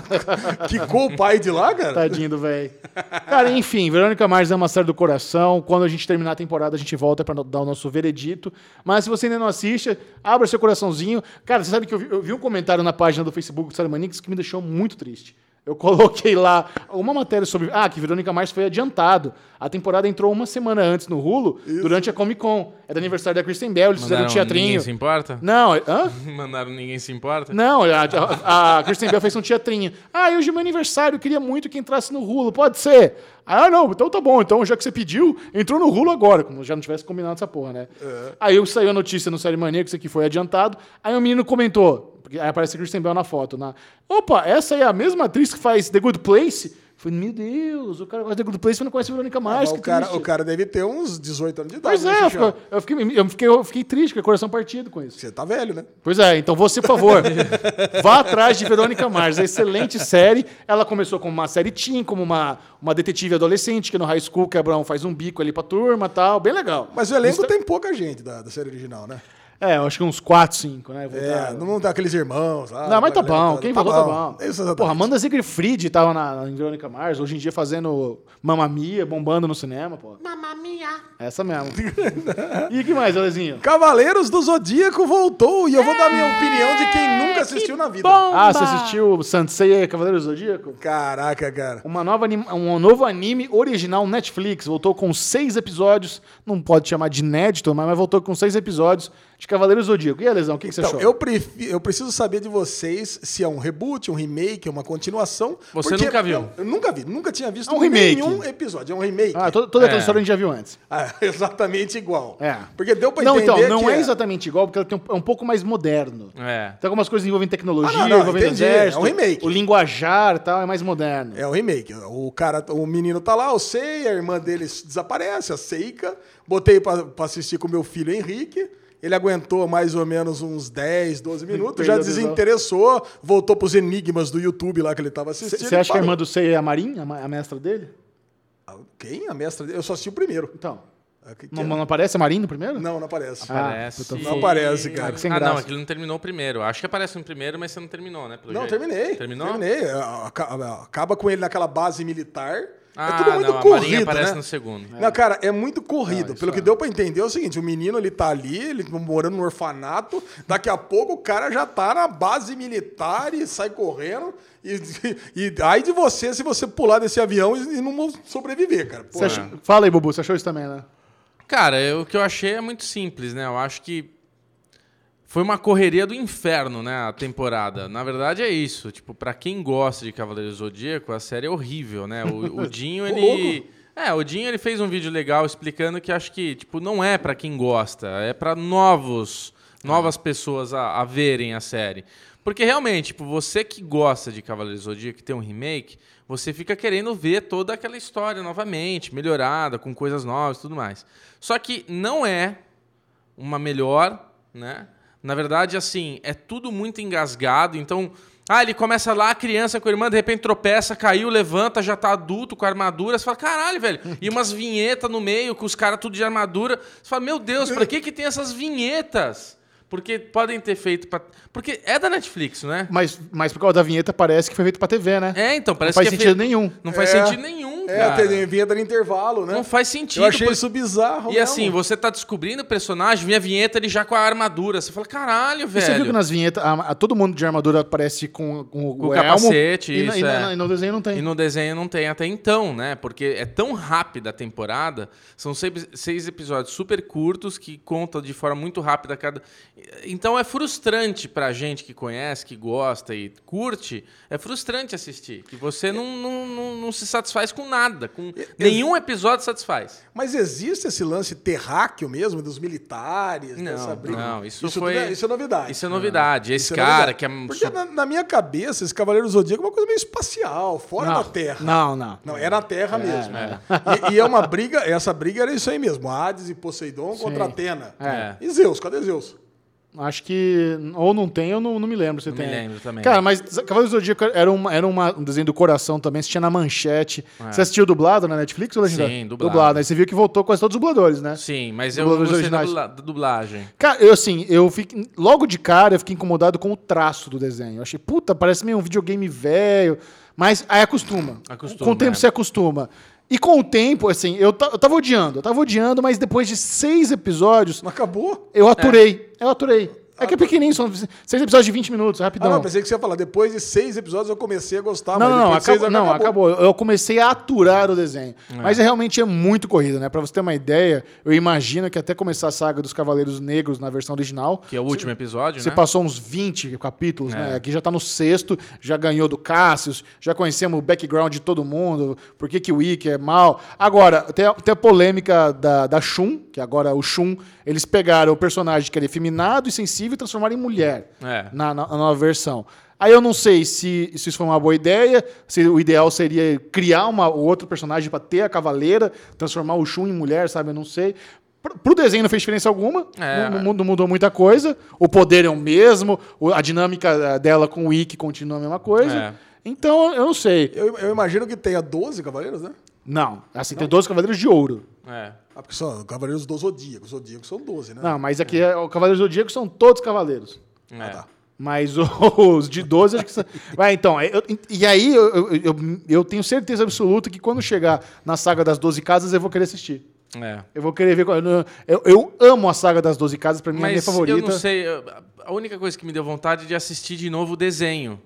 [SPEAKER 3] quicou o pai de lá, cara?
[SPEAKER 1] Tadinho do velho. Cara, enfim, Verônica Mars é uma série do coração. Quando a gente terminar a temporada, a gente volta pra dar o nosso veredito. Mas se você ainda não assiste, abra seu coraçãozinho. Cara, você sabe que eu vi, eu vi um comentário na página do Facebook do Série Manix que me deixou muito triste. Eu coloquei lá uma matéria sobre. Ah, que Verônica Mars foi adiantado. A temporada entrou uma semana antes no Rulo, durante a Comic Con. Era aniversário da Kristen Bell, eles fizeram um
[SPEAKER 2] Mandaram, ninguém
[SPEAKER 1] teatrinho.
[SPEAKER 2] se importa?
[SPEAKER 1] Não, é, hã?
[SPEAKER 2] Mandaram ninguém se importa?
[SPEAKER 1] Não, a, a, a Kristen Bell fez um teatrinho. Ah, hoje é meu aniversário, eu queria muito que entrasse no rulo, pode ser? Ah, não, então tá bom, então já que você pediu, entrou no rulo agora, como já não tivesse combinado essa porra, né?
[SPEAKER 3] É.
[SPEAKER 1] Aí eu- saiu a notícia no Série Mania, que isso aqui foi adiantado, aí o menino comentou, porque aí aparece a Kristen Bell na foto, na, opa, essa é a mesma atriz que faz The Good Place? Eu Falei, meu Deus, o cara gosta de The Good Place, mas não conhece a Verônica Mars,
[SPEAKER 3] É, Ah, Mas
[SPEAKER 1] que
[SPEAKER 3] o, cara,
[SPEAKER 1] triste.
[SPEAKER 3] o cara deve ter uns 18 anos de idade.
[SPEAKER 1] Pois
[SPEAKER 3] né,
[SPEAKER 1] é, eu
[SPEAKER 3] Xixi, ó?
[SPEAKER 1] fico- eu fiquei, eu, fiquei, eu fiquei triste, com o coração partido com isso.
[SPEAKER 3] Você tá velho, né?
[SPEAKER 1] Pois é, então você, por favor, vá atrás de Verônica Mars. É excelente série. Ela começou como uma série teen, como uma, uma detetive adolescente, que no high school quebra um, faz um bico ali pra turma e tal. Bem legal.
[SPEAKER 3] Mas o elenco tem pouca gente da, da série original, né?
[SPEAKER 1] É, eu acho que uns 4, 5, né?
[SPEAKER 3] É,
[SPEAKER 1] Voltaram.
[SPEAKER 3] não vão ter aqueles irmãos. lá,
[SPEAKER 1] Não, mas tá
[SPEAKER 3] galera,
[SPEAKER 1] bom. Quem falou tá bom.
[SPEAKER 3] Isso, exatamente.
[SPEAKER 1] Porra, Amanda Siegfried tava na, na em Verônica Mars, hoje em dia fazendo Mamma Mia, bombando no cinema, pô.
[SPEAKER 6] Mamma mia.
[SPEAKER 1] Essa mesmo. e que mais, Alezinho?
[SPEAKER 3] Cavaleiros do Zodíaco voltou e eu vou dar minha
[SPEAKER 1] É,
[SPEAKER 3] opinião de quem nunca assistiu na vida.
[SPEAKER 1] Ah, você assistiu Sansei Cavaleiros do Zodíaco?
[SPEAKER 3] Caraca, cara.
[SPEAKER 1] Uma nova anim- Um novo anime original Netflix. Voltou com seis episódios. Não pode chamar de inédito, mas mas voltou com seis episódios de Cavaleiros do Zodíaco. E aí, Lesão, o que, que você
[SPEAKER 3] Então,
[SPEAKER 1] achou?
[SPEAKER 3] eu, prefi- eu preciso saber de vocês se é um reboot, um remake, uma continuação.
[SPEAKER 2] Você
[SPEAKER 3] porque
[SPEAKER 2] nunca viu?
[SPEAKER 3] Eu, eu nunca vi, nunca tinha
[SPEAKER 1] É
[SPEAKER 3] visto
[SPEAKER 1] um remake.
[SPEAKER 3] nenhum episódio. É um remake.
[SPEAKER 1] Ah, toda, toda aquela
[SPEAKER 2] É.
[SPEAKER 1] história a gente já viu antes.
[SPEAKER 3] Ah, exatamente igual.
[SPEAKER 1] É.
[SPEAKER 3] Porque deu pra
[SPEAKER 1] não,
[SPEAKER 3] entender
[SPEAKER 1] então, não
[SPEAKER 3] que
[SPEAKER 1] é, exatamente igual, porque ela tem um- é um pouco mais moderno.
[SPEAKER 2] É.
[SPEAKER 1] Tem algumas coisas envolvendo tecnologia,
[SPEAKER 3] Ah, não, não,
[SPEAKER 1] envolvendo
[SPEAKER 3] entendi.
[SPEAKER 1] exército.
[SPEAKER 3] É um remake.
[SPEAKER 1] O linguajar e tal é mais moderno.
[SPEAKER 3] É o remake. O cara, o menino tá lá, eu sei, a irmã dele desaparece, a Seika. Botei pra, pra assistir com meu filho Henrique. Ele aguentou mais ou menos uns 10, 12 minutos, já
[SPEAKER 1] Perdeu a visão.
[SPEAKER 3] desinteressou, voltou pros enigmas do YouTube lá que ele tava assistindo.
[SPEAKER 1] Você acha que a
[SPEAKER 3] parou.
[SPEAKER 1] irmã do Sei é a Marin, a, ma- a mestra dele?
[SPEAKER 3] Quem? A mestra dele? Eu só assisti o primeiro.
[SPEAKER 1] Então.
[SPEAKER 3] Ah, que- que-
[SPEAKER 1] Não, não aparece a Marin no primeiro?
[SPEAKER 3] Não, não aparece.
[SPEAKER 1] Ah,
[SPEAKER 2] Parece.
[SPEAKER 1] puta,
[SPEAKER 3] não aparece, cara.
[SPEAKER 1] Sem
[SPEAKER 2] ah, não,
[SPEAKER 1] graça.
[SPEAKER 2] aquilo não terminou o primeiro. Acho que aparece no primeiro, mas você não terminou, né? pelo
[SPEAKER 3] não,
[SPEAKER 2] jeito.
[SPEAKER 3] terminei.
[SPEAKER 2] Terminou?
[SPEAKER 3] Terminei. Ah, Aca- Acaba com ele naquela base militar.
[SPEAKER 2] Ah,
[SPEAKER 3] é tudo muito
[SPEAKER 2] não, a Marinha
[SPEAKER 3] corrido,
[SPEAKER 2] aparece
[SPEAKER 3] né?
[SPEAKER 2] no segundo.
[SPEAKER 3] Não, cara, é muito corrido. Pelo que
[SPEAKER 1] é.
[SPEAKER 3] deu pra entender, é o seguinte: o menino ele tá ali, ele tá morando no orfanato. Daqui a pouco o cara já tá na base militar e sai correndo. E, e aí de você se você pular desse avião e, e não sobreviver, cara. Pô,
[SPEAKER 1] Você achou- Fala aí, Bubu, você achou isso também, né?
[SPEAKER 2] Cara, eu- o que eu achei é muito simples, né? Eu acho que foi uma correria do inferno, né, a temporada. Na verdade é isso. Tipo, pra quem gosta de Cavaleiros do Zodíaco, a série é horrível, né? O, o Dinho, ele... É, o Dinho, ele fez um vídeo legal explicando que acho que, tipo, não é pra quem gosta. É pra novos, novas pessoas a, a verem a série. Porque realmente, tipo, você que gosta de Cavaleiros do Zodíaco, que tem um remake, você fica querendo ver toda aquela história novamente, melhorada, com coisas novas e tudo mais. Só que não é uma melhor, né? Na verdade, assim, é tudo muito engasgado, então. Ah, ele começa lá, a criança com a irmã, de repente tropeça, caiu, levanta, já tá adulto, com armadura. Você fala, caralho, velho. E umas vinhetas no meio, com os caras tudo de armadura. Você fala, meu Deus, pra que que tem essas vinhetas? Porque podem ter feito... Pra... Porque é da Netflix, né?
[SPEAKER 1] Mas, mas por causa da vinheta parece que foi feito pra TV, né?
[SPEAKER 2] É, então,
[SPEAKER 1] não
[SPEAKER 2] parece
[SPEAKER 1] faz
[SPEAKER 2] que é
[SPEAKER 1] sentido
[SPEAKER 2] feito-
[SPEAKER 1] nenhum.
[SPEAKER 2] Não faz
[SPEAKER 3] É.
[SPEAKER 2] sentido nenhum,
[SPEAKER 3] é,
[SPEAKER 2] cara.
[SPEAKER 3] até vinheta no intervalo, né?
[SPEAKER 2] Não faz sentido.
[SPEAKER 3] Eu achei
[SPEAKER 2] porque-
[SPEAKER 3] isso bizarro.
[SPEAKER 2] E
[SPEAKER 3] mesmo.
[SPEAKER 2] assim, você tá descobrindo o personagem, vem a vinheta, ele já com a armadura. Você fala, caralho,
[SPEAKER 1] E
[SPEAKER 2] velho.
[SPEAKER 1] você viu é que nas vinhetas a- a- todo mundo de armadura aparece com, com,
[SPEAKER 2] Com
[SPEAKER 1] o
[SPEAKER 2] capacete,
[SPEAKER 1] elmo, e, na-
[SPEAKER 2] isso,
[SPEAKER 1] e, na-
[SPEAKER 2] é.
[SPEAKER 1] e no desenho não tem.
[SPEAKER 2] E no desenho não tem até então, né? Porque é tão rápida a temporada, são seis, seis episódios super curtos que conta de forma muito rápida cada. Então é frustrante pra gente que conhece, que gosta e curte, é frustrante assistir. Que você não, não, não, não se satisfaz com nada, com nenhum episódio satisfaz.
[SPEAKER 3] Mas existe esse lance terráqueo mesmo, dos militares,
[SPEAKER 2] Não,
[SPEAKER 3] dessa briga?
[SPEAKER 2] não, isso
[SPEAKER 3] tudo
[SPEAKER 2] foi-
[SPEAKER 3] é- isso é novidade.
[SPEAKER 2] Isso é novidade. Esse
[SPEAKER 3] Isso é
[SPEAKER 2] cara
[SPEAKER 3] novidade.
[SPEAKER 2] que é.
[SPEAKER 3] Porque na, na minha cabeça, esse Cavaleiro Zodíaco é uma coisa meio espacial, fora
[SPEAKER 1] não,
[SPEAKER 3] da Terra.
[SPEAKER 1] Não, não.
[SPEAKER 3] Não, é na Terra mesmo. E, e é uma briga, essa briga era isso aí mesmo: Hades e Poseidon contra Atena.
[SPEAKER 2] É.
[SPEAKER 3] E Zeus, cadê Zeus?
[SPEAKER 1] Acho que. Ou não tem, eu não, não me lembro se
[SPEAKER 2] Não
[SPEAKER 1] tem.
[SPEAKER 2] me lembro também.
[SPEAKER 1] Cara, mas Cavaleiros do Zodíaco era, uma- era uma- um desenho do coração também, assistia na manchete. Você assistiu dublado na Netflix ou legendado?
[SPEAKER 2] É. Sim, dublado.
[SPEAKER 1] Aí você viu que voltou quase todos os dubladores, né?
[SPEAKER 2] Sim, mas eu não
[SPEAKER 1] Dubladores
[SPEAKER 2] gostei da
[SPEAKER 1] originais.
[SPEAKER 2] dubla- da dublagem.
[SPEAKER 1] Cara, eu assim, eu fiquei. Logo de cara, eu fiquei incomodado com o traço do desenho. Eu achei, puta, parece meio um videogame velho. Mas aí acostuma.
[SPEAKER 2] Acostuma,
[SPEAKER 1] Com o tempo
[SPEAKER 2] é.
[SPEAKER 1] você acostuma. E com o tempo, assim, eu, ta- eu tava odiando, eu tava odiando, mas depois de seis episódios,
[SPEAKER 3] Não acabou?
[SPEAKER 1] eu aturei. Eu aturei. É que é pequenininho, são seis episódios de 20 minutos,
[SPEAKER 3] Ah,
[SPEAKER 1] rapidão.
[SPEAKER 3] não, pensei que você ia falar. Depois de seis episódios eu comecei a gostar.
[SPEAKER 1] Não, não,
[SPEAKER 3] mas
[SPEAKER 1] não,
[SPEAKER 3] depois de seis
[SPEAKER 1] acabou, não, acabou. Eu comecei a aturar o desenho. Mas é, realmente é muito corrido, né? Pra você ter uma ideia, eu imagino que até começar a saga dos Cavaleiros Negros na versão original,
[SPEAKER 2] Que é o último episódio,
[SPEAKER 1] você
[SPEAKER 2] né? É.
[SPEAKER 1] passou uns 20 capítulos, né? Aqui já tá no sexto, já ganhou do Cassius, já conhecemos o background de todo mundo, por que, que o Ikki é mal. Agora, tem a, tem a polêmica da, da Shun, que agora o Shun, eles pegaram o personagem que era efeminado e sensível e transformaram em mulher
[SPEAKER 2] É.
[SPEAKER 1] na, na- na nova versão. Aí eu não sei se, se isso foi uma boa ideia, se o ideal seria criar uma ou outro personagem pra ter a cavaleira, transformar o Shun em mulher, sabe? Eu não sei. Pro, pro desenho não fez diferença alguma,
[SPEAKER 2] É.
[SPEAKER 1] não, não- não mudou muita coisa. O poder é o mesmo, o- a dinâmica eh, dela com o Ikki continua a mesma coisa.
[SPEAKER 2] É.
[SPEAKER 1] Então, eu não sei.
[SPEAKER 3] Eu, eu imagino que tenha 12 cavaleiros, né?
[SPEAKER 1] Não, assim, tem 12 Cavaleiros de Ouro.
[SPEAKER 2] É.
[SPEAKER 3] Ah, porque são Cavaleiros do Zodíaco. Os Zodíacos são 12, né?
[SPEAKER 1] Não, mas aqui é, o Cavaleiros do Zodíaco são todos cavaleiros.
[SPEAKER 2] é.
[SPEAKER 3] tá.
[SPEAKER 1] Mas o- os de 12, acho que são. Vai, então. eu- e aí, eu, eu, eu, eu tenho certeza absoluta que quando chegar na saga das 12 casas, eu vou querer assistir.
[SPEAKER 2] É.
[SPEAKER 1] Eu vou querer ver. qual- Eu, eu- eu amo a saga das 12 casas, pra mim é a minha
[SPEAKER 2] Mas
[SPEAKER 1] favorita.
[SPEAKER 2] eu não sei, eu- a única coisa que me deu vontade é de assistir de novo o desenho.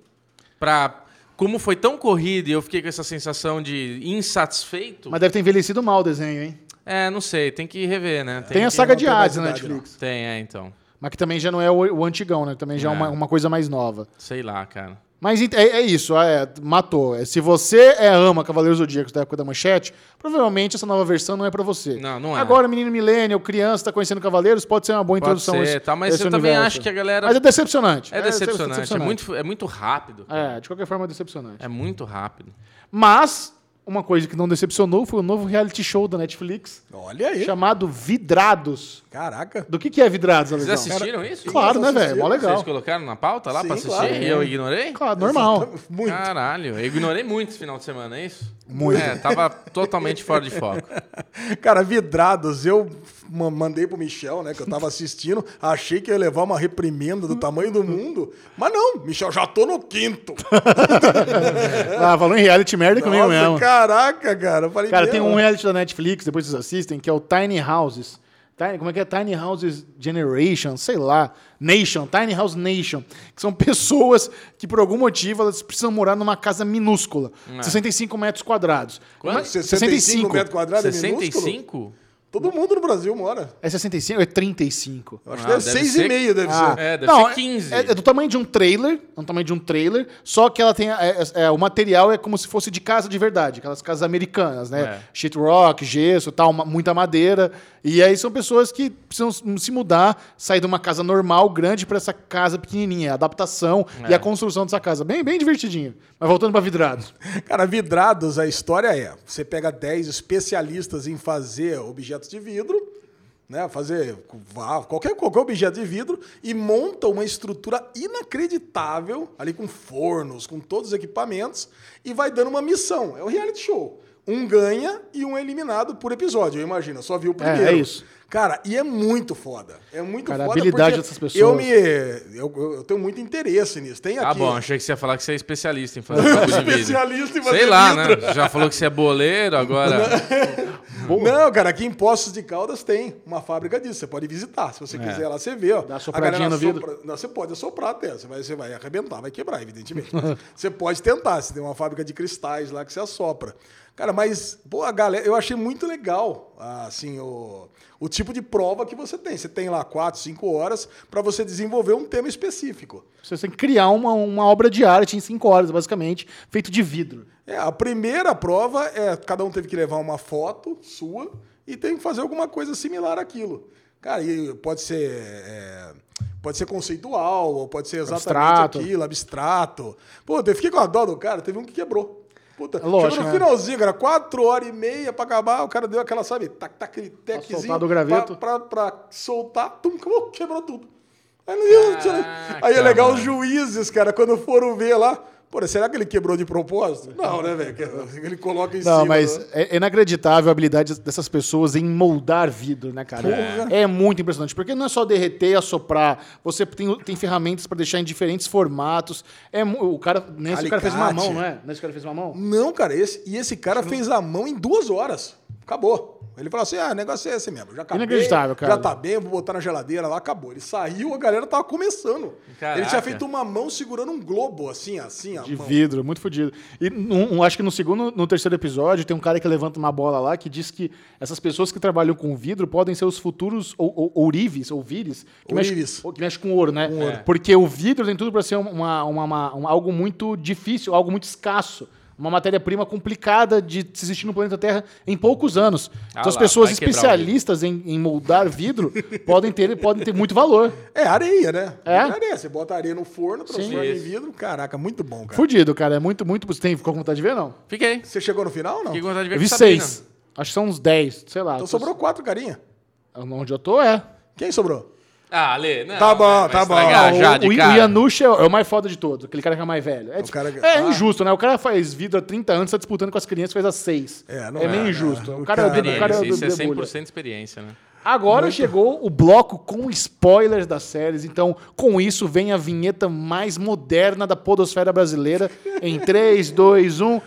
[SPEAKER 2] Pra, como foi tão corrido e eu fiquei com essa sensação de insatisfeito,
[SPEAKER 1] Mas deve ter envelhecido mal o desenho, hein?
[SPEAKER 2] é, não sei, tem que rever, né?
[SPEAKER 1] Tem, a
[SPEAKER 2] que-
[SPEAKER 1] é. saga
[SPEAKER 3] não
[SPEAKER 1] de
[SPEAKER 3] tem mais
[SPEAKER 1] Hades na
[SPEAKER 3] idade,
[SPEAKER 1] Netflix.
[SPEAKER 2] Tem, é, então.
[SPEAKER 1] Mas que também já não é o, o antigão, né? Também já é,
[SPEAKER 2] É.
[SPEAKER 1] uma, uma coisa mais nova.
[SPEAKER 2] Sei lá, cara.
[SPEAKER 1] Mas ent- é, é isso, é, matou. É, se você é, ama Cavaleiros Zodíacos da época da manchete, provavelmente essa nova versão não é pra você.
[SPEAKER 2] Não, não é.
[SPEAKER 1] Agora, menino milênio, criança, tá conhecendo Cavaleiros, pode ser uma boa
[SPEAKER 2] Pode
[SPEAKER 1] introdução.
[SPEAKER 2] ser,
[SPEAKER 1] a esse-
[SPEAKER 2] tá, mas
[SPEAKER 1] esse
[SPEAKER 2] eu também
[SPEAKER 1] universo.
[SPEAKER 2] acho que a galera-
[SPEAKER 1] Mas é decepcionante.
[SPEAKER 2] É decepcionante, É, muito, é muito rápido. cara.
[SPEAKER 1] É, de qualquer forma é decepcionante.
[SPEAKER 2] É muito rápido.
[SPEAKER 1] Mas, uma coisa que não decepcionou foi o novo reality show da Netflix,
[SPEAKER 3] Olha aí.
[SPEAKER 1] chamado Vidrados.
[SPEAKER 3] Caraca.
[SPEAKER 1] Do que, que é Vidrados,
[SPEAKER 2] Vocês
[SPEAKER 1] Alexandre?
[SPEAKER 2] assistiram isso?
[SPEAKER 1] Claro, né,
[SPEAKER 3] Vocês
[SPEAKER 1] velho? Mó legal.
[SPEAKER 2] Vocês colocaram na pauta lá
[SPEAKER 3] Sim,
[SPEAKER 2] pra assistir
[SPEAKER 3] claro.
[SPEAKER 2] e eu ignorei?
[SPEAKER 1] Claro, normal.
[SPEAKER 3] Muito.
[SPEAKER 2] Caralho, eu ignorei muito esse final de semana, é isso?
[SPEAKER 1] Muito.
[SPEAKER 2] É, tava totalmente fora de foco.
[SPEAKER 3] Cara, vidrados, eu ma- mandei pro Michel, né, que eu tava assistindo, achei que ia levar uma reprimenda do tamanho do mundo, mas não, Michel, já tô no quinto.
[SPEAKER 1] Ah, falou em reality merda comigo
[SPEAKER 3] Nossa,
[SPEAKER 1] mesmo.
[SPEAKER 3] caraca, cara. Eu falei,
[SPEAKER 1] Cara, tem
[SPEAKER 3] meu,
[SPEAKER 1] um reality da Netflix, depois vocês assistem, que é o Tiny Houses. Tiny, como é que é? Tiny Houses Generation, sei lá. Nation, Tiny House Nation. Que são pessoas que, por algum motivo, elas precisam morar numa casa minúscula.
[SPEAKER 3] É.
[SPEAKER 1] 65 metros quadrados. é
[SPEAKER 2] Quanto?
[SPEAKER 3] 65 metros quadrados é 65?
[SPEAKER 2] 65?
[SPEAKER 3] Todo mundo no Brasil mora.
[SPEAKER 1] É 65? É 35.
[SPEAKER 3] Eu acho
[SPEAKER 2] Ah,
[SPEAKER 3] que é
[SPEAKER 2] deve
[SPEAKER 3] 6,5
[SPEAKER 2] ser-
[SPEAKER 3] deve
[SPEAKER 1] Ah,
[SPEAKER 3] ser.
[SPEAKER 2] É, deve ser
[SPEAKER 1] é-
[SPEAKER 2] 15.
[SPEAKER 1] É, é do tamanho de um trailer, é do tamanho de um trailer, só que ela tem. a- é- é- o material é como se fosse de casa de verdade, aquelas casas americanas, né?
[SPEAKER 2] É.
[SPEAKER 1] Sheet rock, gesso tal, ma- muita madeira. E aí são pessoas que precisam s- se mudar, sair de uma casa normal, grande, pra essa casa pequenininha. A adaptação
[SPEAKER 2] É.
[SPEAKER 1] e a construção dessa casa. Bem, bem divertidinho. Mas voltando pra vidrados.
[SPEAKER 3] Cara, vidrados, a história é: você pega 10 especialistas em fazer objetos de vidro, né? Fazer va- qualquer, qualquer objeto de vidro e monta uma estrutura inacreditável ali com fornos, com todos os equipamentos, e vai dando uma missão. É o reality show. Um ganha e um é eliminado por episódio, eu imagino. Eu só vi o primeiro.
[SPEAKER 1] é isso.
[SPEAKER 3] Cara, e é muito foda. É muito
[SPEAKER 1] Cara, a
[SPEAKER 3] foda.
[SPEAKER 1] habilidade
[SPEAKER 3] porque
[SPEAKER 1] dessas pessoas.
[SPEAKER 3] Eu, me, eu, eu tenho muito interesse nisso. Tem
[SPEAKER 2] Tá
[SPEAKER 3] aqui.
[SPEAKER 2] bom, achei que você ia falar que você é especialista em fazer jogo de vídeo.
[SPEAKER 3] Especialista em fazer
[SPEAKER 2] Sei lá,
[SPEAKER 3] vidro.
[SPEAKER 2] né? Já falou que você é boleiro, agora...
[SPEAKER 3] Não, cara, aqui em Poços de Caldas tem uma fábrica disso. Você pode visitar. Se você quiser lá, você vê. Ó.
[SPEAKER 1] É. Dá
[SPEAKER 3] A
[SPEAKER 1] sopradinha
[SPEAKER 3] galera
[SPEAKER 1] no vidro.
[SPEAKER 3] sopra- Não, você pode assoprar até. Você vai, você vai arrebentar, vai quebrar, evidentemente. Mas você pode tentar. Você tem uma fábrica de cristais lá que você assopra. Cara, mas, pô, a galera, eu achei muito legal, ah, assim, o, o tipo de prova que você tem. Você tem lá quatro, cinco horas para você desenvolver um tema específico.
[SPEAKER 1] Você tem que criar uma, uma obra de arte em cinco horas, basicamente, feito de vidro.
[SPEAKER 3] É, a primeira prova é cada um teve que levar uma foto sua e tem que fazer alguma coisa similar àquilo. Cara, e pode ser é, pode ser conceitual, ou pode ser exatamente
[SPEAKER 1] Abstrato.
[SPEAKER 3] aquilo, abstrato. Pô, eu fiquei com a dó do cara, teve um que quebrou. Puta,
[SPEAKER 1] Lógico,
[SPEAKER 3] chegou no
[SPEAKER 1] né?
[SPEAKER 3] finalzinho, cara, quatro horas e meia pra acabar, o cara deu aquela, sabe, tac, tac, aquele techzinho
[SPEAKER 1] soltar do graveto.
[SPEAKER 3] Pra, pra- pra soltar, tum, acabou, quebrou tudo. Aí, não ia-
[SPEAKER 2] Caraca,
[SPEAKER 3] aí é legal
[SPEAKER 2] mano.
[SPEAKER 3] os juízes, cara, quando foram ver lá. Pô, será que ele quebrou de propósito? Não, né, velho? Que- Ele coloca em
[SPEAKER 1] Não,
[SPEAKER 3] cima.
[SPEAKER 1] mas
[SPEAKER 3] né?
[SPEAKER 1] é é inacreditável a habilidade dessas pessoas em moldar vidro, né, cara? É muito impressionante. Porque não é só derreter e assoprar. Você tem, o- tem ferramentas pra deixar em diferentes formatos. É, mu- o cara, nesse o cara fez uma
[SPEAKER 3] Alicate.
[SPEAKER 1] mão, não é? Nesse o cara fez uma mão?
[SPEAKER 3] Não, cara, esse, e esse cara fez a mão em duas horas. Acabou. Ele falou assim: ah, o negócio é esse mesmo. Já acabei,
[SPEAKER 1] Inacreditável, cara.
[SPEAKER 3] Já tá bem, vou botar na geladeira lá, acabou. Ele saiu, a galera tava começando.
[SPEAKER 2] Caraca.
[SPEAKER 3] Ele tinha feito uma mão segurando um globo, assim, assim,
[SPEAKER 2] Tá
[SPEAKER 3] a
[SPEAKER 1] De
[SPEAKER 3] mão.
[SPEAKER 1] vidro, é muito fodido. E num- um- acho que no segundo, no terceiro episódio, tem um cara que levanta uma bola lá que diz que essas pessoas que trabalham com vidro podem ser os futuros ou, ou, ourives, ou vires, que, mexe,
[SPEAKER 3] Ourives.
[SPEAKER 1] ou- que mexe com ouro, né? Porque o vidro tem tudo para ser uma, uma- uma- um- algo muito difícil, algo muito escasso. Uma matéria-prima complicada de se existir no planeta Terra em poucos anos. então
[SPEAKER 2] Ah
[SPEAKER 1] as
[SPEAKER 2] lá,
[SPEAKER 1] pessoas
[SPEAKER 2] vai quebrar o
[SPEAKER 1] especialistas em, em moldar vidro podem, ter, podem ter muito valor.
[SPEAKER 3] É areia, né?
[SPEAKER 1] É?
[SPEAKER 3] areia. Você bota areia no forno, transforma em
[SPEAKER 2] Isso.
[SPEAKER 3] vidro. Caraca, muito bom, cara.
[SPEAKER 1] Fudido, cara. É muito, muito. Você tem, ficou com vontade de ver, não?
[SPEAKER 2] Fiquei.
[SPEAKER 3] Você chegou no final ou não?
[SPEAKER 2] Fiquei com vontade de ver
[SPEAKER 1] Eu
[SPEAKER 2] com
[SPEAKER 1] vi
[SPEAKER 2] Sabrina.
[SPEAKER 1] seis. Acho que são uns dez, sei lá.
[SPEAKER 3] Então sobrou quatro, carinha.
[SPEAKER 1] Onde eu tô é.
[SPEAKER 3] Quem sobrou?
[SPEAKER 2] Ah, Lê, não.
[SPEAKER 3] Tá bom,
[SPEAKER 2] né, vai
[SPEAKER 3] tá bom.
[SPEAKER 2] estragar
[SPEAKER 3] Ah,
[SPEAKER 2] já de
[SPEAKER 1] o, o
[SPEAKER 2] cara.
[SPEAKER 1] Yanush é o é o mais foda de todos, aquele cara que é mais velho. É,
[SPEAKER 3] O cara que-
[SPEAKER 1] é
[SPEAKER 3] Ah.
[SPEAKER 1] injusto, né? O cara faz vidro há 30 anos, tá disputando com as crianças, fez há 6.
[SPEAKER 3] É,
[SPEAKER 1] É,
[SPEAKER 3] não é,
[SPEAKER 1] meio
[SPEAKER 3] né?
[SPEAKER 1] injusto.
[SPEAKER 3] O
[SPEAKER 1] O cara, é o
[SPEAKER 3] cara-
[SPEAKER 1] dedo- o cara,
[SPEAKER 2] Experiência,
[SPEAKER 1] é o
[SPEAKER 2] Isso é
[SPEAKER 1] dedo- debulha.
[SPEAKER 2] 100% experiência, né?
[SPEAKER 1] Agora chegou o bloco com spoilers das séries, então com isso vem a vinheta mais moderna da podosfera brasileira em um, 3, 2, 1.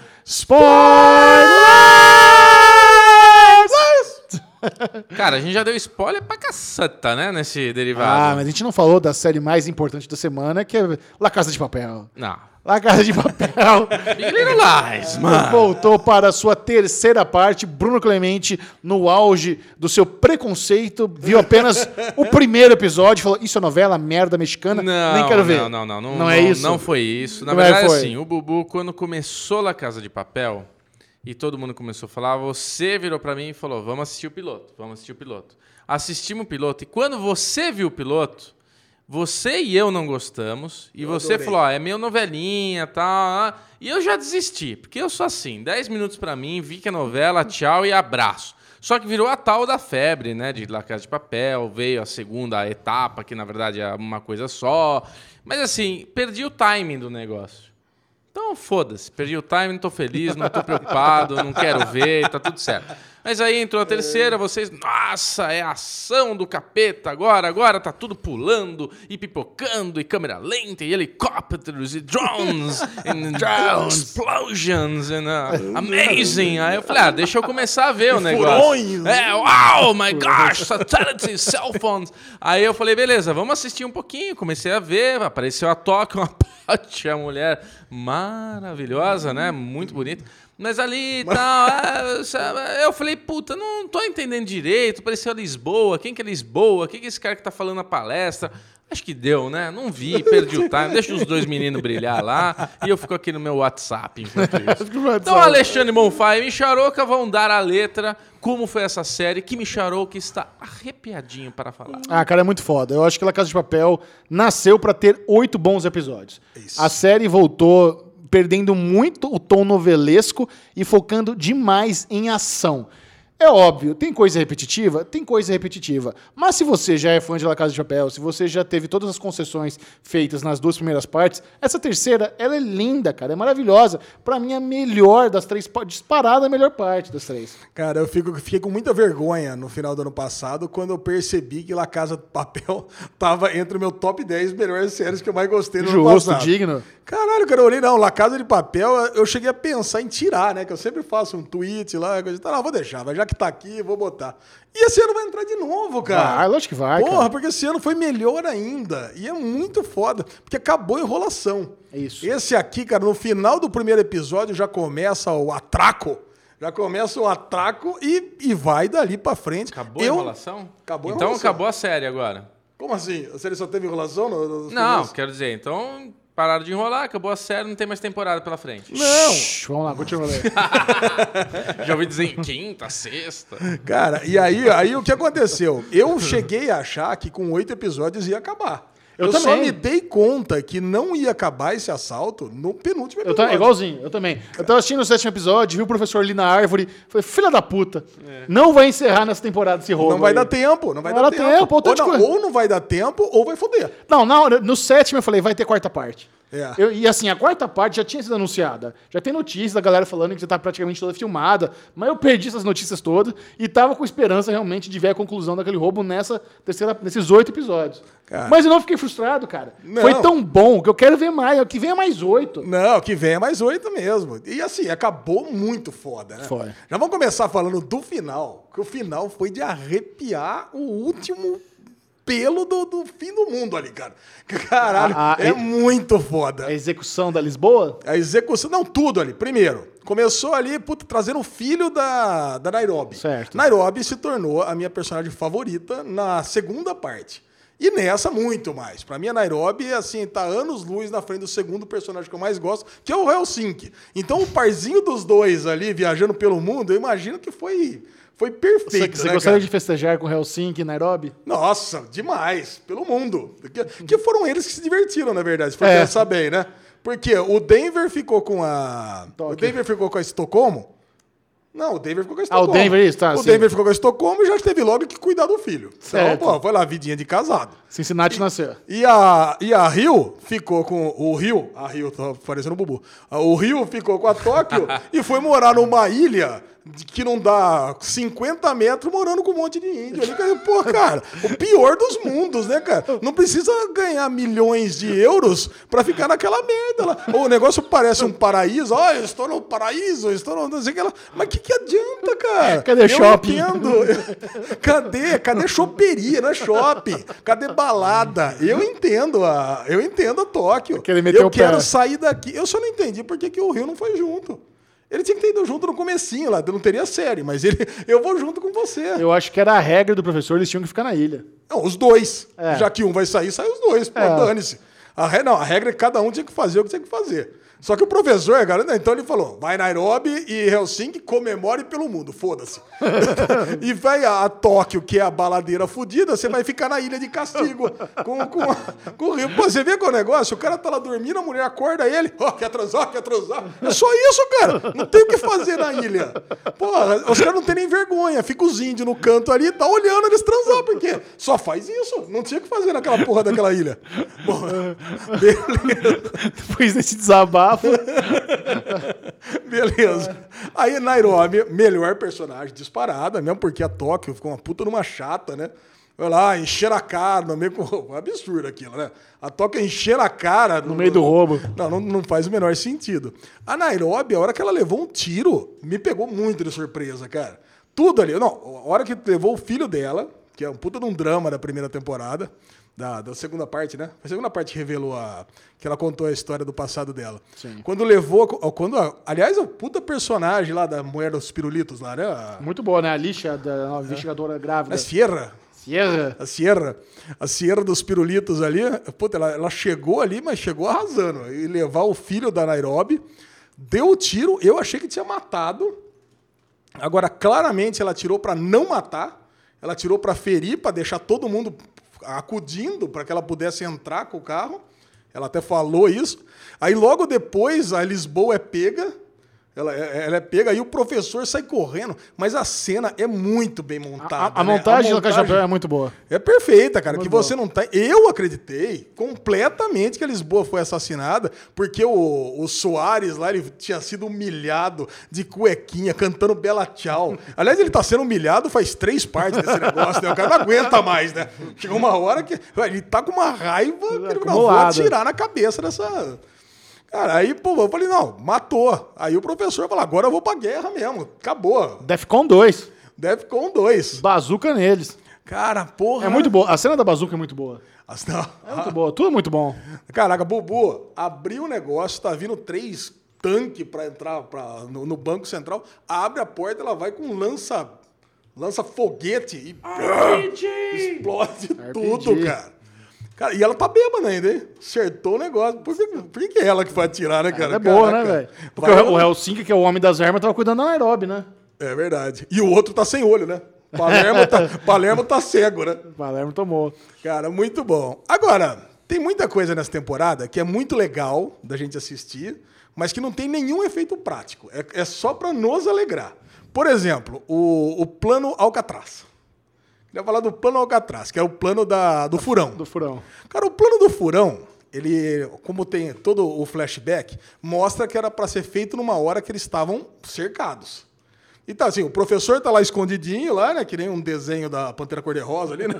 [SPEAKER 1] Spoilers!
[SPEAKER 2] Cara, a gente já deu spoiler pra caceta, né? Nesse
[SPEAKER 1] Ah,
[SPEAKER 2] derivado.
[SPEAKER 1] mas a gente não falou da série mais importante da semana, que é La Casa de Papel.
[SPEAKER 2] Não.
[SPEAKER 1] La Casa de Papel
[SPEAKER 2] Big Little Lies, mano.
[SPEAKER 1] voltou para a sua terceira parte. Bruno Clemente, no auge do seu preconceito, viu apenas o primeiro episódio e falou: Isso é novela, merda mexicana,
[SPEAKER 2] Não,
[SPEAKER 1] nem quero ver.
[SPEAKER 2] Não, não, não. Não,
[SPEAKER 1] Não é isso?
[SPEAKER 2] Não foi isso. Na
[SPEAKER 1] Como é que
[SPEAKER 2] verdade,
[SPEAKER 1] foi?
[SPEAKER 2] assim, o Bubu, quando começou La Casa de Papel, e todo mundo começou a falar, você virou pra mim e falou, vamos assistir o piloto, vamos assistir o piloto. Assistimos o piloto, e quando você viu o piloto, você e eu não gostamos, e você
[SPEAKER 3] adorei.
[SPEAKER 2] falou, ó, é meio novelinha, tal, tá, e eu já desisti, porque eu sou assim, 10 minutos pra mim, vi que é novela, tchau e abraço. Só que virou a tal da febre, né? De La Casa de Papel, veio a segunda etapa, que na verdade é uma coisa só. Mas assim, perdi o timing do negócio. Então, foda-se, perdi o time, não tô feliz, não tô preocupado, não quero ver, tá tudo certo. Mas aí entrou a terceira, vocês, nossa, é a ação do capeta agora, agora tá tudo pulando e pipocando, e câmera lenta, e helicópteros, e drones, and explosions, and uh, amazing. Aí eu falei, ah, deixa eu começar a ver o negócio.
[SPEAKER 3] furões.
[SPEAKER 2] É, wow, my gosh, satellite, cell phones. Aí eu falei, beleza, vamos assistir um pouquinho. Comecei a ver, apareceu a Toca, uma Paty, a mulher maravilhosa, né? Muito bonita. Mas ali e tal, ah, sabe, eu falei, puta, não tô entendendo direito. Pareceu Lisboa, quem que é Lisboa? Quem que é esse cara que tá falando na palestra? Acho que deu, né? Não vi, perdi o time. Deixa os dois meninos brilhar lá. E eu fico aqui no meu WhatsApp enquanto isso. Então,
[SPEAKER 1] é
[SPEAKER 2] Alexandre Bonfá e Micharouca vão dar a letra como foi essa série que Micharouca está arrepiadinho para falar.
[SPEAKER 1] Ah, cara, é muito foda. Eu acho que La Casa de Papel nasceu pra ter oito bons episódios.
[SPEAKER 3] Isso.
[SPEAKER 1] A série voltou perdendo muito o tom novelesco e focando demais em ação. É óbvio, tem coisa repetitiva? Tem coisa repetitiva. Mas se você já é fã de La Casa de Papel, se você já teve todas as concessões feitas nas duas primeiras partes, essa terceira, ela é linda, cara, é maravilhosa. Pra mim, é a melhor das três, pa- disparada a melhor parte das três.
[SPEAKER 3] Cara, eu fico, fiquei com muita vergonha no final do ano passado quando eu percebi que La Casa de Papel tava entre o meu top 10 melhores séries que eu mais gostei no ano
[SPEAKER 1] Justo,
[SPEAKER 3] passado.
[SPEAKER 1] digno.
[SPEAKER 3] Caralho, cara, eu olhei, não, La Casa de Papel, eu cheguei a pensar em tirar, né? Que eu sempre faço um tweet lá, coisa e tal. Não, vou deixar, mas já que tá aqui, vou botar. E esse ano vai entrar de novo, cara.
[SPEAKER 1] Vai, Ah, lógico que vai,
[SPEAKER 3] Porra,
[SPEAKER 1] cara.
[SPEAKER 3] porque esse ano foi melhor ainda. E é muito foda, porque acabou a enrolação.
[SPEAKER 1] É isso.
[SPEAKER 3] Esse aqui, cara, no final do primeiro episódio já começa o atraco. Já começa o atraco e, e vai dali pra frente.
[SPEAKER 2] Acabou
[SPEAKER 3] Eu-
[SPEAKER 2] a enrolação?
[SPEAKER 3] Acabou a
[SPEAKER 2] então
[SPEAKER 3] enrolação.
[SPEAKER 2] acabou a série agora.
[SPEAKER 3] Como assim? A série só teve enrolação? no- nos
[SPEAKER 2] Não,
[SPEAKER 3] primeiros-
[SPEAKER 2] quero dizer, então pararam de enrolar, acabou a série, não tem mais temporada pela frente.
[SPEAKER 3] Não!
[SPEAKER 1] Shhh, vamos lá, continua a ler.
[SPEAKER 2] Já ouvi dizer em quinta, sexta.
[SPEAKER 3] Cara, e aí, aí o que aconteceu? Eu cheguei a achar que com oito episódios ia acabar. Eu,
[SPEAKER 1] Eu
[SPEAKER 3] só
[SPEAKER 1] também.
[SPEAKER 3] me dei conta que não ia acabar esse assalto no penúltimo
[SPEAKER 1] Eu
[SPEAKER 3] episódio.
[SPEAKER 1] tava, igualzinho, eu também. Eu tava assistindo o sétimo episódio, vi o professor ali na árvore, falei, filha da puta, não vai encerrar nessa temporada esse rolo.
[SPEAKER 3] É. Não vai
[SPEAKER 1] aí."
[SPEAKER 3] dar tempo, não vai
[SPEAKER 1] Não
[SPEAKER 3] dar
[SPEAKER 1] dá
[SPEAKER 3] tempo.
[SPEAKER 1] tempo,
[SPEAKER 3] ou,
[SPEAKER 1] outra
[SPEAKER 3] não,
[SPEAKER 1] coisa.
[SPEAKER 3] ou não vai dar tempo, ou vai foder.
[SPEAKER 1] Não, na hora- no sétimo eu falei, vai ter quarta parte.
[SPEAKER 3] É.
[SPEAKER 1] Eu- e assim, a quarta parte já tinha sido anunciada. Já tem notícias da galera falando que já tá praticamente toda filmada, mas eu perdi essas notícias todas e tava com esperança realmente de ver a conclusão daquele roubo nessa terceira, nesses oito episódios.
[SPEAKER 3] Cara.
[SPEAKER 1] Mas eu não fiquei frustrado, cara.
[SPEAKER 3] Não.
[SPEAKER 1] Foi tão bom que eu quero ver mais, eu que venha mais oito.
[SPEAKER 3] Não, que vem é mais oito mesmo. E assim, acabou muito foda, né?
[SPEAKER 1] Foi.
[SPEAKER 3] Já vamos começar falando do final, que o final foi de arrepiar o último pelo do, do fim do mundo ali, cara. Caralho,
[SPEAKER 1] Ah, ah,
[SPEAKER 3] é
[SPEAKER 1] e-
[SPEAKER 3] muito foda.
[SPEAKER 1] A execução da Lisboa?
[SPEAKER 3] A execução, não, tudo ali. Primeiro, começou ali, puta, trazendo o filho da, da Nairobi.
[SPEAKER 1] Certo.
[SPEAKER 3] Nairobi se tornou a minha personagem favorita na segunda parte. E nessa, muito mais. Pra mim, a Nairobi, assim, tá anos-luz na frente do segundo personagem que eu mais gosto, que é o Helsinki. Então, o parzinho dos dois ali, viajando pelo mundo, eu imagino que foi, foi
[SPEAKER 1] Você,
[SPEAKER 3] perfeito,
[SPEAKER 1] você
[SPEAKER 3] né,
[SPEAKER 1] gostaria
[SPEAKER 3] cara?
[SPEAKER 1] de festejar com Helsinki e Nairobi?
[SPEAKER 3] Nossa, demais, pelo mundo. Que, que foram eles que se divertiram, na verdade, se for
[SPEAKER 1] É.
[SPEAKER 3] pensar bem, né? Porque o Denver ficou com a. O
[SPEAKER 1] Tóquio.
[SPEAKER 3] Denver ficou com a Estocolmo. Não, o Denver ficou com
[SPEAKER 1] Ah, o
[SPEAKER 3] Estocolmo.
[SPEAKER 1] Denver, isso, tá,
[SPEAKER 3] O
[SPEAKER 1] sim.
[SPEAKER 3] Denver ficou com Estocolmo e já teve logo que cuidar do filho.
[SPEAKER 1] Certo.
[SPEAKER 3] Então, pô, foi lá, vidinha de casado.
[SPEAKER 1] Cincinnati nasceu.
[SPEAKER 3] E a, e a Rio ficou com. O Rio. A Rio, tá parecendo um bubu. O Rio ficou com a Tóquio e foi morar numa ilha de- que não dá 50 metros morando com um monte de índio ali. Cara, Pô, cara, o pior dos mundos, né, cara? Não precisa ganhar milhões de euros pra ficar naquela merda lá. O negócio parece um paraíso. Ó, eu estou no paraíso, eu estou no. Não sei o que lá. Mas o que, que adianta, cara?
[SPEAKER 1] Cadê
[SPEAKER 3] Eu
[SPEAKER 1] shopping?
[SPEAKER 3] entendo entendo. Cadê? Cadê choperia? Não é shopping. Cadê balada? Eu entendo a, eu entendo a Tóquio.
[SPEAKER 1] Querer meter
[SPEAKER 3] eu
[SPEAKER 1] o pé.
[SPEAKER 3] quero sair daqui. Eu só não entendi por que, que o Rio não foi junto. Ele tinha que ter ido junto no comecinho lá, não teria série, mas ele, eu vou junto com você.
[SPEAKER 1] Eu acho que era a regra do professor, eles tinham que ficar na ilha.
[SPEAKER 3] Não, os dois.
[SPEAKER 1] É.
[SPEAKER 3] Já que um vai sair, sai os dois. Pô,
[SPEAKER 1] É.
[SPEAKER 3] dane-se. A, re- não, a regra é que cada um tinha que fazer o que tinha que fazer. Só que o professor, cara, né, então ele falou: vai Nairobi e Helsinki, comemore pelo mundo, foda-se. e vai a, a Tóquio, que é a baladeira fodida, você vai ficar na ilha de castigo com, com, com o rio. Pô, você vê qual é o negócio? O cara tá lá dormindo, a mulher acorda ele, ó, quer transar, quer transar. É só isso, cara. Não tem o que fazer na ilha. Porra, os caras não tem nem vergonha. Fica os índios no canto ali, tá olhando eles transar, porque só faz isso. Não tinha o que fazer naquela porra daquela ilha. Bom, beleza.
[SPEAKER 1] Depois desse desabafo,
[SPEAKER 3] Beleza. Aí Nairobi, melhor personagem disparada, mesmo porque a Tóquio ficou uma puta numa chata, né? Vai lá, encher a cara no meio com. um Absurdo aquilo, né? A Tóquio encher a cara
[SPEAKER 1] no meio do roubo.
[SPEAKER 3] Não, não, não faz o menor sentido. A Nairobi, a hora que ela levou um tiro, me pegou muito de surpresa, cara. Tudo ali. Não, a hora que levou o filho dela, que é um puta de um drama da primeira temporada, da, da segunda parte, né? A segunda parte que revelou a. que ela contou a história do passado dela. Sim. Quando levou. Quando, a- aliás, a puta personagem lá da mulher dos pirulitos lá, né? A,
[SPEAKER 1] Muito boa, né? A lixa da a
[SPEAKER 3] É.
[SPEAKER 1] investigadora grávida. é.
[SPEAKER 3] a Sierra.
[SPEAKER 1] Sierra.
[SPEAKER 3] A Sierra, a Sierra dos Pirulitos ali, puta, ela, ela chegou ali, mas chegou arrasando. E levar o filho da Nairobi, deu o tiro, eu achei que tinha matado. Agora, claramente, ela tirou pra não matar, ela tirou pra ferir, pra deixar todo mundo acudindo, pra que ela pudesse entrar com o carro. Ela até falou isso. Aí, logo depois, a Lisboa é pega. Ela, ela é pega e o professor sai correndo. Mas a cena é muito bem montada.
[SPEAKER 1] A, a
[SPEAKER 3] né?
[SPEAKER 1] montagem do Caixa
[SPEAKER 3] montagem-
[SPEAKER 1] Chapéu é muito boa.
[SPEAKER 3] é perfeita, cara.
[SPEAKER 1] Muito
[SPEAKER 3] que
[SPEAKER 1] bom.
[SPEAKER 3] você não tá. Eu acreditei completamente que a Lisboa foi assassinada, porque o, o Soares lá, ele tinha sido humilhado de cuequinha, cantando Bela Tchau. Aliás, ele tá sendo humilhado faz três partes desse negócio, né? O cara não aguenta mais, né? Chegou uma hora que. Ele tá com uma raiva que ele falou, "Ah, vou
[SPEAKER 1] Acumulado.
[SPEAKER 3] atirar na cabeça dessa. Cara, aí, pô, eu falei, não, matou. Aí o professor falou, agora eu vou pra guerra mesmo. Acabou.
[SPEAKER 1] Defcon 2.
[SPEAKER 3] Defcon 2.
[SPEAKER 1] Bazuca neles.
[SPEAKER 3] Cara, porra.
[SPEAKER 1] É muito boa. A cena da bazuca é muito boa.
[SPEAKER 3] As- não.
[SPEAKER 1] É muito boa. Tudo muito bom.
[SPEAKER 3] Caraca, Bubu, abriu o negócio, tá vindo três tanques pra entrar pra, no, no Banco Central, abre a porta, ela vai com lança. lança foguete e explode tudo, cara. Cara, e ela tá bêbada ainda, hein? Acertou o negócio. Por que, por que ela que vai atirar, né, cara?
[SPEAKER 1] Ela é boa, né,
[SPEAKER 3] Caraca.
[SPEAKER 1] velho? Porque
[SPEAKER 3] Vai-
[SPEAKER 1] o, o Helsinki, que é o homem das armas, tava cuidando da Nairobi, né?
[SPEAKER 3] É verdade. E o outro tá sem olho, né? Palermo tá, Palermo tá cego, né?
[SPEAKER 1] O Palermo tomou.
[SPEAKER 3] Cara, muito bom. Agora, tem muita coisa nessa temporada que é muito legal da gente assistir, mas que não tem nenhum efeito prático. É, é só pra nos alegrar. Por exemplo, o, o plano Alcatraz. Queria falar do plano Alcatraz, que é o plano da, do furão.
[SPEAKER 1] Do furão.
[SPEAKER 3] Cara, o plano do furão, ele, como tem todo o flashback, mostra que era pra ser feito numa hora que eles estavam cercados. E tá assim, o professor tá lá escondidinho, lá, né? Que nem um desenho da Pantera Cor-de-Rosa ali, né?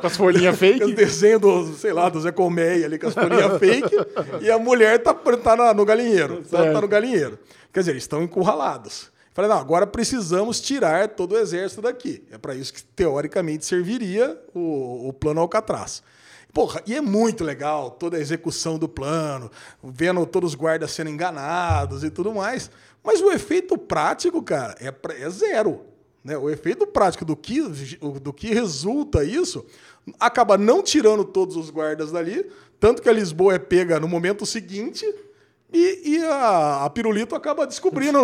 [SPEAKER 1] Com as folhinhas
[SPEAKER 3] Com os
[SPEAKER 1] fake.
[SPEAKER 3] desenhos do, sei lá, do Zé Colmeia ali, com as folhinhas fake. E a mulher tá, tá na- no galinheiro. Tá,
[SPEAKER 1] Certo.
[SPEAKER 3] tá no galinheiro. Quer dizer, eles estão encurralados. Falei, não, agora precisamos tirar todo o exército daqui. É para isso que, teoricamente, serviria o, o plano Alcatraz. Porra, e é muito legal toda a execução do plano, vendo todos os guardas sendo enganados e tudo mais. Mas o efeito prático, cara, é, pra- é zero. Né? O efeito prático do que, do que resulta isso acaba não tirando todos os guardas dali, tanto que a Lisboa é pega no momento seguinte e, e a, a Pirulito acaba descobrindo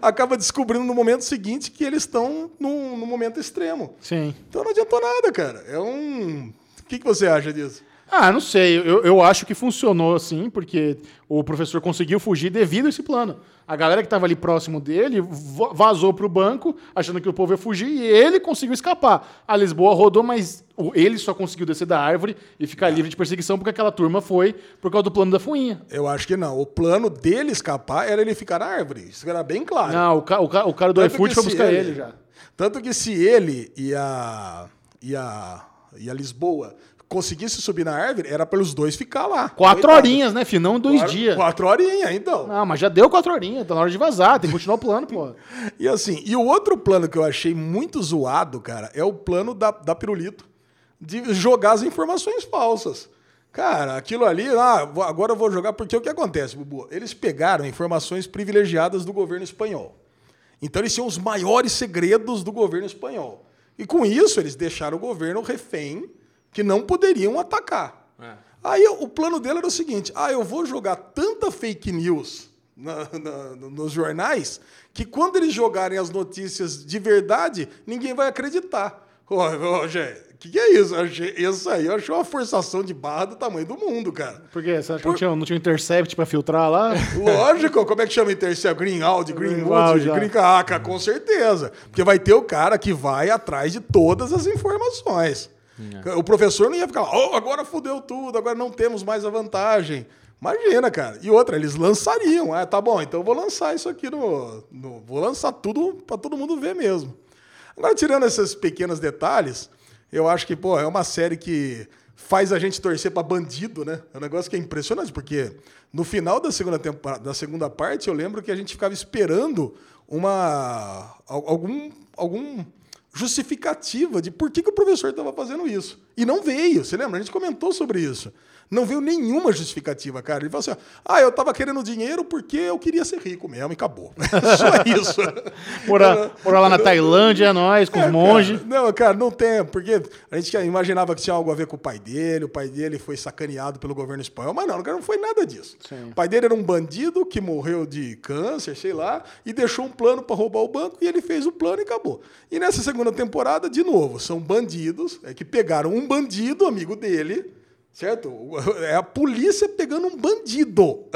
[SPEAKER 3] acaba descobrindo no momento seguinte que eles estão num, num momento extremo.
[SPEAKER 1] Sim.
[SPEAKER 3] Então não adiantou nada, cara. É um... O que, que você acha disso?
[SPEAKER 1] Ah, não sei. Eu, eu acho que funcionou assim, porque o professor conseguiu fugir devido a esse plano. A galera que estava ali próximo dele va- vazou para o banco, achando que o povo ia fugir, e ele conseguiu escapar. A Lisboa rodou, mas o- ele só conseguiu descer da árvore e ficar livre de perseguição porque aquela turma foi por causa do plano da fuinha.
[SPEAKER 3] Eu acho que não. O plano dele escapar era ele ficar na árvore. Isso era bem claro.
[SPEAKER 1] Não, o, ca- o ca- o cara do
[SPEAKER 3] Tanto
[SPEAKER 1] iFood
[SPEAKER 3] que
[SPEAKER 1] foi
[SPEAKER 3] Ah. se
[SPEAKER 1] buscar ele já.
[SPEAKER 3] Tanto que se ele e a, e a, e a Lisboa conseguissem subir na árvore, era pelos dois ficar lá.
[SPEAKER 1] Quatro
[SPEAKER 3] Coitado.
[SPEAKER 1] horinhas, né, filho? Não dois
[SPEAKER 3] Quatro-
[SPEAKER 1] dias.
[SPEAKER 3] Quatro horinhas, então.
[SPEAKER 1] Não, mas já deu quatro horinhas, tá na hora de vazar, tem que continuar o plano, pô.
[SPEAKER 3] E assim, e o outro plano que eu achei muito zoado, cara, é o plano da, da Pirulito de jogar as informações falsas. Cara, aquilo ali, ah, vou- agora eu vou jogar, porque o que acontece, Bubu? Eles pegaram informações privilegiadas do governo espanhol. Então eles tinham os maiores segredos do governo espanhol. E com isso, eles deixaram o governo refém que não poderiam atacar. Aí o plano dele era o seguinte: ah, eu vou jogar tanta fake news na- na- nos jornais que quando eles jogarem as notícias de verdade, ninguém vai acreditar. Ô, ô, Gé, o que, que é isso? Eu achei- Isso aí eu achei uma forçação de barra do tamanho do mundo, cara.
[SPEAKER 1] Por quê? Você acha que não tinha, não tinha um intercept pra filtrar lá?
[SPEAKER 3] Lógico, como é que chama Intercept? Greenwald, Greenwood,
[SPEAKER 1] Greenwald, já.
[SPEAKER 3] Green Caca, com certeza. Porque vai ter o cara que vai atrás de todas as informações. O professor não ia ficar lá, oh, agora fudeu tudo, agora não temos mais a vantagem. Imagina, cara. E outra, eles lançariam. Ah, tá bom, então eu vou lançar isso aqui no. no- vou lançar tudo para todo mundo ver mesmo. Agora, tirando esses pequenos detalhes, eu acho que, pô, é uma série que faz a gente torcer pra bandido, né? É um negócio que é impressionante, porque no final da segunda temporada, da segunda parte, eu lembro que a gente ficava esperando uma al- algum algum justificativa de por que, que o professor estava fazendo isso. E não veio, você lembra? A gente comentou sobre isso. Não veio nenhuma justificativa, cara. Ele falou assim: ó, ah, eu estava querendo dinheiro porque eu queria ser rico mesmo e acabou. Só isso. Uhum.
[SPEAKER 1] Morar, morar lá na Tailândia, nós, com
[SPEAKER 3] É,
[SPEAKER 1] os
[SPEAKER 3] cara.
[SPEAKER 1] monges.
[SPEAKER 3] Não, cara, não tem, porque a gente imaginava que tinha algo a ver com o pai dele, o pai dele foi sacaneado pelo governo espanhol, mas não, cara, não foi nada disso. O pai dele era um bandido que morreu de câncer, sei lá, e deixou um plano para roubar o banco e ele fez o plano e acabou. E nessa segunda temporada, de novo, são bandidos é que pegaram um bandido, amigo dele, certo? É a polícia pegando um bandido.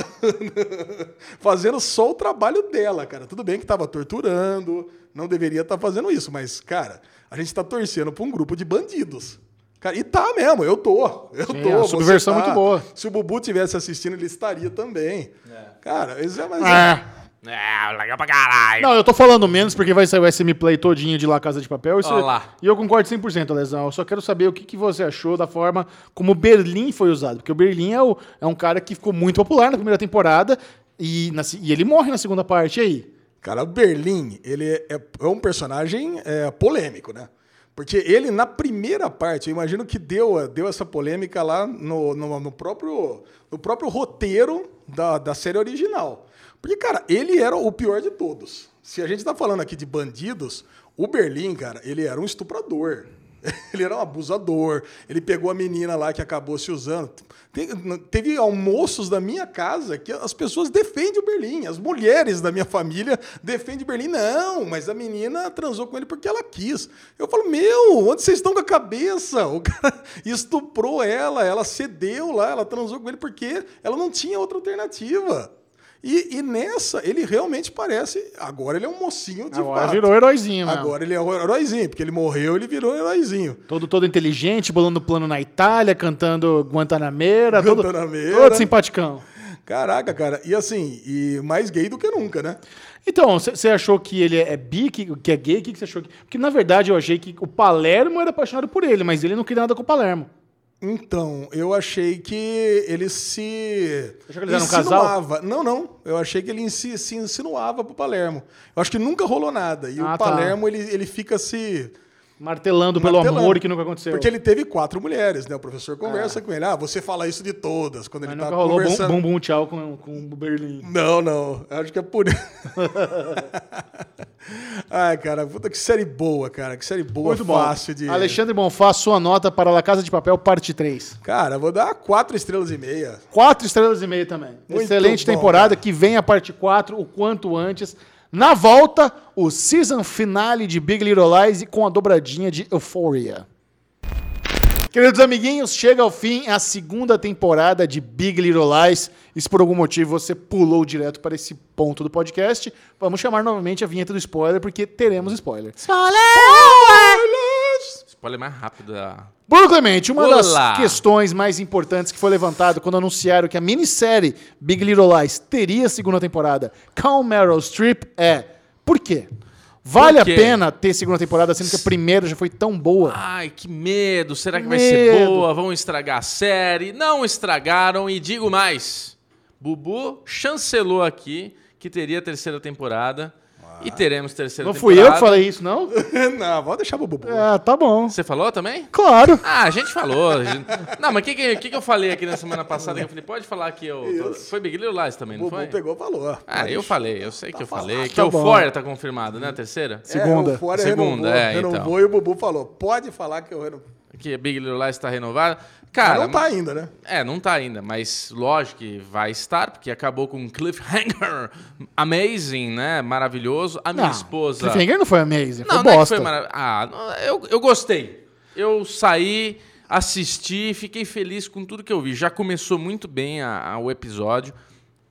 [SPEAKER 3] fazendo só o trabalho dela, cara. Tudo bem que tava torturando, não deveria estar fazendo isso, mas, cara, a gente tá torcendo pra um grupo de bandidos. Cara, e tá mesmo, eu tô. Eu
[SPEAKER 1] Sim,
[SPEAKER 3] tô.
[SPEAKER 1] a
[SPEAKER 3] você
[SPEAKER 1] subversão é
[SPEAKER 3] tá.
[SPEAKER 1] muito boa.
[SPEAKER 3] Se o Bubu tivesse assistindo, ele estaria também. Cara, isso é mais.
[SPEAKER 1] Ah.
[SPEAKER 2] É, legal pra caralho.
[SPEAKER 1] Não, eu tô falando menos porque vai sair o SM Play todinho de lá Casa de Papel. Isso-
[SPEAKER 2] Olha lá.
[SPEAKER 1] E eu concordo 100%, Lesão. Eu só quero saber o que, que você achou da forma como Berlim foi usado. Porque o Berlim é, o- é um cara que ficou muito popular na primeira temporada e, na se- e ele morre na segunda parte. E aí?
[SPEAKER 3] Cara, o Berlim, ele é, é um personagem é, polêmico, né? Porque ele, na primeira parte, eu imagino que deu, deu essa polêmica lá no, no, no próprio, no próprio roteiro da, da série original. Porque, cara, ele era o pior de todos. Se a gente tá falando aqui de bandidos, o Berlim, cara, ele era um estuprador. Ele era um abusador. Ele pegou a menina lá que acabou se usando. Tem- teve almoços da minha casa que as pessoas defendem o Berlim. As mulheres da minha família defendem o Berlim. Não, mas a menina transou com ele porque ela quis. Eu falo, meu, onde vocês estão com a cabeça? O cara estuprou ela, ela cedeu lá, ela transou com ele porque ela não tinha outra alternativa. E, e nessa, ele realmente parece. Agora ele é um mocinho de
[SPEAKER 1] Agora
[SPEAKER 3] fato.
[SPEAKER 1] virou heróizinho, mesmo.
[SPEAKER 3] Agora ele é um heróizinho, porque ele morreu, ele virou um heróizinho.
[SPEAKER 1] Todo, todo inteligente, bolando plano na Itália, cantando Guantanameira.
[SPEAKER 3] Guantanameira.
[SPEAKER 1] Todo, todo simpaticão.
[SPEAKER 3] Caraca, cara. E assim, e mais gay do que nunca, né?
[SPEAKER 1] Então, você achou que ele é bi, que, que é gay? O que você achou? Que... Porque, na verdade, eu achei que o Palermo era apaixonado por ele, mas ele não queria nada com o Palermo.
[SPEAKER 3] Então, eu achei que ele se.
[SPEAKER 1] Achou que eles eram um casal?
[SPEAKER 3] insinuava. Não, não. Eu achei que ele insi- se insinuava pro Palermo. Eu acho que nunca rolou nada. E
[SPEAKER 1] Ah,
[SPEAKER 3] o
[SPEAKER 1] tá.
[SPEAKER 3] Palermo, ele, ele fica se.
[SPEAKER 1] Martelando pelo
[SPEAKER 3] martelando.
[SPEAKER 1] amor que nunca aconteceu.
[SPEAKER 3] Porque ele teve quatro mulheres, né? O professor conversa com ele. Ah, você fala isso de todas. Quando
[SPEAKER 1] mas
[SPEAKER 3] ele
[SPEAKER 1] nunca
[SPEAKER 3] tá
[SPEAKER 1] rolou bum,
[SPEAKER 3] conversando.
[SPEAKER 1] bum bum tchau com, com o Berlim.
[SPEAKER 3] Não, não. Acho que é por. Ai, cara, puta que série boa, cara. Que série boa, fácil de.
[SPEAKER 1] Alexandre Bonfá, sua nota para La Casa de Papel, parte 3.
[SPEAKER 3] Cara, vou dar quatro estrelas e meia.
[SPEAKER 1] Quatro estrelas e meia também.
[SPEAKER 3] Muito
[SPEAKER 1] Excelente
[SPEAKER 3] bom,
[SPEAKER 1] temporada, que vem a parte 4 o quanto antes. Na volta, o season finale de Big Little Lies e com a dobradinha de Euphoria. Queridos amiguinhos, chega ao fim a segunda temporada de Big Little Lies. E se por algum motivo você pulou direto para esse ponto do podcast, vamos chamar novamente a vinheta do spoiler, porque teremos spoiler.
[SPEAKER 2] Spoiler mais rápido da.
[SPEAKER 1] Bruno Clemente, uma
[SPEAKER 2] Olá.
[SPEAKER 1] das questões mais importantes que foi levantada quando anunciaram que a minissérie Big Little Lies teria segunda temporada com Meryl Streep é por quê? Vale
[SPEAKER 2] Por quê? Ah,
[SPEAKER 1] a pena ter segunda temporada, sendo que a primeira já foi tão boa?
[SPEAKER 2] Ai, que medo! Será que vai ser
[SPEAKER 1] Medo.
[SPEAKER 2] boa? Vão estragar a série? Não estragaram e digo mais. Bubu chancelou aqui que teria terceira temporada e teremos terceira
[SPEAKER 1] Não fui
[SPEAKER 2] temporada.
[SPEAKER 1] eu que falei isso, não?
[SPEAKER 3] Não, vou deixar o Bubu.
[SPEAKER 1] Ah, tá bom.
[SPEAKER 2] Você falou também?
[SPEAKER 1] Claro.
[SPEAKER 2] Ah, a gente falou. a gente- Não, mas o que, que, que que eu falei aqui na semana passada? Que eu falei, pode falar que eu. tô- Foi Big Little Lies também,
[SPEAKER 3] o
[SPEAKER 2] não
[SPEAKER 3] Bubu
[SPEAKER 2] foi?
[SPEAKER 3] pegou valor.
[SPEAKER 2] Ah, eu falei, eu sei que eu falei. Que
[SPEAKER 1] tá
[SPEAKER 2] o
[SPEAKER 1] bom.
[SPEAKER 2] Fora tá confirmado, né? A terceira?
[SPEAKER 1] Segunda.
[SPEAKER 3] É, o Fora
[SPEAKER 2] Segunda,
[SPEAKER 3] renovou,
[SPEAKER 2] é,
[SPEAKER 3] renovou
[SPEAKER 2] então.
[SPEAKER 3] e o Bubu falou: pode falar que eu renovo.
[SPEAKER 2] Que a Big Little Lies tá renovada. Cara,
[SPEAKER 3] não tá ainda, né?
[SPEAKER 2] É, não tá ainda, mas lógico que vai estar, porque acabou com um cliffhanger amazing, né? Maravilhoso. A minha
[SPEAKER 1] Não,
[SPEAKER 2] esposa.
[SPEAKER 1] Cliffhanger não foi amazing,
[SPEAKER 2] Não,
[SPEAKER 1] foi
[SPEAKER 2] não é que
[SPEAKER 1] bosta.
[SPEAKER 2] foi maravilhoso. Ah, não, eu, eu gostei. Eu saí, assisti, fiquei feliz com tudo que eu vi. Já começou muito bem a- a- o episódio.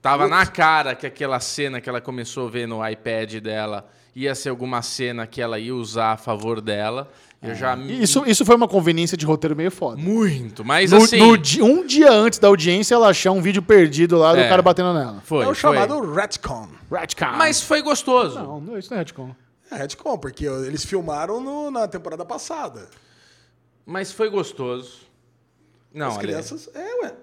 [SPEAKER 2] Tava na cara que aquela cena que ela começou a ver no iPad dela ia ser alguma cena que ela ia usar a favor dela. Eu já me-
[SPEAKER 1] É, Isso, isso foi uma conveniência de roteiro meio foda.
[SPEAKER 2] muito, mas
[SPEAKER 1] No-
[SPEAKER 2] assim
[SPEAKER 1] no di- um dia antes da audiência, ela achar um vídeo perdido lá
[SPEAKER 2] É.
[SPEAKER 1] do cara batendo nela.
[SPEAKER 2] foi,
[SPEAKER 3] é
[SPEAKER 2] foi.
[SPEAKER 3] o chamado Retcon.
[SPEAKER 1] Ratcom.
[SPEAKER 2] Mas
[SPEAKER 3] Ah.
[SPEAKER 2] foi gostoso.
[SPEAKER 1] Não, não, isso não é retcon.
[SPEAKER 3] É Retcon, porque eles filmaram no- na temporada passada.
[SPEAKER 2] Mas foi gostoso. Não,
[SPEAKER 3] As
[SPEAKER 2] olha,
[SPEAKER 3] crianças. É, ué.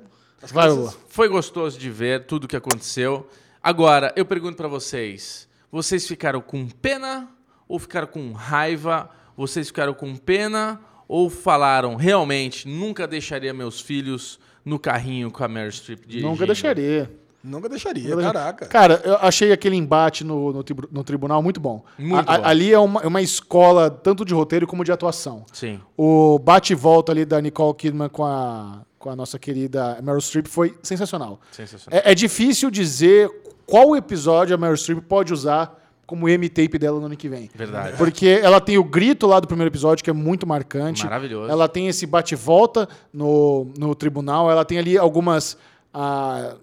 [SPEAKER 3] As
[SPEAKER 1] Vai, Lula.
[SPEAKER 3] crianças-
[SPEAKER 2] foi gostoso de ver tudo que aconteceu. Agora, eu pergunto pra vocês, vocês ficaram com pena ou ficaram com raiva? Vocês ficaram com pena ou falaram realmente nunca deixaria meus filhos no carrinho com a Meryl Streep dirigindo?
[SPEAKER 1] Nunca deixaria.
[SPEAKER 3] Nunca deixaria,
[SPEAKER 1] Eu-
[SPEAKER 3] caraca.
[SPEAKER 1] Cara, eu achei aquele embate no, no, tribu- no tribunal muito bom.
[SPEAKER 2] Muito
[SPEAKER 1] A- a-
[SPEAKER 2] bom.
[SPEAKER 1] Ali é uma, é uma escola tanto de roteiro como de atuação.
[SPEAKER 2] Sim.
[SPEAKER 1] O bate e volta ali da Nicole Kidman com a, com a nossa querida Meryl Streep foi sensacional.
[SPEAKER 2] Sensacional.
[SPEAKER 1] É, é difícil dizer qual episódio a Meryl Streep pode usar como M-tape dela no ano que vem.
[SPEAKER 2] Verdade.
[SPEAKER 1] Porque ela tem o grito lá do primeiro episódio, que é muito marcante.
[SPEAKER 2] Maravilhoso.
[SPEAKER 1] Ela tem esse bate-volta no, no tribunal, ela tem ali algumas. ah,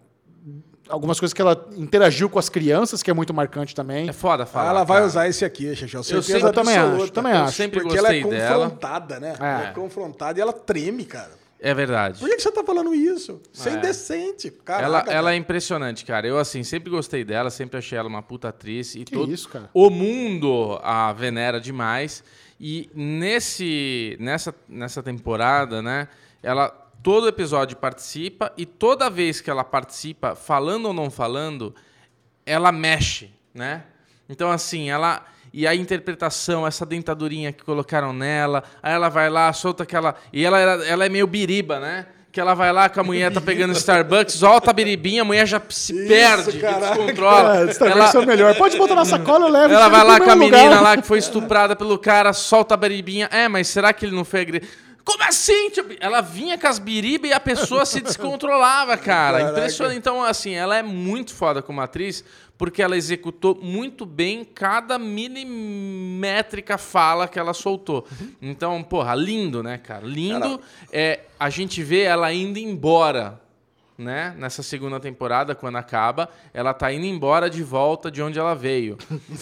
[SPEAKER 1] algumas coisas que ela interagiu com as crianças, que é muito marcante também.
[SPEAKER 2] É foda falar.
[SPEAKER 3] ela vai
[SPEAKER 2] cara.
[SPEAKER 3] usar esse aqui, Xixão.
[SPEAKER 2] Eu
[SPEAKER 3] Certeza
[SPEAKER 2] sempre- eu
[SPEAKER 1] também
[SPEAKER 3] absoluta.
[SPEAKER 1] acho, também
[SPEAKER 2] Eu
[SPEAKER 1] acho,
[SPEAKER 2] sempre
[SPEAKER 3] Porque ela é
[SPEAKER 2] gostei dela.
[SPEAKER 3] confrontada, né? Ela é confrontada e ela treme, cara.
[SPEAKER 2] É verdade.
[SPEAKER 3] Por que que você tá falando isso? Você é
[SPEAKER 2] É.
[SPEAKER 3] indecente. Caraca,
[SPEAKER 2] Ela,
[SPEAKER 3] cara.
[SPEAKER 2] ela é impressionante, cara. Eu, assim, sempre gostei dela, sempre achei ela uma puta atriz. E
[SPEAKER 1] Que
[SPEAKER 2] todo
[SPEAKER 1] isso, cara?
[SPEAKER 2] o mundo a venera demais. E nesse, nessa, nessa temporada, né, ela todo episódio participa e toda vez que ela participa, falando ou não falando, ela mexe, né? Então, assim, ela. E a interpretação, essa dentadurinha que colocaram nela, aí ela vai lá, solta aquela. E ela, ela, ela é meio biriba, né? Que ela vai lá com a mulher, tá pegando Starbucks, solta a biribinha, a mulher já se perde,
[SPEAKER 3] caraca.
[SPEAKER 2] descontrola.
[SPEAKER 1] Esse também
[SPEAKER 2] Ela-
[SPEAKER 1] é o melhor. Pode botar na sacola, eu levo.
[SPEAKER 2] ela
[SPEAKER 1] isso
[SPEAKER 2] vai
[SPEAKER 1] pro
[SPEAKER 2] lá
[SPEAKER 1] meu
[SPEAKER 2] com a
[SPEAKER 1] lugar.
[SPEAKER 2] menina lá que foi estuprada pelo cara, solta a biribinha. É, mas será que ele não foi agredido? Como assim? Tipo, ela vinha com as biribas e a pessoa se descontrolava, cara.
[SPEAKER 3] Caraca.
[SPEAKER 2] Impressionante. Então, assim, ela é muito foda como atriz, porque ela executou muito bem cada milimétrica fala que ela soltou. Então, porra, lindo, né, cara? Lindo. É, a gente vê ela indo embora né? Nessa segunda temporada, quando acaba, ela tá indo embora de volta de onde ela veio.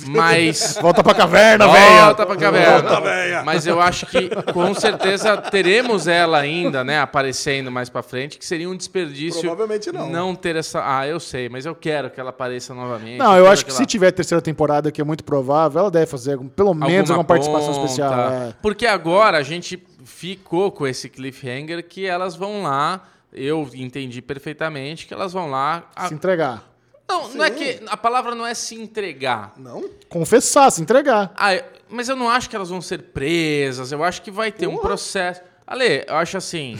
[SPEAKER 2] Mas.
[SPEAKER 1] Volta pra caverna, velho.
[SPEAKER 2] Volta pra caverna.
[SPEAKER 3] Volta, véia.
[SPEAKER 2] Mas eu acho que com certeza teremos ela ainda, né? Aparecendo mais pra frente, que seria um desperdício.
[SPEAKER 3] Provavelmente não.
[SPEAKER 2] Não ter essa. Ah, eu sei, mas eu quero que ela apareça novamente.
[SPEAKER 1] Não, eu
[SPEAKER 2] quero
[SPEAKER 1] acho que
[SPEAKER 2] ela-
[SPEAKER 1] se tiver terceira temporada, que é muito provável, ela deve fazer algum- pelo menos alguma, participação
[SPEAKER 2] ponta.
[SPEAKER 1] especial. é.
[SPEAKER 2] Porque agora a gente ficou com esse cliffhanger que elas vão lá. Eu entendi perfeitamente que elas vão lá. a-
[SPEAKER 1] Se entregar.
[SPEAKER 2] Não, não é que. A palavra não é se entregar.
[SPEAKER 3] Não?
[SPEAKER 1] Confessar, se entregar.
[SPEAKER 2] Ah, eu- mas eu não acho que elas vão ser presas. Eu acho que vai ter um processo. Ale, eu acho assim.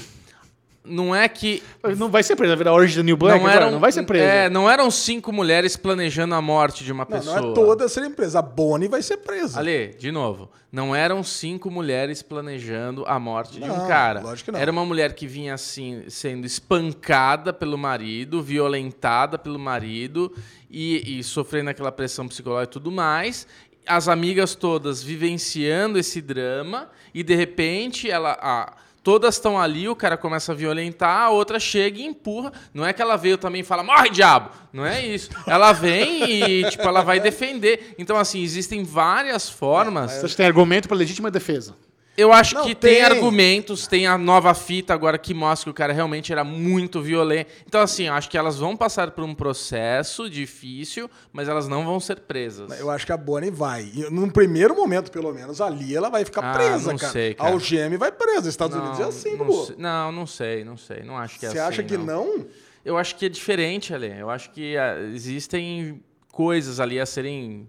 [SPEAKER 2] Não é que.
[SPEAKER 1] Não vai ser presa, vai virar Orange the New Black
[SPEAKER 2] não,
[SPEAKER 1] agora,
[SPEAKER 2] eram,
[SPEAKER 1] não vai ser presa.
[SPEAKER 2] É, não eram cinco mulheres planejando a morte de uma
[SPEAKER 3] Não,
[SPEAKER 2] pessoa.
[SPEAKER 3] não é toda essa empresa. A Bonnie vai ser presa.
[SPEAKER 2] Ale, de novo, não eram cinco mulheres planejando a morte de um
[SPEAKER 3] Não,
[SPEAKER 2] cara.
[SPEAKER 3] lógico que não.
[SPEAKER 2] Era uma mulher que vinha assim, sendo espancada pelo marido, violentada pelo marido e, e sofrendo aquela pressão psicológica e tudo mais. As amigas todas vivenciando esse drama e de repente ela. a- Todas estão ali, o cara começa a violentar, a outra chega e empurra. Não é que ela veio também e fala, morre, diabo! Não é isso. Ela vem e, tipo, ela vai defender. Então, assim, existem várias formas.
[SPEAKER 1] Você acha que tem argumento para legítima defesa?
[SPEAKER 2] Eu acho
[SPEAKER 3] Não,
[SPEAKER 2] que tem.
[SPEAKER 3] tem.
[SPEAKER 2] argumentos, tem a nova fita agora que mostra que o cara realmente era muito violento. Então, assim, eu acho que elas vão passar por um processo difícil, mas elas não vão ser presas.
[SPEAKER 3] Eu acho que a Bonnie vai. E num primeiro momento, pelo menos, ali ela vai ficar
[SPEAKER 2] Ah,
[SPEAKER 3] presa,
[SPEAKER 2] não
[SPEAKER 3] cara.
[SPEAKER 2] sei, cara.
[SPEAKER 3] A algeme vai presa. Estados Unidos é assim,
[SPEAKER 2] não,
[SPEAKER 3] Bubu.
[SPEAKER 2] sei- não, não sei, não sei. Não acho que é
[SPEAKER 3] Você
[SPEAKER 2] assim.
[SPEAKER 3] acha que não?
[SPEAKER 2] Eu acho que é diferente, Ale. Eu acho que ah, existem coisas ali a serem.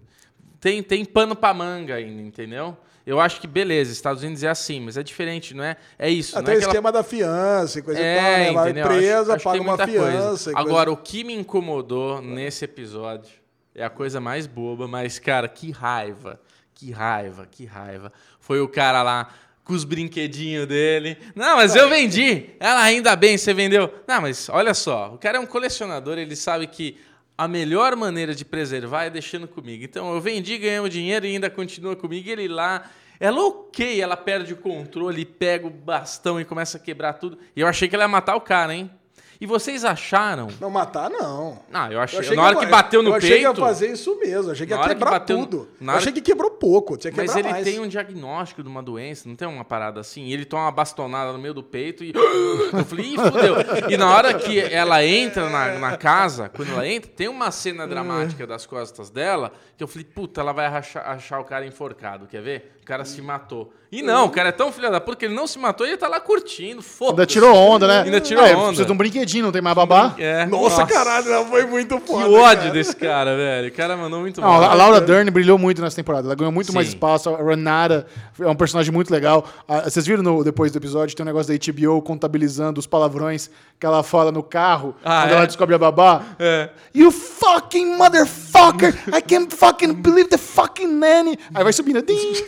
[SPEAKER 2] Tem, tem pano pra manga ainda, entendeu? Eu acho que beleza, Estados Unidos é assim, mas é diferente, não é? É isso, não
[SPEAKER 3] Até
[SPEAKER 2] é aquela
[SPEAKER 3] o Ah, um esquema da fiança e coisa e tal,
[SPEAKER 2] É,
[SPEAKER 3] né? Vai
[SPEAKER 2] entendeu?
[SPEAKER 3] presa,
[SPEAKER 2] Acho- acho que
[SPEAKER 3] paga
[SPEAKER 2] tem
[SPEAKER 3] uma
[SPEAKER 2] muita coisa.
[SPEAKER 3] fiança. e coisa-
[SPEAKER 2] Agora, o que me incomodou nesse episódio é a coisa mais boba, mas, cara, que raiva. Que raiva, que raiva. Foi o cara lá com os brinquedinhos dele. Não, mas eu vendi. Ela ainda bem, você vendeu. Não, mas olha só, o cara é um colecionador, ele sabe que a melhor maneira de preservar é deixando comigo. Então eu vendi, ganhei o dinheiro e ainda continua comigo. Ele lá. Ela ok, ela perde o controle, pega o bastão e começa a quebrar tudo. E eu achei que ela ia matar o cara, hein? E vocês acharam?
[SPEAKER 3] Não matar, não.
[SPEAKER 2] Não, eu achei.
[SPEAKER 3] Eu achei
[SPEAKER 2] na hora
[SPEAKER 3] ia-
[SPEAKER 2] que, bateu no
[SPEAKER 3] eu achei que
[SPEAKER 2] peito.
[SPEAKER 3] ia fazer isso mesmo. Achei que
[SPEAKER 2] Na
[SPEAKER 3] ia
[SPEAKER 2] hora que
[SPEAKER 3] quebrar
[SPEAKER 2] bateu no-
[SPEAKER 3] tudo.
[SPEAKER 2] na
[SPEAKER 3] Eu
[SPEAKER 2] hora
[SPEAKER 3] achei que quebrou pouco. Tinha que
[SPEAKER 2] Mas
[SPEAKER 3] quebrar
[SPEAKER 2] ele
[SPEAKER 3] mais.
[SPEAKER 2] tem um diagnóstico de uma doença, não tem uma parada assim? Ele toma uma bastonada no meio do peito e. Eu falei, ih, fudeu. E na hora que ela entra na, na casa, quando ela entra, tem uma cena dramática das costas dela que eu falei, puta, ela vai achar, achar o cara enforcado, quer ver? O cara se matou. E não, o cara é tão filha da puta que ele não se matou e ele tá lá curtindo, foda
[SPEAKER 1] Ainda tirou onda, né?
[SPEAKER 2] Ainda tirou
[SPEAKER 1] É,
[SPEAKER 2] onda.
[SPEAKER 1] Precisa de um brinquedinho, não tem mais babá.
[SPEAKER 2] É,
[SPEAKER 3] Nossa, caralho, ela foi muito
[SPEAKER 2] Que
[SPEAKER 3] foda.
[SPEAKER 2] ódio
[SPEAKER 3] cara.
[SPEAKER 2] desse cara, velho. O cara mandou muito
[SPEAKER 1] Não, a Laura Dern brilhou muito nessa temporada. Ela ganhou muito
[SPEAKER 2] Sim.
[SPEAKER 1] mais espaço. A Renata é um personagem muito legal. Ah, vocês viram no- depois do episódio, tem um negócio da HBO contabilizando os palavrões que ela fala no carro
[SPEAKER 2] Ah,
[SPEAKER 1] quando
[SPEAKER 2] é?
[SPEAKER 1] ela descobre a babá.
[SPEAKER 2] É.
[SPEAKER 1] You fucking motherfucker! I can't fucking believe the fucking nanny! Aí vai subindo. Din, din,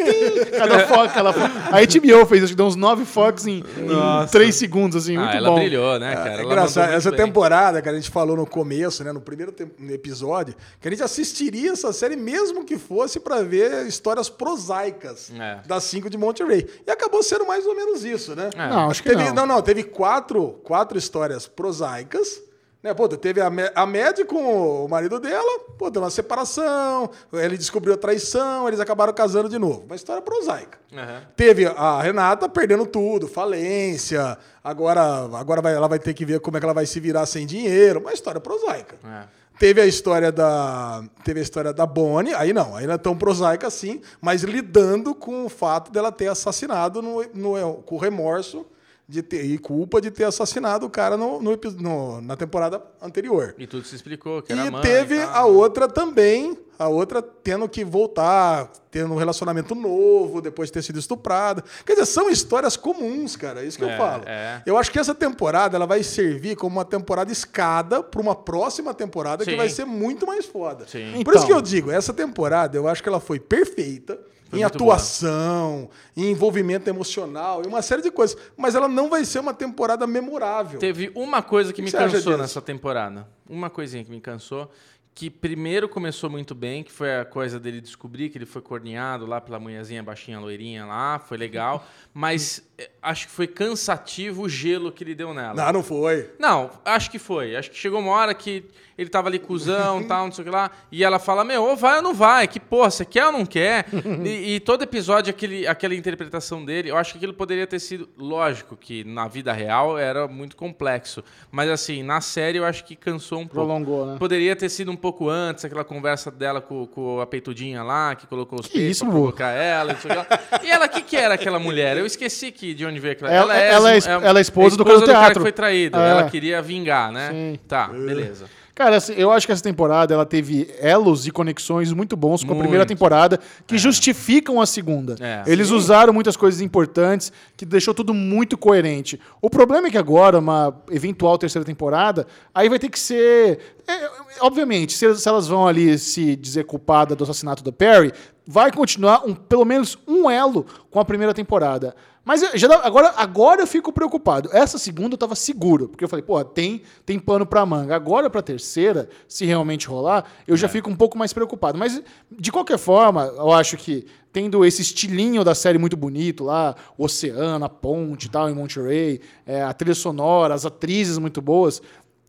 [SPEAKER 1] cada foca, ela fala. A HBO fez, acho que deu uns nove focos em, em três segundos, assim.
[SPEAKER 2] Ah,
[SPEAKER 1] muito
[SPEAKER 2] ela
[SPEAKER 1] bom.
[SPEAKER 2] brilhou, né, cara?
[SPEAKER 3] É
[SPEAKER 2] Ela
[SPEAKER 3] engraçado,
[SPEAKER 2] mandou muito
[SPEAKER 3] essa
[SPEAKER 2] bem.
[SPEAKER 3] temporada, cara, a gente falou no começo, né, no primeiro tem- no episódio, que a gente assistiria essa série mesmo que fosse pra ver histórias prosaicas
[SPEAKER 2] É.
[SPEAKER 3] das cinco de Monterey. E acabou sendo mais ou menos isso, né?
[SPEAKER 2] É.
[SPEAKER 1] Não, acho que
[SPEAKER 3] teve,
[SPEAKER 1] não.
[SPEAKER 3] não, teve quatro, quatro histórias prosaicas. Né, pô, teve a, Me- a Mad com o marido dela, pô, deu uma separação, ele descobriu a traição, eles acabaram casando de novo. Uma história prosaica.
[SPEAKER 2] Aham.
[SPEAKER 3] Teve a Renata perdendo tudo, falência, agora, agora vai- ela vai ter que ver como é que ela vai se virar sem dinheiro, uma história prosaica.
[SPEAKER 2] É.
[SPEAKER 3] Teve a história da. Teve a história da Bonnie, aí não, aí não é tão prosaica assim, mas lidando com o fato dela ter assassinado no, no, com o remorso de ter, e culpa de ter assassinado o cara no, no epi- no- na temporada anterior.
[SPEAKER 2] E tudo se explicou, que era
[SPEAKER 3] E
[SPEAKER 2] mãe
[SPEAKER 3] teve
[SPEAKER 2] tal. né?
[SPEAKER 3] a outra também, a outra tendo que voltar, tendo um relacionamento novo, depois de ter sido estuprada. Quer dizer, são histórias comuns, cara, é isso que
[SPEAKER 2] É,
[SPEAKER 3] eu falo.
[SPEAKER 2] é.
[SPEAKER 3] Eu acho que essa temporada ela vai servir como uma temporada escada para uma próxima temporada
[SPEAKER 2] Sim.
[SPEAKER 3] que vai ser muito mais foda.
[SPEAKER 2] Sim.
[SPEAKER 3] Por
[SPEAKER 1] Então.
[SPEAKER 3] isso que eu digo, essa temporada eu acho que ela foi perfeita. em
[SPEAKER 2] muito
[SPEAKER 3] atuação, em envolvimento emocional, em uma série de coisas. Mas ela não vai ser uma temporada memorável.
[SPEAKER 2] Teve uma coisa que
[SPEAKER 3] O que
[SPEAKER 2] me
[SPEAKER 3] você acha
[SPEAKER 2] cansou
[SPEAKER 3] disso?
[SPEAKER 2] nessa temporada. Uma coisinha que me cansou. Que primeiro começou muito bem, que foi a coisa dele descobrir que ele foi corneado lá pela mulherzinha baixinha loirinha lá, foi legal. Mas eh, acho que foi cansativo o gelo que ele deu nela.
[SPEAKER 3] Não, não foi.
[SPEAKER 2] Não, acho que foi. Acho que chegou uma hora que ele tava ali cuzão e tal, não sei o que lá. E ela fala, meu, ou vai ou não vai. Que porra, você quer ou não quer? e, e todo episódio, aquele, aquela interpretação dele, eu acho que aquilo poderia ter sido... Lógico que na vida real era muito complexo. Mas assim, na série eu acho que cansou um pouco.
[SPEAKER 1] Prolongou, né?
[SPEAKER 2] Poderia ter sido um pouco antes, aquela conversa dela com, com a peitudinha lá, que colocou os
[SPEAKER 1] Que
[SPEAKER 2] peitos
[SPEAKER 1] isso,
[SPEAKER 2] pra
[SPEAKER 1] Bubu?
[SPEAKER 2] colocar ela, não sei o que lá. E ela, o que, que era aquela mulher? Eu esqueci que, de onde veio aquela... um
[SPEAKER 1] Ela- ela é es- ela é esposa do cara do
[SPEAKER 2] cara que
[SPEAKER 1] teatro.
[SPEAKER 2] foi traído.
[SPEAKER 1] É.
[SPEAKER 2] Ela queria vingar, né?
[SPEAKER 1] Sim.
[SPEAKER 2] Tá, beleza.
[SPEAKER 1] Cara, assim, eu acho que essa temporada ela teve elos e conexões muito bons com a primeira
[SPEAKER 2] Muito.
[SPEAKER 1] temporada que justificam a segunda.
[SPEAKER 2] É.
[SPEAKER 1] Eles usaram muitas coisas importantes que deixou tudo muito coerente. O problema é que agora, uma eventual terceira temporada, aí vai ter que é, ser. é, obviamente, se, se elas vão ali se dizer culpada do assassinato da Perry. vai continuar um, pelo menos um elo com a primeira temporada. Mas eu- já dá- agora, agora eu fico preocupado. Essa segunda eu tava seguro, porque eu falei, pô, tem, tem pano pra manga. Agora pra terceira, se realmente rolar, eu
[SPEAKER 3] É.
[SPEAKER 1] já fico um pouco mais preocupado. Mas, de qualquer forma, eu acho que tendo esse estilinho da série muito bonito lá, o oceano, a ponte e tal, em Monterey, é, a trilha sonora, as atrizes muito boas,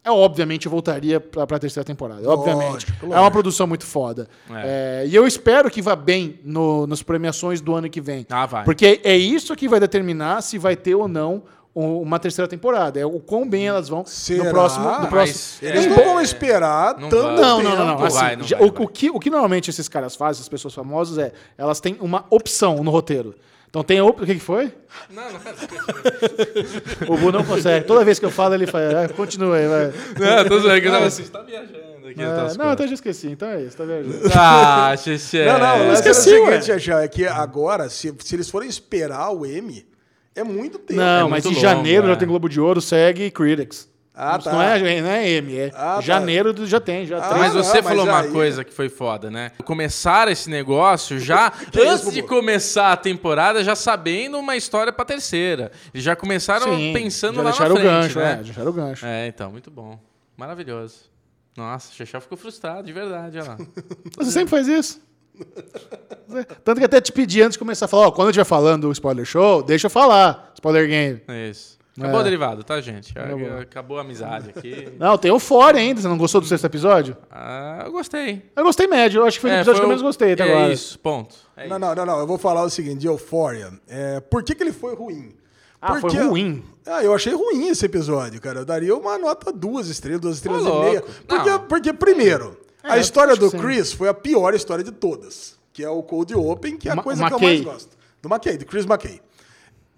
[SPEAKER 1] eu, obviamente, voltaria pra, pra terceira temporada. obviamente.
[SPEAKER 3] Lógico,
[SPEAKER 1] É uma
[SPEAKER 3] lógico.
[SPEAKER 1] produção muito foda. É, e eu espero que vá bem no, nas premiações do ano que vem.
[SPEAKER 2] Ah, vai.
[SPEAKER 1] Porque é isso que vai determinar se vai ter ou não um- uma terceira temporada. É o quão bem elas vão
[SPEAKER 3] Será?
[SPEAKER 1] no próximo. No
[SPEAKER 3] Mas um
[SPEAKER 1] próximo.
[SPEAKER 3] Eles não
[SPEAKER 1] É,
[SPEAKER 3] vão esperar
[SPEAKER 2] Não
[SPEAKER 3] tanto
[SPEAKER 2] vai.
[SPEAKER 1] não,
[SPEAKER 3] tempo.
[SPEAKER 1] não, não, não.
[SPEAKER 2] Não
[SPEAKER 1] Assim,
[SPEAKER 2] vai, não
[SPEAKER 1] já-
[SPEAKER 2] vai,
[SPEAKER 1] o,
[SPEAKER 2] não vai.
[SPEAKER 1] o que, o que normalmente esses caras fazem, as pessoas famosas, é elas têm uma opção no roteiro. Então tem a op- O que, que foi?
[SPEAKER 2] Não, não.
[SPEAKER 1] O Bu não consegue. Toda vez que eu falo, ele fala, "Ah, continua aí, vai.
[SPEAKER 2] Não, tô zoando que eu tava assim, você tá viajando aqui. eu
[SPEAKER 1] É,
[SPEAKER 2] tava
[SPEAKER 1] não,
[SPEAKER 2] escutando.
[SPEAKER 1] então eu já esqueci. Então é isso, tá vendo?
[SPEAKER 2] Ah, xixi.
[SPEAKER 3] Não, não, mas era o
[SPEAKER 1] esqueci,
[SPEAKER 3] seguinte, Jajá, é que agora, se, se eles forem esperar o M, é muito tempo.
[SPEAKER 1] Não,
[SPEAKER 2] é
[SPEAKER 1] mas em
[SPEAKER 2] muito longo,
[SPEAKER 1] janeiro
[SPEAKER 2] é.
[SPEAKER 1] já tem Globo de Ouro, segue Critics.
[SPEAKER 3] Ah,
[SPEAKER 1] Isso
[SPEAKER 3] tá.
[SPEAKER 1] Não é, não é M, é
[SPEAKER 3] Ah, tá.
[SPEAKER 1] janeiro já tem, já tem.
[SPEAKER 2] Mas
[SPEAKER 3] Ah,
[SPEAKER 2] você
[SPEAKER 3] não, mas
[SPEAKER 2] falou uma
[SPEAKER 3] aí-
[SPEAKER 2] coisa que foi foda, né? Começar esse negócio já,
[SPEAKER 3] é isso,
[SPEAKER 2] antes de
[SPEAKER 3] Bubu?
[SPEAKER 2] começar a temporada, já sabendo uma história pra terceira. Eles já começaram pensando
[SPEAKER 1] já
[SPEAKER 2] lá na
[SPEAKER 1] deixaram
[SPEAKER 2] frente,
[SPEAKER 1] o gancho,
[SPEAKER 2] né?
[SPEAKER 1] é, deixaram o gancho.
[SPEAKER 2] É, então, muito bom. Maravilhoso. Nossa, o Xexá ficou frustrado, de verdade, olha lá.
[SPEAKER 1] Você sempre faz isso. Tanto que até te pedi antes de começar a falar, ó, quando eu estiver falando o spoiler show, deixa eu falar, spoiler game.
[SPEAKER 2] É isso. Acabou
[SPEAKER 1] É.
[SPEAKER 2] o derivado, tá, gente? Acabou,
[SPEAKER 1] Acabou.
[SPEAKER 2] a amizade aqui.
[SPEAKER 1] Não, tem o fora ainda, você não gostou do sexto episódio?
[SPEAKER 2] Ah, eu gostei.
[SPEAKER 1] Eu gostei médio, eu acho que foi o
[SPEAKER 2] É,
[SPEAKER 1] episódio
[SPEAKER 2] foi
[SPEAKER 1] que eu
[SPEAKER 2] o-
[SPEAKER 1] menos gostei até
[SPEAKER 2] é
[SPEAKER 1] agora.
[SPEAKER 2] isso, ponto. É
[SPEAKER 3] Não, não, não, não. Eu vou falar o seguinte, de Euphoria. É, por que, que ele foi ruim?
[SPEAKER 1] Ah, foi
[SPEAKER 3] Porque-
[SPEAKER 1] ruim.
[SPEAKER 3] Ah, eu achei ruim esse episódio, cara. Eu daria uma nota duas estrelas, duas estrelas
[SPEAKER 2] louco.
[SPEAKER 3] e meia. Porque,
[SPEAKER 2] Não.
[SPEAKER 3] porque primeiro,
[SPEAKER 1] É,
[SPEAKER 3] a história
[SPEAKER 1] acho que
[SPEAKER 3] do
[SPEAKER 1] sim.
[SPEAKER 3] Chris foi a pior história de todas. Que é o Cold Open, que é a
[SPEAKER 1] Ma-
[SPEAKER 3] coisa que eu
[SPEAKER 1] McKay.
[SPEAKER 3] mais gosto. Do McKay, do Chris McKay.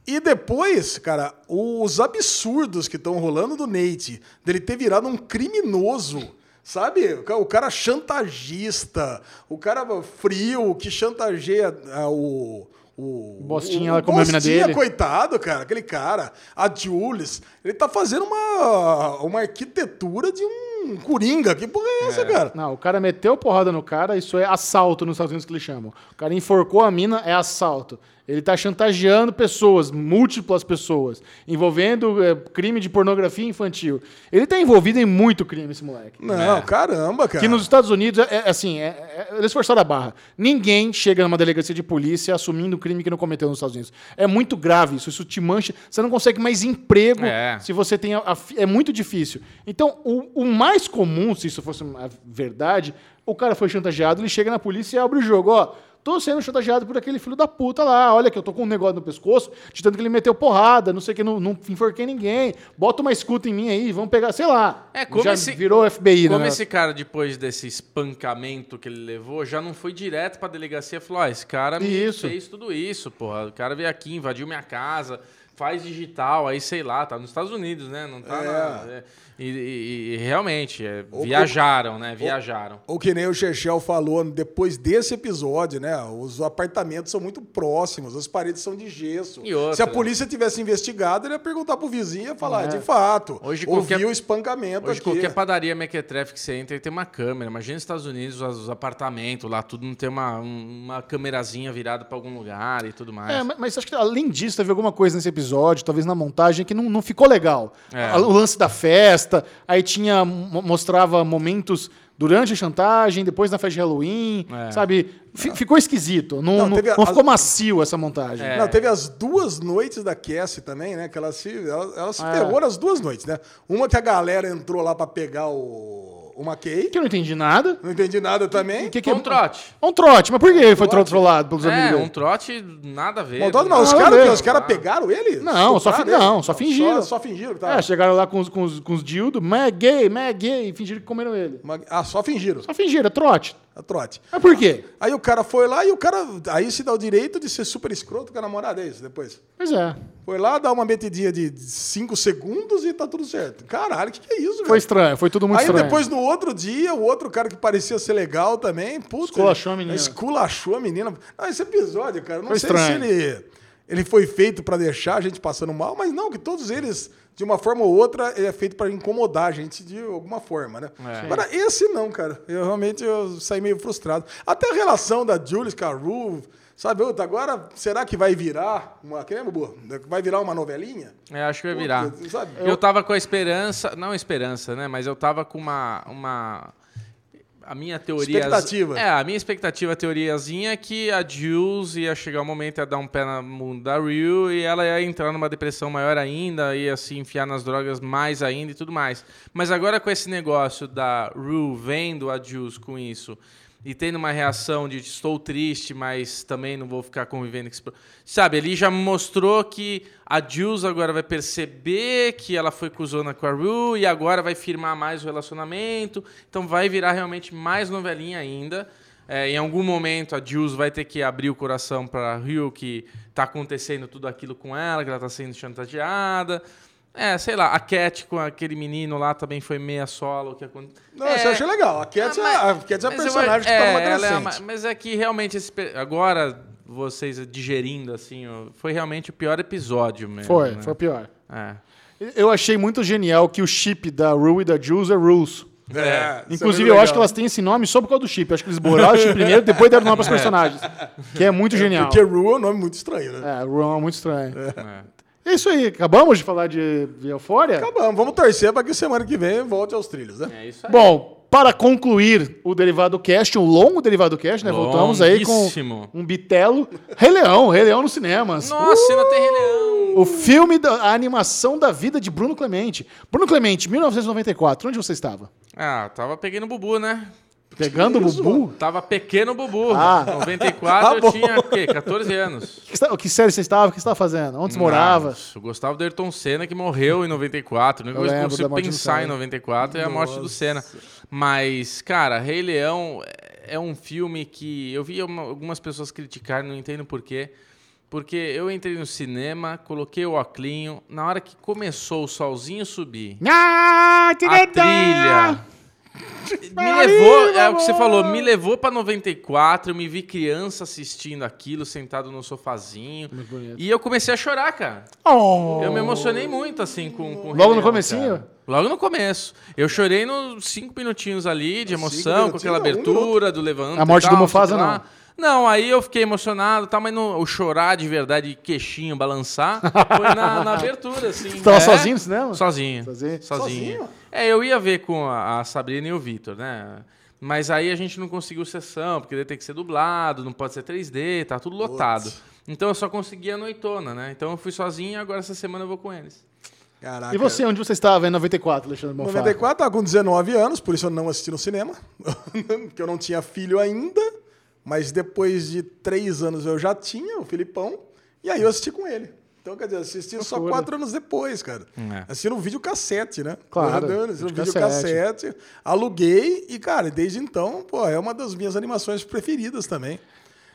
[SPEAKER 3] E depois, cara, os absurdos que estão rolando do Nate, dele ter virado um criminoso, sabe? O ca- O cara chantagista, o cara frio que chantageia ah, o. O
[SPEAKER 1] Bostinha
[SPEAKER 3] o-
[SPEAKER 1] lá
[SPEAKER 3] o
[SPEAKER 1] comeu a mina
[SPEAKER 3] Bostinha,
[SPEAKER 1] dele.
[SPEAKER 3] coitado, cara, aquele cara, a Jules, ele tá fazendo uma, uma arquitetura de um coringa. Que porra é essa, cara?
[SPEAKER 1] Não, o cara meteu porrada no cara, isso é assalto nos Estados Unidos que eles chamam. O cara enforcou a mina, é assalto. Ele tá chantageando pessoas, múltiplas pessoas, envolvendo eh, crime de pornografia infantil. Ele tá envolvido em muito crime, esse moleque.
[SPEAKER 3] Não, caramba, cara.
[SPEAKER 1] É. Que nos Estados Unidos, é, é assim, é, é, eles forçaram a barra. Ninguém chega numa delegacia de polícia assumindo um crime que não cometeu nos Estados Unidos. É muito grave isso, isso te mancha. Você não consegue mais emprego
[SPEAKER 2] É.
[SPEAKER 1] se você tem. A, a fi- é muito difícil. Então, o, o mais comum, se isso fosse a verdade, o cara foi chantageado, ele chega na polícia e abre o jogo, ó. Tô sendo chantageado por aquele filho da puta lá. Olha que eu tô com um negócio no pescoço, de tanto que ele meteu porrada, não sei o que, não, não enforquei ninguém. Bota uma escuta em mim aí, vamos pegar, sei lá.
[SPEAKER 2] É, como
[SPEAKER 1] Já
[SPEAKER 2] esse-
[SPEAKER 1] virou FBI,
[SPEAKER 2] Como
[SPEAKER 1] né?
[SPEAKER 2] esse cara, depois desse espancamento que ele levou, já não foi direto pra delegacia e falou: Ó, esse cara me
[SPEAKER 1] Isso.
[SPEAKER 2] fez tudo isso, porra. O cara veio aqui, invadiu minha casa, faz digital, aí sei lá, tá nos Estados Unidos, né? Não tá.
[SPEAKER 3] É.
[SPEAKER 2] na- é. E, e- e realmente, é,
[SPEAKER 3] Ou-
[SPEAKER 2] viajaram, né? Viajaram.
[SPEAKER 3] Ou que nem o Chechel falou, depois desse episódio, né? Os apartamentos são muito próximos, as paredes são de gesso.
[SPEAKER 2] E outra,
[SPEAKER 3] Se a
[SPEAKER 2] né?
[SPEAKER 3] polícia tivesse investigado, ele ia perguntar pro vizinho e ia falar,
[SPEAKER 1] É.
[SPEAKER 3] de fato,
[SPEAKER 2] Hoje
[SPEAKER 3] ouviu
[SPEAKER 2] qualquer-
[SPEAKER 3] o espancamento
[SPEAKER 2] Hoje,
[SPEAKER 3] aqui.
[SPEAKER 2] qualquer padaria mequetrefe que você entra, ele tem uma câmera. Imagina nos Estados Unidos, os, os apartamentos lá, tudo não tem uma, um- uma câmerazinha virada pra algum lugar e tudo mais.
[SPEAKER 1] É, ma- mas acho que além disso, teve alguma coisa nesse episódio, talvez na montagem, que não, não ficou legal.
[SPEAKER 2] É.
[SPEAKER 1] A- O lance da festa, aí tinha mo- mostrava momentos durante a chantagem, depois na festa de Halloween,
[SPEAKER 2] É.
[SPEAKER 1] sabe? Fi- ficou esquisito. Não,
[SPEAKER 3] Não,
[SPEAKER 1] não-
[SPEAKER 3] teve a-
[SPEAKER 1] não ficou macio essa montagem.
[SPEAKER 2] É.
[SPEAKER 3] Não, teve as duas noites da Cassie também, né? Que ela se, ela, ela se
[SPEAKER 1] Ah.
[SPEAKER 3] ferrou nas duas noites, né? Uma que a galera entrou lá pra pegar o, o McKay.
[SPEAKER 1] Que eu não entendi nada.
[SPEAKER 3] Não entendi nada também.
[SPEAKER 1] Que que
[SPEAKER 2] Foi um trote.
[SPEAKER 1] É um trote, mas por que ele foi tro- trollado pelos amigos
[SPEAKER 2] É,
[SPEAKER 1] dele?
[SPEAKER 2] um trote, nada a ver.
[SPEAKER 3] Maldado não,
[SPEAKER 1] Não,
[SPEAKER 3] os
[SPEAKER 1] não
[SPEAKER 3] caras
[SPEAKER 1] veio.
[SPEAKER 3] que- os cara
[SPEAKER 2] Ah.
[SPEAKER 3] pegaram ele?
[SPEAKER 1] Não, só fi-
[SPEAKER 3] Estupraram ele?
[SPEAKER 1] não, só fingiram.
[SPEAKER 3] Só, só fingiram, tá?
[SPEAKER 1] É, chegaram lá com os, com os, com os dildos, mas é gay, mas é gay, e fingiram que comeram ele.
[SPEAKER 3] Uma- Ah, só fingiram.
[SPEAKER 1] Só fingiram, é trote.
[SPEAKER 3] É trote.
[SPEAKER 1] Mas por quê?
[SPEAKER 3] Aí o cara foi lá e o cara. Aí se dá o direito de ser super escroto com a namorada, é isso depois.
[SPEAKER 1] Pois é.
[SPEAKER 3] Foi lá, dá uma metidinha de 5 segundos e tá tudo certo. Caralho, o que, que é isso,
[SPEAKER 1] Foi
[SPEAKER 3] velho?
[SPEAKER 1] estranho, foi tudo muito
[SPEAKER 3] Aí
[SPEAKER 1] estranho.
[SPEAKER 3] depois, no outro dia, o outro cara que parecia ser legal também, puta.
[SPEAKER 1] Esculachou a menina.
[SPEAKER 3] Esculachou a menina. Não, esse episódio, cara, eu não
[SPEAKER 1] Foi
[SPEAKER 3] sei
[SPEAKER 1] estranho.
[SPEAKER 3] se ele. ele foi feito para deixar a gente passando mal, mas não, que todos eles, de uma forma ou outra, é feito para incomodar a gente de alguma forma, né?
[SPEAKER 2] É.
[SPEAKER 3] Agora, esse não, cara. Eu realmente eu saí meio frustrado. Até a relação da Julius com a Rue, sabe? outra, Agora, será que vai virar uma... Que nem, Bubu? Vai virar uma novelinha?
[SPEAKER 2] É, acho que vai virar.
[SPEAKER 3] Puta, sabe?
[SPEAKER 2] Eu... tava com a esperança, não a esperança, né? Mas eu tava com uma. uma a minha teoria.
[SPEAKER 3] Expectativa.
[SPEAKER 2] É, a minha expectativa, a teoriazinha, é que a Jules ia chegar um momento, ia dar um pé na mundo da Ryu e ela ia entrar numa depressão maior ainda, ia se enfiar nas drogas mais ainda e tudo mais. Mas agora com esse negócio da Rue vendo a Jules com isso e tendo uma reação de estou triste, mas também não vou ficar convivendo com esse... pro-". Sabe, ele já mostrou que a Jules agora vai perceber que ela foi cuzona com a Rue e agora vai firmar mais o relacionamento. Então vai virar realmente mais novelinha ainda. É, em algum momento a Jules vai ter que abrir o coração para Rue que tá acontecendo tudo aquilo com ela, que ela tá sendo chantageada. É, sei lá, a Cat com aquele menino lá também foi meia solo. Que aconte...
[SPEAKER 3] Não,
[SPEAKER 2] É, Ah,
[SPEAKER 3] isso eu achei legal. A Cat, é, a Cat é a
[SPEAKER 2] mas eu
[SPEAKER 3] personagem
[SPEAKER 2] acho-
[SPEAKER 3] que tá numa
[SPEAKER 2] é, ela é
[SPEAKER 3] crescente.
[SPEAKER 2] uma- Mas é que realmente, esse pe- agora vocês digerindo, assim, ó, foi realmente o pior episódio mesmo.
[SPEAKER 1] Foi,
[SPEAKER 2] né?
[SPEAKER 1] foi pior.
[SPEAKER 2] É.
[SPEAKER 1] Eu achei muito genial que o chip da Rue e da Jules é Rules.
[SPEAKER 3] É, isso é
[SPEAKER 1] Inclusive,
[SPEAKER 3] bem
[SPEAKER 1] eu
[SPEAKER 3] legal.
[SPEAKER 1] acho que elas têm esse nome só por causa do chip. Eu acho que eles boraram o chip primeiro depois deram nome para personagens. Que é muito genial.
[SPEAKER 3] Porque Rue é um nome muito estranho, né?
[SPEAKER 1] É, Ron é muito estranho. É. isso aí. Acabamos de falar de, de Euphoria?
[SPEAKER 3] Acabamos, vamos torcer para que semana que vem volte aos trilhos, né?
[SPEAKER 2] É isso aí.
[SPEAKER 1] Bom, para concluir o Derivado Cast, um longo Derivado Cast, né? Voltamos aí com
[SPEAKER 2] Longuíssimo.
[SPEAKER 1] um bitelo. Rei Leão, Rei Leão nos cinemas.
[SPEAKER 2] Nossa, ainda tem Rei Leão.
[SPEAKER 1] O filme, da, a animação da vida de Bruno Clemente. Bruno Clemente, 1994, onde você estava?
[SPEAKER 2] Ah, tava pegando o Bubu, né?
[SPEAKER 1] Pegando o Bubu?
[SPEAKER 2] Tava pequeno Bubu.
[SPEAKER 1] Ah.
[SPEAKER 2] 94
[SPEAKER 3] Tá
[SPEAKER 2] eu
[SPEAKER 3] bom.
[SPEAKER 2] tinha, o quê? 14 anos.
[SPEAKER 1] Que, que está- que série você estava? O que você estava fazendo? Onde você morava?
[SPEAKER 2] Nossa, eu gostava do Ayrton Senna, que morreu em 94. Não
[SPEAKER 1] Eu lembro
[SPEAKER 2] consigo
[SPEAKER 1] da morte do
[SPEAKER 2] pensar em
[SPEAKER 1] Senna.
[SPEAKER 2] 94, é a morte do Senna. Mas, cara, Rei Leão é um filme que eu vi uma- algumas pessoas criticarem, não entendo porquê. Porque eu entrei no cinema, coloquei o oclinho, na hora que começou o solzinho subir,
[SPEAKER 1] Ah,
[SPEAKER 2] a trilha. Me levou, é o que você falou, me levou pra 94, eu me vi criança assistindo aquilo, sentado no sofazinho.
[SPEAKER 1] bonito.
[SPEAKER 2] E eu comecei a chorar, cara.
[SPEAKER 1] Oh.
[SPEAKER 2] Eu me emocionei muito, assim, com, com
[SPEAKER 1] Logo no
[SPEAKER 2] o Rei Leão,
[SPEAKER 1] comecinho?
[SPEAKER 2] cara. Logo no começo. Eu chorei nos cinco minutinhos ali de
[SPEAKER 3] Cinco
[SPEAKER 2] emoção, com aquela
[SPEAKER 3] minutinhos, não, um
[SPEAKER 2] abertura do levanta.
[SPEAKER 1] A morte
[SPEAKER 2] e
[SPEAKER 1] do
[SPEAKER 2] tal, sei
[SPEAKER 1] Mufasa,
[SPEAKER 2] lá. Não, aí eu fiquei emocionado, tá, mas não, o chorar de verdade, queixinho, balançar, foi na, na abertura, assim.
[SPEAKER 1] Você estava
[SPEAKER 2] É.
[SPEAKER 1] sozinho no cinema?
[SPEAKER 2] Sozinho.
[SPEAKER 1] Sozinho?
[SPEAKER 2] Sozinho.
[SPEAKER 3] Sozinho?
[SPEAKER 2] É, eu ia ver com a, a Sabrina e o Vitor, né? Mas aí a gente não conseguiu sessão, porque daí tem que ser dublado, não pode ser 3D, tá tudo lotado. Então eu só consegui a noitona, né? Então eu fui sozinho e agora essa semana eu vou com eles.
[SPEAKER 3] Caraca.
[SPEAKER 1] E você, onde você estava em 94, Alexandre Bonfá?
[SPEAKER 3] 94, tava tá com 19 anos, por isso eu não assisti no cinema, porque eu não tinha filho ainda, mas depois de três anos eu já tinha o Filipão, e aí eu assisti com ele. Então, quer dizer, assisti só
[SPEAKER 1] Loucura.
[SPEAKER 3] quatro anos depois, cara.
[SPEAKER 2] É.
[SPEAKER 3] Assisti no vídeo cassete, né?
[SPEAKER 1] Claro,
[SPEAKER 3] Eu assisti no vídeo
[SPEAKER 1] videocassete.
[SPEAKER 3] cassete, É, assim, aluguei, e, cara, desde então, pô, é uma das minhas animações preferidas também.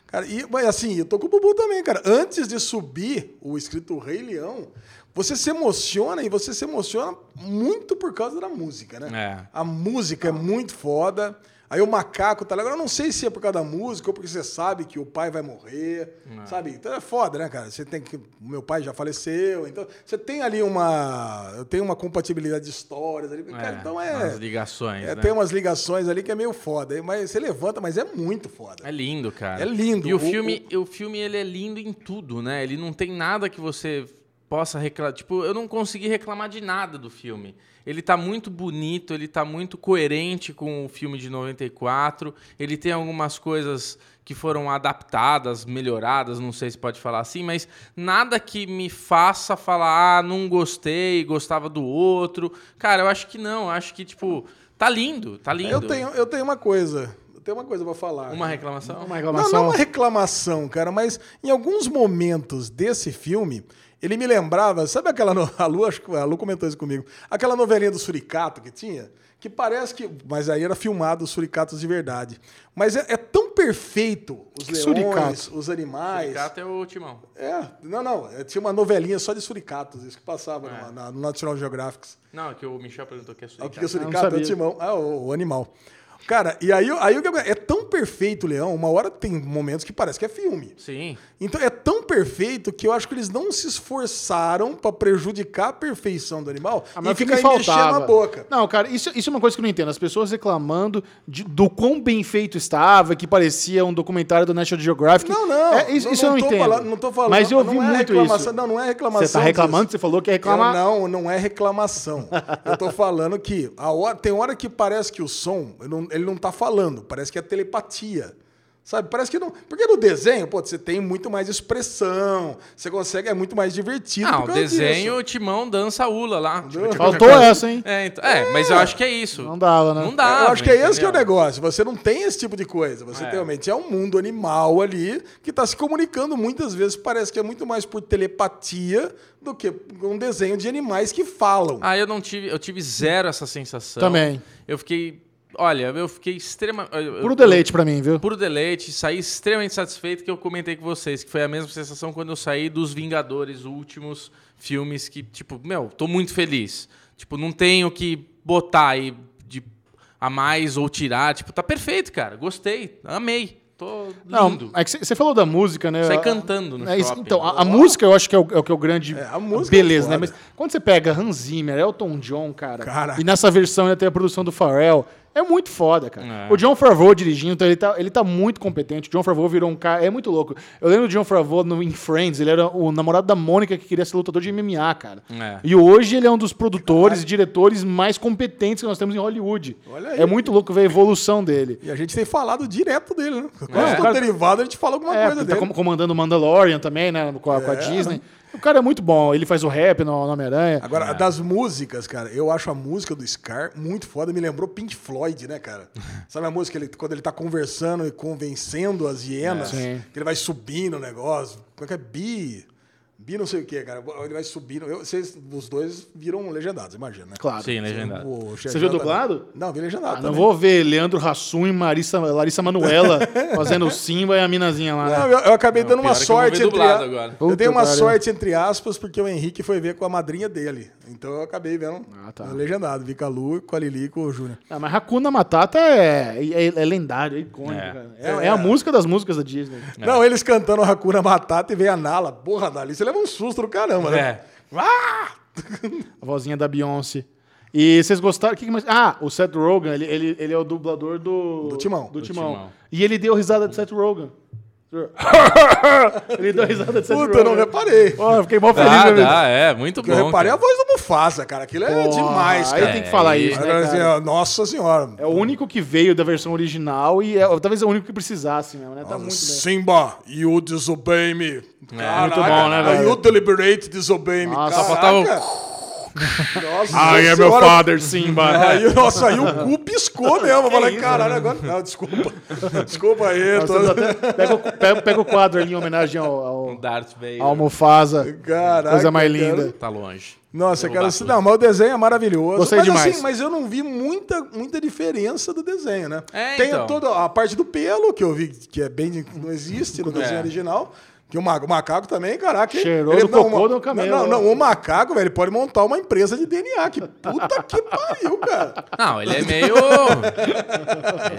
[SPEAKER 3] Cara, e mas, assim, eu tô com o Bubu também, cara. Antes de subir o escrito Rei Leão, você se emociona e você se emociona muito por causa da música, né?
[SPEAKER 2] É.
[SPEAKER 3] A música é muito foda. Aí o macaco tá lá. Agora eu não sei se é por causa da música ou porque você sabe que o pai vai morrer. Sabe? Então é foda, né, cara? Você tem que. Meu pai já faleceu. Então, você tem ali uma. Eu tenho uma compatibilidade de histórias ali. Cara, então é.
[SPEAKER 2] As ligações,
[SPEAKER 3] é,
[SPEAKER 2] né?
[SPEAKER 3] Tem umas ligações ali que é meio foda. hein? Mas você levanta, mas é muito foda.
[SPEAKER 2] É lindo, cara.
[SPEAKER 3] É lindo.
[SPEAKER 2] E o,
[SPEAKER 3] O-
[SPEAKER 2] filme, o... filme, ele é lindo em tudo, né? Ele não tem nada que você possa reclamar. Tipo, eu não consegui reclamar de nada do filme. Ele tá muito bonito, ele tá muito coerente com o filme de 94. Ele tem algumas coisas que foram adaptadas, melhoradas, não sei se pode falar assim, mas nada que me faça falar, ah, não gostei, gostava do outro. Cara, eu acho que não, eu acho que, tipo, tá lindo, tá lindo.
[SPEAKER 3] Eu tenho, eu tenho uma coisa. Eu tenho uma coisa pra falar.
[SPEAKER 2] Uma reclamação?
[SPEAKER 1] Uma
[SPEAKER 3] Não,
[SPEAKER 1] reclamação.
[SPEAKER 3] não uma reclamação, cara, mas em alguns momentos desse filme, ele me lembrava, sabe aquela. No... A, Lu, acho que a Lu comentou isso comigo. Aquela novelinha do Suricato que tinha? Que parece que. Mas aí era filmado os suricatos de verdade. Mas é, é tão perfeito os leões,
[SPEAKER 1] suricato?
[SPEAKER 3] os animais.
[SPEAKER 2] Gato é o Timão.
[SPEAKER 3] É, não, não. é, Tinha uma novelinha só de suricatos, isso que passava numa- na- no National Geographic.
[SPEAKER 2] Não, é que o Michel perguntou que é
[SPEAKER 3] Ah,
[SPEAKER 2] sua
[SPEAKER 3] O que que é
[SPEAKER 1] não
[SPEAKER 3] suricato? É o
[SPEAKER 1] sabia.
[SPEAKER 3] timão. Ah, o, o animal. Cara, e aí, aí o que é tão perfeito, Leão, uma hora tem momentos que parece que é filme.
[SPEAKER 2] Sim.
[SPEAKER 3] Então é tão perfeito que eu acho que eles não se esforçaram pra prejudicar a perfeição do animal
[SPEAKER 1] Ah, mas
[SPEAKER 3] e
[SPEAKER 1] o que
[SPEAKER 3] ficar
[SPEAKER 1] me
[SPEAKER 3] aí mexendo
[SPEAKER 1] faltava?
[SPEAKER 3] na boca.
[SPEAKER 1] Não, cara, isso, isso é uma coisa que eu não entendo. As pessoas reclamando de- do quão bem feito estava, que parecia um documentário do National Geographic.
[SPEAKER 3] Não, não.
[SPEAKER 1] É, isso
[SPEAKER 3] não,
[SPEAKER 1] isso eu não
[SPEAKER 3] tô
[SPEAKER 1] entendo.
[SPEAKER 3] Falando, não tô falando.
[SPEAKER 1] Mas eu
[SPEAKER 3] não
[SPEAKER 1] vi
[SPEAKER 3] é
[SPEAKER 1] muito
[SPEAKER 3] reclamação-
[SPEAKER 1] isso.
[SPEAKER 3] Não, não é reclamação.
[SPEAKER 1] Você tá reclamando?
[SPEAKER 3] disso.
[SPEAKER 1] Você falou que ia
[SPEAKER 3] Eu
[SPEAKER 1] reclamar.
[SPEAKER 3] não, não é reclamação. Eu tô falando que a hora, tem hora que parece que o som, eu não- ele não tá falando, parece que é telepatia. Sabe? Parece que não. Porque no desenho, pô, você tem muito mais expressão, você consegue, é muito mais divertido.
[SPEAKER 2] Ah,
[SPEAKER 3] por
[SPEAKER 2] o
[SPEAKER 3] causa
[SPEAKER 2] desenho,
[SPEAKER 3] disso.
[SPEAKER 2] o Timão dança a Ula lá. Tipo,
[SPEAKER 1] Faltou essa, hein?
[SPEAKER 2] É, então- é, mas eu acho que é isso.
[SPEAKER 1] Não dava, né?
[SPEAKER 2] Não dá.
[SPEAKER 3] Eu acho que é esse que é o
[SPEAKER 2] entendeu?
[SPEAKER 3] negócio. Você não tem esse tipo de coisa. Você
[SPEAKER 2] É.
[SPEAKER 3] realmente é um mundo animal ali que está se comunicando muitas vezes. Parece que é muito mais por telepatia do que um desenho de animais que falam.
[SPEAKER 2] Ah, eu não tive, eu tive zero essa sensação.
[SPEAKER 1] Também.
[SPEAKER 2] Eu fiquei, olha, eu fiquei extremamente...
[SPEAKER 1] Puro deleite pra mim, viu?
[SPEAKER 2] Puro deleite, saí extremamente satisfeito que eu comentei com vocês, que foi a mesma sensação quando eu saí dos Vingadores, últimos filmes que, tipo, meu, tô muito feliz. Tipo, não tenho que botar aí de a mais ou tirar, tipo, tá perfeito, cara. Gostei, amei. Tô
[SPEAKER 1] Não,
[SPEAKER 2] lindo.
[SPEAKER 1] é que você falou da música, né?
[SPEAKER 2] Sai
[SPEAKER 1] A-
[SPEAKER 2] cantando no
[SPEAKER 1] é isso-
[SPEAKER 2] shopping.
[SPEAKER 1] Então, a, a música eu acho que é o, é o que é o grande
[SPEAKER 3] É, a música
[SPEAKER 1] beleza, né?
[SPEAKER 3] é foda.
[SPEAKER 1] Mas quando você pega Hans Zimmer, Elton John, cara,
[SPEAKER 3] Cara.
[SPEAKER 1] e nessa versão ainda tem a produção do Pharrell, é muito foda, cara.
[SPEAKER 2] É.
[SPEAKER 1] O John Favreau dirigindo, então ele tá, ele tá muito competente. O John Favreau virou um cara, é muito louco. Eu lembro do John Favreau no, em Friends, ele era o namorado da Mônica que queria ser lutador de MMA, cara.
[SPEAKER 2] É.
[SPEAKER 1] E hoje ele é um dos produtores e diretores mais competentes que nós temos em Hollywood.
[SPEAKER 3] Olha aí.
[SPEAKER 1] É muito louco ver a evolução dele.
[SPEAKER 3] E a gente tem falado direto dele, né? Quando
[SPEAKER 1] É.
[SPEAKER 3] é.
[SPEAKER 1] Cara-
[SPEAKER 3] derivado, a gente fala alguma
[SPEAKER 1] É,
[SPEAKER 3] coisa
[SPEAKER 1] tá
[SPEAKER 3] dele.
[SPEAKER 1] com- comandando o Mandalorian também, né? Com a, com a Disney. O cara é muito bom. Ele faz o rap no, no Homem-Aranha.
[SPEAKER 3] Agora, das músicas, cara, eu acho a música do Scar muito foda. Me lembrou Pink Floyd, né, cara? Sabe a música ele, quando ele tá conversando e convencendo as hienas?
[SPEAKER 1] É. Sim.
[SPEAKER 3] Que ele vai subindo o negócio. Como é que é? Bi. Bi não sei o que, cara. Ele vai subindo. Eu- vocês, os dois viram legendados, imagina, né?
[SPEAKER 1] Claro.
[SPEAKER 2] Sim, legendado.
[SPEAKER 3] O Xerjão
[SPEAKER 1] Você viu
[SPEAKER 3] também.
[SPEAKER 1] dublado?
[SPEAKER 3] Não, vi legendado.
[SPEAKER 1] Ah, não
[SPEAKER 3] também.
[SPEAKER 1] vou ver Leandro Hassum e Marissa, Larissa Manuela fazendo o Simba e a minazinha lá. né?
[SPEAKER 3] Não, eu, eu acabei dando
[SPEAKER 2] pior
[SPEAKER 3] uma
[SPEAKER 2] é que eu vou
[SPEAKER 3] sorte
[SPEAKER 2] ver
[SPEAKER 3] entre
[SPEAKER 2] dublado
[SPEAKER 3] a-
[SPEAKER 2] agora.
[SPEAKER 3] Eu dei
[SPEAKER 1] Puta
[SPEAKER 3] uma
[SPEAKER 1] que pariu.
[SPEAKER 3] sorte entre aspas, porque o Henrique foi ver com a madrinha dele. Então eu acabei vendo
[SPEAKER 1] Ah, tá.
[SPEAKER 3] no legendado. Vi com a Lu, com a Lili e com o Júnior.
[SPEAKER 1] Ah, mas Hakuna Matata é, é, é lendário, é icônico,
[SPEAKER 2] É.
[SPEAKER 1] cara. É, é a música das músicas da Disney.
[SPEAKER 3] Não, eles cantando Hakuna Matata e veio a Nala. Porra, Dali, você leva um susto do caramba, né?
[SPEAKER 2] É.
[SPEAKER 1] A vozinha da Beyoncé. E vocês gostaram? o Que que mais? Ah, o Seth Rogen, ele, ele, ele é o dublador do.
[SPEAKER 3] Do Timão.
[SPEAKER 1] Do
[SPEAKER 3] Do
[SPEAKER 1] Timão.
[SPEAKER 2] Timão.
[SPEAKER 1] E ele deu risada de Seth Rogen. ele deu risada de Seth
[SPEAKER 3] Puta,
[SPEAKER 1] Rogen.
[SPEAKER 3] eu não reparei.
[SPEAKER 1] Ó, eu fiquei mal feliz,
[SPEAKER 2] Dá,
[SPEAKER 1] meu amigo.
[SPEAKER 2] dá, é, muito bom.
[SPEAKER 3] Eu reparei
[SPEAKER 2] cara.
[SPEAKER 3] a voz do Mufasa, cara. Aquilo é
[SPEAKER 1] Porra,
[SPEAKER 3] demais,
[SPEAKER 1] Aí
[SPEAKER 3] cara.
[SPEAKER 1] tem que falar
[SPEAKER 2] Aí-
[SPEAKER 1] isso, né,
[SPEAKER 3] Agora,
[SPEAKER 1] cara?
[SPEAKER 3] assim, ó, Nossa senhora.
[SPEAKER 1] É o único que veio da versão original e é- talvez é o único que precisasse mesmo, né? Tá muito bem.
[SPEAKER 3] Simba, you disobey me. Caraca,
[SPEAKER 2] É, muito bom, né, velho?
[SPEAKER 3] You deliberate disobey me.
[SPEAKER 1] Nossa, só
[SPEAKER 2] faltava um-
[SPEAKER 3] Caraca. Nossa
[SPEAKER 2] é
[SPEAKER 3] senhora.
[SPEAKER 1] Simba.
[SPEAKER 3] Aí, nossa, aí o cu piscou mesmo. Eu falei,
[SPEAKER 2] né?"
[SPEAKER 3] caralho, agora. Não, desculpa. Desculpa aí, tô...
[SPEAKER 1] Nossa, até- pega, o, pega- pega o quadro ali em homenagem ao, ao,
[SPEAKER 2] Darth Vader.
[SPEAKER 1] ao Mufasa.
[SPEAKER 3] Caraca,
[SPEAKER 1] Coisa mais
[SPEAKER 3] cara.
[SPEAKER 1] linda.
[SPEAKER 2] Tá longe.
[SPEAKER 3] Nossa,
[SPEAKER 2] Derrubar
[SPEAKER 3] cara, assim,
[SPEAKER 2] tudo.
[SPEAKER 3] não, mas o desenho é maravilhoso.
[SPEAKER 1] Gostei
[SPEAKER 3] mas,
[SPEAKER 1] demais.
[SPEAKER 3] Assim, mas eu não vi muita, muita diferença do desenho, né?
[SPEAKER 2] É,
[SPEAKER 3] Tem
[SPEAKER 2] então.
[SPEAKER 3] toda a parte do pelo, que eu vi que é bem não existe no desenho
[SPEAKER 2] É.
[SPEAKER 3] original. Que o, ma- o macaco também, caraca. hein?
[SPEAKER 1] Cheirou do
[SPEAKER 3] não,
[SPEAKER 1] cocô
[SPEAKER 3] uma-
[SPEAKER 1] do camelo. né?
[SPEAKER 3] Não, não, o macaco, velho, ele pode montar uma empresa de DNA. Que puta que pariu, cara.
[SPEAKER 2] Não, ele é meio.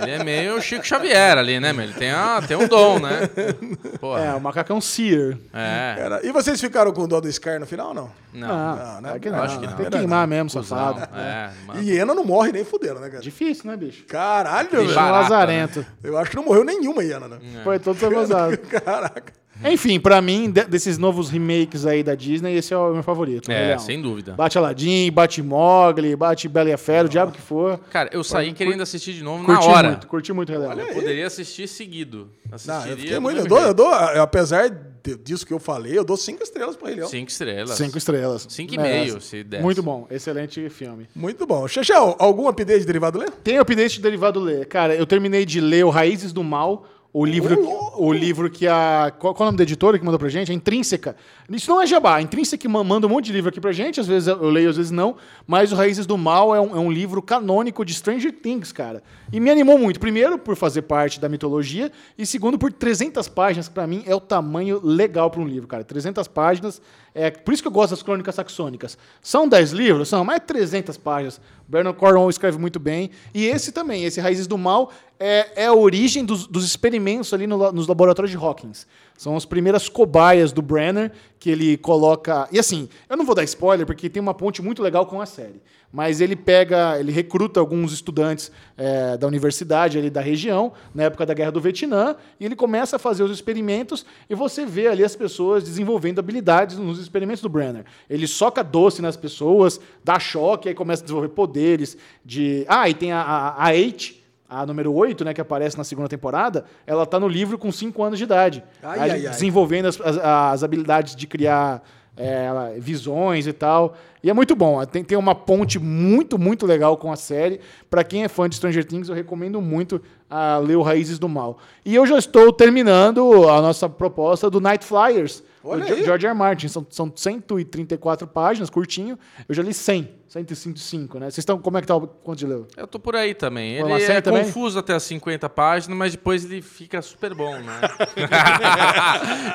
[SPEAKER 2] ele é meio Chico Xavier ali, né, meu? Ele tem, a, tem um dom, né?
[SPEAKER 1] É, o
[SPEAKER 2] Porra.
[SPEAKER 1] macaco é um seer.
[SPEAKER 2] É.
[SPEAKER 3] Cara, E vocês ficaram com dó do Scar no final ou não?
[SPEAKER 2] Não.
[SPEAKER 1] não,
[SPEAKER 3] né?
[SPEAKER 1] é que
[SPEAKER 3] Eu
[SPEAKER 1] não.
[SPEAKER 2] acho que não.
[SPEAKER 1] Tem que queimar mesmo,
[SPEAKER 2] Cusão,
[SPEAKER 1] safado.
[SPEAKER 2] É, mano.
[SPEAKER 3] Hiena não morre nem fudendo, né, cara?
[SPEAKER 1] Difícil, né, bicho?
[SPEAKER 3] Caralho,
[SPEAKER 1] Bicho
[SPEAKER 3] velho.
[SPEAKER 1] é um
[SPEAKER 2] barata, né? É.
[SPEAKER 1] lazarento.
[SPEAKER 3] Eu acho que não morreu nenhuma hiena, né?
[SPEAKER 1] Foi todo sabotado.
[SPEAKER 3] Caraca.
[SPEAKER 1] Enfim, pra mim, de- desses novos remakes aí da Disney, esse é o meu favorito.
[SPEAKER 2] É,
[SPEAKER 1] Rei Leão.
[SPEAKER 2] sem dúvida.
[SPEAKER 1] Bate Aladdin, bate Mogli, bate Bela e a Fera, o diabo que for.
[SPEAKER 2] Cara, eu saí querendo assistir de novo na
[SPEAKER 1] Curti
[SPEAKER 2] hora.
[SPEAKER 1] muito, curti muito o Rei Leão.
[SPEAKER 2] Eu poderia assistir seguido. Assistiria.
[SPEAKER 3] Não, eu fiquei
[SPEAKER 2] do
[SPEAKER 3] muito. Eu
[SPEAKER 2] mesmo
[SPEAKER 3] dou, eu
[SPEAKER 2] jeito.
[SPEAKER 3] dou, eu- apesar de- disso que eu falei, eu dou cinco estrelas pra ele. ó.
[SPEAKER 2] Cinco estrelas.
[SPEAKER 1] Cinco estrelas.
[SPEAKER 2] Cinco e
[SPEAKER 1] Merece.
[SPEAKER 2] meio, se desse.
[SPEAKER 1] É. Muito bom, excelente filme.
[SPEAKER 3] Muito bom. Xexel, algum update de derivado lê?
[SPEAKER 1] Tem update de derivado ler. Cara, eu terminei de ler o Raízes do Mal, o livro, que- o livro que a. Qual, qual é o nome da editora que mandou pra gente? A Intrínseca. Isso não é jabá. A Intrínseca ma- manda um monte de livro aqui pra gente, às vezes eu leio, às vezes não. Mas o Raízes do Mal é um, é um livro canônico de Stranger Things, cara. E me animou muito. Primeiro, por fazer parte da mitologia. E segundo, por 300 páginas, que pra mim é o tamanho legal pra um livro, cara. 300 páginas É por isso que eu gosto das crônicas saxônicas. São 10 livros? São, mais 300 páginas. Bernard Cornwell escreve muito bem. E esse também, esse Raízes do Mal, é, é a origem dos, dos experimentos ali no la- nos laboratórios de Hawkins. São as primeiras cobaias do Brenner, que ele coloca. E assim, eu não vou dar spoiler, porque tem uma ponte muito legal com a série. Mas ele pega, ele recruta alguns estudantes é, da universidade ali da região, na época da Guerra do Vietnã, e ele começa a fazer os experimentos e você vê ali as pessoas desenvolvendo habilidades nos experimentos do Brenner. Ele soca doce nas pessoas, dá choque, aí começa a desenvolver poderes de. Ah, e tem a, a, a Eight, a número 8, né, que aparece na segunda temporada, ela tá no livro com 5 anos de idade.
[SPEAKER 3] Ai,
[SPEAKER 1] Aí,
[SPEAKER 3] ai, ai.
[SPEAKER 1] desenvolvendo as, as- as habilidades de criar é, ela- visões e tal. E é muito bom. Tem, tem uma ponte muito, muito legal com a série. Pra quem é fã de Stranger Things, eu recomendo muito a ler o Raízes do Mal. E eu já estou terminando a nossa proposta do Night Flyers,
[SPEAKER 3] Olha
[SPEAKER 1] do Jo-
[SPEAKER 3] aí.
[SPEAKER 1] George R. R. Martin. São, são 134 páginas, curtinho. Eu já li 100, 105, né? Vocês estão... Como é que tá o quanto de leu?
[SPEAKER 2] Eu tô por aí também.
[SPEAKER 1] Foi
[SPEAKER 2] Ele
[SPEAKER 1] uma série
[SPEAKER 2] é
[SPEAKER 1] também?
[SPEAKER 2] confuso até as 50 páginas, mas depois ele fica super bom, né?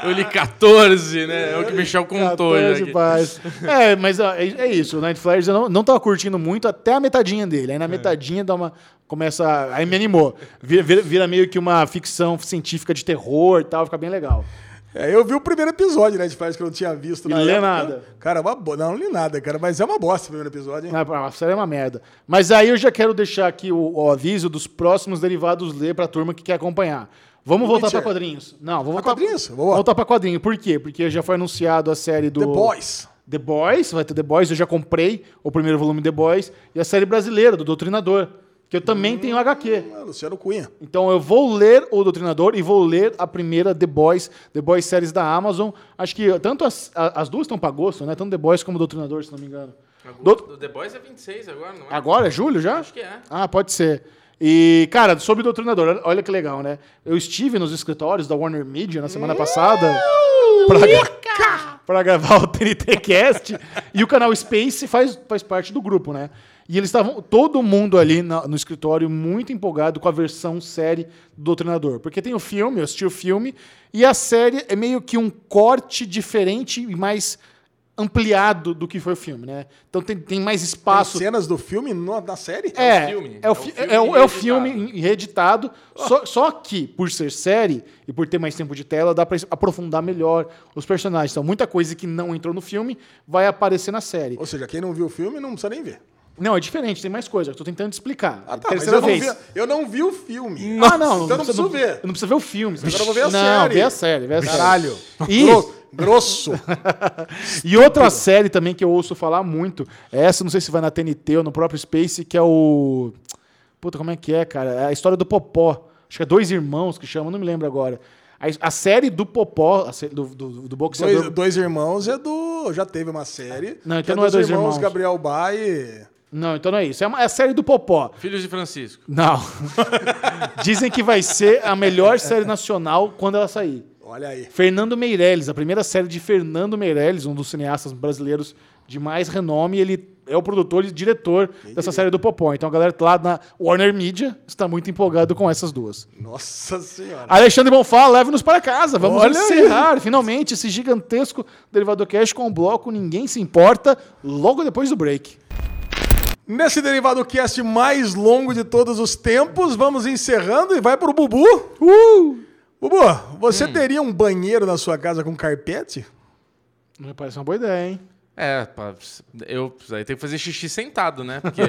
[SPEAKER 2] eu li 14, né? É o que o Michel contou
[SPEAKER 1] 14
[SPEAKER 2] hoje aqui.
[SPEAKER 1] paz. É, mas ó, é, é isso. O Night Flyers eu não, não tava curtindo muito até a metadinha dele.
[SPEAKER 3] É.
[SPEAKER 1] Aí na metadinha dá uma. Começa. a- Aí me animou. Vira, vira- vira meio que uma ficção científica de terror e tal, fica bem legal.
[SPEAKER 3] É, eu vi o primeiro episódio, né, de Flash, que eu não tinha visto.
[SPEAKER 1] E
[SPEAKER 3] na
[SPEAKER 1] não lê
[SPEAKER 3] época.
[SPEAKER 1] nada.
[SPEAKER 3] Cara, é uma bo... não, não li nada, cara, mas é uma bosta o primeiro episódio, hein?
[SPEAKER 1] A série é uma merda. Mas aí eu já quero deixar aqui o, o aviso dos próximos derivados ler pra turma que quer acompanhar. Vamos voltar
[SPEAKER 3] Witcher.
[SPEAKER 1] pra quadrinhos. Não, vou voltar.
[SPEAKER 3] quadrinhos? Boa.
[SPEAKER 1] Voltar pra quadrinho. Por quê? Porque já foi anunciado a série do.
[SPEAKER 3] The Boys.
[SPEAKER 1] The Boys, vai ter The Boys, eu já comprei o primeiro volume The Boys, e a série brasileira do Doutrinador, que eu também tenho HQ.
[SPEAKER 3] Ah, Luciano Cunha.
[SPEAKER 1] Então eu vou ler o Doutrinador e vou ler a primeira The Boys, The Boys séries da Amazon. Acho que tanto as, a- as duas estão pra agosto, né? Tanto The Boys como o Doutrinador, se não me engano. Do-
[SPEAKER 2] O The Boys é 26 agora, não é?
[SPEAKER 1] Agora? É julho já?
[SPEAKER 2] Acho que é.
[SPEAKER 1] Ah, pode ser. E, cara, sobre o Doutrinador, olha- olha que legal, né? Eu estive nos escritórios da Warner Media na semana passada pra, gra- pra gravar o TNTcast e o canal Space faz, faz parte do grupo, né? E eles estavam, todo mundo ali na- no escritório muito empolgado com a versão série do Doutrinador. Porque tem o filme, eu assisti o filme, e a série é meio que um corte diferente e mais ampliado do que foi o filme, né? Então tem, tem mais espaço.
[SPEAKER 3] Tem cenas do filme no- na série?
[SPEAKER 1] É,
[SPEAKER 2] filme.
[SPEAKER 3] um
[SPEAKER 1] é o,
[SPEAKER 2] É o
[SPEAKER 1] fi-
[SPEAKER 2] filme
[SPEAKER 1] é o- é o
[SPEAKER 2] reeditado.
[SPEAKER 1] filme reeditado.
[SPEAKER 3] Oh.
[SPEAKER 1] Só, só que, por ser série e por ter mais tempo de tela, dá pra es- aprofundar melhor os personagens. Então, muita coisa que não entrou no filme vai aparecer na série.
[SPEAKER 3] Ou seja, quem não viu o filme não precisa nem ver.
[SPEAKER 1] Não, é diferente, tem mais coisa. Eu tô tentando te explicar.
[SPEAKER 3] Ah, tá, mas
[SPEAKER 1] Terceira
[SPEAKER 3] eu não,
[SPEAKER 1] vez.
[SPEAKER 3] vi, eu não vi o filme.
[SPEAKER 1] Ah, não.
[SPEAKER 3] Então eu
[SPEAKER 1] precisa-
[SPEAKER 3] não preciso ver.
[SPEAKER 1] Eu não preciso ver o filme. Agora
[SPEAKER 3] eu vou ver a
[SPEAKER 1] Não,
[SPEAKER 3] série.
[SPEAKER 1] vê a série. Vê a série.
[SPEAKER 3] Caralho.
[SPEAKER 1] E-
[SPEAKER 3] Gro- Grosso.
[SPEAKER 1] E outra série também que eu ouço falar muito, é essa, não sei se vai na TNT ou no próprio Space, que é o. Puta, como é que é, cara? É a história do Popó. Acho que é Dois Irmãos que chama, não me lembro agora. A, a série do Popó, a série do, do, do boxeador.
[SPEAKER 3] Dois, Dois Irmãos é do... Já teve uma série.
[SPEAKER 1] Não, então
[SPEAKER 3] que é
[SPEAKER 1] não é Dois Irmãos.
[SPEAKER 3] Gabriel Bá e...
[SPEAKER 1] Não, então não é isso. É, uma- é a série do Popó.
[SPEAKER 2] Filhos de Francisco.
[SPEAKER 1] Não. Dizem que vai ser a melhor série nacional quando ela sair.
[SPEAKER 3] Olha aí.
[SPEAKER 1] Fernando Meirelles, a primeira série de Fernando Meirelles, um dos cineastas brasileiros de mais renome, ele é o produtor e diretor dessa série do Popó. Então a galera lá na Warner Media está muito empolgado com essas duas.
[SPEAKER 3] Nossa senhora.
[SPEAKER 1] Alexandre Bonfá, leve-nos para casa. Vamos
[SPEAKER 3] Olha aí.
[SPEAKER 1] encerrar finalmente esse gigantesco Derivado Cash com o bloco Ninguém Se Importa, logo depois do break.
[SPEAKER 3] Nesse derivado cast mais longo de todos os tempos, vamos encerrando e vai pro Bubu.
[SPEAKER 1] Uh!
[SPEAKER 3] Bubu, você teria um banheiro na sua casa com carpete?
[SPEAKER 1] Não me parece uma boa ideia, hein?
[SPEAKER 2] É, pá, eu aí tem que fazer xixi sentado, né? Porque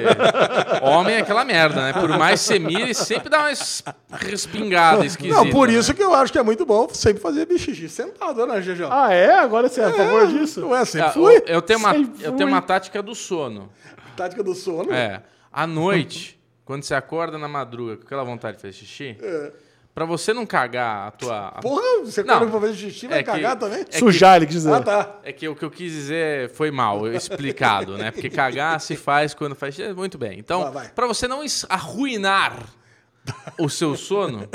[SPEAKER 2] homem é aquela merda, né? Por mais que você mire, sempre dá uma es- respingada esquisita.
[SPEAKER 3] Não, por
[SPEAKER 2] né?
[SPEAKER 3] isso que eu acho que é muito bom sempre fazer xixi sentado, né, Jejão?
[SPEAKER 1] Ah, é? Agora você é a favor disso?
[SPEAKER 3] Não é, sempre
[SPEAKER 2] Ah,
[SPEAKER 3] fui.
[SPEAKER 2] Eu, eu tenho uma,
[SPEAKER 1] Sempre
[SPEAKER 2] eu tenho
[SPEAKER 1] fui.
[SPEAKER 2] uma tática do sono.
[SPEAKER 3] Tática do sono.
[SPEAKER 2] É. À noite, quando você acorda na madruga com aquela vontade de fazer xixi,
[SPEAKER 3] É.
[SPEAKER 2] pra você não cagar a tua. a-
[SPEAKER 3] Porra, você
[SPEAKER 2] Não.
[SPEAKER 3] quando for fazer xixi, vai
[SPEAKER 2] É que-
[SPEAKER 3] cagar também?
[SPEAKER 2] é
[SPEAKER 1] Sujar, ele quis dizer.
[SPEAKER 3] Ah, tá.
[SPEAKER 2] É que o que eu quis dizer foi mal, explicado, né? Porque cagar se faz quando faz. xixi. Muito bem. Então,
[SPEAKER 3] Vai, vai.
[SPEAKER 2] pra você não es- arruinar o seu sono,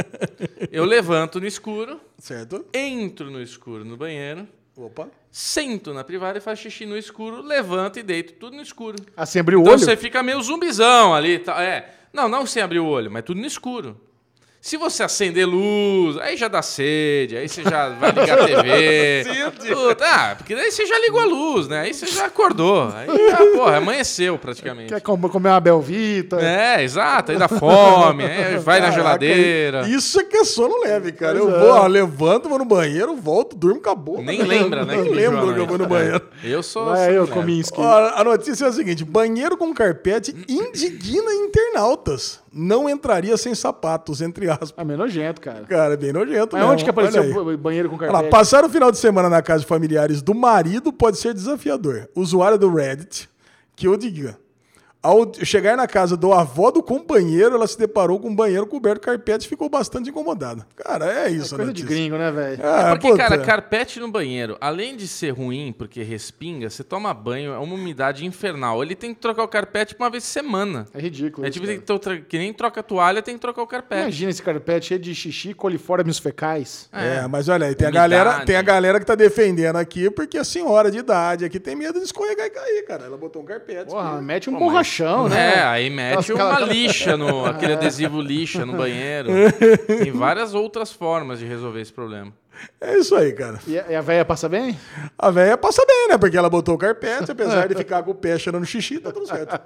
[SPEAKER 2] eu levanto no escuro,
[SPEAKER 3] Certo.
[SPEAKER 2] entro no escuro no banheiro,
[SPEAKER 3] Opa.
[SPEAKER 2] sento na privada e faço xixi no escuro, levanto e deito tudo no escuro.
[SPEAKER 1] Assim, abriu o
[SPEAKER 2] Então
[SPEAKER 1] olho?
[SPEAKER 2] tá, você fica meio zumbizão ali. e tal. É. Não, não sem abrir o olho, mas tudo no escuro. Se você acender luz, aí já dá sede, aí você já vai ligar a TV. Puta, ah, porque daí você já ligou a luz, né? Aí você já acordou. Aí já, porra, amanheceu praticamente.
[SPEAKER 1] Quer com- comer uma belvita?
[SPEAKER 2] É, exato, aí dá fome, aí vai na
[SPEAKER 3] Caraca,
[SPEAKER 2] geladeira.
[SPEAKER 3] Isso é que é sono leve, cara.
[SPEAKER 1] Pois
[SPEAKER 3] eu
[SPEAKER 1] é.
[SPEAKER 3] vou, ó, levanto, vou no banheiro, volto, durmo, acabou.
[SPEAKER 2] Nem lembra, né?
[SPEAKER 3] Nem
[SPEAKER 2] que
[SPEAKER 3] lembro
[SPEAKER 2] mijou
[SPEAKER 3] que eu
[SPEAKER 2] na
[SPEAKER 3] vou no
[SPEAKER 2] noite.
[SPEAKER 3] banheiro.
[SPEAKER 2] É. Eu sou.
[SPEAKER 1] Vai eu, um
[SPEAKER 2] sou-
[SPEAKER 1] Kominski.
[SPEAKER 3] Ó, a notícia é a seguinte: banheiro com carpete indigna internautas. Não entraria sem sapatos, entre aspas.
[SPEAKER 1] Ah, meio nojento, cara.
[SPEAKER 3] Cara, é bem nojento,
[SPEAKER 1] Mas
[SPEAKER 3] mesmo.
[SPEAKER 1] onde que apareceu
[SPEAKER 3] Olha aí.
[SPEAKER 1] o ba- banheiro com
[SPEAKER 3] Olha lá,
[SPEAKER 1] carpete?
[SPEAKER 3] passar o final de semana na casa de familiares do marido pode ser desafiador. Usuário do Reddit, que eu diga. Ao chegar na casa do avó do companheiro, ela se deparou com um banheiro coberto de carpete e ficou bastante incomodada. Cara, é isso,
[SPEAKER 1] Coisa
[SPEAKER 3] a
[SPEAKER 1] de
[SPEAKER 3] notícia.
[SPEAKER 1] gringo, né, velho?
[SPEAKER 2] É
[SPEAKER 3] Ah,
[SPEAKER 2] Porque,
[SPEAKER 3] puta.
[SPEAKER 1] tá.
[SPEAKER 2] cara, carpete no banheiro, além de ser ruim porque respinga, você toma banho, é uma umidade infernal. Ele tem que trocar o carpete uma vez por semana.
[SPEAKER 1] É ridículo.
[SPEAKER 2] É
[SPEAKER 1] isso,
[SPEAKER 2] tipo é.
[SPEAKER 1] cara.
[SPEAKER 2] tem que, troca- que nem troca a toalha, tem que trocar o carpete.
[SPEAKER 1] Imagina esse carpete cheio de xixi, coliformes fecais.
[SPEAKER 3] É, mas olha aí, tem a,
[SPEAKER 2] Umidade.
[SPEAKER 3] galera, tem a galera que tá defendendo aqui porque a senhora de idade aqui tem medo de escorregar e cair, cara. Ela botou um carpete.
[SPEAKER 1] Porra,
[SPEAKER 3] que-
[SPEAKER 1] mete um borrachão, né?
[SPEAKER 2] É, aí mete
[SPEAKER 1] Nossa,
[SPEAKER 2] uma
[SPEAKER 1] aquela-
[SPEAKER 2] lixa, no, aquele adesivo lixa no banheiro. Tem várias outras formas de resolver esse problema.
[SPEAKER 3] É isso aí, cara.
[SPEAKER 1] E a, e a véia passa bem?
[SPEAKER 3] A velha passa bem, né? Porque ela botou o carpete, apesar de ficar com o pé cheirando xixi, tá tudo certo.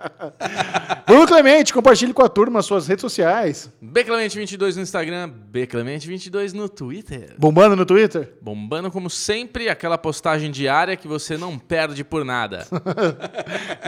[SPEAKER 1] Bruno Clemente, compartilhe com a turma as suas redes sociais.
[SPEAKER 2] Bclemente22 no Instagram, Bclemente22 no Twitter.
[SPEAKER 1] Bombando no Twitter?
[SPEAKER 2] Bombando como sempre, aquela postagem diária que você não perde por nada.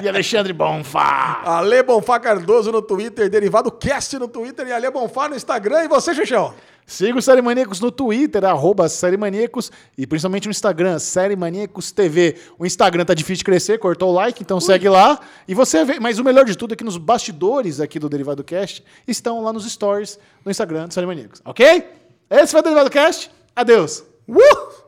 [SPEAKER 1] E Alexandre Bonfá.
[SPEAKER 3] Ale Bonfá Cardoso no Twitter, Derivado Cast no Twitter e Ale Bonfá no Instagram. E você, Xixão?
[SPEAKER 1] Siga o Série Maníacos no Twitter, arroba Série Maníacos, e principalmente no Instagram, Série Maníacos TV. O Instagram tá difícil de crescer, cortou o like, então segue lá. E você vê, mas o melhor de tudo é que nos bastidores aqui do Derivado Cast estão lá nos stories no Instagram do Série Maníacos, ok? Esse foi o Derivado Cast, adeus!
[SPEAKER 3] Uh!